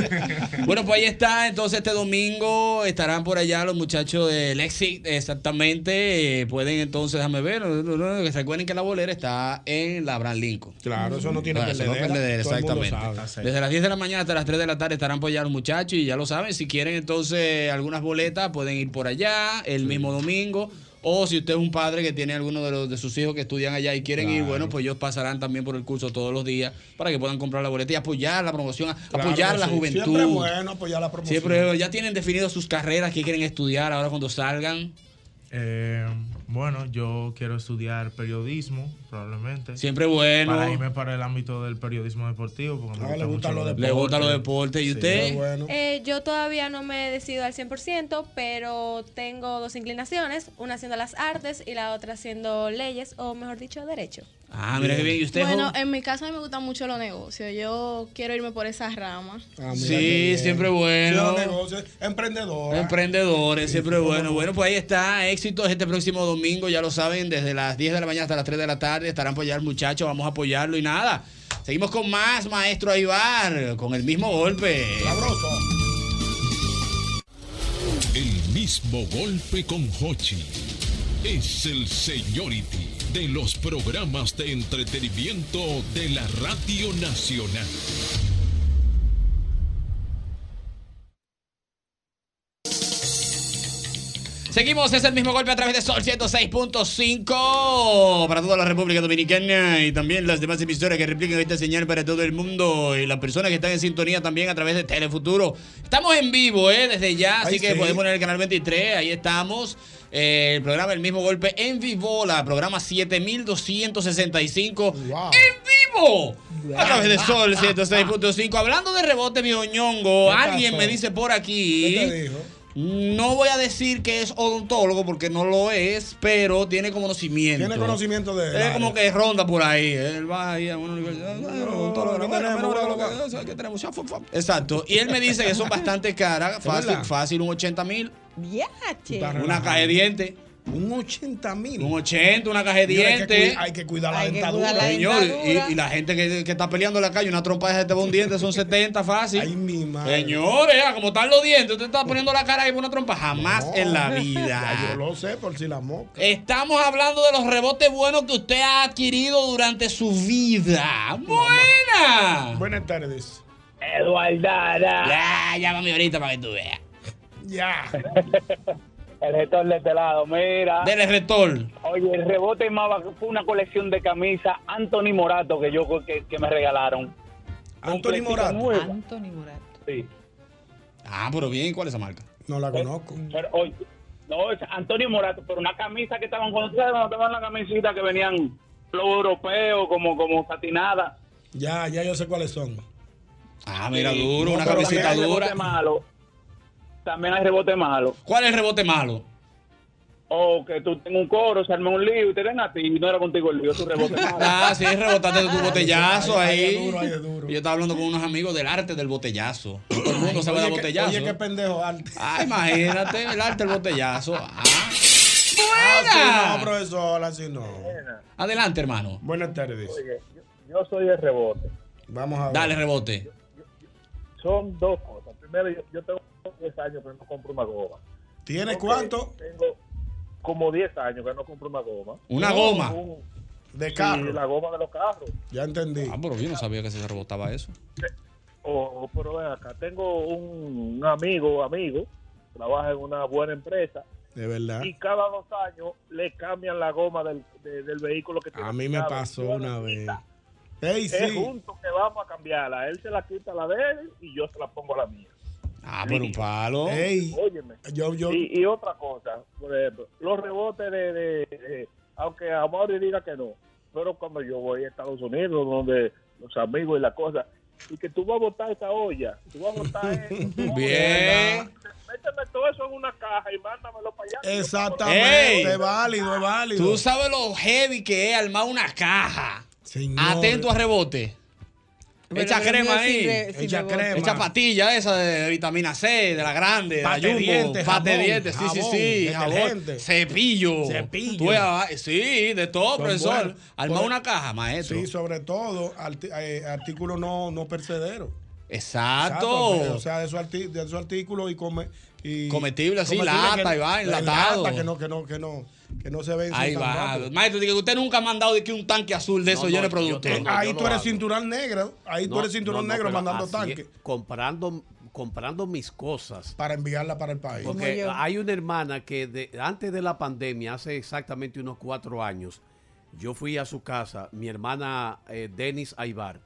[SPEAKER 2] <laughs> bueno, pues ahí está. Entonces, este domingo estarán por allá los muchachos del Exit, exactamente. Eh, pueden entonces, déjame ver, no, no, no, que recuerden que la bolera está en la Brand Lincoln.
[SPEAKER 6] Claro, eso no tiene
[SPEAKER 2] Bueno, eso Dos perdederas,
[SPEAKER 12] todo el mundo
[SPEAKER 2] exactamente.
[SPEAKER 12] sabe.
[SPEAKER 2] Desde las 10 de la mañana hasta las 3 de la tarde estarán por allá los muchachos y ya lo saben. Si quieren entonces algunas boletas, pueden ir por allá el mismo domingo. O si usted es un padre que tiene alguno de, los, de sus hijos que estudian allá y quieren ir, bueno, pues ellos pasarán también por el curso todos los días para que puedan comprar la boleta y apoyar la promoción,
[SPEAKER 6] Claro
[SPEAKER 2] apoyar
[SPEAKER 6] que
[SPEAKER 2] la
[SPEAKER 6] sí.
[SPEAKER 2] juventud.
[SPEAKER 6] Siempre es bueno apoyar la promoción.
[SPEAKER 2] Siempre, ya tienen definido sus carreras que quieren estudiar ahora cuando salgan.
[SPEAKER 25] Eh, bueno, yo quiero estudiar periodismo, probablemente.
[SPEAKER 2] Siempre bueno.
[SPEAKER 25] Para irme para el ámbito del periodismo deportivo. Porque
[SPEAKER 6] Ah, le gustan los
[SPEAKER 2] deportes. Le gustan los deportes. ¿Y usted?
[SPEAKER 26] Eh, yo todavía no me he decidido al 100%, pero tengo dos inclinaciones, una haciendo las artes y la otra haciendo leyes, o mejor dicho, derecho.
[SPEAKER 2] Ah, mira qué bien. ¿Y usted?
[SPEAKER 23] Bueno,
[SPEAKER 2] joven?
[SPEAKER 26] eh,
[SPEAKER 23] en mi caso a mí me gustan mucho los negocios. Yo quiero irme por esa rama.
[SPEAKER 6] Ah,
[SPEAKER 2] sí, siempre bueno. Em-
[SPEAKER 6] Emprendedor.
[SPEAKER 2] Emprendedores, siempre bueno. Bueno, pues ahí está. Éxitos este próximo domingo, ya lo saben, desde las 10 de la mañana hasta las 3 de la tarde. Estarán por allá el muchacho, vamos a apoyarlo y nada. Seguimos con más, maestro Aibar, con el mismo golpe.
[SPEAKER 19] El mismo golpe con Hochi. Es el seniority de los programas de entretenimiento de la Radio Nacional.
[SPEAKER 2] Seguimos, es el mismo golpe a través de Sol 106.5 para toda la República Dominicana y también las demás emisoras que repliquen esta señal para todo el mundo y las personas que están en sintonía también a través de Telefuturo. Estamos en vivo, ¿eh? Desde ya, así
[SPEAKER 12] Ay,
[SPEAKER 2] que
[SPEAKER 12] sí.
[SPEAKER 2] podemos poner el canal 23, ahí estamos. Eh, el programa El mismo golpe en vivo, la programa 7265 en vivo. A través de Sol 106.5. Hablando de rebote, mi oñongo,
[SPEAKER 12] ¿Qué pasó?
[SPEAKER 2] alguien me dice por aquí. No voy a decir que es odontólogo porque no lo es, pero tiene conocimiento.
[SPEAKER 6] Tiene conocimiento de.
[SPEAKER 2] Es como que ronda por ahí. Él va ahí a una universidad. Exacto. Y él me dice que son bastante
[SPEAKER 6] <laughs>
[SPEAKER 2] caras. Fácil,
[SPEAKER 6] verdad?
[SPEAKER 2] fácil, un 80 mil. Una
[SPEAKER 6] relajando.
[SPEAKER 2] caja de dientes.
[SPEAKER 6] Un 80 mil.
[SPEAKER 2] Un 80, una caja de
[SPEAKER 6] Señores, hay que
[SPEAKER 2] dientes.
[SPEAKER 6] cuid- hay que cuidar la Hay que dentadura. cuidar la
[SPEAKER 2] Señor,
[SPEAKER 6] dentadura.
[SPEAKER 2] y, y la gente que, que está peleando en la calle, una trompa de te va un diente, son 70 fácil. Ay,
[SPEAKER 6] mi madre.
[SPEAKER 2] Señores, ah, como están los dientes, usted está poniendo la cara ahí por una trompa. Jamás en
[SPEAKER 6] <laughs>
[SPEAKER 2] la vida.
[SPEAKER 6] Ya yo lo sé, por si la moca.
[SPEAKER 2] Estamos hablando de los rebotes buenos que usted ha adquirido durante su vida. ¡Buena!
[SPEAKER 6] Buenas tardes.
[SPEAKER 2] Ya, llámame ahorita para que tú veas.
[SPEAKER 10] <laughs>
[SPEAKER 6] Ya.
[SPEAKER 27] El rector de este lado, mira.
[SPEAKER 2] Dele, rector.
[SPEAKER 27] Oye, el rebote más bajo fue una colección de camisas Anthony Morato que yo que, que me regalaron.
[SPEAKER 6] Anthony
[SPEAKER 27] Morato.
[SPEAKER 3] Anthony Morato.
[SPEAKER 27] Sí.
[SPEAKER 2] Ah, pero bien, ¿cuál es esa marca?
[SPEAKER 6] No la conozco.
[SPEAKER 27] Pero, oye, no, es Antonio Morato, pero una camisa que estaban con ustedes, cuando estaban las camisitas que venían los europeos, como, como satinada.
[SPEAKER 6] Ya, ya yo sé cuáles son.
[SPEAKER 2] Ah,
[SPEAKER 27] mira,
[SPEAKER 2] duro, una
[SPEAKER 27] camisita
[SPEAKER 2] camiseta dura.
[SPEAKER 27] malo. También hay rebote malo.
[SPEAKER 2] ¿Cuál es el rebote malo?
[SPEAKER 27] O que tú tengas un coro, se arme un lío y te den a ti, y no era contigo el lío, tu
[SPEAKER 6] <laughs>
[SPEAKER 27] rebote malo.
[SPEAKER 2] Ah, sí, rebotaste
[SPEAKER 27] <laughs>
[SPEAKER 2] tu botellazo
[SPEAKER 27] Ay, ay,
[SPEAKER 2] ahí.
[SPEAKER 27] ay, duro, ay,
[SPEAKER 2] Yo estaba hablando con unos amigos del arte del botellazo. Todo el mundo sabe
[SPEAKER 6] oye,
[SPEAKER 2] del
[SPEAKER 6] qué-
[SPEAKER 2] botellazo.
[SPEAKER 6] oye, qué pendejo arte.
[SPEAKER 2] Ah, imagínate, el arte del botellazo. Ah.
[SPEAKER 6] Ah,
[SPEAKER 2] ¡Buena!
[SPEAKER 6] sí, no, profesor, así no.
[SPEAKER 2] Adelante, hermano.
[SPEAKER 6] Buenas tardes.
[SPEAKER 9] Yo soy el rebote.
[SPEAKER 6] Vamos a ver.
[SPEAKER 2] Dale rebote.
[SPEAKER 9] Son dos cosas. Primero, yo, yo tengo 10 años que no compro una goma.
[SPEAKER 6] ¿Tienes
[SPEAKER 9] Ok,
[SPEAKER 6] cuánto?
[SPEAKER 9] Tengo como 10 años que no compro una goma.
[SPEAKER 2] Una
[SPEAKER 9] No,
[SPEAKER 2] goma.
[SPEAKER 9] un-
[SPEAKER 6] De
[SPEAKER 9] sí,
[SPEAKER 6] carro.
[SPEAKER 9] la goma de los carros.
[SPEAKER 6] Ya entendí.
[SPEAKER 2] Ah, pero yo no sabía que se rebotaba eso.
[SPEAKER 9] O, pero ven acá, tengo un, un amigo, amigo, trabaja en una buena empresa
[SPEAKER 6] De verdad.
[SPEAKER 9] y cada dos años le cambian la goma del, de- del vehículo que tiene.
[SPEAKER 6] A mí me
[SPEAKER 9] alquilado.
[SPEAKER 6] pasó
[SPEAKER 9] Yo la
[SPEAKER 6] una vez. Ey,
[SPEAKER 9] Es
[SPEAKER 6] sí.
[SPEAKER 9] juntos que vamos a cambiarla. Él se la quita la de él y yo se la pongo a la mía.
[SPEAKER 2] Ah, pero un palo.
[SPEAKER 6] Oh, Ey.
[SPEAKER 9] Óyeme.
[SPEAKER 6] Yo, yo.
[SPEAKER 9] Y, y otra cosa, por ejemplo, los rebotes de, de- de- aunque a Mauri diga que no, pero cuando yo voy a Estados Unidos, donde los amigos y la cosa, y que tú vas a botar esa olla, tú vas a botar eso, tú vas a botar
[SPEAKER 6] Bien.
[SPEAKER 9] esa- méteme todo eso en una caja y mándamelo para allá.
[SPEAKER 6] Exactamente.
[SPEAKER 2] Ey.
[SPEAKER 6] Es válido, es válido.
[SPEAKER 2] Tú sabes lo heavy que es armar una caja. Atento a rebote.
[SPEAKER 6] Pero
[SPEAKER 2] Echa
[SPEAKER 6] lo
[SPEAKER 2] crema
[SPEAKER 6] mío sin
[SPEAKER 2] ahí.
[SPEAKER 6] re- sin Echa rebote. crema.
[SPEAKER 2] Echa patilla esa de vitamina C, de la grande, de la
[SPEAKER 6] Pate
[SPEAKER 2] Jumbo.
[SPEAKER 6] dientes,
[SPEAKER 2] pate
[SPEAKER 6] jabón,
[SPEAKER 2] dientes, sí,
[SPEAKER 6] jabón,
[SPEAKER 2] sí, sí.
[SPEAKER 6] detergente.
[SPEAKER 2] Jabón, cepillo.
[SPEAKER 6] Cepillo.
[SPEAKER 2] Tú eva- sí, de todo,
[SPEAKER 6] Son
[SPEAKER 2] profesor.
[SPEAKER 6] buenos.
[SPEAKER 2] Arma
[SPEAKER 6] Por-
[SPEAKER 2] una caja, maestro.
[SPEAKER 6] Sí, sobre todo arti- eh, artículos no, no percederos.
[SPEAKER 2] Exacto.
[SPEAKER 6] O sea, de su, arti- de su artículo y come. Y
[SPEAKER 2] Comestible, así,
[SPEAKER 6] que-
[SPEAKER 2] lata y va, enlatado.
[SPEAKER 6] lata, que no, que no, que no, que no se vence.
[SPEAKER 2] Ahí
[SPEAKER 6] tan
[SPEAKER 2] va.
[SPEAKER 6] rápido.
[SPEAKER 2] Maestro, dice que usted nunca ha mandado de que un tanque azul de eso
[SPEAKER 5] No,
[SPEAKER 2] lleno
[SPEAKER 5] no,
[SPEAKER 2] de
[SPEAKER 5] yo
[SPEAKER 2] productos.
[SPEAKER 5] tengo,
[SPEAKER 6] Ahí
[SPEAKER 5] yo
[SPEAKER 6] tú
[SPEAKER 5] lo
[SPEAKER 6] eres
[SPEAKER 5] hago.
[SPEAKER 6] cinturón negro. Ahí tú
[SPEAKER 5] No,
[SPEAKER 6] eres cinturón
[SPEAKER 5] no, no,
[SPEAKER 6] negro
[SPEAKER 5] pero
[SPEAKER 6] mandando
[SPEAKER 5] así
[SPEAKER 6] tanques
[SPEAKER 5] es, comprando, comprando mis cosas.
[SPEAKER 6] para enviarla para el país.
[SPEAKER 5] Porque hay una hermana que de- antes de la pandemia, hace exactamente unos cuatro años, yo fui a su casa, mi hermana eh, Denis Aybar,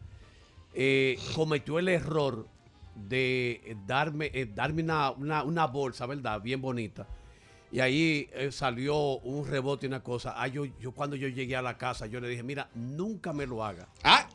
[SPEAKER 5] eh, cometió el error de eh, darme, eh, darme una, una- una bolsa, ¿verdad? Bien bonita. Y ahí eh, salió un rebote y una cosa. Ah, yo, yo cuando yo llegué a la casa, yo le dije, mira, nunca me lo haga.
[SPEAKER 6] Ah,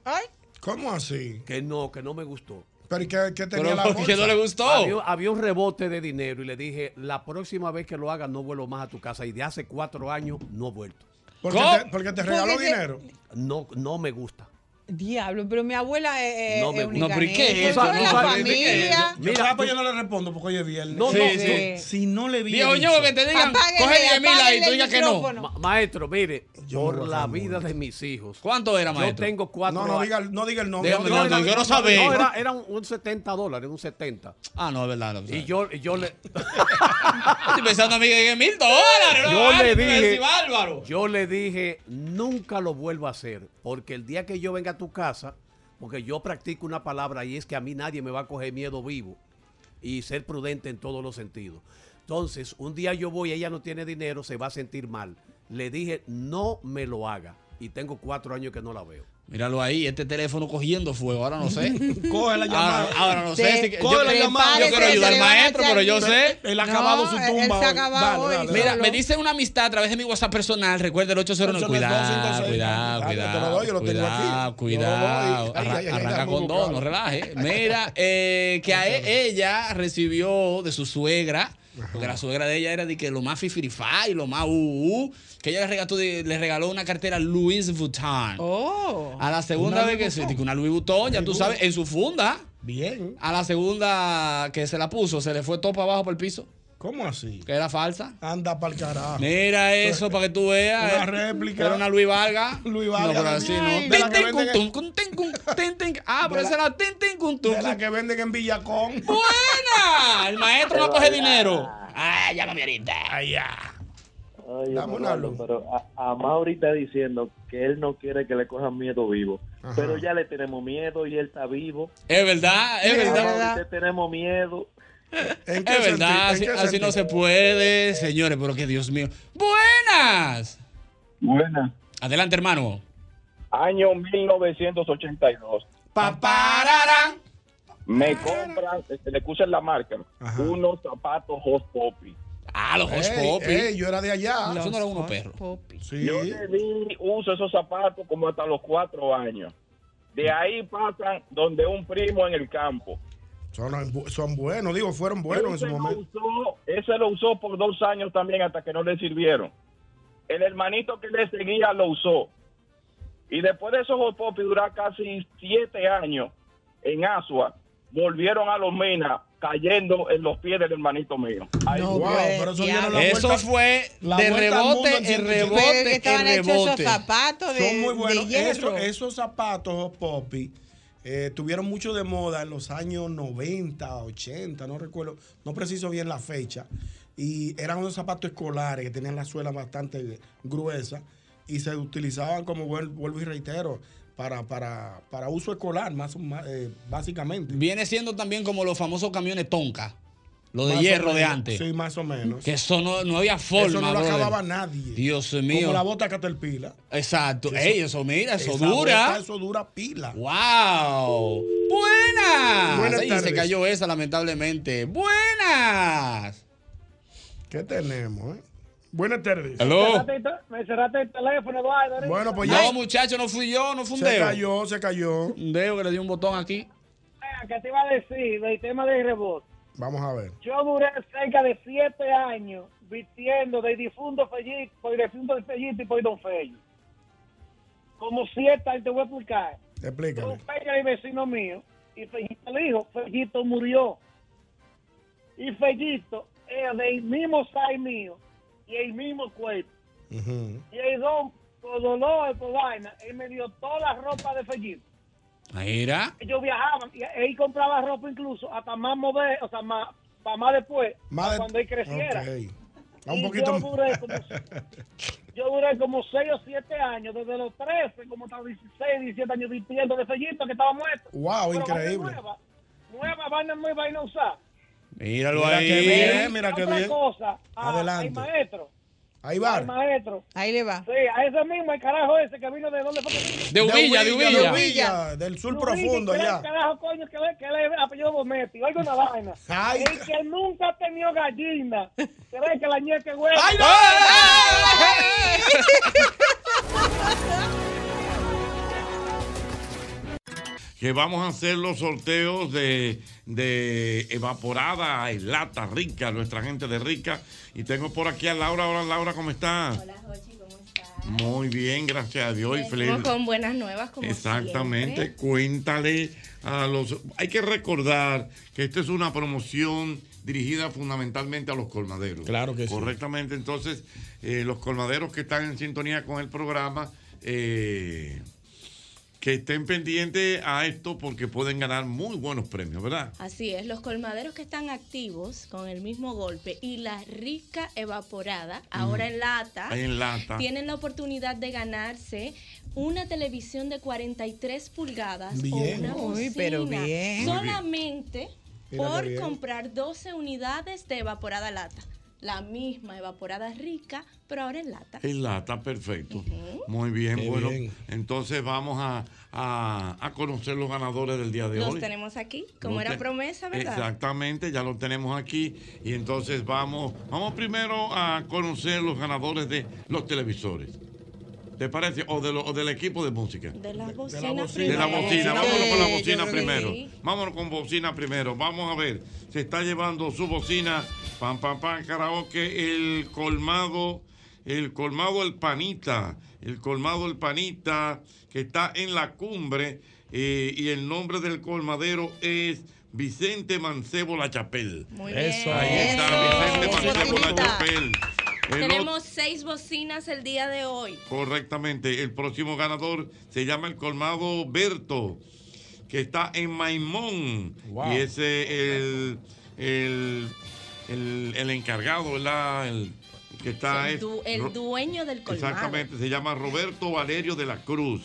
[SPEAKER 6] ¿Cómo así?
[SPEAKER 5] Que no, que no me gustó.
[SPEAKER 6] Pero ¿y qué, qué tenía la bolsa?
[SPEAKER 5] Había, había un rebote de dinero y le dije, la próxima vez que lo haga no vuelvo más a tu casa. Y de hace cuatro años no he vuelto.
[SPEAKER 6] ¿Por
[SPEAKER 3] qué ¿Cómo? te- porque te regaló Porque te- dinero?
[SPEAKER 5] No, no me gusta.
[SPEAKER 3] Diablo, pero mi abuela es,
[SPEAKER 5] No
[SPEAKER 3] es
[SPEAKER 5] me gusta.
[SPEAKER 3] única
[SPEAKER 5] No, pero ¿y qué
[SPEAKER 3] neta.
[SPEAKER 5] es
[SPEAKER 3] Yo
[SPEAKER 5] eso?
[SPEAKER 3] soy
[SPEAKER 5] No
[SPEAKER 3] la
[SPEAKER 5] sabe, ¿de qué es eso?
[SPEAKER 3] familia.
[SPEAKER 6] Yo,
[SPEAKER 5] Mira,
[SPEAKER 6] ¿sabes
[SPEAKER 2] pues,
[SPEAKER 6] por qué yo no le respondo? Porque hoy es viernes.
[SPEAKER 5] No, Sí, no, sí.
[SPEAKER 3] eh.
[SPEAKER 6] tú- Si no le vi.
[SPEAKER 2] Dios, ñongo, que te digan, Apáguele, coge 10.000 ahí, tú apáguele digas el que no. micrófono.
[SPEAKER 5] Ma- maestro, mire, por la vida de mis hijos.
[SPEAKER 2] ¿Cuánto era, maestro?
[SPEAKER 5] Yo tengo cuatro
[SPEAKER 2] No, no
[SPEAKER 5] a-
[SPEAKER 2] diga el- no diga el nombre.
[SPEAKER 5] De-
[SPEAKER 2] Hombre, no, no, yo no sabía.
[SPEAKER 5] no, era, era un, un 70 dólares, un 70.
[SPEAKER 2] Ah, no, es verdad. no,
[SPEAKER 5] Y yo, y yo le...
[SPEAKER 2] Estoy pensando a mí que es mil dólares. no,
[SPEAKER 5] Yo le
[SPEAKER 2] bárbaro,
[SPEAKER 5] dije,
[SPEAKER 2] sí, bárbaro.
[SPEAKER 5] yo le dije, nunca lo vuelvo a hacer, porque el día que yo venga a tu casa, porque yo practico una palabra y es que a mí nadie me va a coger miedo vivo y ser prudente en todos los sentidos. Entonces, un día yo voy, ella no tiene dinero, se va a sentir mal. Le dije, no me lo haga. Y tengo cuatro años que no la veo.
[SPEAKER 2] Míralo ahí, este teléfono cogiendo fuego, ahora no sé.
[SPEAKER 5] <laughs> Coge la llamada.
[SPEAKER 2] Ahora, ahora no sé.
[SPEAKER 5] Te-
[SPEAKER 2] si que-
[SPEAKER 5] coge
[SPEAKER 2] yo,
[SPEAKER 5] la
[SPEAKER 2] yo
[SPEAKER 5] llamada.
[SPEAKER 2] quiero
[SPEAKER 5] Prepárese,
[SPEAKER 2] ayudar
[SPEAKER 5] le
[SPEAKER 2] al
[SPEAKER 5] van a
[SPEAKER 2] maestro,
[SPEAKER 5] echar
[SPEAKER 2] pero yo
[SPEAKER 5] guito.
[SPEAKER 2] sé.
[SPEAKER 5] Él ha acabado No, su él- él tumba se hoy. acababa Dale, hoy, dale,
[SPEAKER 2] Mira,
[SPEAKER 5] solo.
[SPEAKER 2] me dice una amistad a través de mi WhatsApp personal. Recuerda el 809. Cuidado,
[SPEAKER 5] 809-256.
[SPEAKER 2] cuidado,
[SPEAKER 5] Dale,
[SPEAKER 2] cuidado.
[SPEAKER 5] te lo doy, yo lo tengo aquí.
[SPEAKER 2] cuidado,
[SPEAKER 5] Yo
[SPEAKER 2] cuidado.
[SPEAKER 5] lo doy. Ay,
[SPEAKER 2] Arra-
[SPEAKER 5] ay, ay,
[SPEAKER 2] Arranca
[SPEAKER 5] dame
[SPEAKER 2] con
[SPEAKER 5] un
[SPEAKER 2] dos,
[SPEAKER 5] bocado.
[SPEAKER 2] no relaje. Mira, eh, que a e- ella recibió de su suegra. Porque la suegra de ella era de que lo más fifirifá y lo más uh, uh, que ella le regaló, le regaló una cartera Louis Vuitton.
[SPEAKER 3] Oh.
[SPEAKER 2] A la segunda
[SPEAKER 3] Una
[SPEAKER 2] vez que
[SPEAKER 3] Louis
[SPEAKER 2] se
[SPEAKER 3] Vuitton.
[SPEAKER 2] digo, una Louis Vuitton, ya tú sabes, en su funda.
[SPEAKER 6] Bien.
[SPEAKER 2] A la segunda que se la puso, se le fue todo para abajo por el piso.
[SPEAKER 6] ¿Cómo así?
[SPEAKER 2] Que era falsa.
[SPEAKER 6] Anda para el carajo.
[SPEAKER 2] Mira eso para que tú veas.
[SPEAKER 6] Una
[SPEAKER 2] Eh,
[SPEAKER 6] réplica.
[SPEAKER 2] Era una Luis Vargas.
[SPEAKER 6] Luis Vargas.
[SPEAKER 2] No, pero así
[SPEAKER 6] Ay.
[SPEAKER 2] no.
[SPEAKER 6] De la que
[SPEAKER 2] Tin, tin,
[SPEAKER 6] venden
[SPEAKER 2] cun, tum, cun, tin, cun, tin, tin. Ah, pero esa era tin, tin, cun, tum.
[SPEAKER 6] De la que venden en Villacón.
[SPEAKER 2] <laughs>
[SPEAKER 1] Ah,
[SPEAKER 2] ¡Buena! El maestro no coge dinero. Ah, llámame ahorita.
[SPEAKER 12] Ay, yo no hablo, pero a, a Mauri está diciendo que él no quiere que le cojan miedo vivo. Pero ya le tenemos miedo y él está vivo.
[SPEAKER 2] Es
[SPEAKER 11] Ah,
[SPEAKER 2] verdad, es
[SPEAKER 12] Ya,
[SPEAKER 2] verdad.
[SPEAKER 12] Le tenemos miedo.
[SPEAKER 2] Es verdad, así, así no se puede, señores, pero que Dios mío. Buenas.
[SPEAKER 12] Buenas.
[SPEAKER 2] Adelante, hermano.
[SPEAKER 12] Año 1982.
[SPEAKER 2] Paparara.
[SPEAKER 12] Me compran, este, le escuchan la marca, unos zapatos Hot Poppy.
[SPEAKER 2] Ah, los
[SPEAKER 12] Hot
[SPEAKER 6] Ey, ey, yo era de allá.
[SPEAKER 12] Los Eso no era uno, Hot
[SPEAKER 2] perro.
[SPEAKER 6] Sí.
[SPEAKER 12] Yo le di uso a esos zapatos como hasta los cuatro años. De ahí pasan donde un primo en el campo.
[SPEAKER 6] Son, son buenos, digo, fueron buenos en
[SPEAKER 12] ese,
[SPEAKER 6] su
[SPEAKER 12] lo
[SPEAKER 6] momento.
[SPEAKER 12] usó, ese lo usó por dos años también hasta que no le sirvieron. El hermanito que le seguía lo usó. Y después de esos Hot Poppy durar casi siete años en Asua, volvieron a los minas cayendo en los pies del hermanito mío. Ahí-
[SPEAKER 6] Wow, pero eso dieron la
[SPEAKER 2] Eso
[SPEAKER 6] vuelta-
[SPEAKER 2] fue
[SPEAKER 6] la
[SPEAKER 2] de
[SPEAKER 6] vuelta al mundo
[SPEAKER 2] rebote,
[SPEAKER 6] en
[SPEAKER 2] el
[SPEAKER 6] 180.
[SPEAKER 2] rebote, el rebote.
[SPEAKER 6] Son muy buenos.
[SPEAKER 2] hierro.
[SPEAKER 6] Eso- esos zapatos, Poppy, eh, tuvieron mucho de moda en los años 90, 80, no recuerdo, no preciso bien la fecha. Y eran unos zapatos escolares que tenían la suela bastante gruesa y se utilizaban, como vuel- vuelvo y reitero, para, para, para uso escolar, más, o más, eh, básicamente.
[SPEAKER 2] Viene siendo también como los famosos camiones Tonka, los de
[SPEAKER 6] Más o
[SPEAKER 2] hierro de
[SPEAKER 6] menos.
[SPEAKER 2] antes.
[SPEAKER 6] Sí, más o menos.
[SPEAKER 2] Que eso no, no había forma.
[SPEAKER 6] Eso no lo
[SPEAKER 2] brother.
[SPEAKER 6] acababa nadie.
[SPEAKER 2] Dios mío.
[SPEAKER 6] Como la bota Caterpillar.
[SPEAKER 2] Exacto.
[SPEAKER 6] Eso-
[SPEAKER 2] Ey, eso mira, eso
[SPEAKER 6] Esa
[SPEAKER 2] dura.
[SPEAKER 6] bota, eso dura pila.
[SPEAKER 2] ¡Wow! ¡Buenas!
[SPEAKER 6] Buenas
[SPEAKER 2] Ahí se
[SPEAKER 6] tardes.
[SPEAKER 2] cayó esa, lamentablemente. ¡Buenas!
[SPEAKER 6] ¿Qué tenemos, eh? Buenas tardes.
[SPEAKER 2] Hello.
[SPEAKER 10] Me cerraste el teléfono, Eduardo. ahorita.
[SPEAKER 6] Bueno, pues ya.
[SPEAKER 2] No, muchacho, no fui yo, no fue un
[SPEAKER 6] Se
[SPEAKER 2] dedo.
[SPEAKER 6] cayó, se cayó.
[SPEAKER 2] Un dedo que le dio un botón aquí.
[SPEAKER 10] Vea, ¿Qué te iba a decir del tema del rebote?
[SPEAKER 6] Vamos a ver.
[SPEAKER 10] Yo duré cerca de siete años vistiendo de difunto Fellito, por difunto Fellito y por Don Fello. Como siete, ahí te voy a explicar.
[SPEAKER 6] Explícame.
[SPEAKER 10] Don Fello era el vecino mío y Fellito le dijo, Fellito murió. Y Fellito era del mismo size mío y el mismo cuerpo. Y el don, por dolor, por vaina, él me dio toda la ropa de Fellito.
[SPEAKER 2] Mira.
[SPEAKER 10] Yo viajaba y él compraba ropa incluso hasta más mover, o sea, más, para más después,
[SPEAKER 6] Más de-
[SPEAKER 10] cuando él creciera.
[SPEAKER 6] Ok. Ah, Un
[SPEAKER 10] Y
[SPEAKER 6] poquito
[SPEAKER 10] yo
[SPEAKER 6] más.
[SPEAKER 10] duré, como,
[SPEAKER 6] <laughs>
[SPEAKER 10] yo duré como 6 o 7 años, desde los 13, como hasta los 16, 17 años, viviendo de sellito que estaba muerto.
[SPEAKER 6] Wow,
[SPEAKER 10] Pero vaina
[SPEAKER 6] increíble.
[SPEAKER 10] Nueva, nueva vaina muy vaina usada.
[SPEAKER 2] Míralo
[SPEAKER 6] Mira
[SPEAKER 2] ahí.
[SPEAKER 6] qué bien,
[SPEAKER 10] Y
[SPEAKER 6] mira qué
[SPEAKER 10] otra
[SPEAKER 6] bien.
[SPEAKER 10] cosa, ah,
[SPEAKER 6] Adelante.
[SPEAKER 10] el maestro.
[SPEAKER 6] Ahí
[SPEAKER 10] al
[SPEAKER 6] va.
[SPEAKER 10] maestro.
[SPEAKER 3] Ahí le va.
[SPEAKER 10] Sí, a ese mismo, el carajo ese que vino de dónde fue. que-
[SPEAKER 6] De Ubilla, de Ubilla.
[SPEAKER 10] Ubilla.
[SPEAKER 6] De Ubilla, del sur
[SPEAKER 10] Ubilla,
[SPEAKER 6] profundo
[SPEAKER 10] que era
[SPEAKER 6] allá.
[SPEAKER 10] El carajo, coño, que le, que le apellido Bometti. Oiga una vaina.
[SPEAKER 6] <laughs> Ay.
[SPEAKER 10] El que nunca ha tenido gallina. ¿Cree que la ñeca es huevo?
[SPEAKER 1] ¡Ay, no!
[SPEAKER 11] que vamos a hacer los sorteos de, de evaporada en lata rica, nuestra gente de rica. Y tengo por aquí a Laura. Hola Laura, ¿cómo estás? Hola Jochi, ¿cómo estás? Muy bien, gracias a Dios. y
[SPEAKER 26] Venimos
[SPEAKER 11] feliz-
[SPEAKER 26] con buenas nuevas, como
[SPEAKER 11] Exactamente,
[SPEAKER 26] siempre.
[SPEAKER 11] cuéntale a los... Hay que recordar que esta es una promoción dirigida fundamentalmente a los colmaderos. Claro que sí. Correctamente, entonces, eh, los colmaderos que están en sintonía con el programa, eh, que estén pendientes a esto porque pueden ganar muy buenos premios, ¿verdad?
[SPEAKER 26] Así es, los colmaderos que están activos con el mismo golpe y la rica evaporada, ahora en lata,
[SPEAKER 11] En lata.
[SPEAKER 26] tienen la oportunidad de ganarse una televisión de 43 pulgadas
[SPEAKER 11] Bien.
[SPEAKER 26] o una
[SPEAKER 3] Uy,
[SPEAKER 26] bocina
[SPEAKER 3] pero bien. Muy bien.
[SPEAKER 26] solamente
[SPEAKER 3] Mira qué
[SPEAKER 26] por
[SPEAKER 3] bien.
[SPEAKER 26] comprar 12 unidades de evaporada lata. La misma evaporada rica, pero ahora en lata.
[SPEAKER 11] En lata, perfecto. Muy bien,
[SPEAKER 26] Qué
[SPEAKER 11] bueno. Entonces vamos a, a- a conocer los ganadores del día de
[SPEAKER 26] Los
[SPEAKER 11] hoy.
[SPEAKER 26] tenemos aquí, como
[SPEAKER 11] Los
[SPEAKER 26] era
[SPEAKER 11] te-
[SPEAKER 26] promesa, ¿verdad?
[SPEAKER 11] Exactamente, ya los tenemos aquí. Y entonces vamos, vamos primero a conocer los ganadores de los televisores. ¿Te parece? O, de lo- o del equipo de música.
[SPEAKER 26] De la bocina,
[SPEAKER 11] De la
[SPEAKER 26] primero.
[SPEAKER 11] bocina, vámonos con la bocina
[SPEAKER 26] yo creo que
[SPEAKER 11] primero.
[SPEAKER 26] sí.
[SPEAKER 11] Vámonos con bocina primero. Vamos a ver, se está llevando su bocina, pam, pam, pam, karaoke, el colmado, el colmado El Panita, el colmado El Panita, que está en la cumbre, eh, y el nombre del colmadero es Vicente Mancebo La Chapel.
[SPEAKER 26] Muy
[SPEAKER 11] Eso.
[SPEAKER 26] bien.
[SPEAKER 11] Ahí está,
[SPEAKER 26] Eso.
[SPEAKER 11] Vicente Mancebo La
[SPEAKER 26] Bocinita.
[SPEAKER 11] Chapel. El otro-
[SPEAKER 26] Tenemos seis bocinas el día de hoy.
[SPEAKER 11] Correctamente. El próximo ganador se llama el colmado Berto, que está en Maimón. Y ese el, el, el, el encargado, ¿verdad? El que está Ah,
[SPEAKER 26] El,
[SPEAKER 11] es-
[SPEAKER 26] du- el
[SPEAKER 11] Ro-
[SPEAKER 26] dueño del colmado.
[SPEAKER 11] Exactamente, se llama Roberto Valerio de la Cruz.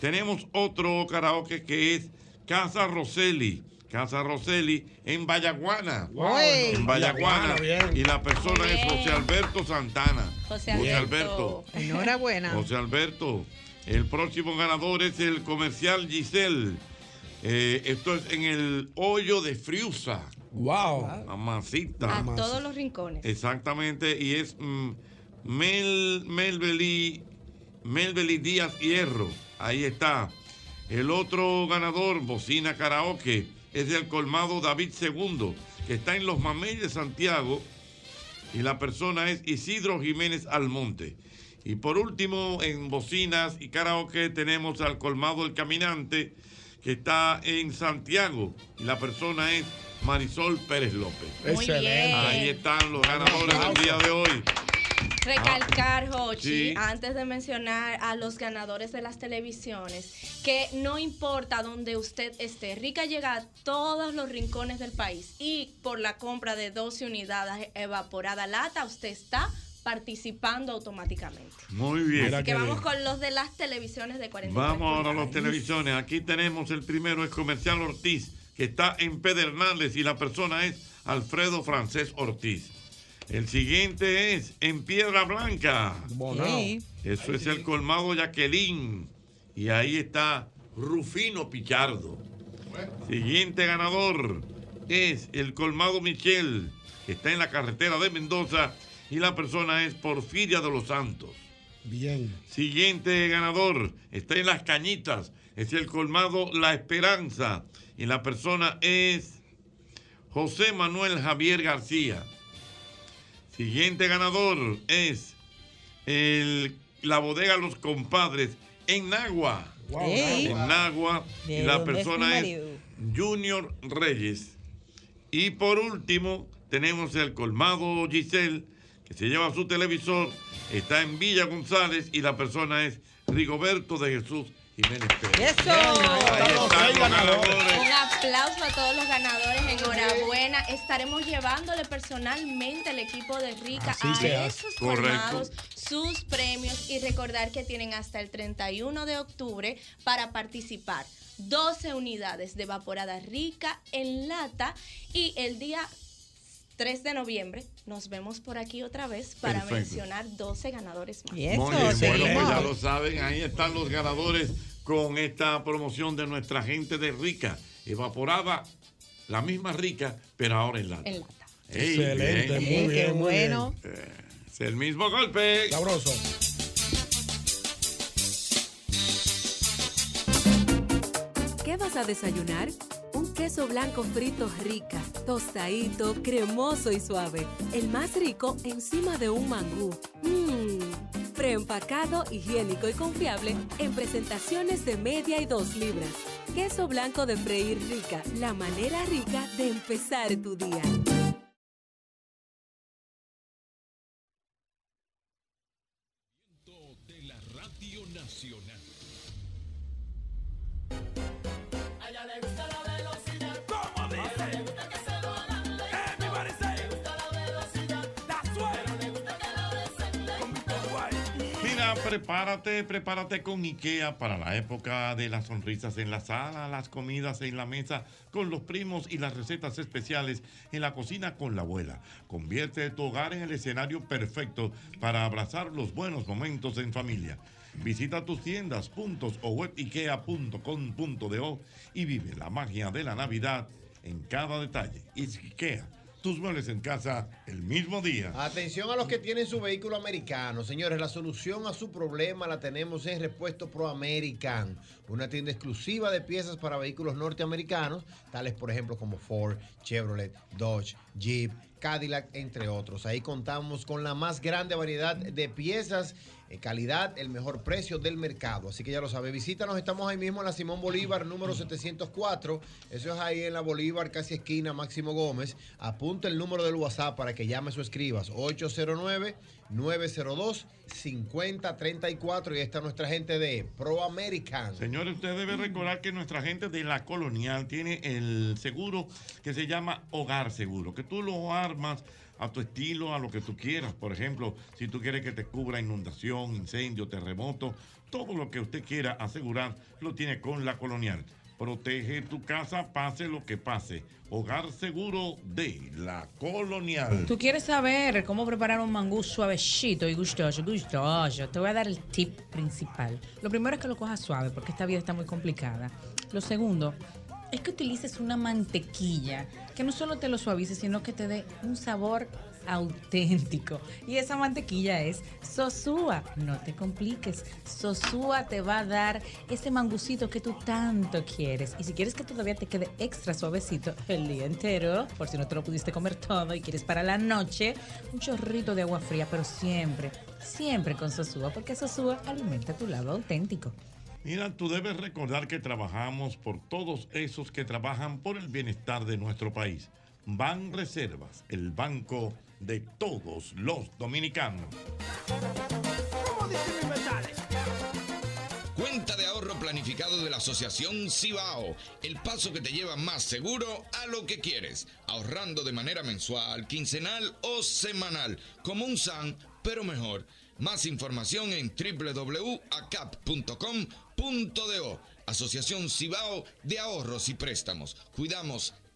[SPEAKER 11] Tenemos otro karaoke que es Casa Roseli. Casa Roseli en Vallaguana.
[SPEAKER 26] Wow.
[SPEAKER 11] En Vallaguana.
[SPEAKER 26] Vallaguana, bien.
[SPEAKER 11] Y la persona es José Alberto Santana.
[SPEAKER 3] José
[SPEAKER 11] Alberto.
[SPEAKER 3] Enhorabuena.
[SPEAKER 11] José Alberto, el próximo ganador es el comercial Giselle. Eh, esto es en el hoyo de Friusa.
[SPEAKER 6] Wow.
[SPEAKER 11] Mamacita.
[SPEAKER 26] A todos los rincones.
[SPEAKER 11] Exactamente, y es mm, Mel, Melbeli, Melbeli Díaz Hierro. Ahí está. El otro ganador, Bocina Karaoke, es el colmado David II, que está en Los Mameyes de Santiago. Y la persona es Isidro Jiménez Almonte. Y por último, en bocinas y karaoke tenemos al colmado El Caminante, que está en Santiago. Y la persona es Marisol Pérez López.
[SPEAKER 26] Muy Excelente. bien.
[SPEAKER 11] Ahí están los ganadores del día de hoy.
[SPEAKER 26] Recalcar, Jochi,
[SPEAKER 11] sí.
[SPEAKER 26] antes de mencionar a los ganadores de las televisiones, que no importa donde usted esté, Rica llega a todos los rincones del país y por la compra de 12 unidades evaporada lata, usted está participando automáticamente.
[SPEAKER 11] Muy bien.
[SPEAKER 26] Así que vamos con los de las televisiones de 40.
[SPEAKER 11] Vamos ahora a los televisiones. Aquí tenemos el primero, es Comercial Ortiz, que está en Pedernales y la persona es Alfredo Francés Ortiz. El siguiente es en Piedra Blanca.
[SPEAKER 1] Sí.
[SPEAKER 11] Eso es el colmado Jacqueline. Y ahí está Rufino Pichardo. Siguiente ganador es el colmado Michel, que está en la carretera de Mendoza y la persona es Porfiria de los Santos.
[SPEAKER 6] Bien.
[SPEAKER 11] Siguiente ganador está en las cañitas. Es el colmado La Esperanza. Y la persona es José Manuel Javier García. Siguiente ganador es el- la bodega Los Compadres en Nagua.
[SPEAKER 1] Wow, Ey. Nagua.
[SPEAKER 11] En Nagua. Y
[SPEAKER 1] ¿De
[SPEAKER 11] la
[SPEAKER 1] dónde es mi
[SPEAKER 11] persona es
[SPEAKER 1] marido?
[SPEAKER 11] Junior Reyes. Y por último, tenemos el colmado Giselle, que se lleva su televisor, está en Villa González y la persona es Rigoberto de Jesús Jiménez Pérez.
[SPEAKER 1] ¡Eso!
[SPEAKER 11] Ahí
[SPEAKER 6] seis ganadores.
[SPEAKER 26] Un aplauso a todos los ganadores, enhorabuena. Estaremos llevándole personalmente al equipo de Rica
[SPEAKER 11] Así
[SPEAKER 26] a
[SPEAKER 11] sea.
[SPEAKER 26] esos
[SPEAKER 11] Correcto.
[SPEAKER 26] formados sus premios y recordar que tienen hasta el 31 de octubre para participar. 12 unidades de evaporada rica en lata y el día 3 de noviembre nos vemos por aquí otra vez para
[SPEAKER 11] Perfecto.
[SPEAKER 26] mencionar 12 ganadores más.
[SPEAKER 11] Muy bien, bueno, pues ya lo saben, ahí están los ganadores con esta promoción de nuestra gente de Rica, evaporada, la misma Rica, pero ahora en la.
[SPEAKER 26] En lata.
[SPEAKER 11] Excelente,
[SPEAKER 28] muy Ey, qué bien, muy bueno.
[SPEAKER 11] Eh, Es el mismo golpe.
[SPEAKER 6] Sabroso.
[SPEAKER 29] ¿Qué vas a desayunar? Un queso blanco frito rica, tostadito, cremoso y suave. El más rico encima de un mangú. Mmm. Preempacado, higiénico y confiable en presentaciones de media y dos libras. Queso blanco de freír rica, la manera rica de empezar tu día.
[SPEAKER 30] Radio Nacional.
[SPEAKER 1] A ella le gusta la velocidad. ¿Cómo dice? A ella le gusta que se lo alaben. Everybody say. Le gusta la velocidad. That's right. Pero le gusta que la besen
[SPEAKER 11] Mira, prepárate, prepárate con IKEA para la época de las sonrisas en la sala, las comidas en la mesa con los primos y las recetas especiales en la cocina con la abuela. Convierte tu hogar en el escenario perfecto para abrazar los buenos momentos en familia. Visita tus tiendas, puntos o web ikea.com.do y vive la magia de la Navidad en cada detalle. IKEA, tus muebles en casa el mismo día.
[SPEAKER 17] Atención a los que tienen su vehículo americano. Señores, la solución a su problema la tenemos en Repuesto Pro American, una tienda exclusiva de piezas para vehículos norteamericanos, tales por ejemplo como Ford, Chevrolet, Dodge, Jeep, Cadillac, entre otros. Ahí contamos con la más grande variedad de piezas, eh, calidad, el mejor precio del mercado. Así que ya lo sabe, visítanos, estamos ahí mismo en la Simón Bolívar número 704. Eso es ahí en la Bolívar, casi esquina, Máximo Gómez. Apunta el número del WhatsApp para que llames o escribas 809-902-5034. Y está nuestra gente de Pro American.
[SPEAKER 11] Señores, usted debe recordar que nuestra gente de la colonial tiene el seguro que se llama hogar seguro, que tú lo armas a tu estilo, a lo que tú quieras. Por ejemplo, si tú quieres que te cubra inundación, incendio, terremoto, todo lo que usted quiera asegurar lo tiene con la colonial. Protege tu casa, pase lo que pase. Hogar seguro de la colonial.
[SPEAKER 31] Tú quieres saber cómo preparar un mangú suavecito y gustoso, gustoso. Te voy a dar el tip principal. Lo primero es que lo cojas suave, porque esta vida está muy complicada. Lo segundo es que utilices una mantequilla que no solo te lo suavice, sino que te dé un sabor auténtico. Y esa mantequilla es Sosúa. No te compliques. Sosúa te va a dar ese mangucito que tú tanto quieres. Y si quieres que todavía te quede extra suavecito el día entero, por si no te lo pudiste comer todo y quieres para la noche, un chorrito de agua fría, pero siempre, siempre con Sosúa, porque Sosúa alimenta tu lado auténtico.
[SPEAKER 11] Mira, tú debes recordar que trabajamos por todos esos que trabajan por el bienestar de nuestro país. Ban Reservas, el banco de todos los dominicanos.
[SPEAKER 32] Cuenta de ahorro planificado de la Asociación Cibao, el paso que te lleva más seguro a lo que quieres, ahorrando de manera mensual, quincenal o semanal, como un SAN, pero mejor. Más información en www.acap.com.do. Asociación Cibao de Ahorros y Préstamos. Cuidamos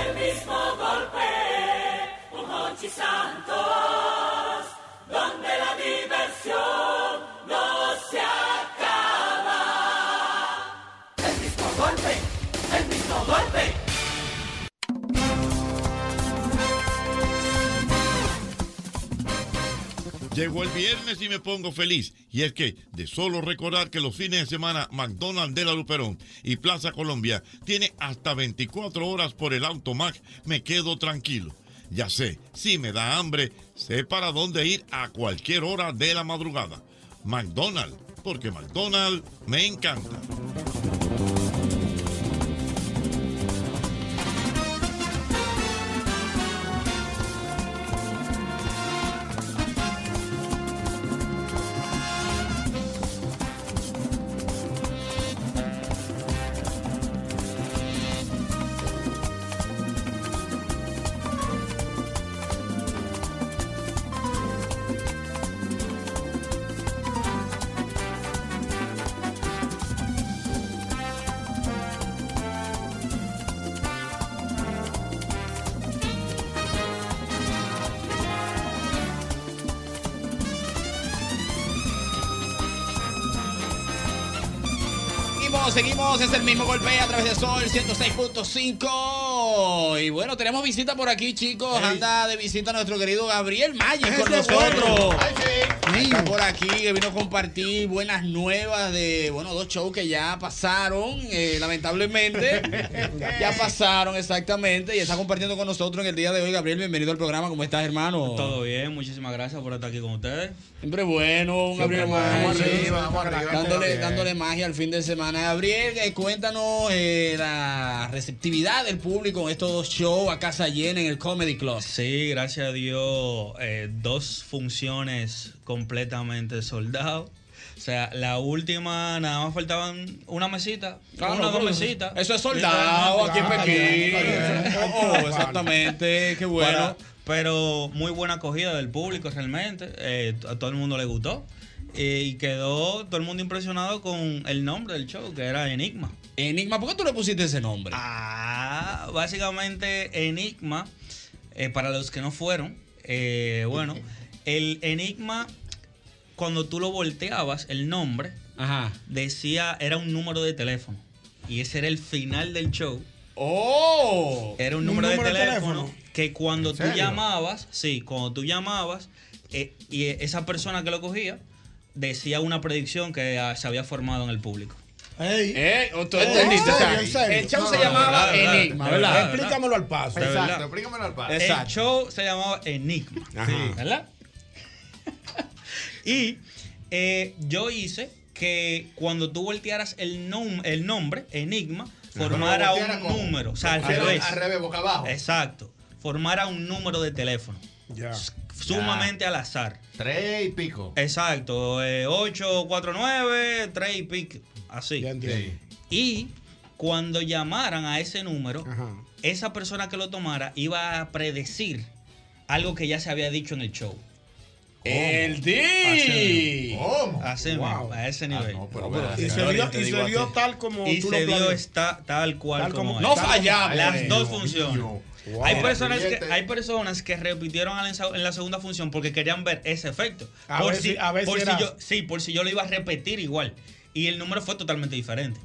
[SPEAKER 1] El mismo golpe, un Hochi Santos, donde la diversión no se acaba.
[SPEAKER 11] Llegó el viernes y me pongo feliz. Y es que, de solo recordar que los fines de semana McDonald's de la Luperón y Plaza Colombia tiene hasta 24 horas por el Automac, me quedo tranquilo. Ya sé, si me da hambre, sé para dónde ir a cualquier hora de la madrugada. McDonald's, porque McDonald's me encanta.
[SPEAKER 2] Seguimos, seguimos, es el mismo golpe a través de Sol 106.5. Y bueno, tenemos visita por aquí, chicos. Anda de visita nuestro querido Gabriel Mayer con nosotros. Está por aquí, que vino a compartir buenas nuevas de, bueno, dos shows que ya pasaron, eh, lamentablemente.
[SPEAKER 6] <laughs>
[SPEAKER 1] Eh.
[SPEAKER 2] ya pasaron, exactamente. Y está compartiendo con nosotros en el día de hoy, Gabriel. Bienvenido al programa. ¿Cómo estás, hermano?
[SPEAKER 13] Todo bien, muchísimas gracias por estar aquí con ustedes.
[SPEAKER 2] Siempre bueno, un Gabriel Mayer. dándole, dándole magia al fin de semana. Gabriel, eh, cuéntanos eh, la receptividad del público en estos dos shows a casa llena en el Comedy Club.
[SPEAKER 13] Sí, gracias a Dios, eh, dos funciones completamente soldado. O sea, la última nada más faltaban una mesita,
[SPEAKER 2] Claro,
[SPEAKER 13] una o dos
[SPEAKER 2] Ah, pero
[SPEAKER 13] mesita.
[SPEAKER 2] eso es soldado aquí en
[SPEAKER 13] Ah,
[SPEAKER 2] Pekín. Oh, exactamente, qué bueno.
[SPEAKER 13] pero muy buena acogida del público realmente, eh, a todo el mundo le gustó. Eh, y quedó todo el mundo impresionado con el nombre del show, que era Enigma.
[SPEAKER 2] Enigma, ¿por qué tú le pusiste ese nombre?
[SPEAKER 13] Ah, básicamente Enigma, eh, para los que no fueron, eh,
[SPEAKER 2] <laughs>
[SPEAKER 13] bueno, el Enigma, cuando tú lo volteabas, el nombre, decía, era un número de teléfono. Y ese era el final del show.
[SPEAKER 2] ¡Oh!
[SPEAKER 13] Era un
[SPEAKER 2] ¿Un
[SPEAKER 13] número,
[SPEAKER 2] número
[SPEAKER 13] de,
[SPEAKER 2] de
[SPEAKER 13] teléfono,
[SPEAKER 2] teléfono?
[SPEAKER 13] que cuando
[SPEAKER 2] ¿En
[SPEAKER 13] tú
[SPEAKER 2] serio?
[SPEAKER 13] llamabas, sí, cuando tú llamabas, eh, y esa persona que lo cogía decía una predicción que ah, se había formado en el público.
[SPEAKER 2] Eh, ¿o ¿Tú
[SPEAKER 13] Eh,
[SPEAKER 2] entendiste?
[SPEAKER 13] ¿en
[SPEAKER 2] O sea,
[SPEAKER 13] serio, en serio?
[SPEAKER 2] El show
[SPEAKER 13] No,
[SPEAKER 2] se
[SPEAKER 13] no,
[SPEAKER 2] llamaba
[SPEAKER 13] no, de verdad,
[SPEAKER 2] Enigma,
[SPEAKER 13] de
[SPEAKER 2] ¿verdad?
[SPEAKER 13] verdad, de verdad.
[SPEAKER 6] al
[SPEAKER 13] De
[SPEAKER 6] paso.
[SPEAKER 13] verdad.
[SPEAKER 6] Exacto, explícamelo al paso.
[SPEAKER 13] El show se llamaba Enigma. Sí, ¿Verdad? <laughs> y eh, yo hice que cuando tú voltearas el, nom- el nombre, Enigma, formara
[SPEAKER 17] Pero volteara
[SPEAKER 13] un
[SPEAKER 17] como-
[SPEAKER 13] número. O sea, al
[SPEAKER 17] al revés,
[SPEAKER 13] revés.
[SPEAKER 17] al revés, boca abajo.
[SPEAKER 13] Exacto. Formara un número de teléfono.
[SPEAKER 6] Ya.
[SPEAKER 13] Sumamente al azar.
[SPEAKER 17] Tres y pico.
[SPEAKER 13] Exacto. eh, 8, 4, 9, 3 y pico. Así. Y cuando llamaran a ese número, esa persona que lo tomara iba a predecir algo que ya se había dicho en el show.
[SPEAKER 2] ¡El
[SPEAKER 13] D! Así mismo.
[SPEAKER 6] ¿Cómo? Ah,
[SPEAKER 13] Así mismo, a ese nivel.
[SPEAKER 6] Y se dio- y se dio tal como
[SPEAKER 13] Y
[SPEAKER 6] tú lo
[SPEAKER 13] se dio
[SPEAKER 6] planeaste.
[SPEAKER 13] esta- tal cual
[SPEAKER 6] Tal
[SPEAKER 13] como
[SPEAKER 6] como-
[SPEAKER 13] es.
[SPEAKER 6] No fallamos.
[SPEAKER 13] Las
[SPEAKER 6] Ay,
[SPEAKER 13] dos
[SPEAKER 6] Dios
[SPEAKER 13] funciones.
[SPEAKER 6] mío. Wow.
[SPEAKER 13] Hay,
[SPEAKER 6] Mira,
[SPEAKER 13] personas que,
[SPEAKER 6] siguiente.
[SPEAKER 13] hay personas que repitieron al ensa- en la segunda función porque querían ver ese efecto.
[SPEAKER 6] A ver si- a ver
[SPEAKER 13] por
[SPEAKER 6] si
[SPEAKER 13] si
[SPEAKER 6] era-
[SPEAKER 13] yo, Sí, por si yo lo iba a repetir igual. Y el número fue totalmente diferente.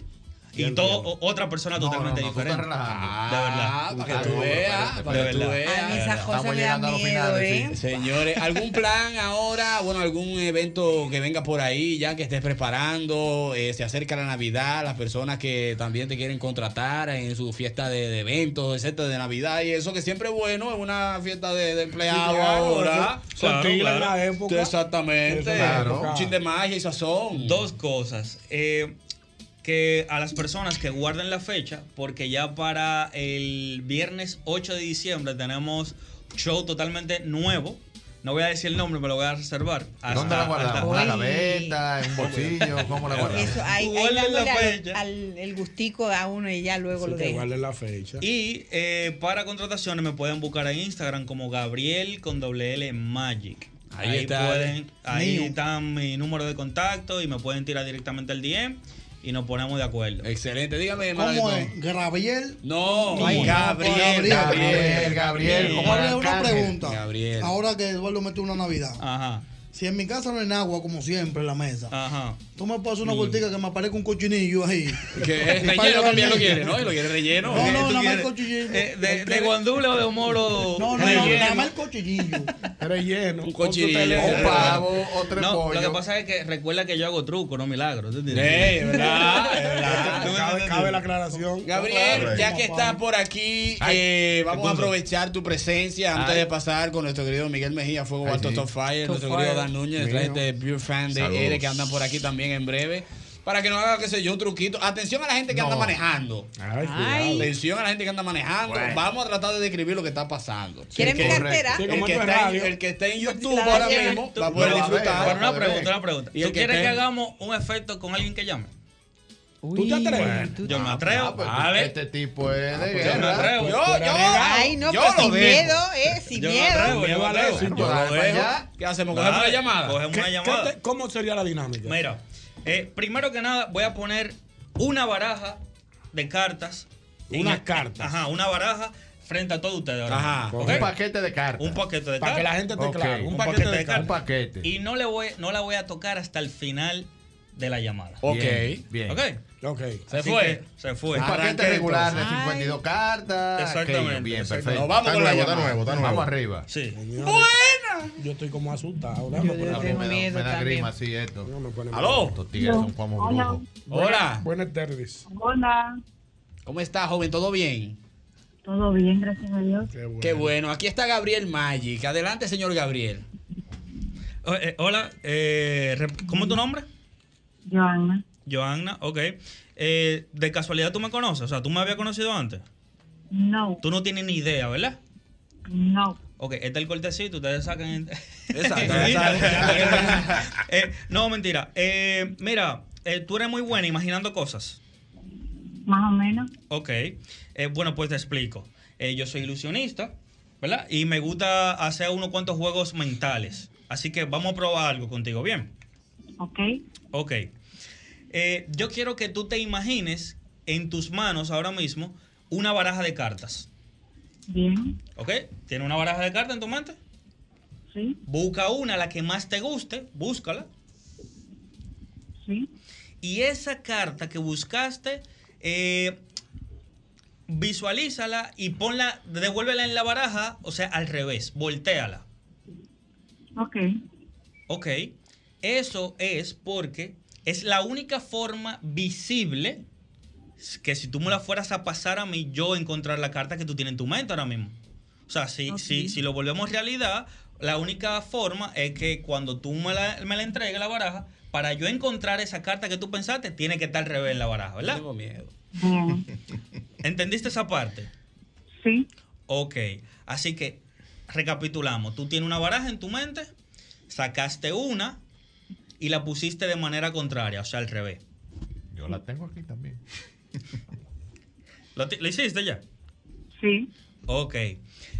[SPEAKER 13] Y
[SPEAKER 2] Bien,
[SPEAKER 13] todo, o- otra persona totalmente diferente.
[SPEAKER 2] Ah,
[SPEAKER 13] de verdad.
[SPEAKER 2] para que tú veas, para que tú veas. Señores, ¿algún plan ahora? Bueno, algún evento que venga por ahí ya que estés preparando. Eh, se acerca la Navidad, las personas que también te quieren contratar en su fiesta de, de eventos, etcétera, de Navidad y eso que siempre es bueno, es una fiesta de, de empleados
[SPEAKER 6] Sí, claro,
[SPEAKER 2] ahora.
[SPEAKER 6] eso- Claro, sentido en claro. la época. Eso
[SPEAKER 2] Exactamente.
[SPEAKER 6] en la época.
[SPEAKER 2] Un chin de magia y sazón.
[SPEAKER 13] Dos cosas. Eh, que a las personas que guarden la fecha, porque ya para el viernes 8 de diciembre tenemos show totalmente nuevo. No voy a decir el nombre, pero lo voy a reservar.
[SPEAKER 17] ¿Dónde la guardamos? ¿En la gaveta? ¿En un bolsillo? ¿Cómo la guardamos?
[SPEAKER 3] Eso, ahí, ahí
[SPEAKER 13] Guarden la
[SPEAKER 3] dándole al, al- el gustico a uno y ya luego lo deja.
[SPEAKER 6] la fecha.
[SPEAKER 13] Y eh, para contrataciones me pueden buscar en Instagram como Gabriel con doble L Magic.
[SPEAKER 2] Ahí está.
[SPEAKER 13] pueden, ahí
[SPEAKER 2] Mío.
[SPEAKER 13] están mi número de contacto y me pueden tirar directamente al DM y nos ponemos de acuerdo.
[SPEAKER 2] Excelente, dígame
[SPEAKER 13] ¿Cómo
[SPEAKER 4] ¿Cómo es? ¿Gabriel?
[SPEAKER 2] No,
[SPEAKER 13] Gabriel,
[SPEAKER 2] Gabriel, Gabriel, Gabriel,
[SPEAKER 4] Gabriel,
[SPEAKER 2] como
[SPEAKER 4] Gabriel, una
[SPEAKER 2] Arcángel.
[SPEAKER 4] pregunta.
[SPEAKER 2] Gabriel.
[SPEAKER 4] Ahora que Eduardo metió una Navidad.
[SPEAKER 13] Ajá.
[SPEAKER 4] Si en mi casa no hay agua, como siempre, en la mesa,
[SPEAKER 13] Ajá.
[SPEAKER 4] tú me pasas una vueltica que me aparezca un cochinillo ahí.
[SPEAKER 13] <laughs>
[SPEAKER 2] Que es
[SPEAKER 4] Y
[SPEAKER 2] relleno
[SPEAKER 4] para llevar
[SPEAKER 2] también lo
[SPEAKER 4] niño.
[SPEAKER 2] quiere, ¿no? Y lo quiere relleno.
[SPEAKER 4] No,
[SPEAKER 2] ¿Qué
[SPEAKER 4] no,
[SPEAKER 2] tú
[SPEAKER 4] nada más el
[SPEAKER 2] quieres?
[SPEAKER 4] cochinillo.
[SPEAKER 13] Eh, de, de guandule o de moro.
[SPEAKER 4] No, no, no, nada más el cochinillo.
[SPEAKER 6] Relleno. Un
[SPEAKER 13] cochillo.
[SPEAKER 4] Un pavo, o tres
[SPEAKER 13] no, Lo
[SPEAKER 4] pollos.
[SPEAKER 13] que pasa es que recuerda que yo hago truco, no milagro. ¿tú entiendes?
[SPEAKER 2] Ey, es
[SPEAKER 13] <laughs>
[SPEAKER 2] Eh, verdad, es verdad.
[SPEAKER 13] ¿Tú me
[SPEAKER 6] Cabe,
[SPEAKER 13] entiendes?
[SPEAKER 6] cabe la aclaración.
[SPEAKER 2] Gabriel, ya que estás por aquí, eh, vamos a aprovechar tu presencia antes
[SPEAKER 6] Ay.
[SPEAKER 2] de pasar con nuestro querido Miguel Mejía, Fuego Alto Top Fire,
[SPEAKER 6] Top
[SPEAKER 2] nuestro
[SPEAKER 6] Fire.
[SPEAKER 2] querido Dan Núñez,
[SPEAKER 6] Mío.
[SPEAKER 2] la gente de Pure Fan
[SPEAKER 6] Saludos.
[SPEAKER 2] de R que andan por aquí también en breve. Para que no haga, qué sé yo, un truquito. Atención a la gente que anda manejando.
[SPEAKER 3] Ay.
[SPEAKER 2] Atención a la gente que anda manejando.
[SPEAKER 3] Bueno.
[SPEAKER 2] Vamos a tratar de describir lo que está pasando.
[SPEAKER 3] ¿Quieren mi
[SPEAKER 2] Correcto.
[SPEAKER 3] cartera? Sí,
[SPEAKER 2] El
[SPEAKER 3] como
[SPEAKER 2] que,
[SPEAKER 3] esto es
[SPEAKER 2] está en,
[SPEAKER 3] radio.
[SPEAKER 2] el que está en YouTube
[SPEAKER 3] la
[SPEAKER 2] ahora
[SPEAKER 3] llevan.
[SPEAKER 2] mismo
[SPEAKER 13] Tú-
[SPEAKER 2] va a poder
[SPEAKER 13] Pero
[SPEAKER 2] disfrutar.
[SPEAKER 13] Pero una pregunta, una pregunta.
[SPEAKER 2] Y el
[SPEAKER 13] ¿Tú quieres
[SPEAKER 2] esté-
[SPEAKER 13] que hagamos un efecto con alguien que llame?
[SPEAKER 2] ¿Tú te atreves?
[SPEAKER 13] Bueno, yo me atrevo.
[SPEAKER 2] ah, pues,
[SPEAKER 13] vale.
[SPEAKER 2] este
[SPEAKER 17] tipo es de
[SPEAKER 13] Pues Yo me
[SPEAKER 17] guerra.
[SPEAKER 13] atrevo.
[SPEAKER 17] Yo- yo-
[SPEAKER 3] Ay, no, pero sin miedo, eh, sin
[SPEAKER 13] Yo me
[SPEAKER 3] miedo.
[SPEAKER 13] atrevo, yo me atrevo.
[SPEAKER 6] Yo lo
[SPEAKER 13] Dale,
[SPEAKER 6] dejo.
[SPEAKER 13] allá.
[SPEAKER 2] ¿Qué hacemos?
[SPEAKER 6] ¿Cogemos
[SPEAKER 13] Dale,
[SPEAKER 6] una llamada?
[SPEAKER 13] Cogemos
[SPEAKER 6] ¿Qué-
[SPEAKER 13] una
[SPEAKER 6] qué
[SPEAKER 13] llamada.
[SPEAKER 6] te- ¿Cómo sería la dinámica?
[SPEAKER 13] Mira, eh, primero que nada voy a poner una baraja de cartas.
[SPEAKER 6] Unas
[SPEAKER 13] En-
[SPEAKER 6] cartas.
[SPEAKER 13] Ajá, una baraja frente a todos ustedes. ahora
[SPEAKER 6] Ajá.
[SPEAKER 13] mismo, ¿ok?
[SPEAKER 6] Un
[SPEAKER 17] paquete de cartas.
[SPEAKER 13] Un paquete de cartas.
[SPEAKER 6] Para que la gente esté
[SPEAKER 13] Ok.
[SPEAKER 6] clara.
[SPEAKER 13] Un paquete de cartas.
[SPEAKER 17] Un paquete.
[SPEAKER 13] Y no, le voy, no la voy a tocar hasta el final de la llamada.
[SPEAKER 17] Ok. Bien, bien.
[SPEAKER 13] Ok.
[SPEAKER 6] Ok.
[SPEAKER 13] Se
[SPEAKER 17] Así
[SPEAKER 13] fue.
[SPEAKER 17] que
[SPEAKER 13] Se fue.
[SPEAKER 17] Un paquete
[SPEAKER 13] Arranque
[SPEAKER 17] regular Ah. de
[SPEAKER 13] entonces.
[SPEAKER 17] 52 cartas.
[SPEAKER 13] Exactamente,
[SPEAKER 17] aquello. Bien,
[SPEAKER 13] exactamente.
[SPEAKER 17] perfecto.
[SPEAKER 13] Nos vamos
[SPEAKER 17] Está
[SPEAKER 13] con la
[SPEAKER 17] nuevo, está
[SPEAKER 13] llamada.
[SPEAKER 17] nuevo, está nuevo.
[SPEAKER 13] Vamos
[SPEAKER 17] arriba.
[SPEAKER 13] Sí.
[SPEAKER 6] ¡Buena! Yo estoy como asustado. ahora me pone-
[SPEAKER 17] Me da- me da grima así esto.
[SPEAKER 2] ¿Aló?
[SPEAKER 17] Estos tigres son como
[SPEAKER 2] Hola.
[SPEAKER 17] brujos.
[SPEAKER 2] Hola.
[SPEAKER 6] Buenas tardes.
[SPEAKER 5] Hola,
[SPEAKER 2] ¿Cómo estás, joven? ¿Todo bien?
[SPEAKER 5] todo bien, gracias a Dios.
[SPEAKER 2] Qué bueno. Aquí está Gabriel Magic. Adelante, señor Gabriel.
[SPEAKER 13] O- eh, hola, eh, rep- ¿cómo es tu nombre?
[SPEAKER 5] Joana,
[SPEAKER 13] Joanna, ok. Eh, de casualidad tú me conoces, o sea, tú me habías conocido antes.
[SPEAKER 5] no,
[SPEAKER 13] Tú no tienes ni idea, ¿verdad?
[SPEAKER 5] no.
[SPEAKER 13] Ok, este es el cortecito, ustedes sacan.
[SPEAKER 2] Exacto,
[SPEAKER 13] <laughs> Eh, no, mentira. Eh, mira, eh, tú eres muy buena imaginando cosas.
[SPEAKER 5] Más o menos.
[SPEAKER 13] Ok. Eh, bueno, pues te explico. Eh, yo soy ilusionista, ¿verdad? Y me gusta hacer unos cuantos juegos mentales. Así que vamos a probar algo contigo, ¿bien?
[SPEAKER 5] Ok,
[SPEAKER 13] Ok. Eh, yo quiero que tú te imagines en tus manos ahora mismo una baraja de cartas.
[SPEAKER 5] bien,
[SPEAKER 13] ¿Ok? ¿Tiene una baraja de cartas en tu mente?
[SPEAKER 5] Sí.
[SPEAKER 13] Busca una, la que más te guste, búscala.
[SPEAKER 5] Sí.
[SPEAKER 13] Y esa carta que buscaste, eh, visualízala y ponla, devuélvela en la baraja, o sea, al revés, volteala.
[SPEAKER 5] ok,
[SPEAKER 13] ¿Ok? Eso es porque es la única forma visible que si tú me la fueras a pasar a mí, yo encontrar la carta que tú tienes en tu mente ahora mismo. O sea, si,
[SPEAKER 5] Ok.
[SPEAKER 13] si, si lo volvemos realidad, la única forma es que cuando tú me la, me la entregues la baraja, para yo encontrar esa carta que tú pensaste, tiene que estar al revés la baraja, ¿verdad?
[SPEAKER 2] Tengo miedo.
[SPEAKER 5] bien,
[SPEAKER 13] ¿Entendiste esa parte?
[SPEAKER 5] Sí.
[SPEAKER 13] Ok, así que recapitulamos. Tú tienes una baraja en tu mente, sacaste una y la pusiste de manera contraria, o sea, al revés.
[SPEAKER 17] Yo la tengo
[SPEAKER 13] <laughs>
[SPEAKER 17] aquí también.
[SPEAKER 13] ¿Lo, ti- lo hiciste ya?
[SPEAKER 5] Sí.
[SPEAKER 13] Ok,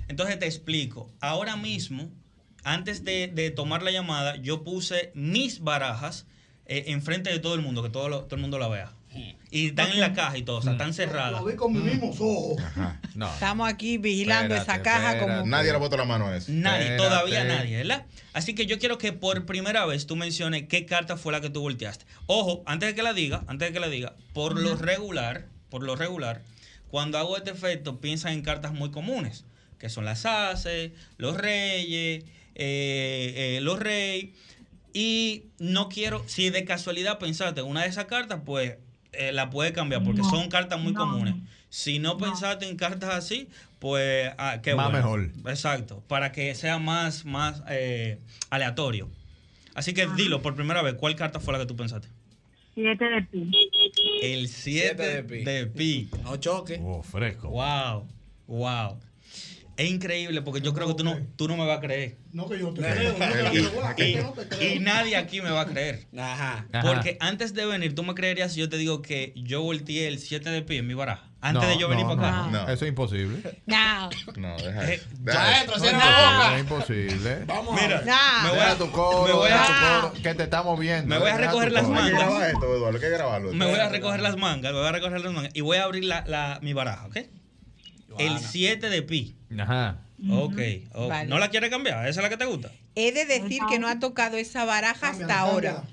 [SPEAKER 13] entonces te explico. Ahora mismo, antes de, de tomar la llamada, yo puse mis barajas eh, enfrente de todo el mundo, que todo, lo- todo el mundo la vea. Y están en la caja y todo, o sea, están cerradas.
[SPEAKER 4] Lo vi con mis mismos ojos.
[SPEAKER 17] No.
[SPEAKER 3] Estamos aquí vigilando
[SPEAKER 17] Espérate,
[SPEAKER 3] esa caja
[SPEAKER 17] espera.
[SPEAKER 3] como.
[SPEAKER 17] Nadie le ha puesto la mano a eso.
[SPEAKER 13] Nadie,
[SPEAKER 17] Espérate.
[SPEAKER 13] todavía nadie, ¿verdad? Así que yo quiero que por primera vez tú menciones qué carta fue la que tú volteaste. Ojo, antes de que la diga, antes de que la diga, por lo
[SPEAKER 10] Ajá.
[SPEAKER 13] regular, por lo regular, cuando hago este efecto piensan en cartas muy comunes, que son las ases, los reyes, eh, eh, los reyes. Y no quiero, si de casualidad pensaste en una de esas cartas, pues eh, la puedes cambiar, porque
[SPEAKER 10] No,
[SPEAKER 13] son cartas muy
[SPEAKER 10] no.
[SPEAKER 13] comunes. Si no, pensaste en cartas así, pues ah, qué
[SPEAKER 17] Más
[SPEAKER 13] bueno.
[SPEAKER 17] mejor.
[SPEAKER 13] Exacto, para que sea más, más eh, aleatorio. Así
[SPEAKER 10] Ah.
[SPEAKER 13] que dilo por primera vez, ¿cuál carta fue la que tú pensaste?
[SPEAKER 5] Siete de pi.
[SPEAKER 13] El 7 de pi.
[SPEAKER 2] No choque.
[SPEAKER 13] Oh, fresco. Wow, wow. Es increíble porque yo creo que tú no, tú no me vas a creer.
[SPEAKER 4] No que <laughs> yo te
[SPEAKER 13] creo,
[SPEAKER 4] creo,
[SPEAKER 13] no te
[SPEAKER 4] no
[SPEAKER 13] creo, guau, que yo te creo. Y nadie aquí me va a creer.
[SPEAKER 2] Ajá.
[SPEAKER 13] Porque antes de venir, tú me creerías si yo te digo que yo volteé el 7 de pi en mi baraja. Antes
[SPEAKER 17] No,
[SPEAKER 13] de yo venir
[SPEAKER 17] no,
[SPEAKER 13] para acá.
[SPEAKER 17] no, no. Eso es imposible.
[SPEAKER 3] No.
[SPEAKER 17] No, deja eso.
[SPEAKER 13] ya,
[SPEAKER 17] Deja
[SPEAKER 13] entra,
[SPEAKER 17] eso.
[SPEAKER 13] cierra
[SPEAKER 17] No,
[SPEAKER 13] la boca.
[SPEAKER 17] Es imposible.
[SPEAKER 13] Vamos a Mira, ver.
[SPEAKER 17] me
[SPEAKER 13] me
[SPEAKER 17] voy
[SPEAKER 13] voy
[SPEAKER 17] a
[SPEAKER 13] a-
[SPEAKER 17] tu coro,
[SPEAKER 13] me voy a-
[SPEAKER 17] deja tu coro, que te estamos viendo.
[SPEAKER 13] Me voy a
[SPEAKER 17] Deja tu
[SPEAKER 13] recoger las
[SPEAKER 17] coro. Hay que
[SPEAKER 13] mangas.
[SPEAKER 17] grabar esto, Eduardo, hay que grabarlo.
[SPEAKER 13] Me voy a recoger las mangas, me voy a recoger las mangas y voy a abrir la, la- mi baraja, ¿ok? El 7 de pi.
[SPEAKER 17] Ajá.
[SPEAKER 13] Ok, ok.
[SPEAKER 3] Vale.
[SPEAKER 13] ¿No la quieres cambiar? ¿Esa es la que te gusta?
[SPEAKER 3] He de decir que no ha tocado esa baraja hasta ahora.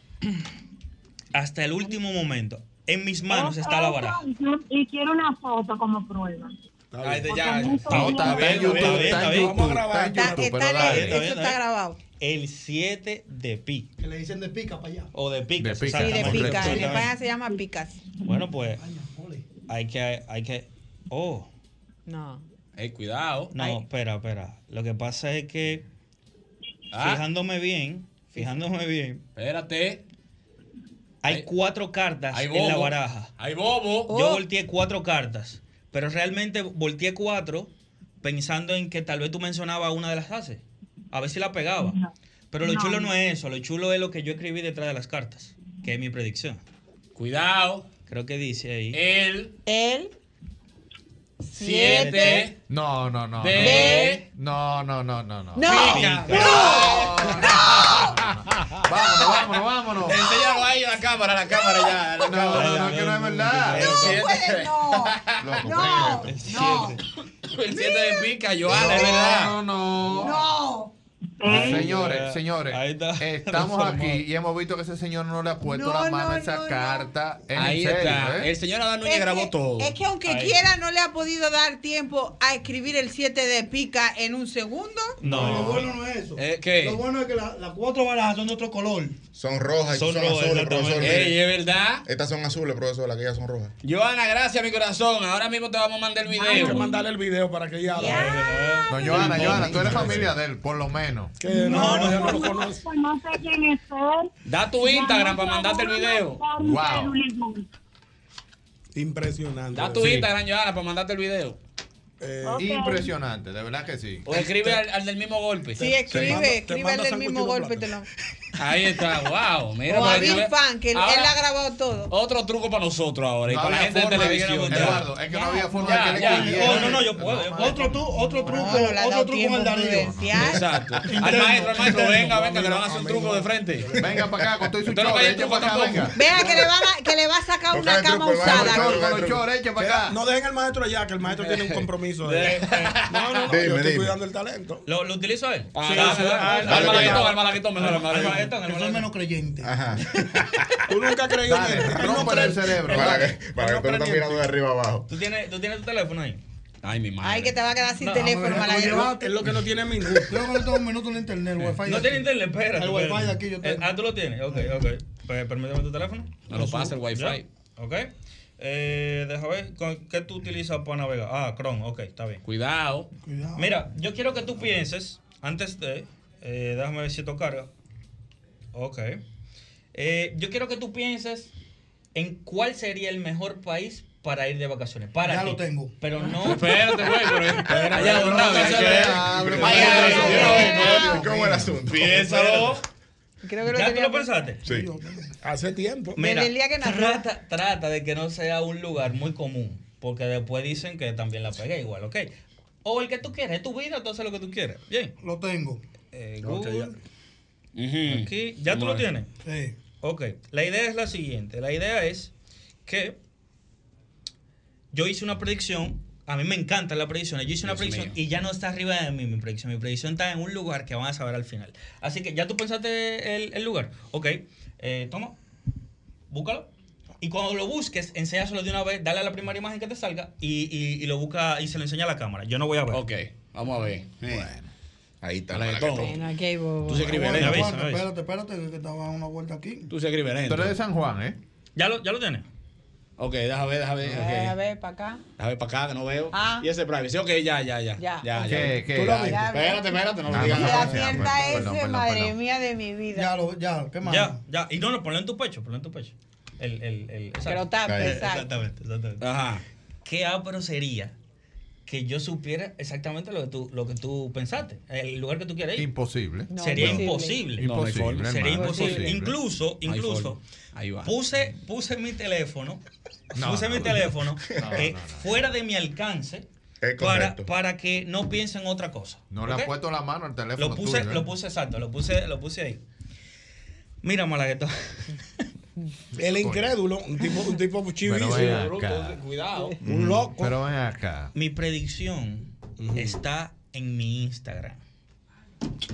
[SPEAKER 13] Hasta el último momento. En mis manos
[SPEAKER 3] Oh,
[SPEAKER 13] está la baraja.
[SPEAKER 5] Y quiero- Y quiero una foto como prueba.
[SPEAKER 13] Ay, de ya.
[SPEAKER 5] Está-
[SPEAKER 13] Está
[SPEAKER 5] está
[SPEAKER 13] bien,
[SPEAKER 5] en YouTube,
[SPEAKER 13] está bien,
[SPEAKER 5] está en
[SPEAKER 13] está bien.
[SPEAKER 5] YouTube, Vamos a grabar.
[SPEAKER 13] Está en YouTube,
[SPEAKER 5] Está-
[SPEAKER 13] pero
[SPEAKER 5] está-
[SPEAKER 13] dale.
[SPEAKER 5] eso está
[SPEAKER 13] bien.
[SPEAKER 3] grabado.
[SPEAKER 13] El 7 de pi.
[SPEAKER 4] Que le dicen de pica para allá.
[SPEAKER 13] O de picas.
[SPEAKER 3] Sí, de
[SPEAKER 13] exactamente.
[SPEAKER 3] picas. En
[SPEAKER 13] Exactamente.
[SPEAKER 3] España se llama picas.
[SPEAKER 13] Bueno, pues. Hay que. Hay que oh.
[SPEAKER 3] No.
[SPEAKER 13] Ey, cuidado. No, espera, espera. Lo que pasa es que.
[SPEAKER 2] Ah.
[SPEAKER 13] Fijándome bien. Fijándome bien. Espérate. Hay cuatro cartas
[SPEAKER 2] hay
[SPEAKER 13] en la
[SPEAKER 2] bobo.
[SPEAKER 13] baraja.
[SPEAKER 2] Hay bobo.
[SPEAKER 13] Yo
[SPEAKER 2] Oh.
[SPEAKER 13] volteé cuatro cartas. Pero realmente volteé cuatro pensando en que tal vez tú mencionabas una de las haces. A ver si la pegaba. Pero lo
[SPEAKER 2] No.
[SPEAKER 13] chulo no es eso. Lo chulo es lo que yo escribí detrás de las cartas. Que es mi predicción. Cuidado. Creo que dice ahí.
[SPEAKER 2] El.
[SPEAKER 3] El.
[SPEAKER 13] Siete.
[SPEAKER 10] No, no, no.
[SPEAKER 13] De-
[SPEAKER 10] No, no, no, no. No.
[SPEAKER 1] No.
[SPEAKER 10] Pica.
[SPEAKER 2] Vámonos, vámonos, vámonos. Enséñalo ahí a la cámara, a la cámara ya. No, no, no, que no es verdad.
[SPEAKER 10] No.
[SPEAKER 2] El 7 de pica, Joana, es verdad.
[SPEAKER 10] No, no.
[SPEAKER 1] No.
[SPEAKER 10] Señores, señores, estamos
[SPEAKER 2] Reformado.
[SPEAKER 10] aquí y hemos visto que ese señor no le ha puesto
[SPEAKER 3] No,
[SPEAKER 10] la mano
[SPEAKER 3] no,
[SPEAKER 10] a esa
[SPEAKER 3] no, no.
[SPEAKER 10] carta. En
[SPEAKER 2] Ahí
[SPEAKER 10] serio,
[SPEAKER 2] está.
[SPEAKER 10] ¿eh?
[SPEAKER 2] El señor Adán Núñez
[SPEAKER 3] Es
[SPEAKER 2] grabó
[SPEAKER 3] que-
[SPEAKER 2] todo.
[SPEAKER 3] Es que aunque
[SPEAKER 2] Ahí.
[SPEAKER 3] quiera, no le ha podido dar tiempo a escribir el 7 de pica en un segundo.
[SPEAKER 4] No. Lo bueno no es eso.
[SPEAKER 2] Eh, ¿qué?
[SPEAKER 4] Lo bueno es que la- las cuatro barajas son de otro color.
[SPEAKER 33] Son rojas y
[SPEAKER 2] Son
[SPEAKER 33] son,
[SPEAKER 2] rojas,
[SPEAKER 33] azules, profesor.
[SPEAKER 2] exactamente. Ey,
[SPEAKER 33] Mire,
[SPEAKER 2] es verdad.
[SPEAKER 33] Estas son azules, profesor, las que ya son rojas.
[SPEAKER 2] Joana, gracias, mi corazón. Ahora mismo te vamos a mandar el video.
[SPEAKER 33] Vamos a
[SPEAKER 2] mandarle el video para que ella
[SPEAKER 10] No, Joana, Joana, tú eres familia de él, por lo menos.
[SPEAKER 2] No, no, yo no lo
[SPEAKER 5] Pues no sé quién es él.
[SPEAKER 2] Da tu Instagram para mandarte el video.
[SPEAKER 5] Wow.
[SPEAKER 2] Impresionante. Da
[SPEAKER 10] ¿verdad?
[SPEAKER 2] tu
[SPEAKER 10] Sí.
[SPEAKER 2] Instagram, Joana, para mandarte el video.
[SPEAKER 10] Ok. Impresionante, de verdad que sí.
[SPEAKER 2] O escribe al, al del mismo golpe.
[SPEAKER 3] Sí, escribe, escribe el del mismo golpe. Te lo...
[SPEAKER 2] Ahí está, wow. Mira, Ah.
[SPEAKER 3] o
[SPEAKER 2] para
[SPEAKER 3] a
[SPEAKER 2] que
[SPEAKER 3] Big
[SPEAKER 2] vea-
[SPEAKER 3] Fan, que él-
[SPEAKER 2] Ahora,
[SPEAKER 3] él ha grabado todo.
[SPEAKER 2] Otro truco para nosotros ahora y
[SPEAKER 10] No
[SPEAKER 2] para la
[SPEAKER 10] había
[SPEAKER 2] gente de
[SPEAKER 10] forma de que
[SPEAKER 2] televisión.
[SPEAKER 10] no- Eduardo, es que no había forma de que le escribiera.
[SPEAKER 2] No, no, no, yo puedo.
[SPEAKER 4] Otro, tu- otro truco,
[SPEAKER 3] Ah, no le ha dado
[SPEAKER 4] otro truco al
[SPEAKER 3] tiempo
[SPEAKER 4] Darío.
[SPEAKER 2] Exacto. Al maestro, al maestro, venga, venga, que le van a hacer un truco de frente.
[SPEAKER 10] Venga para acá, con todo su
[SPEAKER 2] Usted no
[SPEAKER 10] chorro,
[SPEAKER 2] cayó en
[SPEAKER 10] eche
[SPEAKER 2] truco
[SPEAKER 10] para acá,
[SPEAKER 2] tampoco.
[SPEAKER 10] venga.
[SPEAKER 3] Vea que le, van a- que le va a sacar una cama usada.
[SPEAKER 6] No dejen al maestro allá, que el maestro tiene
[SPEAKER 2] <laughs>
[SPEAKER 6] un compromiso. ahí. No, no, no,
[SPEAKER 33] Dime,
[SPEAKER 6] yo estoy
[SPEAKER 33] dime.
[SPEAKER 6] cuidando el talento.
[SPEAKER 13] ¿Lo, lo utilizo a él?
[SPEAKER 6] Ah,
[SPEAKER 13] Sí,
[SPEAKER 6] dale,
[SPEAKER 13] sí,
[SPEAKER 6] dale,
[SPEAKER 13] al-
[SPEAKER 6] dale,
[SPEAKER 13] al malaguetón,
[SPEAKER 6] dale.
[SPEAKER 13] al malaguetón, mejor, al malaguetón, al
[SPEAKER 4] Yo soy menos creyente.
[SPEAKER 33] Ajá.
[SPEAKER 6] Tú nunca creíste en él. Él no
[SPEAKER 33] Para el cerebro. Para que, para que tú no estás mirando de arriba abajo.
[SPEAKER 13] ¿Tú tienes, ¿Tú tienes tu teléfono ahí?
[SPEAKER 2] Ay, mi
[SPEAKER 3] Ay, que te va a quedar sin
[SPEAKER 4] No,
[SPEAKER 3] teléfono,
[SPEAKER 4] hombre,
[SPEAKER 3] Malagueta.
[SPEAKER 6] Es lo que no tiene minuto.
[SPEAKER 4] Yo no tengo un minuto en el internet, el wifi.
[SPEAKER 13] No tiene internet, espérate.
[SPEAKER 4] El wifi
[SPEAKER 13] espérate.
[SPEAKER 4] de aquí yo tengo.
[SPEAKER 13] Eh, Ah, tú lo tienes. Ok, ok. Pues permíteme tu teléfono.
[SPEAKER 2] Me lo pasa el wifi.
[SPEAKER 13] Ya, Ok. Eh, deja ver, ¿con- ¿qué tú utilizas para navegar? Ah, Chrome, ok, está bien.
[SPEAKER 2] Cuidado.
[SPEAKER 13] Mira, yo quiero que tú pienses, antes de, eh, déjame ver si esto carga. Ok. Eh, yo quiero que tú pienses en cuál sería el mejor país para ir de vacaciones. Para
[SPEAKER 4] Ya
[SPEAKER 13] ti.
[SPEAKER 4] lo tengo.
[SPEAKER 13] Pero no.
[SPEAKER 2] Espérate, güey, pero espérate.
[SPEAKER 13] Allá,
[SPEAKER 2] Allá,
[SPEAKER 13] no, no,
[SPEAKER 2] Rabi, allá.
[SPEAKER 13] no,
[SPEAKER 2] Allá,
[SPEAKER 13] no,
[SPEAKER 2] Rabi.
[SPEAKER 13] no, no,
[SPEAKER 33] ¿Cómo el asunto?
[SPEAKER 13] Piénsalo.
[SPEAKER 3] Creo
[SPEAKER 13] ¿Ya tú lo pensaste?
[SPEAKER 33] Sí.
[SPEAKER 6] Hace tiempo.
[SPEAKER 13] Mira,
[SPEAKER 3] Ah, Desde el día que nació.
[SPEAKER 13] trata, trata de que no sea un lugar muy común, porque después dicen que también la pega igual, ¿ok? O el que tú quieras, es tu vida, tú haces lo que tú quieres. Bien.
[SPEAKER 4] Lo tengo.
[SPEAKER 13] Eh,
[SPEAKER 4] Ok,
[SPEAKER 13] Google.
[SPEAKER 4] ya.
[SPEAKER 2] Mm.
[SPEAKER 13] Aquí, ¿ya tú lo
[SPEAKER 4] Vamos a
[SPEAKER 13] tienes?
[SPEAKER 4] ver. Sí.
[SPEAKER 13] Ok, la idea es la siguiente. La idea es que yo hice una predicción. A mí me encantan las predicciones. Yo hice una
[SPEAKER 2] Dios
[SPEAKER 13] predicción
[SPEAKER 2] mío.
[SPEAKER 13] y ya no está arriba de mí mi predicción. Mi predicción está en un lugar que van a saber al final. Así que ya tú pensaste el, el lugar. Ok, eh, toma, búscalo. Y cuando lo busques, enséñaselo de una vez, dale a la primera imagen que te salga y, y- y lo busca y se lo enseña a la cámara. Yo no voy a ver.
[SPEAKER 2] Ok, vamos a ver.
[SPEAKER 33] Ahí está.
[SPEAKER 3] Bueno, aquí hay bobo.
[SPEAKER 13] Tú se escribes,
[SPEAKER 4] Aguanta,
[SPEAKER 13] me avisa,
[SPEAKER 4] aguanta,
[SPEAKER 13] me avisa.
[SPEAKER 4] Espérate, espérate, que estaba dando una vuelta aquí.
[SPEAKER 2] Tú se escribes
[SPEAKER 10] Tú eres de San Juan, ¿eh?
[SPEAKER 13] ¿Ya lo, ya lo tienes?
[SPEAKER 2] Ok, déjame ver, déjame ver.
[SPEAKER 3] Eh, A
[SPEAKER 2] ok.
[SPEAKER 3] ver, para acá.
[SPEAKER 2] Déjame ver para acá que no veo.
[SPEAKER 3] Ah.
[SPEAKER 2] Y ese privacy. Ok, ya, ya, ya.
[SPEAKER 3] Ya.
[SPEAKER 2] ya,
[SPEAKER 10] ¿Qué,
[SPEAKER 2] ya.
[SPEAKER 10] qué?
[SPEAKER 2] Tú lo
[SPEAKER 10] Ya,
[SPEAKER 2] viste.
[SPEAKER 10] ya.
[SPEAKER 2] Espérate, espérate, no me
[SPEAKER 10] Ah,
[SPEAKER 2] digas
[SPEAKER 10] no,
[SPEAKER 2] nada.
[SPEAKER 10] no, no,
[SPEAKER 3] Sienta
[SPEAKER 10] perdón,
[SPEAKER 3] ese,
[SPEAKER 10] perdón,
[SPEAKER 3] madre
[SPEAKER 10] perdón.
[SPEAKER 3] mía de mi vida.
[SPEAKER 4] Ya lo, ya, qué más.
[SPEAKER 13] Ya, ya. Y no, no, ponlo en tu pecho, ponlo en tu pecho. El, el, el, exacto.
[SPEAKER 3] lo tape,
[SPEAKER 13] Eh,
[SPEAKER 3] exacto.
[SPEAKER 13] Exactamente, exactamente.
[SPEAKER 2] Ajá.
[SPEAKER 13] ¿Qué apro sería que yo supiera exactamente lo que tú, lo que tú pensaste? El lugar que tú quieres ir.
[SPEAKER 10] Imposible.
[SPEAKER 13] sería
[SPEAKER 10] No.
[SPEAKER 13] imposible.
[SPEAKER 10] No, Imposible, hermano,
[SPEAKER 13] sería imposible.
[SPEAKER 10] imposible.
[SPEAKER 13] Incluso,
[SPEAKER 10] No hay
[SPEAKER 13] incluso,
[SPEAKER 10] forma. Ahí va.
[SPEAKER 13] puse, puse mi teléfono,
[SPEAKER 10] <laughs> No,
[SPEAKER 13] puse
[SPEAKER 10] no,
[SPEAKER 13] mi
[SPEAKER 10] no.
[SPEAKER 13] teléfono
[SPEAKER 10] <laughs> No,
[SPEAKER 13] eh,
[SPEAKER 10] no, no.
[SPEAKER 13] fuera de mi alcance
[SPEAKER 10] Es
[SPEAKER 13] para,
[SPEAKER 10] correcto.
[SPEAKER 13] para que no piensen otra cosa.
[SPEAKER 10] No le
[SPEAKER 13] ¿ok?
[SPEAKER 10] ha puesto la mano al teléfono.
[SPEAKER 13] Lo puse,
[SPEAKER 10] tuyo, ¿eh?
[SPEAKER 13] lo puse exacto, lo puse, lo puse ahí. Mira, Malagueto.
[SPEAKER 6] El incrédulo, un tipo, un tipo chivísimo,
[SPEAKER 10] Pero ven
[SPEAKER 6] bruto,
[SPEAKER 10] acá.
[SPEAKER 6] cuidado. Un loco.
[SPEAKER 10] Pero ven acá.
[SPEAKER 13] Mi predicción está en mi Instagram.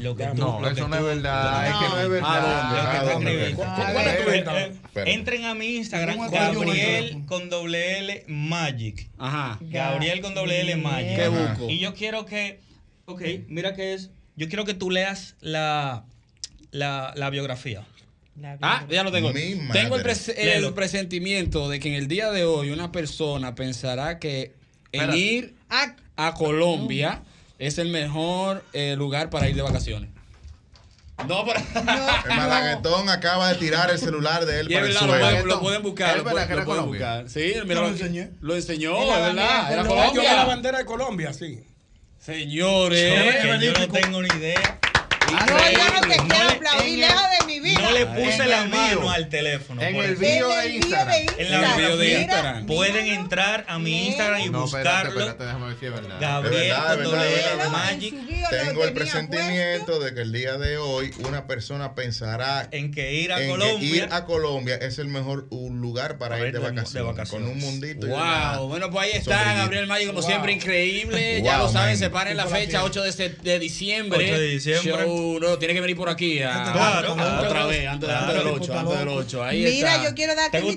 [SPEAKER 13] Lo que
[SPEAKER 10] Ya,
[SPEAKER 13] tú-
[SPEAKER 10] no,
[SPEAKER 13] lo que
[SPEAKER 10] eso no
[SPEAKER 13] tú-
[SPEAKER 10] es verdad,
[SPEAKER 13] lo que-
[SPEAKER 10] es que no es
[SPEAKER 13] ¿A
[SPEAKER 10] verdad.
[SPEAKER 13] dónde? Lo que tú
[SPEAKER 10] ¿A dónde?
[SPEAKER 13] escribiste.
[SPEAKER 10] ¿Cuál- cuál es tu
[SPEAKER 13] Eh,
[SPEAKER 10] Instagram?
[SPEAKER 13] eh, Entren a mi Instagram,
[SPEAKER 10] ¿Cuál es tu
[SPEAKER 13] Gabriel
[SPEAKER 10] Instagram?
[SPEAKER 13] con doble L Magic.
[SPEAKER 2] Ajá.
[SPEAKER 13] Gabriel con doble L Magic.
[SPEAKER 2] ¿Qué busco?
[SPEAKER 13] Y yo quiero que. Ok, mira que es. Yo quiero que tú leas la, la, la biografía.
[SPEAKER 2] Ah, ya lo tengo.
[SPEAKER 13] Mi madre.
[SPEAKER 2] Tengo el, pres- el
[SPEAKER 13] Léelo.
[SPEAKER 2] presentimiento de que en el día de hoy una persona pensará que en
[SPEAKER 13] Espérate.
[SPEAKER 2] ir a, a Colombia es el mejor eh, lugar para ir de vacaciones. No, pero. <laughs>
[SPEAKER 33] El malaguetón acaba de tirar el celular de él
[SPEAKER 2] Y es
[SPEAKER 33] para el
[SPEAKER 2] verdad,
[SPEAKER 33] suelo.
[SPEAKER 2] lo pueden- lo pueden buscar.
[SPEAKER 33] Es
[SPEAKER 2] Lo
[SPEAKER 33] verdad
[SPEAKER 2] pueden
[SPEAKER 33] que
[SPEAKER 2] lo
[SPEAKER 33] era
[SPEAKER 2] pueden
[SPEAKER 33] Colombia.
[SPEAKER 2] buscar. Sí,
[SPEAKER 33] Yo lo
[SPEAKER 2] mira, lo
[SPEAKER 33] enseñé.
[SPEAKER 2] Lo enseñó,
[SPEAKER 6] Y
[SPEAKER 2] es
[SPEAKER 6] la
[SPEAKER 2] verdad.
[SPEAKER 6] bandera
[SPEAKER 2] Era
[SPEAKER 6] colombiana. Yo vi la
[SPEAKER 2] Colombia.
[SPEAKER 6] bandera de Colombia, sí.
[SPEAKER 2] Señores.
[SPEAKER 13] Yo, yo no tengo ni idea.
[SPEAKER 2] Ah, no, yo no te
[SPEAKER 13] Increíble.
[SPEAKER 2] quiero
[SPEAKER 13] le-
[SPEAKER 2] aplaudir,
[SPEAKER 13] en
[SPEAKER 2] lejos
[SPEAKER 13] el-
[SPEAKER 2] de mi vida.
[SPEAKER 13] No le
[SPEAKER 2] En
[SPEAKER 13] puse
[SPEAKER 2] el
[SPEAKER 13] la
[SPEAKER 2] bio.
[SPEAKER 13] mano al teléfono.
[SPEAKER 2] En
[SPEAKER 13] por
[SPEAKER 2] el
[SPEAKER 13] eso.
[SPEAKER 2] bio de En el bio Instagram. de
[SPEAKER 13] En la
[SPEAKER 2] Instagram,
[SPEAKER 13] bio de
[SPEAKER 2] mira,
[SPEAKER 13] Instagram.
[SPEAKER 2] mira.
[SPEAKER 13] Pueden entrar a mi Instagram y
[SPEAKER 10] No, espérate,
[SPEAKER 13] buscarlo.
[SPEAKER 10] espérate, déjame ver si es verdad.
[SPEAKER 13] Gabriel
[SPEAKER 33] Es verdad, es
[SPEAKER 13] con
[SPEAKER 33] verdad,
[SPEAKER 13] doble
[SPEAKER 33] es
[SPEAKER 13] L,
[SPEAKER 33] verdad.
[SPEAKER 13] Magic.
[SPEAKER 33] Tengo el presentimiento de que el día de hoy una persona pensará
[SPEAKER 13] en que ir a
[SPEAKER 33] en que
[SPEAKER 13] Colombia-
[SPEAKER 33] ir a Colombia es el mejor uh, lugar para ir de vacaciones, Con un mundito. y una
[SPEAKER 2] Wow, bueno, pues ahí está
[SPEAKER 33] sombrillita.
[SPEAKER 2] Gabriel Maggi, como
[SPEAKER 33] Wow.
[SPEAKER 2] siempre, increíble. ya
[SPEAKER 33] Wow,
[SPEAKER 2] lo saben,
[SPEAKER 33] man.
[SPEAKER 2] separen la fecha, 8 de, se- de diciembre.
[SPEAKER 13] 8 de diciembre.
[SPEAKER 2] Show, no, tiene que venir por aquí. a-
[SPEAKER 13] Claro,
[SPEAKER 2] a- otra
[SPEAKER 13] claro.
[SPEAKER 2] vez, antes, de-
[SPEAKER 13] Claro.
[SPEAKER 2] antes del 8, antes del 8. Ahí
[SPEAKER 3] Mira,
[SPEAKER 2] está.
[SPEAKER 3] yo quiero darte mi,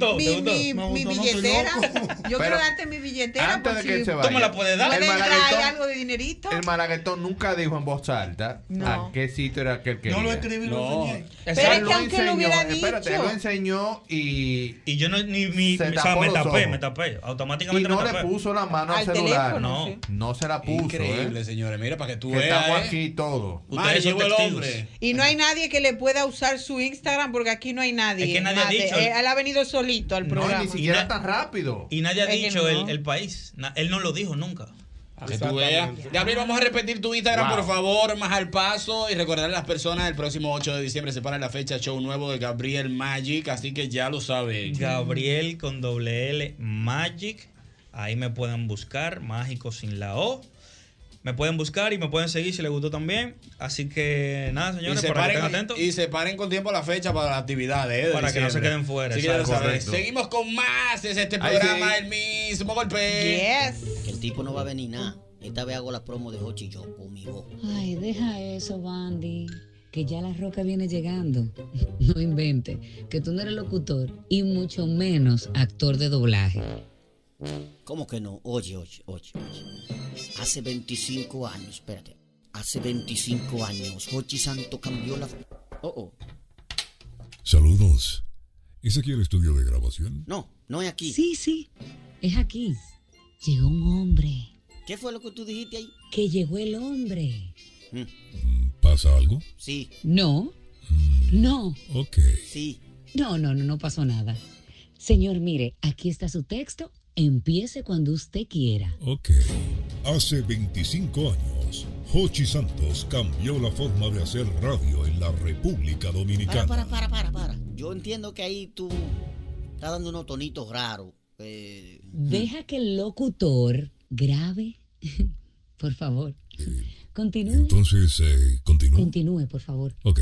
[SPEAKER 3] mi- mi- mi billetera. Yo
[SPEAKER 10] Pero
[SPEAKER 3] quiero darte mi billetera.
[SPEAKER 10] antes de
[SPEAKER 3] por
[SPEAKER 10] que
[SPEAKER 3] si
[SPEAKER 10] se vaya.
[SPEAKER 3] tú
[SPEAKER 10] El
[SPEAKER 3] Puedes traer
[SPEAKER 10] malaguetón-
[SPEAKER 3] algo de dinerito.
[SPEAKER 10] El malaguetón nunca dijo en voz alta a qué sitio era que él quería.
[SPEAKER 4] No lo escribí, lo
[SPEAKER 10] No.
[SPEAKER 4] enseñé.
[SPEAKER 3] Pero es que aunque lo
[SPEAKER 10] enseñó,
[SPEAKER 3] hubiera
[SPEAKER 10] espérate,
[SPEAKER 3] dicho.
[SPEAKER 10] lo enseñó y.
[SPEAKER 13] Y yo no ni mi.
[SPEAKER 10] Se
[SPEAKER 13] o sea,
[SPEAKER 10] tapó
[SPEAKER 13] me
[SPEAKER 10] los
[SPEAKER 13] tapé,
[SPEAKER 10] ojos.
[SPEAKER 13] me tapé.
[SPEAKER 10] Y
[SPEAKER 13] Automáticamente
[SPEAKER 10] no
[SPEAKER 13] me
[SPEAKER 10] le
[SPEAKER 13] tapé.
[SPEAKER 10] puso la mano al, celular. No se la puso.
[SPEAKER 2] Increíble,
[SPEAKER 10] ¿eh?
[SPEAKER 2] señores. Mira, para que tú
[SPEAKER 10] Que
[SPEAKER 2] veas.
[SPEAKER 10] estamos
[SPEAKER 2] eh.
[SPEAKER 10] aquí todos.
[SPEAKER 2] Ustedes Mari, son llegó el testigos. hombre.
[SPEAKER 3] Pues, Y no hay nadie que le pueda usar su Instagram porque aquí no hay nadie.
[SPEAKER 13] Es que nadie ha
[SPEAKER 3] Mate,
[SPEAKER 13] dicho.
[SPEAKER 3] eh, él ha venido solito al programa.
[SPEAKER 13] na-
[SPEAKER 10] rápido.
[SPEAKER 13] Y nadie ha
[SPEAKER 3] Es que
[SPEAKER 13] dicho
[SPEAKER 3] no.
[SPEAKER 13] el, el país. Na- él no lo dijo nunca.
[SPEAKER 2] Que tú veas. Gabriel, vamos a repetir tu Instagram,
[SPEAKER 13] Wow.
[SPEAKER 2] por favor, más al paso. Y recordarle a las personas, el próximo 8 de diciembre se para la fecha show nuevo de Gabriel Magic, así que ya lo saben.
[SPEAKER 13] Gabriel con doble L Magic. Ahí me pueden buscar, mágico sin la O. Me pueden buscar y me pueden seguir si les gustó también. Así que nada, señores,
[SPEAKER 2] y se
[SPEAKER 13] para que
[SPEAKER 2] paren,
[SPEAKER 13] estén atentos.
[SPEAKER 2] y se paren con tiempo la fecha para las actividades. eh, de
[SPEAKER 13] Para que no se
[SPEAKER 2] diciembre.
[SPEAKER 13] queden fuera,
[SPEAKER 2] Así que ya lo
[SPEAKER 13] exacto.
[SPEAKER 2] saben.
[SPEAKER 13] Correcto.
[SPEAKER 2] Seguimos con más. Es este
[SPEAKER 18] Ahí
[SPEAKER 2] programa,
[SPEAKER 18] sí.
[SPEAKER 2] el mismo golpe.
[SPEAKER 18] Que el tipo no va a venir nada. Esta vez hago la promo de Hochi yo conmigo.
[SPEAKER 9] Ay, deja eso, Bandy. Que ya la roca viene llegando. <laughs> No invente. Que tú no eres locutor y mucho menos actor de doblaje.
[SPEAKER 18] ¿Cómo que no? Oye, oye, oye, oye. Hace 25 años, espérate. Hace 25 años, Hochi Santo cambió la. Oh, oh.
[SPEAKER 27] Saludos. ¿Es aquí el estudio de grabación?
[SPEAKER 18] No, no es aquí.
[SPEAKER 9] Sí, sí. Es aquí. Llegó un hombre.
[SPEAKER 18] ¿Qué fue lo que tú dijiste ahí?
[SPEAKER 9] Que llegó el hombre.
[SPEAKER 27] ¿Pasa algo?
[SPEAKER 18] Sí.
[SPEAKER 9] No. No.
[SPEAKER 27] Ok.
[SPEAKER 18] Sí.
[SPEAKER 9] No, no, no, no pasó nada. Señor, mire, aquí está su texto. Empiece cuando usted quiera.
[SPEAKER 27] Ok. Hace 25 años, Hochi Santos cambió la forma de hacer radio en la República
[SPEAKER 18] Para,
[SPEAKER 27] Dominicana.
[SPEAKER 18] para, para, para, para. Yo entiendo que ahí tú estás dando unos tonitos raros. Eh,
[SPEAKER 9] Deja que el locutor grabe. <laughs> Por favor. Continúe.
[SPEAKER 27] Entonces, eh, continúa.
[SPEAKER 9] Continúe, por favor.
[SPEAKER 27] Ok.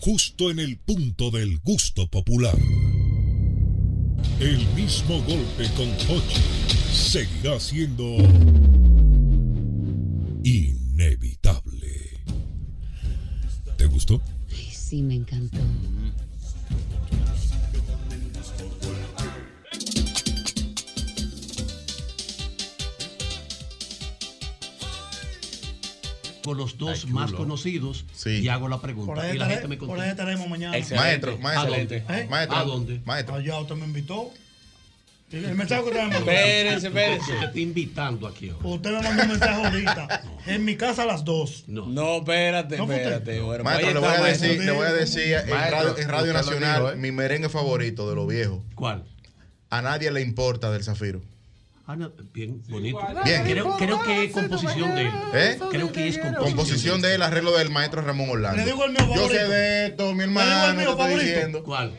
[SPEAKER 27] justo en el punto del gusto popular. El mismo golpe con Hochi seguirá siendo inevitable. ¿Te gustó?
[SPEAKER 9] Ay, sí, me encantó.
[SPEAKER 12] con los dos
[SPEAKER 33] Ay,
[SPEAKER 12] más
[SPEAKER 33] chulo.
[SPEAKER 12] conocidos y hago la
[SPEAKER 4] Por
[SPEAKER 12] pregunta.
[SPEAKER 4] ahí
[SPEAKER 12] Y la
[SPEAKER 4] estaré-
[SPEAKER 12] gente me
[SPEAKER 4] Eh, por
[SPEAKER 12] contesta.
[SPEAKER 4] ahí estaremos mañana.
[SPEAKER 12] Excelente.
[SPEAKER 33] Maestro, maestro,
[SPEAKER 12] ¿A dónde?
[SPEAKER 4] ¿Eh?
[SPEAKER 12] ¿A dónde?
[SPEAKER 33] Maestro.
[SPEAKER 4] Allá usted me invitó. El mensaje que usted me mandó.
[SPEAKER 12] Espérense, espérense. Te estoy invitando aquí ahora.
[SPEAKER 4] Usted me mandó un mensaje ahorita. En mi casa a las 2.
[SPEAKER 12] No.
[SPEAKER 2] No, espérate,
[SPEAKER 4] ¿Cómo usted?
[SPEAKER 2] espérate. Bueno,
[SPEAKER 33] Maestro,
[SPEAKER 2] ahí
[SPEAKER 33] le voy
[SPEAKER 2] está,
[SPEAKER 33] a
[SPEAKER 2] maestro.
[SPEAKER 33] decir, le voy a decir en
[SPEAKER 2] Maestro,
[SPEAKER 33] Radio, en Radio
[SPEAKER 2] usted lo
[SPEAKER 33] Nacional
[SPEAKER 2] dijo, ¿eh?
[SPEAKER 33] mi merengue favorito de los viejos.
[SPEAKER 12] ¿Cuál?
[SPEAKER 33] A nadie le importa del Zafiro.
[SPEAKER 12] Ana, Ah, bien, bonito.
[SPEAKER 33] Bien.
[SPEAKER 12] Creo, creo que es composición de él.
[SPEAKER 33] ¿Eh?
[SPEAKER 12] Creo que es composición.
[SPEAKER 33] Composición del arreglo del maestro Ramón Orlando.
[SPEAKER 12] Le digo el mío
[SPEAKER 33] Yo sé
[SPEAKER 12] favorito.
[SPEAKER 33] de esto, mi hermano.
[SPEAKER 4] Le digo el
[SPEAKER 33] te
[SPEAKER 4] mío
[SPEAKER 33] estoy
[SPEAKER 4] favorito.
[SPEAKER 33] diciendo.
[SPEAKER 12] ¿Cuál?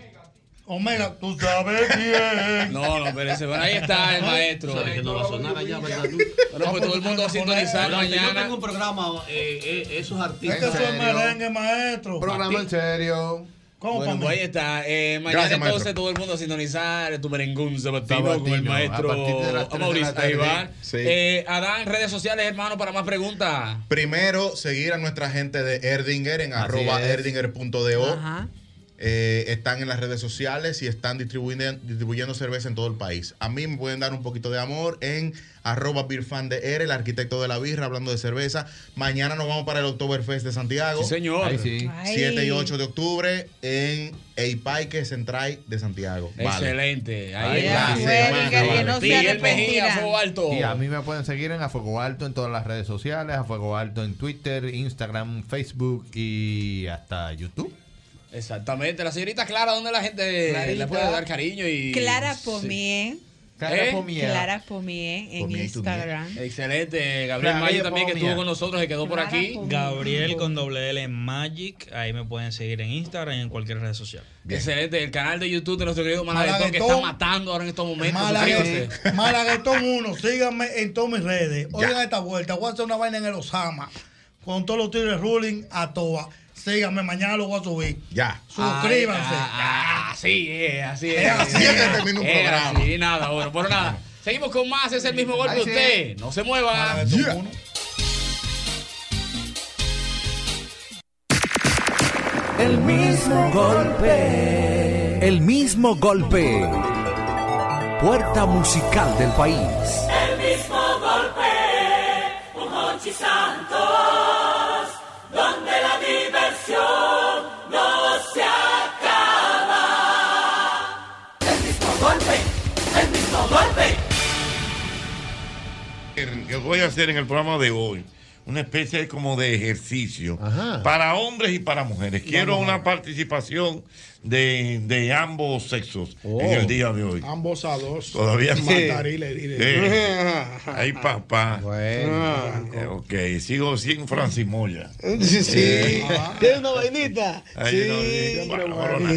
[SPEAKER 4] Omega, tú sabes quién.
[SPEAKER 2] No, no, espérense. Bueno, ahí está el maestro.
[SPEAKER 12] Sabes que no va a sonar allá, ¿verdad? tú?
[SPEAKER 2] Bueno, pues todo el mundo va a sintonizar
[SPEAKER 12] Adelante, Yo
[SPEAKER 2] mañana.
[SPEAKER 12] tengo un programa, eh, eh, esos artistas.
[SPEAKER 4] Este es merengue, maestro.
[SPEAKER 2] Programa en
[SPEAKER 12] serio.
[SPEAKER 4] ¿Cómo,
[SPEAKER 2] Bueno,
[SPEAKER 4] Pamela?
[SPEAKER 2] pues ahí está. Eh, mañana
[SPEAKER 12] Gracias,
[SPEAKER 2] entonces
[SPEAKER 12] maestro.
[SPEAKER 2] todo el mundo a sintonizar tu merengón Sabatino, con el
[SPEAKER 12] Sabatino,
[SPEAKER 2] maestro
[SPEAKER 12] a partir de las tres de la
[SPEAKER 2] Mauricio
[SPEAKER 12] tarde.
[SPEAKER 2] Aibar.
[SPEAKER 33] Sí.
[SPEAKER 2] Eh, Adán, redes sociales, hermano, para más preguntas.
[SPEAKER 33] Primero, seguir a nuestra gente de Erdinger en arroba
[SPEAKER 2] es.
[SPEAKER 33] erdinger.do. Eh, están en las redes sociales y están distribuyendo, distribuyendo cerveza en todo el país. A mí me pueden dar un poquito de amor en arroba birfan de R, el arquitecto de la birra, hablando de cerveza. Mañana nos vamos para el Oktoberfest de Santiago.
[SPEAKER 2] Sí, señor. Ay, sí.
[SPEAKER 33] 7 y
[SPEAKER 2] Ay.
[SPEAKER 33] 8 de octubre en Eipaque Central de Santiago. Vale.
[SPEAKER 2] Excelente.
[SPEAKER 33] Ahí
[SPEAKER 2] Ahí
[SPEAKER 33] está.
[SPEAKER 2] está.
[SPEAKER 33] Erdinger,
[SPEAKER 2] Semana,
[SPEAKER 33] que
[SPEAKER 2] vale.
[SPEAKER 33] no se
[SPEAKER 2] Miguel Mejía,
[SPEAKER 33] arrepentirá.
[SPEAKER 2] Fuego Alto.
[SPEAKER 10] Y a mí me pueden seguir en A Fuego Alto en todas las redes sociales, A Fuego Alto en Twitter, Instagram, Facebook y hasta YouTube.
[SPEAKER 2] Exactamente. La señorita Clara, ¿dónde la gente
[SPEAKER 10] Clarita.
[SPEAKER 2] le puede dar cariño? y
[SPEAKER 3] Clara
[SPEAKER 2] Sí.
[SPEAKER 3] Pomier.
[SPEAKER 2] Clara
[SPEAKER 3] ¿Eh?
[SPEAKER 2] Pomier.
[SPEAKER 3] Clara Pomier en Instagram.
[SPEAKER 2] Excelente. Gabriel
[SPEAKER 3] Clara
[SPEAKER 2] Mayo también que
[SPEAKER 3] Pomia.
[SPEAKER 2] estuvo con nosotros, que quedó por aquí.
[SPEAKER 13] Gabriel con doble L en Magic. Ahí me pueden seguir en Instagram y en cualquier red social.
[SPEAKER 2] Excelente. El canal de YouTube de nuestro querido Malaguetón que
[SPEAKER 13] Malaguetón.
[SPEAKER 2] está matando ahora en estos momentos. Suscríbase.
[SPEAKER 4] Malaguetón, Malaguetón 1, síganme en todas mis redes. Oigan esta vuelta, voy a hacer una vaina en el Osama. Con todos los tigres ruling a toa. Síganme, mañana lo voy a subir.
[SPEAKER 33] Ya.
[SPEAKER 4] Suscríbanse.
[SPEAKER 2] Ay, ah, ah, así es, así es.
[SPEAKER 4] Es así es que termina un
[SPEAKER 2] Es
[SPEAKER 4] programa.
[SPEAKER 2] Eh, así, nada, bueno, por nada. Seguimos con más, es el mismo golpe
[SPEAKER 12] Ahí sí.
[SPEAKER 2] usted. No se mueva.
[SPEAKER 24] El mismo golpe. El mismo golpe. Puerta musical del país.
[SPEAKER 1] El mismo golpe, un Hochi Santos, donde la diversión no se acaba. El mismo golpe, el mismo golpe.
[SPEAKER 11] Yo voy a hacer en el programa de hoy una especie de como de ejercicio para hombres y para mujeres. Quiero
[SPEAKER 6] Vamos a
[SPEAKER 11] una participación de, de ambos sexos
[SPEAKER 6] Oh.
[SPEAKER 11] en el día de hoy.
[SPEAKER 6] Ambos a dos.
[SPEAKER 11] Todavía
[SPEAKER 6] sí.
[SPEAKER 11] sí.
[SPEAKER 6] Matarile,
[SPEAKER 23] <laughs>
[SPEAKER 6] dile.
[SPEAKER 11] Eh, ay, papá.
[SPEAKER 23] Ah.
[SPEAKER 11] Eh, ok, sigo sin Francis Moya.
[SPEAKER 23] Sí, sí.
[SPEAKER 11] Eh,
[SPEAKER 23] <laughs> Tiene una vainita.
[SPEAKER 11] Ahí
[SPEAKER 23] Sí.
[SPEAKER 11] no, siempre
[SPEAKER 23] Bueno,
[SPEAKER 11] bueno.
[SPEAKER 23] bueno.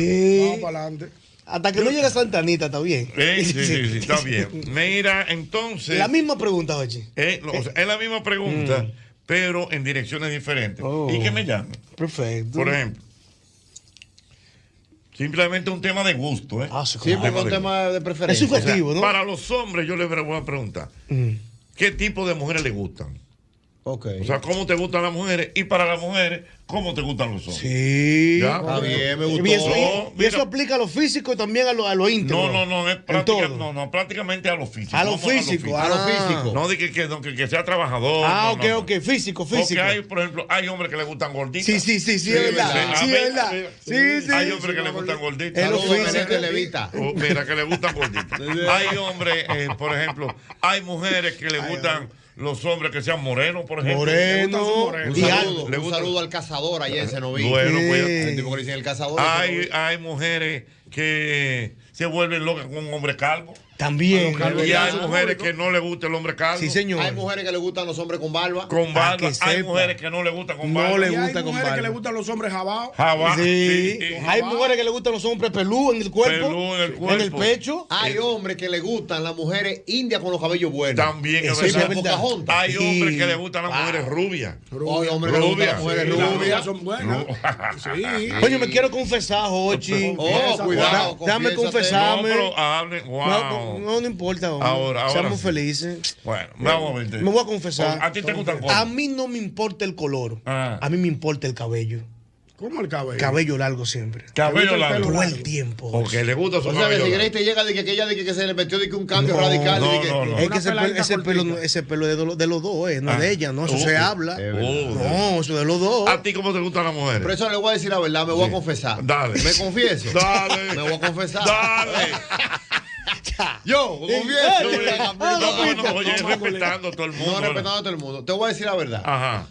[SPEAKER 23] Sí. Hasta que no llegue Santanita, está bien.
[SPEAKER 11] eh, sí, sí, sí, está bien. Mira, entonces.
[SPEAKER 23] La Mm. misma pregunta, Ochi.
[SPEAKER 11] Eh, lo- o sea, es la misma pregunta, pero en direcciones diferentes.
[SPEAKER 23] Oh.
[SPEAKER 11] ¿Y que me llamen?
[SPEAKER 23] Perfecto.
[SPEAKER 11] Por ejemplo. Simplemente un tema de gusto, ¿eh?
[SPEAKER 23] Ah, Sí, porque es un tema de preferencia. Es subjetivo, ¿no?
[SPEAKER 11] Para los hombres, yo les voy a preguntar. ¿Qué tipo de mujeres les gustan? O sea, ¿cómo te gustan las mujeres? Y para las mujeres, ¿cómo te gustan los hombres?
[SPEAKER 23] Sí.
[SPEAKER 11] Ya. Eh,
[SPEAKER 23] Y eso, y-
[SPEAKER 11] No,
[SPEAKER 23] y eso aplica a lo físico y también a lo, a lo íntimo.
[SPEAKER 11] No, no, no, es práctica- no, no, prácticamente a lo físico.
[SPEAKER 23] A lo
[SPEAKER 11] Vamos
[SPEAKER 23] físico, a lo físico.
[SPEAKER 11] No de que, que- no, que- que sea trabajador.
[SPEAKER 23] Ah,
[SPEAKER 11] no, no,
[SPEAKER 23] ok, ok, físico,
[SPEAKER 11] Porque
[SPEAKER 23] físico.
[SPEAKER 11] hay, por ejemplo, hay hombres que le gustan gorditas.
[SPEAKER 23] Sí, sí, sí, sí, es verdad. Sí,
[SPEAKER 11] A
[SPEAKER 23] es
[SPEAKER 11] ver,
[SPEAKER 23] verdad.
[SPEAKER 11] a ver,
[SPEAKER 23] Sí, sí,
[SPEAKER 11] Hay
[SPEAKER 23] sí,
[SPEAKER 11] hombres que le gustan gorditas.
[SPEAKER 23] Es lo
[SPEAKER 11] Saludos,
[SPEAKER 23] físico.
[SPEAKER 11] Benete Oh, mira, que le gustan gorditas. Hay hombres, eh, por ejemplo, hay mujeres que le gustan los hombres que sean morenos, por ejemplo. Le
[SPEAKER 17] Moreno. Un
[SPEAKER 11] gustan sus
[SPEAKER 17] saludo,
[SPEAKER 11] morenos. Le
[SPEAKER 17] un
[SPEAKER 11] gustan-
[SPEAKER 17] saludo al cazador allá en Cenoví.
[SPEAKER 11] Bueno, pues,
[SPEAKER 17] El tipo que le dicen el cazador.
[SPEAKER 11] hay, hay mujeres que se vuelven locas con un hombre calvo.
[SPEAKER 23] También.
[SPEAKER 11] Y hay mujeres que no le gusta el hombre calvo.
[SPEAKER 17] Hay mujeres que le gustan los hombres con barba.
[SPEAKER 11] Con barba.
[SPEAKER 17] Para que
[SPEAKER 11] Hay
[SPEAKER 17] sepa.
[SPEAKER 11] mujeres que no le gustan con
[SPEAKER 17] No
[SPEAKER 11] barba.
[SPEAKER 17] le
[SPEAKER 11] Y hay
[SPEAKER 23] gusta con
[SPEAKER 11] mujeres que
[SPEAKER 23] barba.
[SPEAKER 11] le
[SPEAKER 6] gustan los hombres jabao.
[SPEAKER 11] Jabá.
[SPEAKER 23] Sí.
[SPEAKER 11] Sí, sí.
[SPEAKER 23] Hay mujeres que le gustan los hombres pelú en el cuerpo.
[SPEAKER 11] Pelú en el
[SPEAKER 23] En el
[SPEAKER 11] cuerpo.
[SPEAKER 23] pecho.
[SPEAKER 17] Hay hombres que le gustan las mujeres indias con los cabellos buenos.
[SPEAKER 11] También es
[SPEAKER 17] Eso es
[SPEAKER 11] verdad.
[SPEAKER 17] verdad. Pocahontas.
[SPEAKER 11] Hay hombres que le gustan las mujeres rubias.
[SPEAKER 17] Hay hombres que le gustan las mujeres
[SPEAKER 11] Sí, las
[SPEAKER 17] rubias.
[SPEAKER 6] Son buenas.
[SPEAKER 11] <laughs>
[SPEAKER 6] Sí.
[SPEAKER 23] Coño, me quiero confesar, Jochi.
[SPEAKER 11] Oh, cuidado, confiésate.
[SPEAKER 23] Déjame confesarme.
[SPEAKER 11] No, pero hable, wow.
[SPEAKER 23] no, no, no importa. hombre.
[SPEAKER 11] Ahora, ahora
[SPEAKER 23] Seamos
[SPEAKER 11] sí.
[SPEAKER 23] felices.
[SPEAKER 11] Bueno,
[SPEAKER 34] Eh,
[SPEAKER 11] vamos a ver.
[SPEAKER 23] Me voy a confesar.
[SPEAKER 11] Oh, ¿A ti te gustan
[SPEAKER 23] A
[SPEAKER 11] cosas?
[SPEAKER 23] mí no me importa el color.
[SPEAKER 11] Ah.
[SPEAKER 23] A mí me importa el cabello.
[SPEAKER 6] ¿Cómo el cabello?
[SPEAKER 34] Cabello largo siempre.
[SPEAKER 6] Cabello largo.
[SPEAKER 34] Todo el tiempo.
[SPEAKER 11] Porque le gusta
[SPEAKER 17] O sea, que si Grace te llega de que aquella de que se le metió de que un cambio
[SPEAKER 34] No,
[SPEAKER 17] radical. de
[SPEAKER 34] no,
[SPEAKER 17] que,
[SPEAKER 34] no, no. Es que ese, pe- ese pelo, ese pelo es de, lo- de los dos, eh, no
[SPEAKER 17] Ah.
[SPEAKER 34] de ella,
[SPEAKER 11] Uh,
[SPEAKER 34] no, eso
[SPEAKER 17] Oh,
[SPEAKER 34] se habla.
[SPEAKER 17] es verdad.
[SPEAKER 34] no, eso de los dos.
[SPEAKER 11] ¿A ti cómo te gustan las mujeres?
[SPEAKER 17] Pero eso le voy a decir la verdad, me voy a confesar. Dale. Me confieso.
[SPEAKER 11] Dale.
[SPEAKER 17] Me voy a confesar.
[SPEAKER 11] Dale.
[SPEAKER 17] Yo, me confieso.
[SPEAKER 11] Yo, eh, no, no, no, oye, respetando a todo el mundo.
[SPEAKER 17] No, respetando a todo el mundo. Te voy a decir la verdad.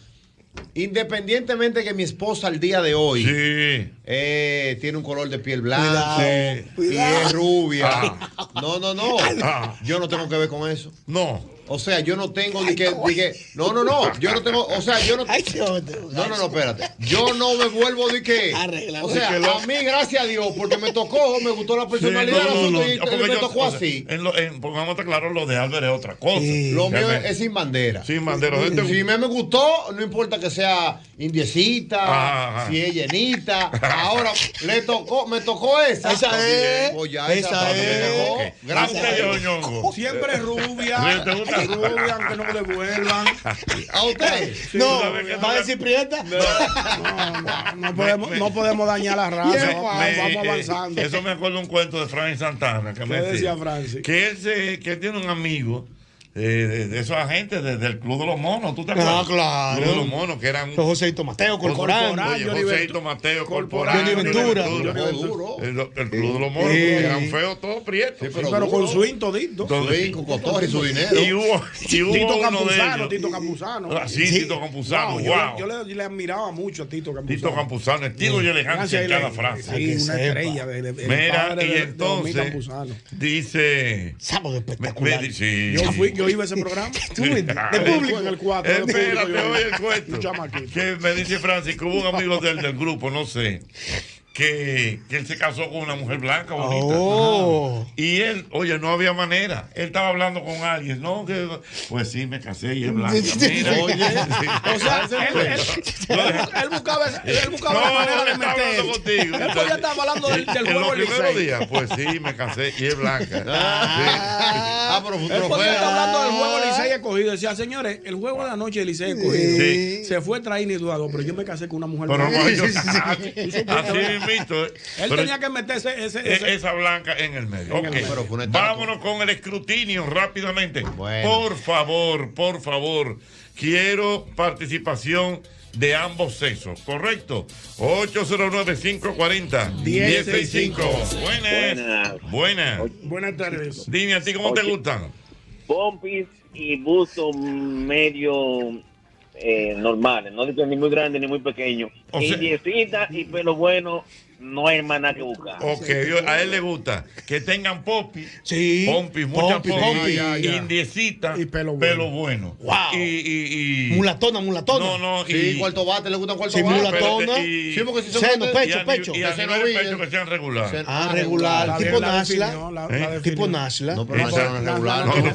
[SPEAKER 17] Independientemente que mi esposa al día de hoy eh, tiene un color de piel blanca
[SPEAKER 11] Cuidado,
[SPEAKER 17] y
[SPEAKER 11] cuidado.
[SPEAKER 17] es rubia.
[SPEAKER 11] Ah.
[SPEAKER 17] No, no, no. Yo no tengo que ver con eso.
[SPEAKER 11] No.
[SPEAKER 17] O sea, yo no tengo ni que, ni que- No, no, no. Yo no tengo. O sea, yo no. No, no, no, espérate. Yo no me vuelvo de que. O sea,
[SPEAKER 11] De que lo-
[SPEAKER 17] a mí, gracias a Dios, porque me tocó, me gustó la personalidad
[SPEAKER 11] Sí, no, no,
[SPEAKER 17] del
[SPEAKER 11] no.
[SPEAKER 17] asunto y
[SPEAKER 11] Porque
[SPEAKER 17] me
[SPEAKER 11] yo-
[SPEAKER 17] tocó
[SPEAKER 11] o sea,
[SPEAKER 17] así.
[SPEAKER 11] en lo- en- pongamos a claro, lo de Álvaro es otra cosa.
[SPEAKER 17] Lo
[SPEAKER 11] Ya
[SPEAKER 17] mío
[SPEAKER 11] me-
[SPEAKER 17] es, es sin bandera.
[SPEAKER 11] Sin bandera. Este-
[SPEAKER 17] Si me, me gustó, no importa que sea indiecita,
[SPEAKER 11] Ajá, ajá.
[SPEAKER 17] si es llenita. Ahora le tocó, me tocó esa.
[SPEAKER 6] Esa es.
[SPEAKER 17] Pues ya esa,
[SPEAKER 6] Esa
[SPEAKER 17] también
[SPEAKER 6] es.
[SPEAKER 17] me tocó.
[SPEAKER 6] Ok.
[SPEAKER 17] Gracias.
[SPEAKER 6] A usted,
[SPEAKER 17] Dios.
[SPEAKER 11] Ñongo.
[SPEAKER 6] Siempre es
[SPEAKER 11] Sí,
[SPEAKER 6] rubia.
[SPEAKER 11] ¿te gusta?
[SPEAKER 6] rubia, aunque no me devuelvan.
[SPEAKER 17] ¿A usted?
[SPEAKER 6] no,
[SPEAKER 23] ¿Va a decir prieta?
[SPEAKER 6] no podemos, no podemos dañar la raza.
[SPEAKER 11] Me-
[SPEAKER 6] vamos,
[SPEAKER 11] me-
[SPEAKER 6] vamos
[SPEAKER 11] eh,
[SPEAKER 6] avanzando.
[SPEAKER 11] eso me acuerdo un cuento de Frank Santana que me
[SPEAKER 6] ¿Qué decía
[SPEAKER 11] decía
[SPEAKER 6] Francis?
[SPEAKER 11] que él, se- que él tiene un amigo eh, de, de esos agentes de- del Club de los Monos, ¿tú te
[SPEAKER 23] Ah,
[SPEAKER 11] acuerdas?
[SPEAKER 23] claro.
[SPEAKER 11] Club de los Monos, que eran...
[SPEAKER 23] Los Joseito Mateo, Corporán.
[SPEAKER 11] Oye,
[SPEAKER 23] Johnny
[SPEAKER 11] Joseito Mateo, Corporán.
[SPEAKER 23] Johnny Ventura.
[SPEAKER 11] El, el Club de los Monos,
[SPEAKER 23] Sí.
[SPEAKER 11] eran feos todos prietos.
[SPEAKER 6] Sí, pero con su intodito.
[SPEAKER 11] Entonces-
[SPEAKER 17] con cotorra y su dinero.
[SPEAKER 11] Y hubo, y hubo
[SPEAKER 6] Tito
[SPEAKER 11] uno de
[SPEAKER 6] Campuzano,
[SPEAKER 11] ellos.
[SPEAKER 6] Tito Campuzano.
[SPEAKER 11] Ah, sí, Tito Campuzano,
[SPEAKER 6] Wow,
[SPEAKER 11] wow.
[SPEAKER 6] Yo, le, yo le- le admiraba mucho a Tito Campuzano.
[SPEAKER 11] Tito Campuzano, estilo y elegancia en
[SPEAKER 6] Gracias,
[SPEAKER 11] cada
[SPEAKER 6] le-
[SPEAKER 11] frase.
[SPEAKER 6] Sí, una estrella. del- el
[SPEAKER 11] Mira,
[SPEAKER 6] padre
[SPEAKER 11] y
[SPEAKER 6] de- de Tommy
[SPEAKER 11] entonces
[SPEAKER 6] Campuzano.
[SPEAKER 11] dice. Sábado espectacular.
[SPEAKER 6] Yo, fui, yo iba a ese
[SPEAKER 11] <laughs>
[SPEAKER 6] programa.
[SPEAKER 11] de público.
[SPEAKER 6] En el 4.
[SPEAKER 11] Espérate, oye el cuento. Que me dice Francis que hubo un amigo del, del grupo, no sé, que, que él se casó con una mujer blanca bonita.
[SPEAKER 23] Oh.
[SPEAKER 11] Y él, oye, no había manera. Él estaba hablando con alguien, ¿no? Que, pues sí, me casé y es
[SPEAKER 6] <laughs>
[SPEAKER 11] blanca. Mira.
[SPEAKER 6] Oye. O sea,
[SPEAKER 11] Sí.
[SPEAKER 6] él- él- Él buscaba, él buscaba la
[SPEAKER 11] No,
[SPEAKER 6] manera
[SPEAKER 11] él
[SPEAKER 6] de
[SPEAKER 11] estaba
[SPEAKER 6] meter.
[SPEAKER 11] hablando contigo.
[SPEAKER 6] Él podía estar hablando del, del
[SPEAKER 11] En
[SPEAKER 6] juego
[SPEAKER 11] los
[SPEAKER 6] del
[SPEAKER 11] primeros
[SPEAKER 6] Licey.
[SPEAKER 11] días, pues sí, me casé y es blanca.
[SPEAKER 17] Ah, pero
[SPEAKER 6] Él podía estar hablando del juego del Licey escogido. Decía, señores, el juego de la noche del Licey escogido.
[SPEAKER 11] Sí.
[SPEAKER 6] Se fue traído y Eduardo, pero yo me casé con una mujer.
[SPEAKER 11] Pero
[SPEAKER 6] blanca".
[SPEAKER 11] bueno,
[SPEAKER 6] Sí, sí, sí. Tú supiste,
[SPEAKER 11] así
[SPEAKER 6] ¿verdad?
[SPEAKER 11] mismito. eh.
[SPEAKER 6] Él
[SPEAKER 11] Pero
[SPEAKER 6] tenía que meterse ese.
[SPEAKER 11] e-
[SPEAKER 6] ese-
[SPEAKER 11] esa blanca en el medio.
[SPEAKER 6] En el
[SPEAKER 11] Ok.
[SPEAKER 6] medio. Pero fue una estatua.
[SPEAKER 11] Vámonos con el escrutinio rápidamente. Por favor, por favor, quiero participación de ambos sexos, ¿correcto? 809-540-1065. Buenas. Buenas.
[SPEAKER 6] Buenas tardes.
[SPEAKER 11] Dime, ¿a ti cómo te
[SPEAKER 19] Oye.
[SPEAKER 11] gustan?
[SPEAKER 19] Pompis y busto medio eh, normales, no ni muy grande ni muy pequeño.
[SPEAKER 11] O
[SPEAKER 19] y
[SPEAKER 11] sea-
[SPEAKER 19] diecita y pelo bueno, no hay más nada que buscar.
[SPEAKER 11] Ok, yo- a él le gusta que tengan popi,
[SPEAKER 23] sí,
[SPEAKER 11] pompi, mucha
[SPEAKER 23] pompi,
[SPEAKER 11] pompi,
[SPEAKER 23] pompi.
[SPEAKER 17] Ah,
[SPEAKER 23] Ya, ya, ya.
[SPEAKER 11] indiecita y pelo bueno.
[SPEAKER 23] Wow.
[SPEAKER 11] Y, y- y-
[SPEAKER 23] Mulatona, mulatona.
[SPEAKER 11] No, no,
[SPEAKER 23] Sí,
[SPEAKER 11] y- eh,
[SPEAKER 23] cuarto
[SPEAKER 17] bate, le gusta cuarto
[SPEAKER 23] Sí,
[SPEAKER 17] bate.
[SPEAKER 23] mulatona.
[SPEAKER 11] Y-
[SPEAKER 17] Sí, porque si son
[SPEAKER 23] Seno,
[SPEAKER 17] bate-
[SPEAKER 23] pecho,
[SPEAKER 17] y a-
[SPEAKER 23] pecho.
[SPEAKER 11] y
[SPEAKER 17] y
[SPEAKER 11] a
[SPEAKER 17] a seno
[SPEAKER 11] nivel de
[SPEAKER 17] brilla.
[SPEAKER 11] pecho que sean regulares.
[SPEAKER 23] Ah, regular. Tipo Nashla.
[SPEAKER 11] ¿Eh?
[SPEAKER 23] Tipo Nashla. Ah,
[SPEAKER 11] No, pero
[SPEAKER 23] Nashla.
[SPEAKER 11] no regular. No, no, no,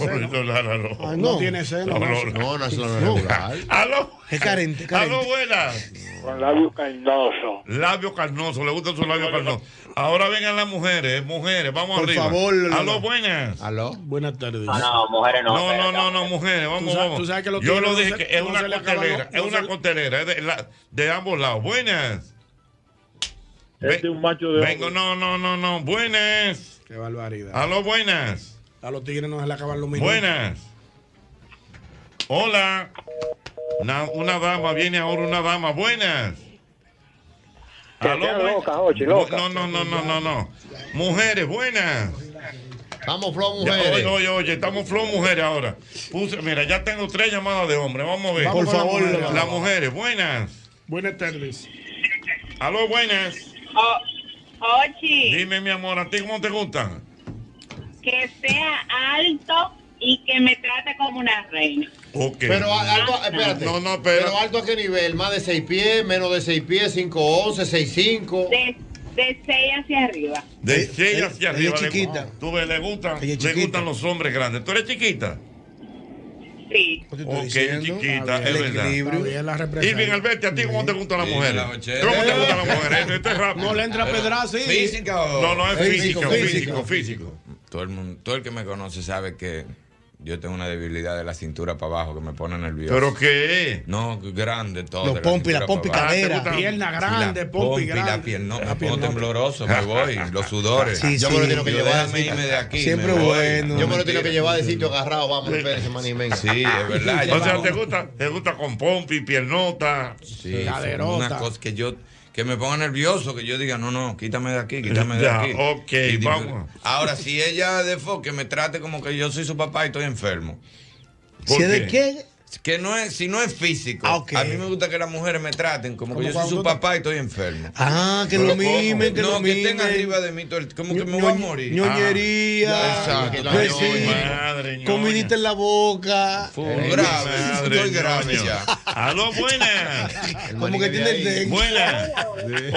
[SPEAKER 11] no.
[SPEAKER 23] Ah, no. No tiene
[SPEAKER 11] seno. No, no, no,
[SPEAKER 17] no es
[SPEAKER 11] regular. Aló.
[SPEAKER 23] Es carente, carente.
[SPEAKER 11] Aló, buenas. Con labio carnoso. Labio carnoso, le gustan sus labios carnosos. Ahora vengan las mujeres, mujeres, vamos
[SPEAKER 6] Por
[SPEAKER 11] arriba.
[SPEAKER 6] favor, Lola.
[SPEAKER 11] Aló, buenas.
[SPEAKER 17] Aló.
[SPEAKER 6] Buenas tardes.
[SPEAKER 11] No, no, mujeres no, No, no, no, no, mujeres,
[SPEAKER 6] Tú
[SPEAKER 11] vamos,
[SPEAKER 6] sabes-
[SPEAKER 11] vamos.
[SPEAKER 6] tú sabes que los
[SPEAKER 11] Yo
[SPEAKER 6] tigres
[SPEAKER 11] lo
[SPEAKER 6] no
[SPEAKER 11] dije,
[SPEAKER 6] se-
[SPEAKER 11] que es
[SPEAKER 6] no
[SPEAKER 11] una
[SPEAKER 6] se le acaban
[SPEAKER 11] costelera,
[SPEAKER 6] los-
[SPEAKER 11] es
[SPEAKER 6] no
[SPEAKER 11] una
[SPEAKER 6] se-
[SPEAKER 11] costelera, es de, la- de ambos lados. Buenas. Este es un macho
[SPEAKER 6] de
[SPEAKER 11] Vengo, no, no, no, no. Buenas.
[SPEAKER 6] Qué barbaridad.
[SPEAKER 11] Aló, buenas.
[SPEAKER 6] A los tigres no se le acaban los minutos.
[SPEAKER 11] Buenas. Hola. Una, una dama, viene ahora una dama. Buenas.
[SPEAKER 20] Que sea
[SPEAKER 11] buen-
[SPEAKER 20] loca, Jochi, loca.
[SPEAKER 11] No, no, no, no, no, no. Mujeres, buenas.
[SPEAKER 17] Estamos flow
[SPEAKER 11] Ya,
[SPEAKER 17] mujeres.
[SPEAKER 11] oye, oye, oye, estamos flow mujeres ahora. Puse, mira, ya tengo tres llamadas de hombre. Vamos a ver.
[SPEAKER 6] Vamos Por con las favor, mujeres.
[SPEAKER 11] las mujeres, buenas.
[SPEAKER 6] Buenas tardes.
[SPEAKER 11] Aló, buenas.
[SPEAKER 5] Ochi,
[SPEAKER 11] Dime, mi amor, ¿a ti cómo te gustan?
[SPEAKER 5] que sea alto y que me trate como una reina.
[SPEAKER 11] Ok.
[SPEAKER 17] Pero a- alto, espérate.
[SPEAKER 11] Eh, No, no, pero.
[SPEAKER 17] Pero alto a qué nivel? Más de 6 pies, menos de 6 pies, 5, 11, 6, 5.
[SPEAKER 5] De, de 6 hacia arriba.
[SPEAKER 11] De seis hacia
[SPEAKER 17] ella
[SPEAKER 11] arriba.
[SPEAKER 17] es
[SPEAKER 11] le-
[SPEAKER 17] chiquita.
[SPEAKER 11] Tú ves, le gustan,
[SPEAKER 17] Ella es
[SPEAKER 11] le
[SPEAKER 17] chiquita.
[SPEAKER 11] gustan los hombres grandes. ¿Tú eres chiquita?
[SPEAKER 5] Sí.
[SPEAKER 11] Ok, chiquita, es verdad. Irving Alberti, ¿a ti cómo te gustan las
[SPEAKER 6] Sí,
[SPEAKER 11] mujeres?
[SPEAKER 6] la ochenta.
[SPEAKER 11] ¿Cómo te gustan las mujeres? Esto Este, es rápido.
[SPEAKER 6] No le entra pedra, sí. ¿Física o-
[SPEAKER 11] No, no, es
[SPEAKER 6] Físico,
[SPEAKER 11] físico, físico,
[SPEAKER 6] físico.
[SPEAKER 11] físico.
[SPEAKER 32] Todo el mundo, todo el que me conoce sabe que Yo tengo una debilidad de la cintura para abajo que me pone nervioso.
[SPEAKER 11] ¿Pero qué?
[SPEAKER 32] No, grande todo.
[SPEAKER 23] Los
[SPEAKER 32] de
[SPEAKER 23] pompi,
[SPEAKER 32] cintura
[SPEAKER 23] la
[SPEAKER 32] para
[SPEAKER 6] Ah,
[SPEAKER 23] pompi
[SPEAKER 32] abajo.
[SPEAKER 23] cadera.
[SPEAKER 32] Sí, la
[SPEAKER 23] Pierna grande,
[SPEAKER 32] la
[SPEAKER 23] pompi
[SPEAKER 32] La
[SPEAKER 23] grande.
[SPEAKER 32] pierna, me pongo tembloroso, me voy, los sudores.
[SPEAKER 23] Sí,
[SPEAKER 32] yo
[SPEAKER 23] sí.
[SPEAKER 32] me lo tengo que
[SPEAKER 23] Yo
[SPEAKER 32] llevar.
[SPEAKER 23] déjame irme de aquí,
[SPEAKER 32] me voy.
[SPEAKER 17] Yo me lo tengo que
[SPEAKER 32] Mentira.
[SPEAKER 17] llevar de sitio agarrado, vamos, espérense, man inmenso.
[SPEAKER 32] Sí, es verdad.
[SPEAKER 11] O sea, te gusta, te gusta con pompi, piernota,
[SPEAKER 32] Sí, fue una cosa que yo que me ponga nervioso, que yo diga, no, no, quítame de aquí, quítame de
[SPEAKER 11] Ya,
[SPEAKER 32] aquí.
[SPEAKER 11] ok,
[SPEAKER 32] Y digo,
[SPEAKER 11] vamos.
[SPEAKER 32] Ahora, si ella de fo- que me trate como que yo soy su papá y estoy enfermo.
[SPEAKER 23] ¿Si es de quién?
[SPEAKER 32] Que no es, si no es físico. A mí me gusta que las mujeres me traten como,
[SPEAKER 23] Como
[SPEAKER 32] que yo soy
[SPEAKER 23] cuando
[SPEAKER 32] su
[SPEAKER 23] tú-
[SPEAKER 32] papá y estoy enfermo.
[SPEAKER 23] Ah, que lo
[SPEAKER 32] Pero ¿cómo?
[SPEAKER 23] mimen, que
[SPEAKER 32] no,
[SPEAKER 23] lo
[SPEAKER 32] que estén
[SPEAKER 23] mimen.
[SPEAKER 32] arriba de mí todo el- como que me voy a morir.
[SPEAKER 23] Ñoñería.
[SPEAKER 32] Ah, exacto.
[SPEAKER 23] besito, Comidita en la boca.
[SPEAKER 6] Oh,
[SPEAKER 32] Fu- grave, estoy grave ya.
[SPEAKER 11] Aló, buenas.
[SPEAKER 23] Como que tiene el dengue.
[SPEAKER 11] Buenas.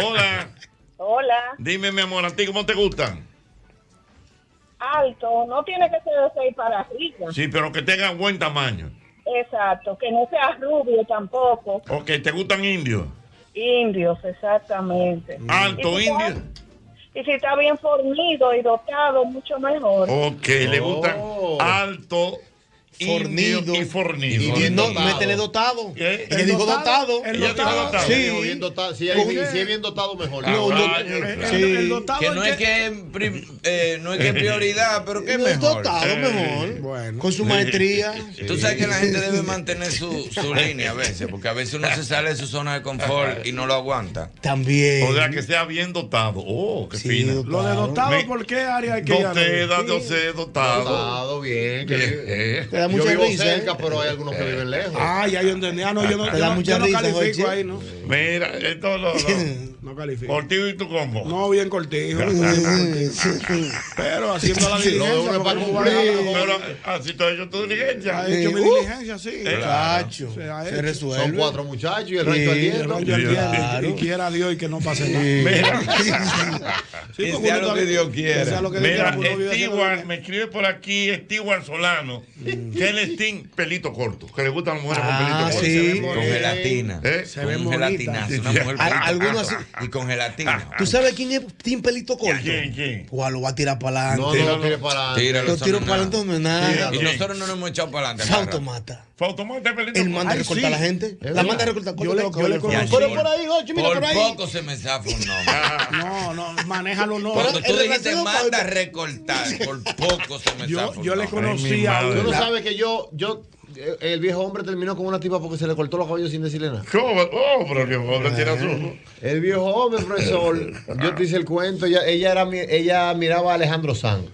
[SPEAKER 11] Hola.
[SPEAKER 5] Hola,
[SPEAKER 11] Dime, mi amor, ¿a ti cómo te gustan?
[SPEAKER 5] alto, no tiene que ser de seis para arriba.
[SPEAKER 11] Sí, pero que tengan buen tamaño.
[SPEAKER 5] Exacto, que no sea rubio tampoco.
[SPEAKER 11] Ok, ¿te gustan indios?
[SPEAKER 5] Indios, exactamente.
[SPEAKER 11] Alto,
[SPEAKER 5] Y si está-
[SPEAKER 11] indio.
[SPEAKER 5] Y si está bien fornido y dotado, mucho mejor.
[SPEAKER 11] Ok, le gustan
[SPEAKER 23] Oh,
[SPEAKER 11] alto, Oh. fornido y fornido.
[SPEAKER 23] Y bien do- métele dotado.
[SPEAKER 11] ¿Qué?
[SPEAKER 23] Ella dijo dotado.
[SPEAKER 11] El Ella dotado. dijo dotado.
[SPEAKER 23] Sí.
[SPEAKER 11] Dijo bien
[SPEAKER 17] dotado. Si
[SPEAKER 23] Con-
[SPEAKER 17] es si es bien dotado, mejor.
[SPEAKER 23] Ah, No, no,
[SPEAKER 17] Caballo,
[SPEAKER 23] el-
[SPEAKER 17] claro.
[SPEAKER 23] el- el
[SPEAKER 32] Que no es que, pri- eh, no
[SPEAKER 11] <laughs>
[SPEAKER 32] es que prioridad, pero que es
[SPEAKER 23] No
[SPEAKER 32] mejor.
[SPEAKER 23] es dotado, mejor. Con su maestría.
[SPEAKER 32] Tú sabes que la gente debe mantener su, su línea a veces, porque a veces uno se sale de su zona de confort y no lo aguanta.
[SPEAKER 23] También.
[SPEAKER 11] O sea, que sea bien dotado. Oh, qué fina.
[SPEAKER 32] Lo de dotado,
[SPEAKER 11] Me-
[SPEAKER 6] ¿Por qué área hay que ir a-
[SPEAKER 11] Doté, da- doté, dotado.
[SPEAKER 17] Dotado, bien. que-
[SPEAKER 11] Bien. Eh.
[SPEAKER 17] Te da Yo mucha vivo risa, cerca, ¿eh? pero hay algunos que viven lejos.
[SPEAKER 6] Ah, ya yo entendí. Ah, no, yo no,
[SPEAKER 17] Te
[SPEAKER 6] yo
[SPEAKER 17] da
[SPEAKER 6] no-
[SPEAKER 17] mucha
[SPEAKER 6] yo no
[SPEAKER 17] risa,
[SPEAKER 6] califico
[SPEAKER 17] Jorge.
[SPEAKER 6] ahí, ¿no?
[SPEAKER 11] Mira, esto lo. <laughs>
[SPEAKER 6] No califico.
[SPEAKER 11] Cortijo y tu combo.
[SPEAKER 6] No,
[SPEAKER 11] <laughs>
[SPEAKER 6] bien cortijo. Pero haciendo la
[SPEAKER 11] Sí,
[SPEAKER 6] diligencia.
[SPEAKER 11] lo doble
[SPEAKER 6] porque
[SPEAKER 11] para
[SPEAKER 6] no
[SPEAKER 11] cumplir.
[SPEAKER 6] vale.
[SPEAKER 11] Pero así te has hecho tu diligencia.
[SPEAKER 6] Ha hecho mi diligencia, sí.
[SPEAKER 11] Eh,
[SPEAKER 6] Cacho, Uh. ha hecho.
[SPEAKER 17] Son
[SPEAKER 6] <laughs>
[SPEAKER 17] cuatro muchachos y el resto
[SPEAKER 6] Sí,
[SPEAKER 17] al
[SPEAKER 6] el rollo
[SPEAKER 17] nieto.
[SPEAKER 6] al diente. Y quiera Dios y que no pase nada.
[SPEAKER 11] Que
[SPEAKER 6] porque uno todavía- que sea lo que Dios
[SPEAKER 11] Mira,
[SPEAKER 6] quiera, uno vive
[SPEAKER 11] Stewart, me escribe por aquí Stewart Solano,
[SPEAKER 6] Mm.
[SPEAKER 11] que él es team pelito corto, que le gustan las mujeres
[SPEAKER 23] Ah,
[SPEAKER 11] con pelito corto.
[SPEAKER 23] sí.
[SPEAKER 32] Con gelatina.
[SPEAKER 11] ¿Eh?
[SPEAKER 32] Se ve con gelatina. Una
[SPEAKER 11] Sí.
[SPEAKER 32] mujer
[SPEAKER 23] Al- Ah,
[SPEAKER 32] blanca.
[SPEAKER 23] alguno así.
[SPEAKER 32] Y con gelatina.
[SPEAKER 23] ¿Tú sabes quién es Tim Pelito Corto?
[SPEAKER 32] ¿Quién, quién?
[SPEAKER 23] Guau, lo va a tirar para
[SPEAKER 32] No,
[SPEAKER 23] adelante.
[SPEAKER 32] no lo tire para adelante. Tíralo,
[SPEAKER 23] Lo
[SPEAKER 32] eso
[SPEAKER 23] tiro
[SPEAKER 32] no es
[SPEAKER 23] para adelante, no es nada.
[SPEAKER 32] Y nosotros no nos hemos echado para adelante.
[SPEAKER 23] Fauto mata.
[SPEAKER 11] Fautomata pelito
[SPEAKER 23] Él manda a recortar a la gente. La manda a recortar.
[SPEAKER 32] Yo le-
[SPEAKER 23] Corta
[SPEAKER 32] yo le
[SPEAKER 23] los cables.
[SPEAKER 32] conozco.
[SPEAKER 23] Corre por ahí, Jochi, mira por
[SPEAKER 32] Por
[SPEAKER 23] ahí.
[SPEAKER 32] poco se me zafa un
[SPEAKER 23] <laughs>
[SPEAKER 32] nombre.
[SPEAKER 6] No, no, manéjalo no.
[SPEAKER 32] Cuando tú dijiste manda a
[SPEAKER 23] <laughs>
[SPEAKER 32] recortar, por poco se me zafa un
[SPEAKER 6] yo le
[SPEAKER 32] nombre.
[SPEAKER 6] conocí Ay, mi a madre.
[SPEAKER 17] Tú no
[SPEAKER 6] La-
[SPEAKER 17] sabes que yo, yo, eh, el viejo hombre terminó con una tipa porque se le cortó los cabellos sin decirle nada.
[SPEAKER 11] ¿Cómo? Oh, pero el viejo hombre tiene asunto.
[SPEAKER 17] El viejo hombre, profesor, yo te hice el cuento, ella, ella, era, mi- ella miraba a Alejandro Sanz.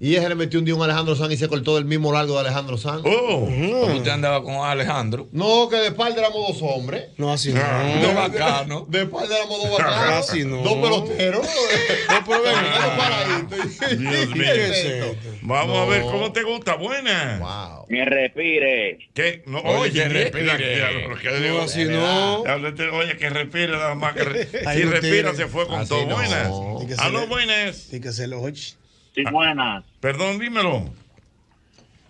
[SPEAKER 17] Y ella le metió un día un Alejandro Sanz y se cortó del mismo largo de Alejandro Sanz.
[SPEAKER 11] Oh,
[SPEAKER 32] usted andaba con Alejandro.
[SPEAKER 17] No, que de espalda éramos dos hombres.
[SPEAKER 23] No, así
[SPEAKER 17] no.
[SPEAKER 32] Dos
[SPEAKER 6] Ah.
[SPEAKER 32] bacanos.
[SPEAKER 17] De espalda éramos dos bacanos.
[SPEAKER 32] Así no.
[SPEAKER 17] Dos peloteros. dos peloteros.
[SPEAKER 11] Ah. Dios mío.
[SPEAKER 17] ¿Qué es esto?
[SPEAKER 11] Vamos a ver
[SPEAKER 17] No.
[SPEAKER 11] cómo te gusta. Buena. Wow.
[SPEAKER 19] Me respire.
[SPEAKER 11] ¿Qué? No,
[SPEAKER 19] Oye,
[SPEAKER 11] oye,
[SPEAKER 19] que
[SPEAKER 11] que
[SPEAKER 19] respire.
[SPEAKER 11] respira. que- lo que digo. eh,
[SPEAKER 19] No, así no.
[SPEAKER 11] Ya, usted, Oye, que respire nada más. Que
[SPEAKER 6] Eh,
[SPEAKER 11] re-
[SPEAKER 23] Ay,
[SPEAKER 11] si
[SPEAKER 23] no
[SPEAKER 11] respira,
[SPEAKER 23] tiene.
[SPEAKER 11] se fue con
[SPEAKER 23] Así
[SPEAKER 11] todo.
[SPEAKER 23] no.
[SPEAKER 11] Buenas.
[SPEAKER 23] Tiene que ser-
[SPEAKER 11] Aló, buenas.
[SPEAKER 23] Tiene que serlo, Jochi.
[SPEAKER 19] Sí,
[SPEAKER 9] Ah,
[SPEAKER 19] buenas.
[SPEAKER 11] Perdón, dímelo.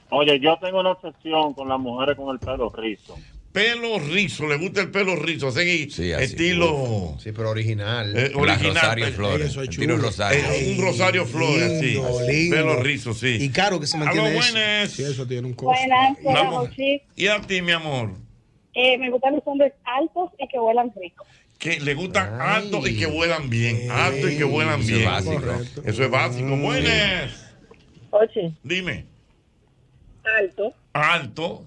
[SPEAKER 19] Oye, yo tengo una obsesión con las mujeres con el pelo rizo.
[SPEAKER 11] Pelo rizo, le gusta el pelo rizo, seguí. estilo.
[SPEAKER 17] Sí, pero original.
[SPEAKER 11] eh, original. Pero-
[SPEAKER 32] Flores. Tiro Rosario.
[SPEAKER 11] Eh, un Rosario Flores, así. Pelo rizo, sí.
[SPEAKER 23] Y caro que se
[SPEAKER 11] Aló,
[SPEAKER 23] mantiene eso.
[SPEAKER 11] buenas.
[SPEAKER 6] eso tiene un
[SPEAKER 5] Buenas,
[SPEAKER 11] La
[SPEAKER 5] hola,
[SPEAKER 11] mujer-
[SPEAKER 5] Jochi.
[SPEAKER 11] Y a ti, mi amor,
[SPEAKER 5] Eh, me gustan los hombres altos y que vuelan rico.
[SPEAKER 11] que le gustan alto y que vuelan bien. Alto y que vuelan
[SPEAKER 32] eso es
[SPEAKER 11] bien.
[SPEAKER 32] básico.
[SPEAKER 11] Correcto. Eso es básico. Buenas.
[SPEAKER 5] Oye,
[SPEAKER 11] Dime.
[SPEAKER 5] alto
[SPEAKER 11] Alto.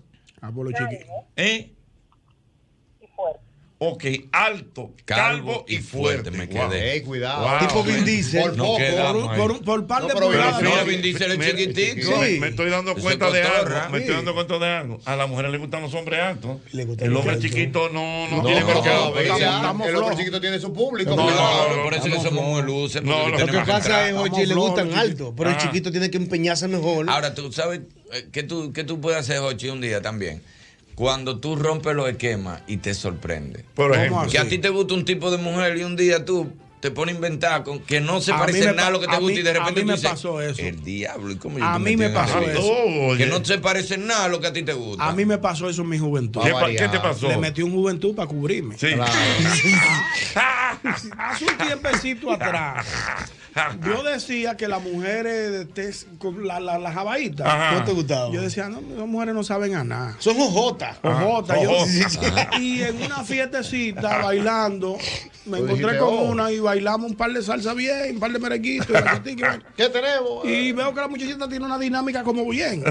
[SPEAKER 11] ¿Eh? Ok, alto, calvo y fuerte. Me quedé.
[SPEAKER 17] Ey, cuidado.
[SPEAKER 11] Tipo Vin Diesel.
[SPEAKER 17] Por
[SPEAKER 11] No
[SPEAKER 17] poco.
[SPEAKER 11] quedamos ahí.
[SPEAKER 6] Por, un- por un par
[SPEAKER 11] No,
[SPEAKER 6] de
[SPEAKER 11] pero
[SPEAKER 6] pulgadas.
[SPEAKER 11] mira,
[SPEAKER 6] ¿no?
[SPEAKER 11] Vin Diesel es chiquitico. Me, me estoy dando
[SPEAKER 32] Ese
[SPEAKER 11] cuenta de algo.
[SPEAKER 32] cotorra.
[SPEAKER 11] Me estoy
[SPEAKER 32] Sí.
[SPEAKER 11] dando cuenta de algo. A las mujeres les gustan los hombres altos.
[SPEAKER 32] el
[SPEAKER 11] el hombre
[SPEAKER 32] alto.
[SPEAKER 11] chiquito no, no,
[SPEAKER 32] No,
[SPEAKER 11] tiene
[SPEAKER 32] no,
[SPEAKER 11] mercado.
[SPEAKER 32] pero
[SPEAKER 11] Estamos-
[SPEAKER 17] Ya,
[SPEAKER 11] estamos
[SPEAKER 17] el hombre
[SPEAKER 11] flojos.
[SPEAKER 17] chiquito tiene su público.
[SPEAKER 11] No,
[SPEAKER 17] pero-
[SPEAKER 32] No, no, por eso es que somos muy luces.
[SPEAKER 11] No,
[SPEAKER 32] porque
[SPEAKER 11] lo
[SPEAKER 23] Lo que
[SPEAKER 32] tenemos
[SPEAKER 23] pasa
[SPEAKER 32] entrar.
[SPEAKER 23] es, Jochi, le gustan altos, pero el
[SPEAKER 32] Ah.
[SPEAKER 23] chiquito tiene que empeñarse mejor.
[SPEAKER 32] Ahora, tú sabes eh, que tú, que tú puedes hacer, Jochi, un día también. Cuando tú rompes los esquemas y te sorprende.
[SPEAKER 11] Por ejemplo.
[SPEAKER 32] Que a ti te gusta un tipo de mujer y un día tú te pones a inventar con que no se
[SPEAKER 6] A mí
[SPEAKER 32] parece
[SPEAKER 6] me
[SPEAKER 32] en nada a lo que
[SPEAKER 6] pa-
[SPEAKER 32] te
[SPEAKER 6] a
[SPEAKER 32] gusta
[SPEAKER 6] mí-
[SPEAKER 32] y de repente
[SPEAKER 6] a mí
[SPEAKER 32] tú
[SPEAKER 6] me
[SPEAKER 32] dices,
[SPEAKER 6] pasó eso.
[SPEAKER 32] El diablo, ¿y cómo yo
[SPEAKER 6] A
[SPEAKER 32] te
[SPEAKER 6] mí
[SPEAKER 32] metí
[SPEAKER 6] me
[SPEAKER 32] en
[SPEAKER 6] pasó
[SPEAKER 32] esto?"
[SPEAKER 6] eso.
[SPEAKER 32] Que no se parece en nada a lo que a ti te gusta.
[SPEAKER 6] A mí me pasó eso en mi juventud.
[SPEAKER 32] ¿Qué pa- qué te pasó?
[SPEAKER 6] Le metí un juventud para cubrirme.
[SPEAKER 11] Sí.
[SPEAKER 6] Hace un tiempecito atrás. Yo decía que las mujeres de tez- con la, la, la jabaíta.
[SPEAKER 23] Ajá. ¿No te gustaba?
[SPEAKER 6] Yo decía, no, las mujeres no saben a nada.
[SPEAKER 23] Son ojotas.
[SPEAKER 6] Ojota, yo-
[SPEAKER 23] Ojotas. Sí, sí, sí.
[SPEAKER 6] Y en una fiestecita bailando, me
[SPEAKER 23] Tú
[SPEAKER 6] encontré
[SPEAKER 23] dijiste,
[SPEAKER 6] con
[SPEAKER 23] "Oh".
[SPEAKER 6] una y bailamos un par de salsa bien, un par de merenguitos. y <laughs> bacatique.
[SPEAKER 17] ¿Qué tenemos?
[SPEAKER 6] Y veo que la muchachita tiene una dinámica como <laughs> bien.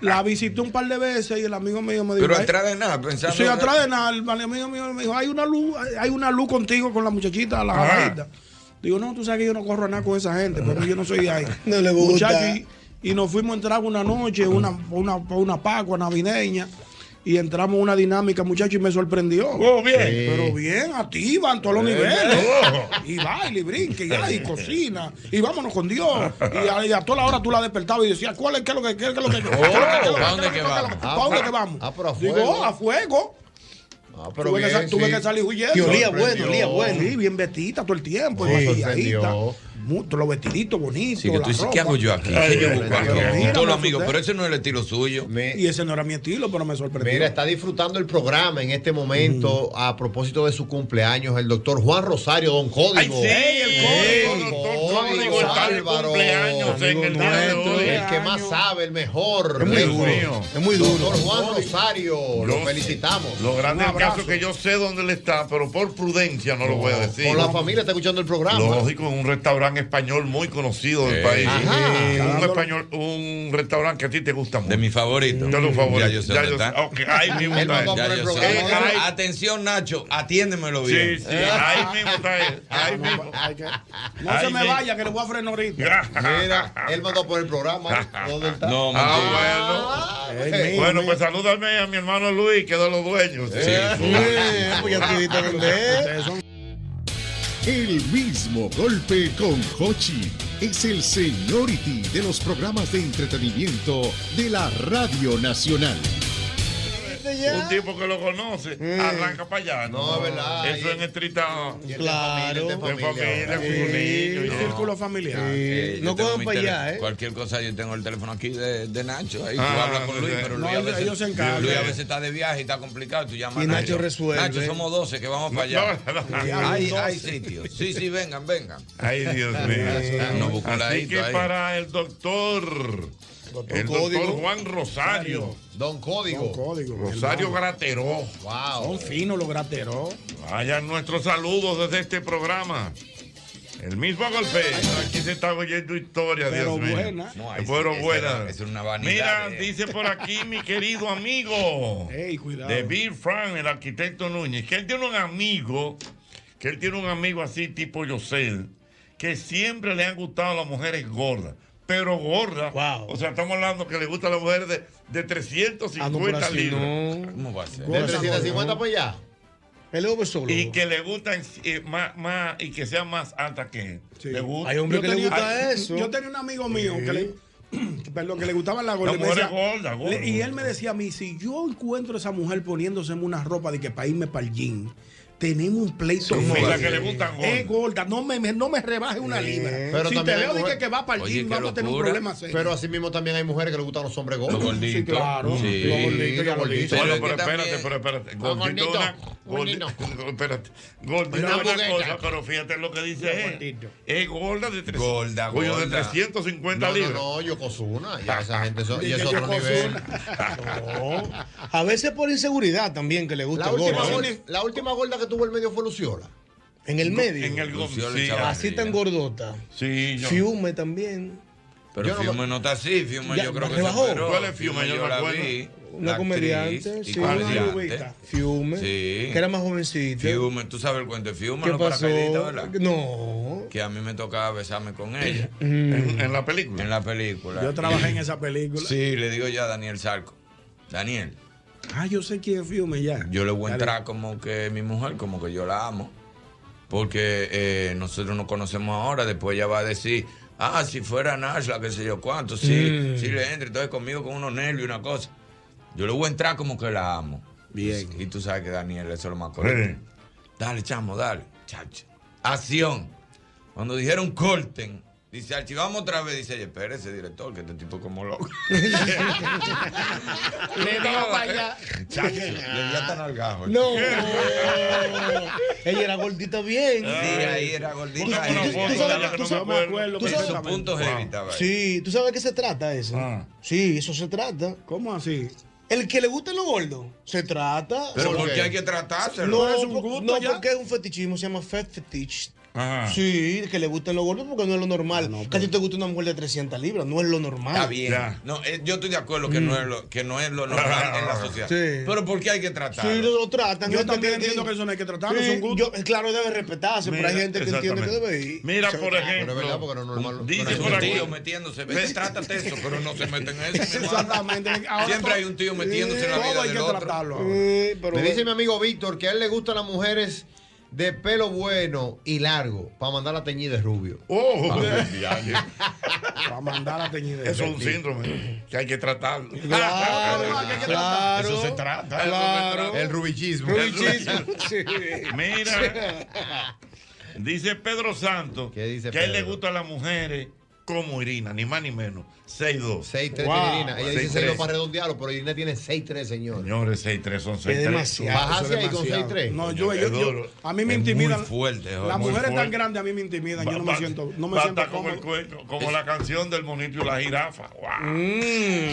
[SPEAKER 6] La visité un par de veces y el amigo mío me dijo.
[SPEAKER 32] Pero
[SPEAKER 6] "Ay,
[SPEAKER 32] atrás de nada, pensando.
[SPEAKER 6] Sí, atrás de nada, el vale- amigo mío me dijo, hay una luz, hay una luz contigo con la muchachita, la
[SPEAKER 32] Ajá.
[SPEAKER 6] jabaita. Digo, no, tú sabes que yo no corro a nada con esa gente, porque yo no soy de ahí.
[SPEAKER 23] No le gusta.
[SPEAKER 6] Muchacho, y, y nos fuimos a entrar una noche, una, una, una pacua navideña, y entramos a una dinámica, muchachos, y me sorprendió.
[SPEAKER 23] Oh, bien. Sí.
[SPEAKER 6] Pero bien, activa en todos los
[SPEAKER 23] Eh,
[SPEAKER 6] niveles.
[SPEAKER 23] oh.
[SPEAKER 32] ¿eh?
[SPEAKER 6] Y baile, y brinque, y, ay, cocina, y vámonos con Dios. Y a, y a toda la hora tú la despertabas y decías, ¿cuál es, qué es lo que, qué es lo que, qué es lo que, qué es lo que- qué es lo que-
[SPEAKER 32] ¿Para dónde que vamos?
[SPEAKER 6] ¿Para dónde que vamos?
[SPEAKER 32] Ah, pero a
[SPEAKER 6] Digo,
[SPEAKER 32] fuego.
[SPEAKER 6] "Oh, a fuego.
[SPEAKER 32] Ah, pero
[SPEAKER 6] tuve, que,
[SPEAKER 32] bien,
[SPEAKER 6] sa- tuve
[SPEAKER 32] sí.
[SPEAKER 6] que salir huyendo.
[SPEAKER 32] Que olía bueno, Sorprendió. olía bueno.
[SPEAKER 6] Sí, bien vestida todo el tiempo.
[SPEAKER 32] Sí.
[SPEAKER 6] y
[SPEAKER 32] Sorprendió.
[SPEAKER 6] maquilladita. Mucho, Los vestiditos bonitos.
[SPEAKER 32] Sí, que tú
[SPEAKER 6] la
[SPEAKER 32] dices, ¿qué
[SPEAKER 6] ropa.
[SPEAKER 32] hago yo aquí?
[SPEAKER 6] Ay,
[SPEAKER 32] ¿Qué yo
[SPEAKER 6] me
[SPEAKER 32] busco aquí?
[SPEAKER 6] sorprendió. Mira,
[SPEAKER 32] Y Todos
[SPEAKER 6] me
[SPEAKER 32] los amigos,
[SPEAKER 6] asusté.
[SPEAKER 32] pero ese no es el estilo suyo.
[SPEAKER 6] Y ese no era mi estilo, pero me sorprendió.
[SPEAKER 17] Mira, está disfrutando el programa en este momento a propósito de su cumpleaños el doctor Juan Rosario, don Código.
[SPEAKER 11] el código está de cumpleaños en el día de hoy.
[SPEAKER 17] El que más sabe, el mejor.
[SPEAKER 11] Es muy
[SPEAKER 17] Lejos.
[SPEAKER 11] duro, es muy duro.
[SPEAKER 17] Doctor Juan Rosario, lo
[SPEAKER 11] Yo-
[SPEAKER 17] felicitamos.
[SPEAKER 11] Lo grande
[SPEAKER 17] Un
[SPEAKER 11] del caso
[SPEAKER 17] abrazo.
[SPEAKER 11] es que yo sé dónde él está, pero por prudencia no, lo voy a decir.
[SPEAKER 17] Con la familia está escuchando el programa.
[SPEAKER 11] Lógico, en un restaurante español muy conocido del
[SPEAKER 32] Eh,
[SPEAKER 11] país.
[SPEAKER 32] ajá.
[SPEAKER 11] Eh, Un
[SPEAKER 32] Dándole-
[SPEAKER 11] español, un restaurante que a ti te gusta mucho.
[SPEAKER 32] De mis favoritos.
[SPEAKER 11] De tus favoritos.
[SPEAKER 32] Ya yo sé
[SPEAKER 11] Ya
[SPEAKER 32] dónde
[SPEAKER 11] yo
[SPEAKER 32] está.
[SPEAKER 11] sé. Ok, ahí mismo
[SPEAKER 32] Él
[SPEAKER 11] está
[SPEAKER 32] mandó
[SPEAKER 11] él.
[SPEAKER 32] a poner
[SPEAKER 11] Ya
[SPEAKER 32] el
[SPEAKER 11] yo sé.
[SPEAKER 32] programa.
[SPEAKER 11] Eh, ahí-
[SPEAKER 32] Atención, Nacho, atiéndemelo
[SPEAKER 11] Sí,
[SPEAKER 32] bien.
[SPEAKER 11] sí,
[SPEAKER 17] Ah.
[SPEAKER 11] ahí mismo está él. Ahí mismo.
[SPEAKER 6] No se
[SPEAKER 11] Ay,
[SPEAKER 6] me
[SPEAKER 11] me-
[SPEAKER 6] vaya, que le voy a frenar ahorita.
[SPEAKER 17] Mira, él mandó por el programa. ¿eh?
[SPEAKER 11] <laughs>
[SPEAKER 17] ¿Dónde está? Ah,
[SPEAKER 32] No,
[SPEAKER 11] ah, bueno.
[SPEAKER 17] Ey,
[SPEAKER 11] bueno,
[SPEAKER 17] mi-
[SPEAKER 11] pues salúdame a mi hermano Luis, que es de los dueños.
[SPEAKER 32] Sí.
[SPEAKER 11] Eh,
[SPEAKER 23] pues ya te viste dónde es.
[SPEAKER 18] El mismo golpe con Hochi es el seniority de los programas de entretenimiento de la Radio Nacional.
[SPEAKER 11] Un tipo que lo conoce, arranca para allá. No, es verdad. Eso en estricta.
[SPEAKER 23] Claro.
[SPEAKER 11] De familia,
[SPEAKER 23] Sí.
[SPEAKER 11] de
[SPEAKER 23] El círculo
[SPEAKER 6] familiar.
[SPEAKER 23] No cojan para allá, ¿eh?
[SPEAKER 32] Cualquier cosa, yo tengo el teléfono aquí de, de Nacho. Ahí tú
[SPEAKER 23] Ah,
[SPEAKER 32] hablas con Luis,
[SPEAKER 23] no sé.
[SPEAKER 32] pero
[SPEAKER 23] No,
[SPEAKER 32] Luis a veces,
[SPEAKER 23] ellos se encargan.
[SPEAKER 32] Luis a veces está de viaje y está complicado. Tú llamas
[SPEAKER 23] Y
[SPEAKER 32] a
[SPEAKER 23] Nacho resuelve.
[SPEAKER 32] Nacho, somos 12 que vamos para allá.
[SPEAKER 11] No, no, no.
[SPEAKER 32] Hay,
[SPEAKER 11] Diablo,
[SPEAKER 32] hay
[SPEAKER 11] 12.
[SPEAKER 32] sitios. Sí, sí, vengan, vengan.
[SPEAKER 11] Ay, Dios mío.
[SPEAKER 32] Nos busca un
[SPEAKER 11] Así
[SPEAKER 32] ladito
[SPEAKER 11] que
[SPEAKER 32] Ah, ahí.
[SPEAKER 11] para el doctor, el
[SPEAKER 32] Código.
[SPEAKER 11] doctor Juan Rosario.
[SPEAKER 17] Don Código.
[SPEAKER 11] Rosario Grateró.
[SPEAKER 17] Wow.
[SPEAKER 6] Son finos los grateros.
[SPEAKER 11] Vayan nuestros saludos desde este programa. El mismo golpe. Aquí se está oyendo historia,
[SPEAKER 32] Pero
[SPEAKER 11] Dios mío.
[SPEAKER 32] buena. No, ahí sí,
[SPEAKER 11] Pero
[SPEAKER 32] esa
[SPEAKER 11] buena.
[SPEAKER 32] era- esa era una vanidad
[SPEAKER 11] Mira,
[SPEAKER 32] de-
[SPEAKER 11] dice por
[SPEAKER 32] <laughs>
[SPEAKER 11] aquí mi querido amigo.
[SPEAKER 6] Ey, cuidado.
[SPEAKER 11] De Bill Frank, el arquitecto Núñez. Que él tiene un amigo, que él tiene un amigo así tipo Yosel, que siempre le han gustado las mujeres gordas. Pero gordas. O sea, estamos hablando que le gustan las mujeres de, de 350 libras.
[SPEAKER 32] ¿Cómo va a ser?
[SPEAKER 17] De 350
[SPEAKER 32] pues
[SPEAKER 17] para allá.
[SPEAKER 11] El Y que le gustan eh, más, más- y que sean más altas que él. Le gusta.
[SPEAKER 6] Yo tenía- ay, Yo tenía un amigo mío que le. <clears throat> Perdón, que le gustaban las gordas.
[SPEAKER 11] La
[SPEAKER 6] y me
[SPEAKER 11] mujer
[SPEAKER 6] decía-
[SPEAKER 11] es gorda, gorda.
[SPEAKER 6] le- y él me decía a mí: si yo encuentro a esa mujer poniéndose en una ropa de que para irme para el gym, tenemos un pleito.
[SPEAKER 11] Sí,
[SPEAKER 6] fuerte".
[SPEAKER 11] la que le gustan gordas.
[SPEAKER 6] Es gorda, no me, me- no me rebaje una libra.
[SPEAKER 17] Pero
[SPEAKER 6] si te
[SPEAKER 17] también hay
[SPEAKER 6] veo, dije
[SPEAKER 17] mujeres-
[SPEAKER 6] que va para el gym, vamos a tener un problema serio.
[SPEAKER 17] Pero así mismo también hay mujeres que les gustan los hombres gordos.
[SPEAKER 32] Los gorditos. Sí. Los gorditos.
[SPEAKER 11] Bueno,
[SPEAKER 32] Pero
[SPEAKER 11] pero
[SPEAKER 32] aquí
[SPEAKER 11] espérate,
[SPEAKER 32] también-
[SPEAKER 11] pero espérate.
[SPEAKER 32] Ah,
[SPEAKER 11] Gordito es
[SPEAKER 32] gordito,
[SPEAKER 11] una, gordito, <laughs> espérate. Gordito
[SPEAKER 32] Una
[SPEAKER 11] es una
[SPEAKER 32] hamburguesa.
[SPEAKER 11] cosa, pero fíjate lo que dice él. Es gorda de 350
[SPEAKER 32] Gorda,
[SPEAKER 11] Coño, de
[SPEAKER 32] gorda.
[SPEAKER 11] 350
[SPEAKER 17] No, no,
[SPEAKER 11] libras. Ah,
[SPEAKER 17] no, Yokozuna, ya esa gente eso- y es
[SPEAKER 23] Dije
[SPEAKER 17] otro nivel.
[SPEAKER 23] No. A veces por inseguridad también que le gusta
[SPEAKER 17] La
[SPEAKER 23] el
[SPEAKER 17] última,
[SPEAKER 23] gordo.
[SPEAKER 17] gorda- la última gorda que tuvo el medio fue Luciola.
[SPEAKER 23] En el medio.
[SPEAKER 17] En el gol,
[SPEAKER 32] Luciola y sí. Chavarría.
[SPEAKER 23] Así tan gordota.
[SPEAKER 11] Sí, yo-
[SPEAKER 23] Fiume también.
[SPEAKER 32] Pero
[SPEAKER 23] Yo no-
[SPEAKER 32] Fiume no, está así, Fiume
[SPEAKER 23] Ya,
[SPEAKER 32] yo creo que
[SPEAKER 23] rebajó.
[SPEAKER 32] se operó.
[SPEAKER 23] ¿Cuál es Fiume? Yo no
[SPEAKER 32] la
[SPEAKER 23] recuerdo.
[SPEAKER 32] vi,
[SPEAKER 23] Una
[SPEAKER 32] la
[SPEAKER 23] comediante,
[SPEAKER 32] actriz y
[SPEAKER 23] sí, una
[SPEAKER 32] comediante.
[SPEAKER 23] rubita. Fiume.
[SPEAKER 32] Sí.
[SPEAKER 23] Que era más jovencita.
[SPEAKER 32] Fiume, tú sabes el cuento de Fiume,
[SPEAKER 23] ¿Qué
[SPEAKER 32] no
[SPEAKER 23] pasó?
[SPEAKER 32] paracaidista, ¿verdad?
[SPEAKER 23] No.
[SPEAKER 32] Que a mí me tocaba besarme
[SPEAKER 23] Mm.
[SPEAKER 32] con ella.
[SPEAKER 11] ¿En, la película?
[SPEAKER 32] En la película.
[SPEAKER 6] Yo trabajé
[SPEAKER 32] Y-
[SPEAKER 6] en esa película.
[SPEAKER 32] <laughs> Sí, le digo ya a Daniel Sarco. Daniel,
[SPEAKER 6] Ah, yo sé quién es Fiume ya.
[SPEAKER 32] yo le voy a
[SPEAKER 6] Dale.
[SPEAKER 32] entrar como que mi mujer, como que yo la amo. Porque eh, nosotros nos conocemos ahora, después ella va a decir, ah, si fuera Nash, la que sé yo cuánto, sí,
[SPEAKER 23] Mm.
[SPEAKER 32] sí le entra, entonces conmigo con unos nervios y una cosa. Yo le voy a entrar como que la amo. Bien. Y tú sabes que Daniel eso es lo más correcto. Dale, chamo, dale, chacho. Acción. Cuando dijeron corten, Dice, archivamos otra vez. Dice, oye, espérese, director, que este tipo es como
[SPEAKER 23] <laughs>
[SPEAKER 32] loco.
[SPEAKER 1] Le dio para allá.
[SPEAKER 32] Chacho, le dio hasta nalgajo.
[SPEAKER 23] No. <laughs> Ella era gordita bien.
[SPEAKER 32] Sí, ahí era gordita.
[SPEAKER 23] Tú- tú- tú sabes- tú sabes- tú sabes-
[SPEAKER 32] Esos puntos heavy estaba ahí. Ah.
[SPEAKER 23] Sí, ¿tú sabes de qué se trata eso? Sí, eso se trata. ¿Cómo así? El que le gusta lo gordo, se trata.
[SPEAKER 32] Pero
[SPEAKER 23] ¿Por
[SPEAKER 32] ¿por
[SPEAKER 23] qué?
[SPEAKER 32] qué hay que tratárselo?
[SPEAKER 23] No, por- no, porque es un fetichismo, se llama fat fetish.
[SPEAKER 32] Ajá. Ah,
[SPEAKER 23] Sí, que le gustan los gordos porque no es lo normal. que a ti te gusta una mujer de 300 libras, no es lo normal.
[SPEAKER 32] Está bien. No, eh, yo estoy de acuerdo que, no es lo, que no es lo normal en la sociedad.
[SPEAKER 23] Ah, Sí.
[SPEAKER 32] Pero ¿por qué hay que tratarlo?
[SPEAKER 23] Sí, lo, lo tratan.
[SPEAKER 32] Yo
[SPEAKER 23] Gente
[SPEAKER 32] también entiendo que eso no hay que tratarlo,
[SPEAKER 23] Sí,
[SPEAKER 32] es un gusto.
[SPEAKER 23] yo- claro, debe respetarse, pero hay gente que entiende que debe ir.
[SPEAKER 11] Mira, pues,
[SPEAKER 23] Sí,
[SPEAKER 11] por
[SPEAKER 23] claro,
[SPEAKER 11] ejemplo.
[SPEAKER 23] pero es verdad, porque no-
[SPEAKER 32] Dice
[SPEAKER 11] Dice
[SPEAKER 32] un
[SPEAKER 11] por aquí.
[SPEAKER 32] tío metiéndose. Vete, trátate eso, pero no se meten
[SPEAKER 23] <laughs>
[SPEAKER 32] en eso. mi hermano. <laughs>
[SPEAKER 17] Ahora
[SPEAKER 32] Siempre hay un tío metiéndose en la vida del otro.
[SPEAKER 17] Me dice mi amigo Víctor que a él le gustan las mujeres de pelo bueno y largo para mandar la teñida de rubio. Ah,
[SPEAKER 11] Oh,
[SPEAKER 32] <laughs>
[SPEAKER 17] para mandar la teñida
[SPEAKER 11] Eso es un
[SPEAKER 6] <laughs>
[SPEAKER 11] síndrome que hay que tratarlo.
[SPEAKER 17] claro.
[SPEAKER 11] Eso se trata.
[SPEAKER 17] Claro.
[SPEAKER 11] El rubichismo. <laughs> Mira, dice Pedro Santos que a él le
[SPEAKER 17] Pedro?
[SPEAKER 11] gustan las mujeres como Irina, ni más ni menos. 6-2.
[SPEAKER 17] 6 3 tiene Irina. Ella dice 6 para redondearlo, pero Irina tiene 6-3, señor.
[SPEAKER 11] Señores, 6-3 son 6-3.
[SPEAKER 17] Bajase ahí con 6-3.
[SPEAKER 6] No, yo, yo, yo- a mí me intimidan. Las mujeres tan
[SPEAKER 11] grandes
[SPEAKER 6] grandes a mí me intimidan. Yo no
[SPEAKER 11] Ba-
[SPEAKER 6] me
[SPEAKER 11] ba-
[SPEAKER 6] siento, no me
[SPEAKER 11] basta
[SPEAKER 6] siento
[SPEAKER 11] como, el
[SPEAKER 6] cómodo.
[SPEAKER 11] cuento, como la canción del monito y la jirafa. Guau.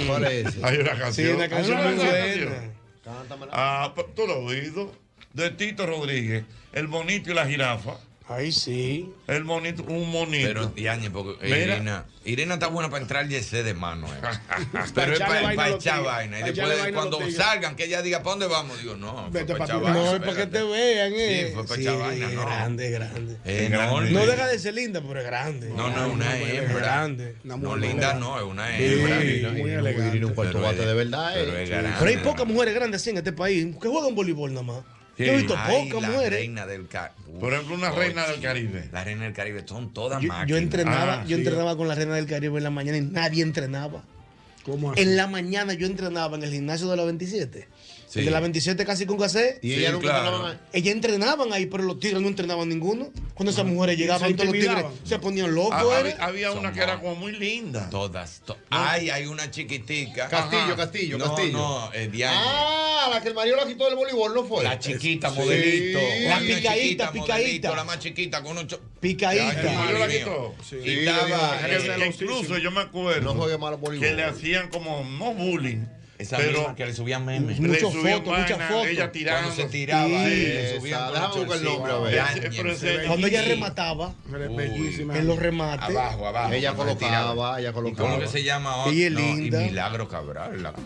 [SPEAKER 17] ¿Cuál es?
[SPEAKER 11] Hay una canción.
[SPEAKER 17] Sí, una canción
[SPEAKER 11] Hay una
[SPEAKER 17] muy buena.
[SPEAKER 11] canción. Ah, pero tú lo has oído. De Tito Rodríguez, el monito y la jirafa.
[SPEAKER 23] Ahí sí.
[SPEAKER 11] El monito, un monito.
[SPEAKER 32] Pero, Diane, porque eh,
[SPEAKER 11] Mira.
[SPEAKER 32] Irina, Irina está buena para entrar yesé de mano. eh.
[SPEAKER 11] Pa'
[SPEAKER 32] Pero
[SPEAKER 11] echarle
[SPEAKER 32] es para
[SPEAKER 11] vaina a los
[SPEAKER 32] echar
[SPEAKER 11] tigres.
[SPEAKER 32] vaina. Y
[SPEAKER 11] Pa'
[SPEAKER 32] después,
[SPEAKER 11] echarle vaina a los
[SPEAKER 32] cuando
[SPEAKER 11] tigres.
[SPEAKER 32] salgan, que ella diga, ¿para dónde vamos? Digo, no, fue
[SPEAKER 23] Vete
[SPEAKER 32] para
[SPEAKER 23] pa'
[SPEAKER 32] echar
[SPEAKER 23] tu-
[SPEAKER 32] vaina.
[SPEAKER 23] No, es para que te vean, eh.
[SPEAKER 32] Sí, fue para
[SPEAKER 23] Sí,
[SPEAKER 32] echar vaina, no.
[SPEAKER 23] Grande, grande.
[SPEAKER 32] Enorme.
[SPEAKER 23] No deja de ser linda, pero es grande.
[SPEAKER 32] No, no, es una hembra.
[SPEAKER 23] grande.
[SPEAKER 32] No, linda no, es una
[SPEAKER 23] Sí,
[SPEAKER 32] hembra.
[SPEAKER 23] muy
[SPEAKER 32] Irina, Irina,
[SPEAKER 23] elegante.
[SPEAKER 32] Irina, un cuarto
[SPEAKER 17] Pero
[SPEAKER 32] bate
[SPEAKER 17] es-
[SPEAKER 32] de verdad. eh. Pero es grande.
[SPEAKER 23] Pero hay pocas mujeres grandes así en este país que juegan voleibol nada más.
[SPEAKER 32] Sí.
[SPEAKER 23] Yo he visto
[SPEAKER 32] Ay,
[SPEAKER 23] pocas
[SPEAKER 32] la
[SPEAKER 23] mujeres.
[SPEAKER 32] reina del Ca-
[SPEAKER 11] Por ejemplo, una
[SPEAKER 32] Uy,
[SPEAKER 11] reina del
[SPEAKER 32] sí.
[SPEAKER 11] Caribe.
[SPEAKER 32] La reina del Caribe son todas
[SPEAKER 23] Yo,
[SPEAKER 32] máquinas.
[SPEAKER 23] yo entrenaba,
[SPEAKER 32] Ah,
[SPEAKER 23] yo entrenaba con la reina del Caribe en la mañana y nadie entrenaba.
[SPEAKER 6] ¿Cómo
[SPEAKER 23] En la mañana yo entrenaba en el gimnasio de la 27.
[SPEAKER 32] Sí.
[SPEAKER 23] El De la 27 casi con casé.
[SPEAKER 32] Y Sí, ella nunca claro. entrenaba ahí.
[SPEAKER 23] Ellas entrenaban ahí, pero los tigres no entrenaban ninguno. Cuando esas mujeres llegaban,
[SPEAKER 32] Ah. se
[SPEAKER 23] todos los tigres
[SPEAKER 32] intimidaban.
[SPEAKER 23] se ponían
[SPEAKER 32] Ah,
[SPEAKER 23] locos.
[SPEAKER 32] hab-
[SPEAKER 23] ¿eh?
[SPEAKER 11] Había
[SPEAKER 32] Son
[SPEAKER 11] una que era como muy linda.
[SPEAKER 32] Todas. to- Ay, hay una chiquitica.
[SPEAKER 17] Castillo,
[SPEAKER 32] Ajá.
[SPEAKER 17] Castillo,
[SPEAKER 32] no,
[SPEAKER 17] Castillo.
[SPEAKER 32] No, eh, Diane.
[SPEAKER 17] Ah, la que el marido la quitó del voleibol, ¿no fue?
[SPEAKER 32] La chiquita,
[SPEAKER 17] Ah, Sí.
[SPEAKER 32] modelito.
[SPEAKER 17] La
[SPEAKER 32] Una
[SPEAKER 17] picaíta,
[SPEAKER 32] chiquita,
[SPEAKER 17] picaíta.
[SPEAKER 32] modelito, La más chiquita, con un... cho-
[SPEAKER 23] Picaíta.
[SPEAKER 32] Ay, Dios
[SPEAKER 11] Yo la
[SPEAKER 32] mío.
[SPEAKER 11] quito.
[SPEAKER 32] Sí.
[SPEAKER 11] Y
[SPEAKER 32] Sí,
[SPEAKER 11] estaba-
[SPEAKER 32] sí,
[SPEAKER 11] que-
[SPEAKER 32] sí.
[SPEAKER 11] que incluso yo me acuerdo que le hacían como no bullying.
[SPEAKER 32] Esa
[SPEAKER 11] pero
[SPEAKER 32] misma que le subían memes.
[SPEAKER 11] le subían vaina, Ella tiraba.
[SPEAKER 32] Cuando se tiraba, eh, le subían con los
[SPEAKER 11] Ese-
[SPEAKER 32] chorcitos.
[SPEAKER 11] pero ese-
[SPEAKER 23] Cuando ella
[SPEAKER 11] Sí.
[SPEAKER 23] remataba,
[SPEAKER 32] bellísima.
[SPEAKER 23] en los remates.
[SPEAKER 32] Abajo, abajo.
[SPEAKER 17] Ella
[SPEAKER 32] cuando le
[SPEAKER 17] colocaba,
[SPEAKER 32] tiraba.
[SPEAKER 17] ella
[SPEAKER 32] ¿Y cómo
[SPEAKER 17] colocaba.
[SPEAKER 32] que se llama?
[SPEAKER 23] Ella es
[SPEAKER 32] No, y
[SPEAKER 23] linda.
[SPEAKER 32] Milagro Cabral. la-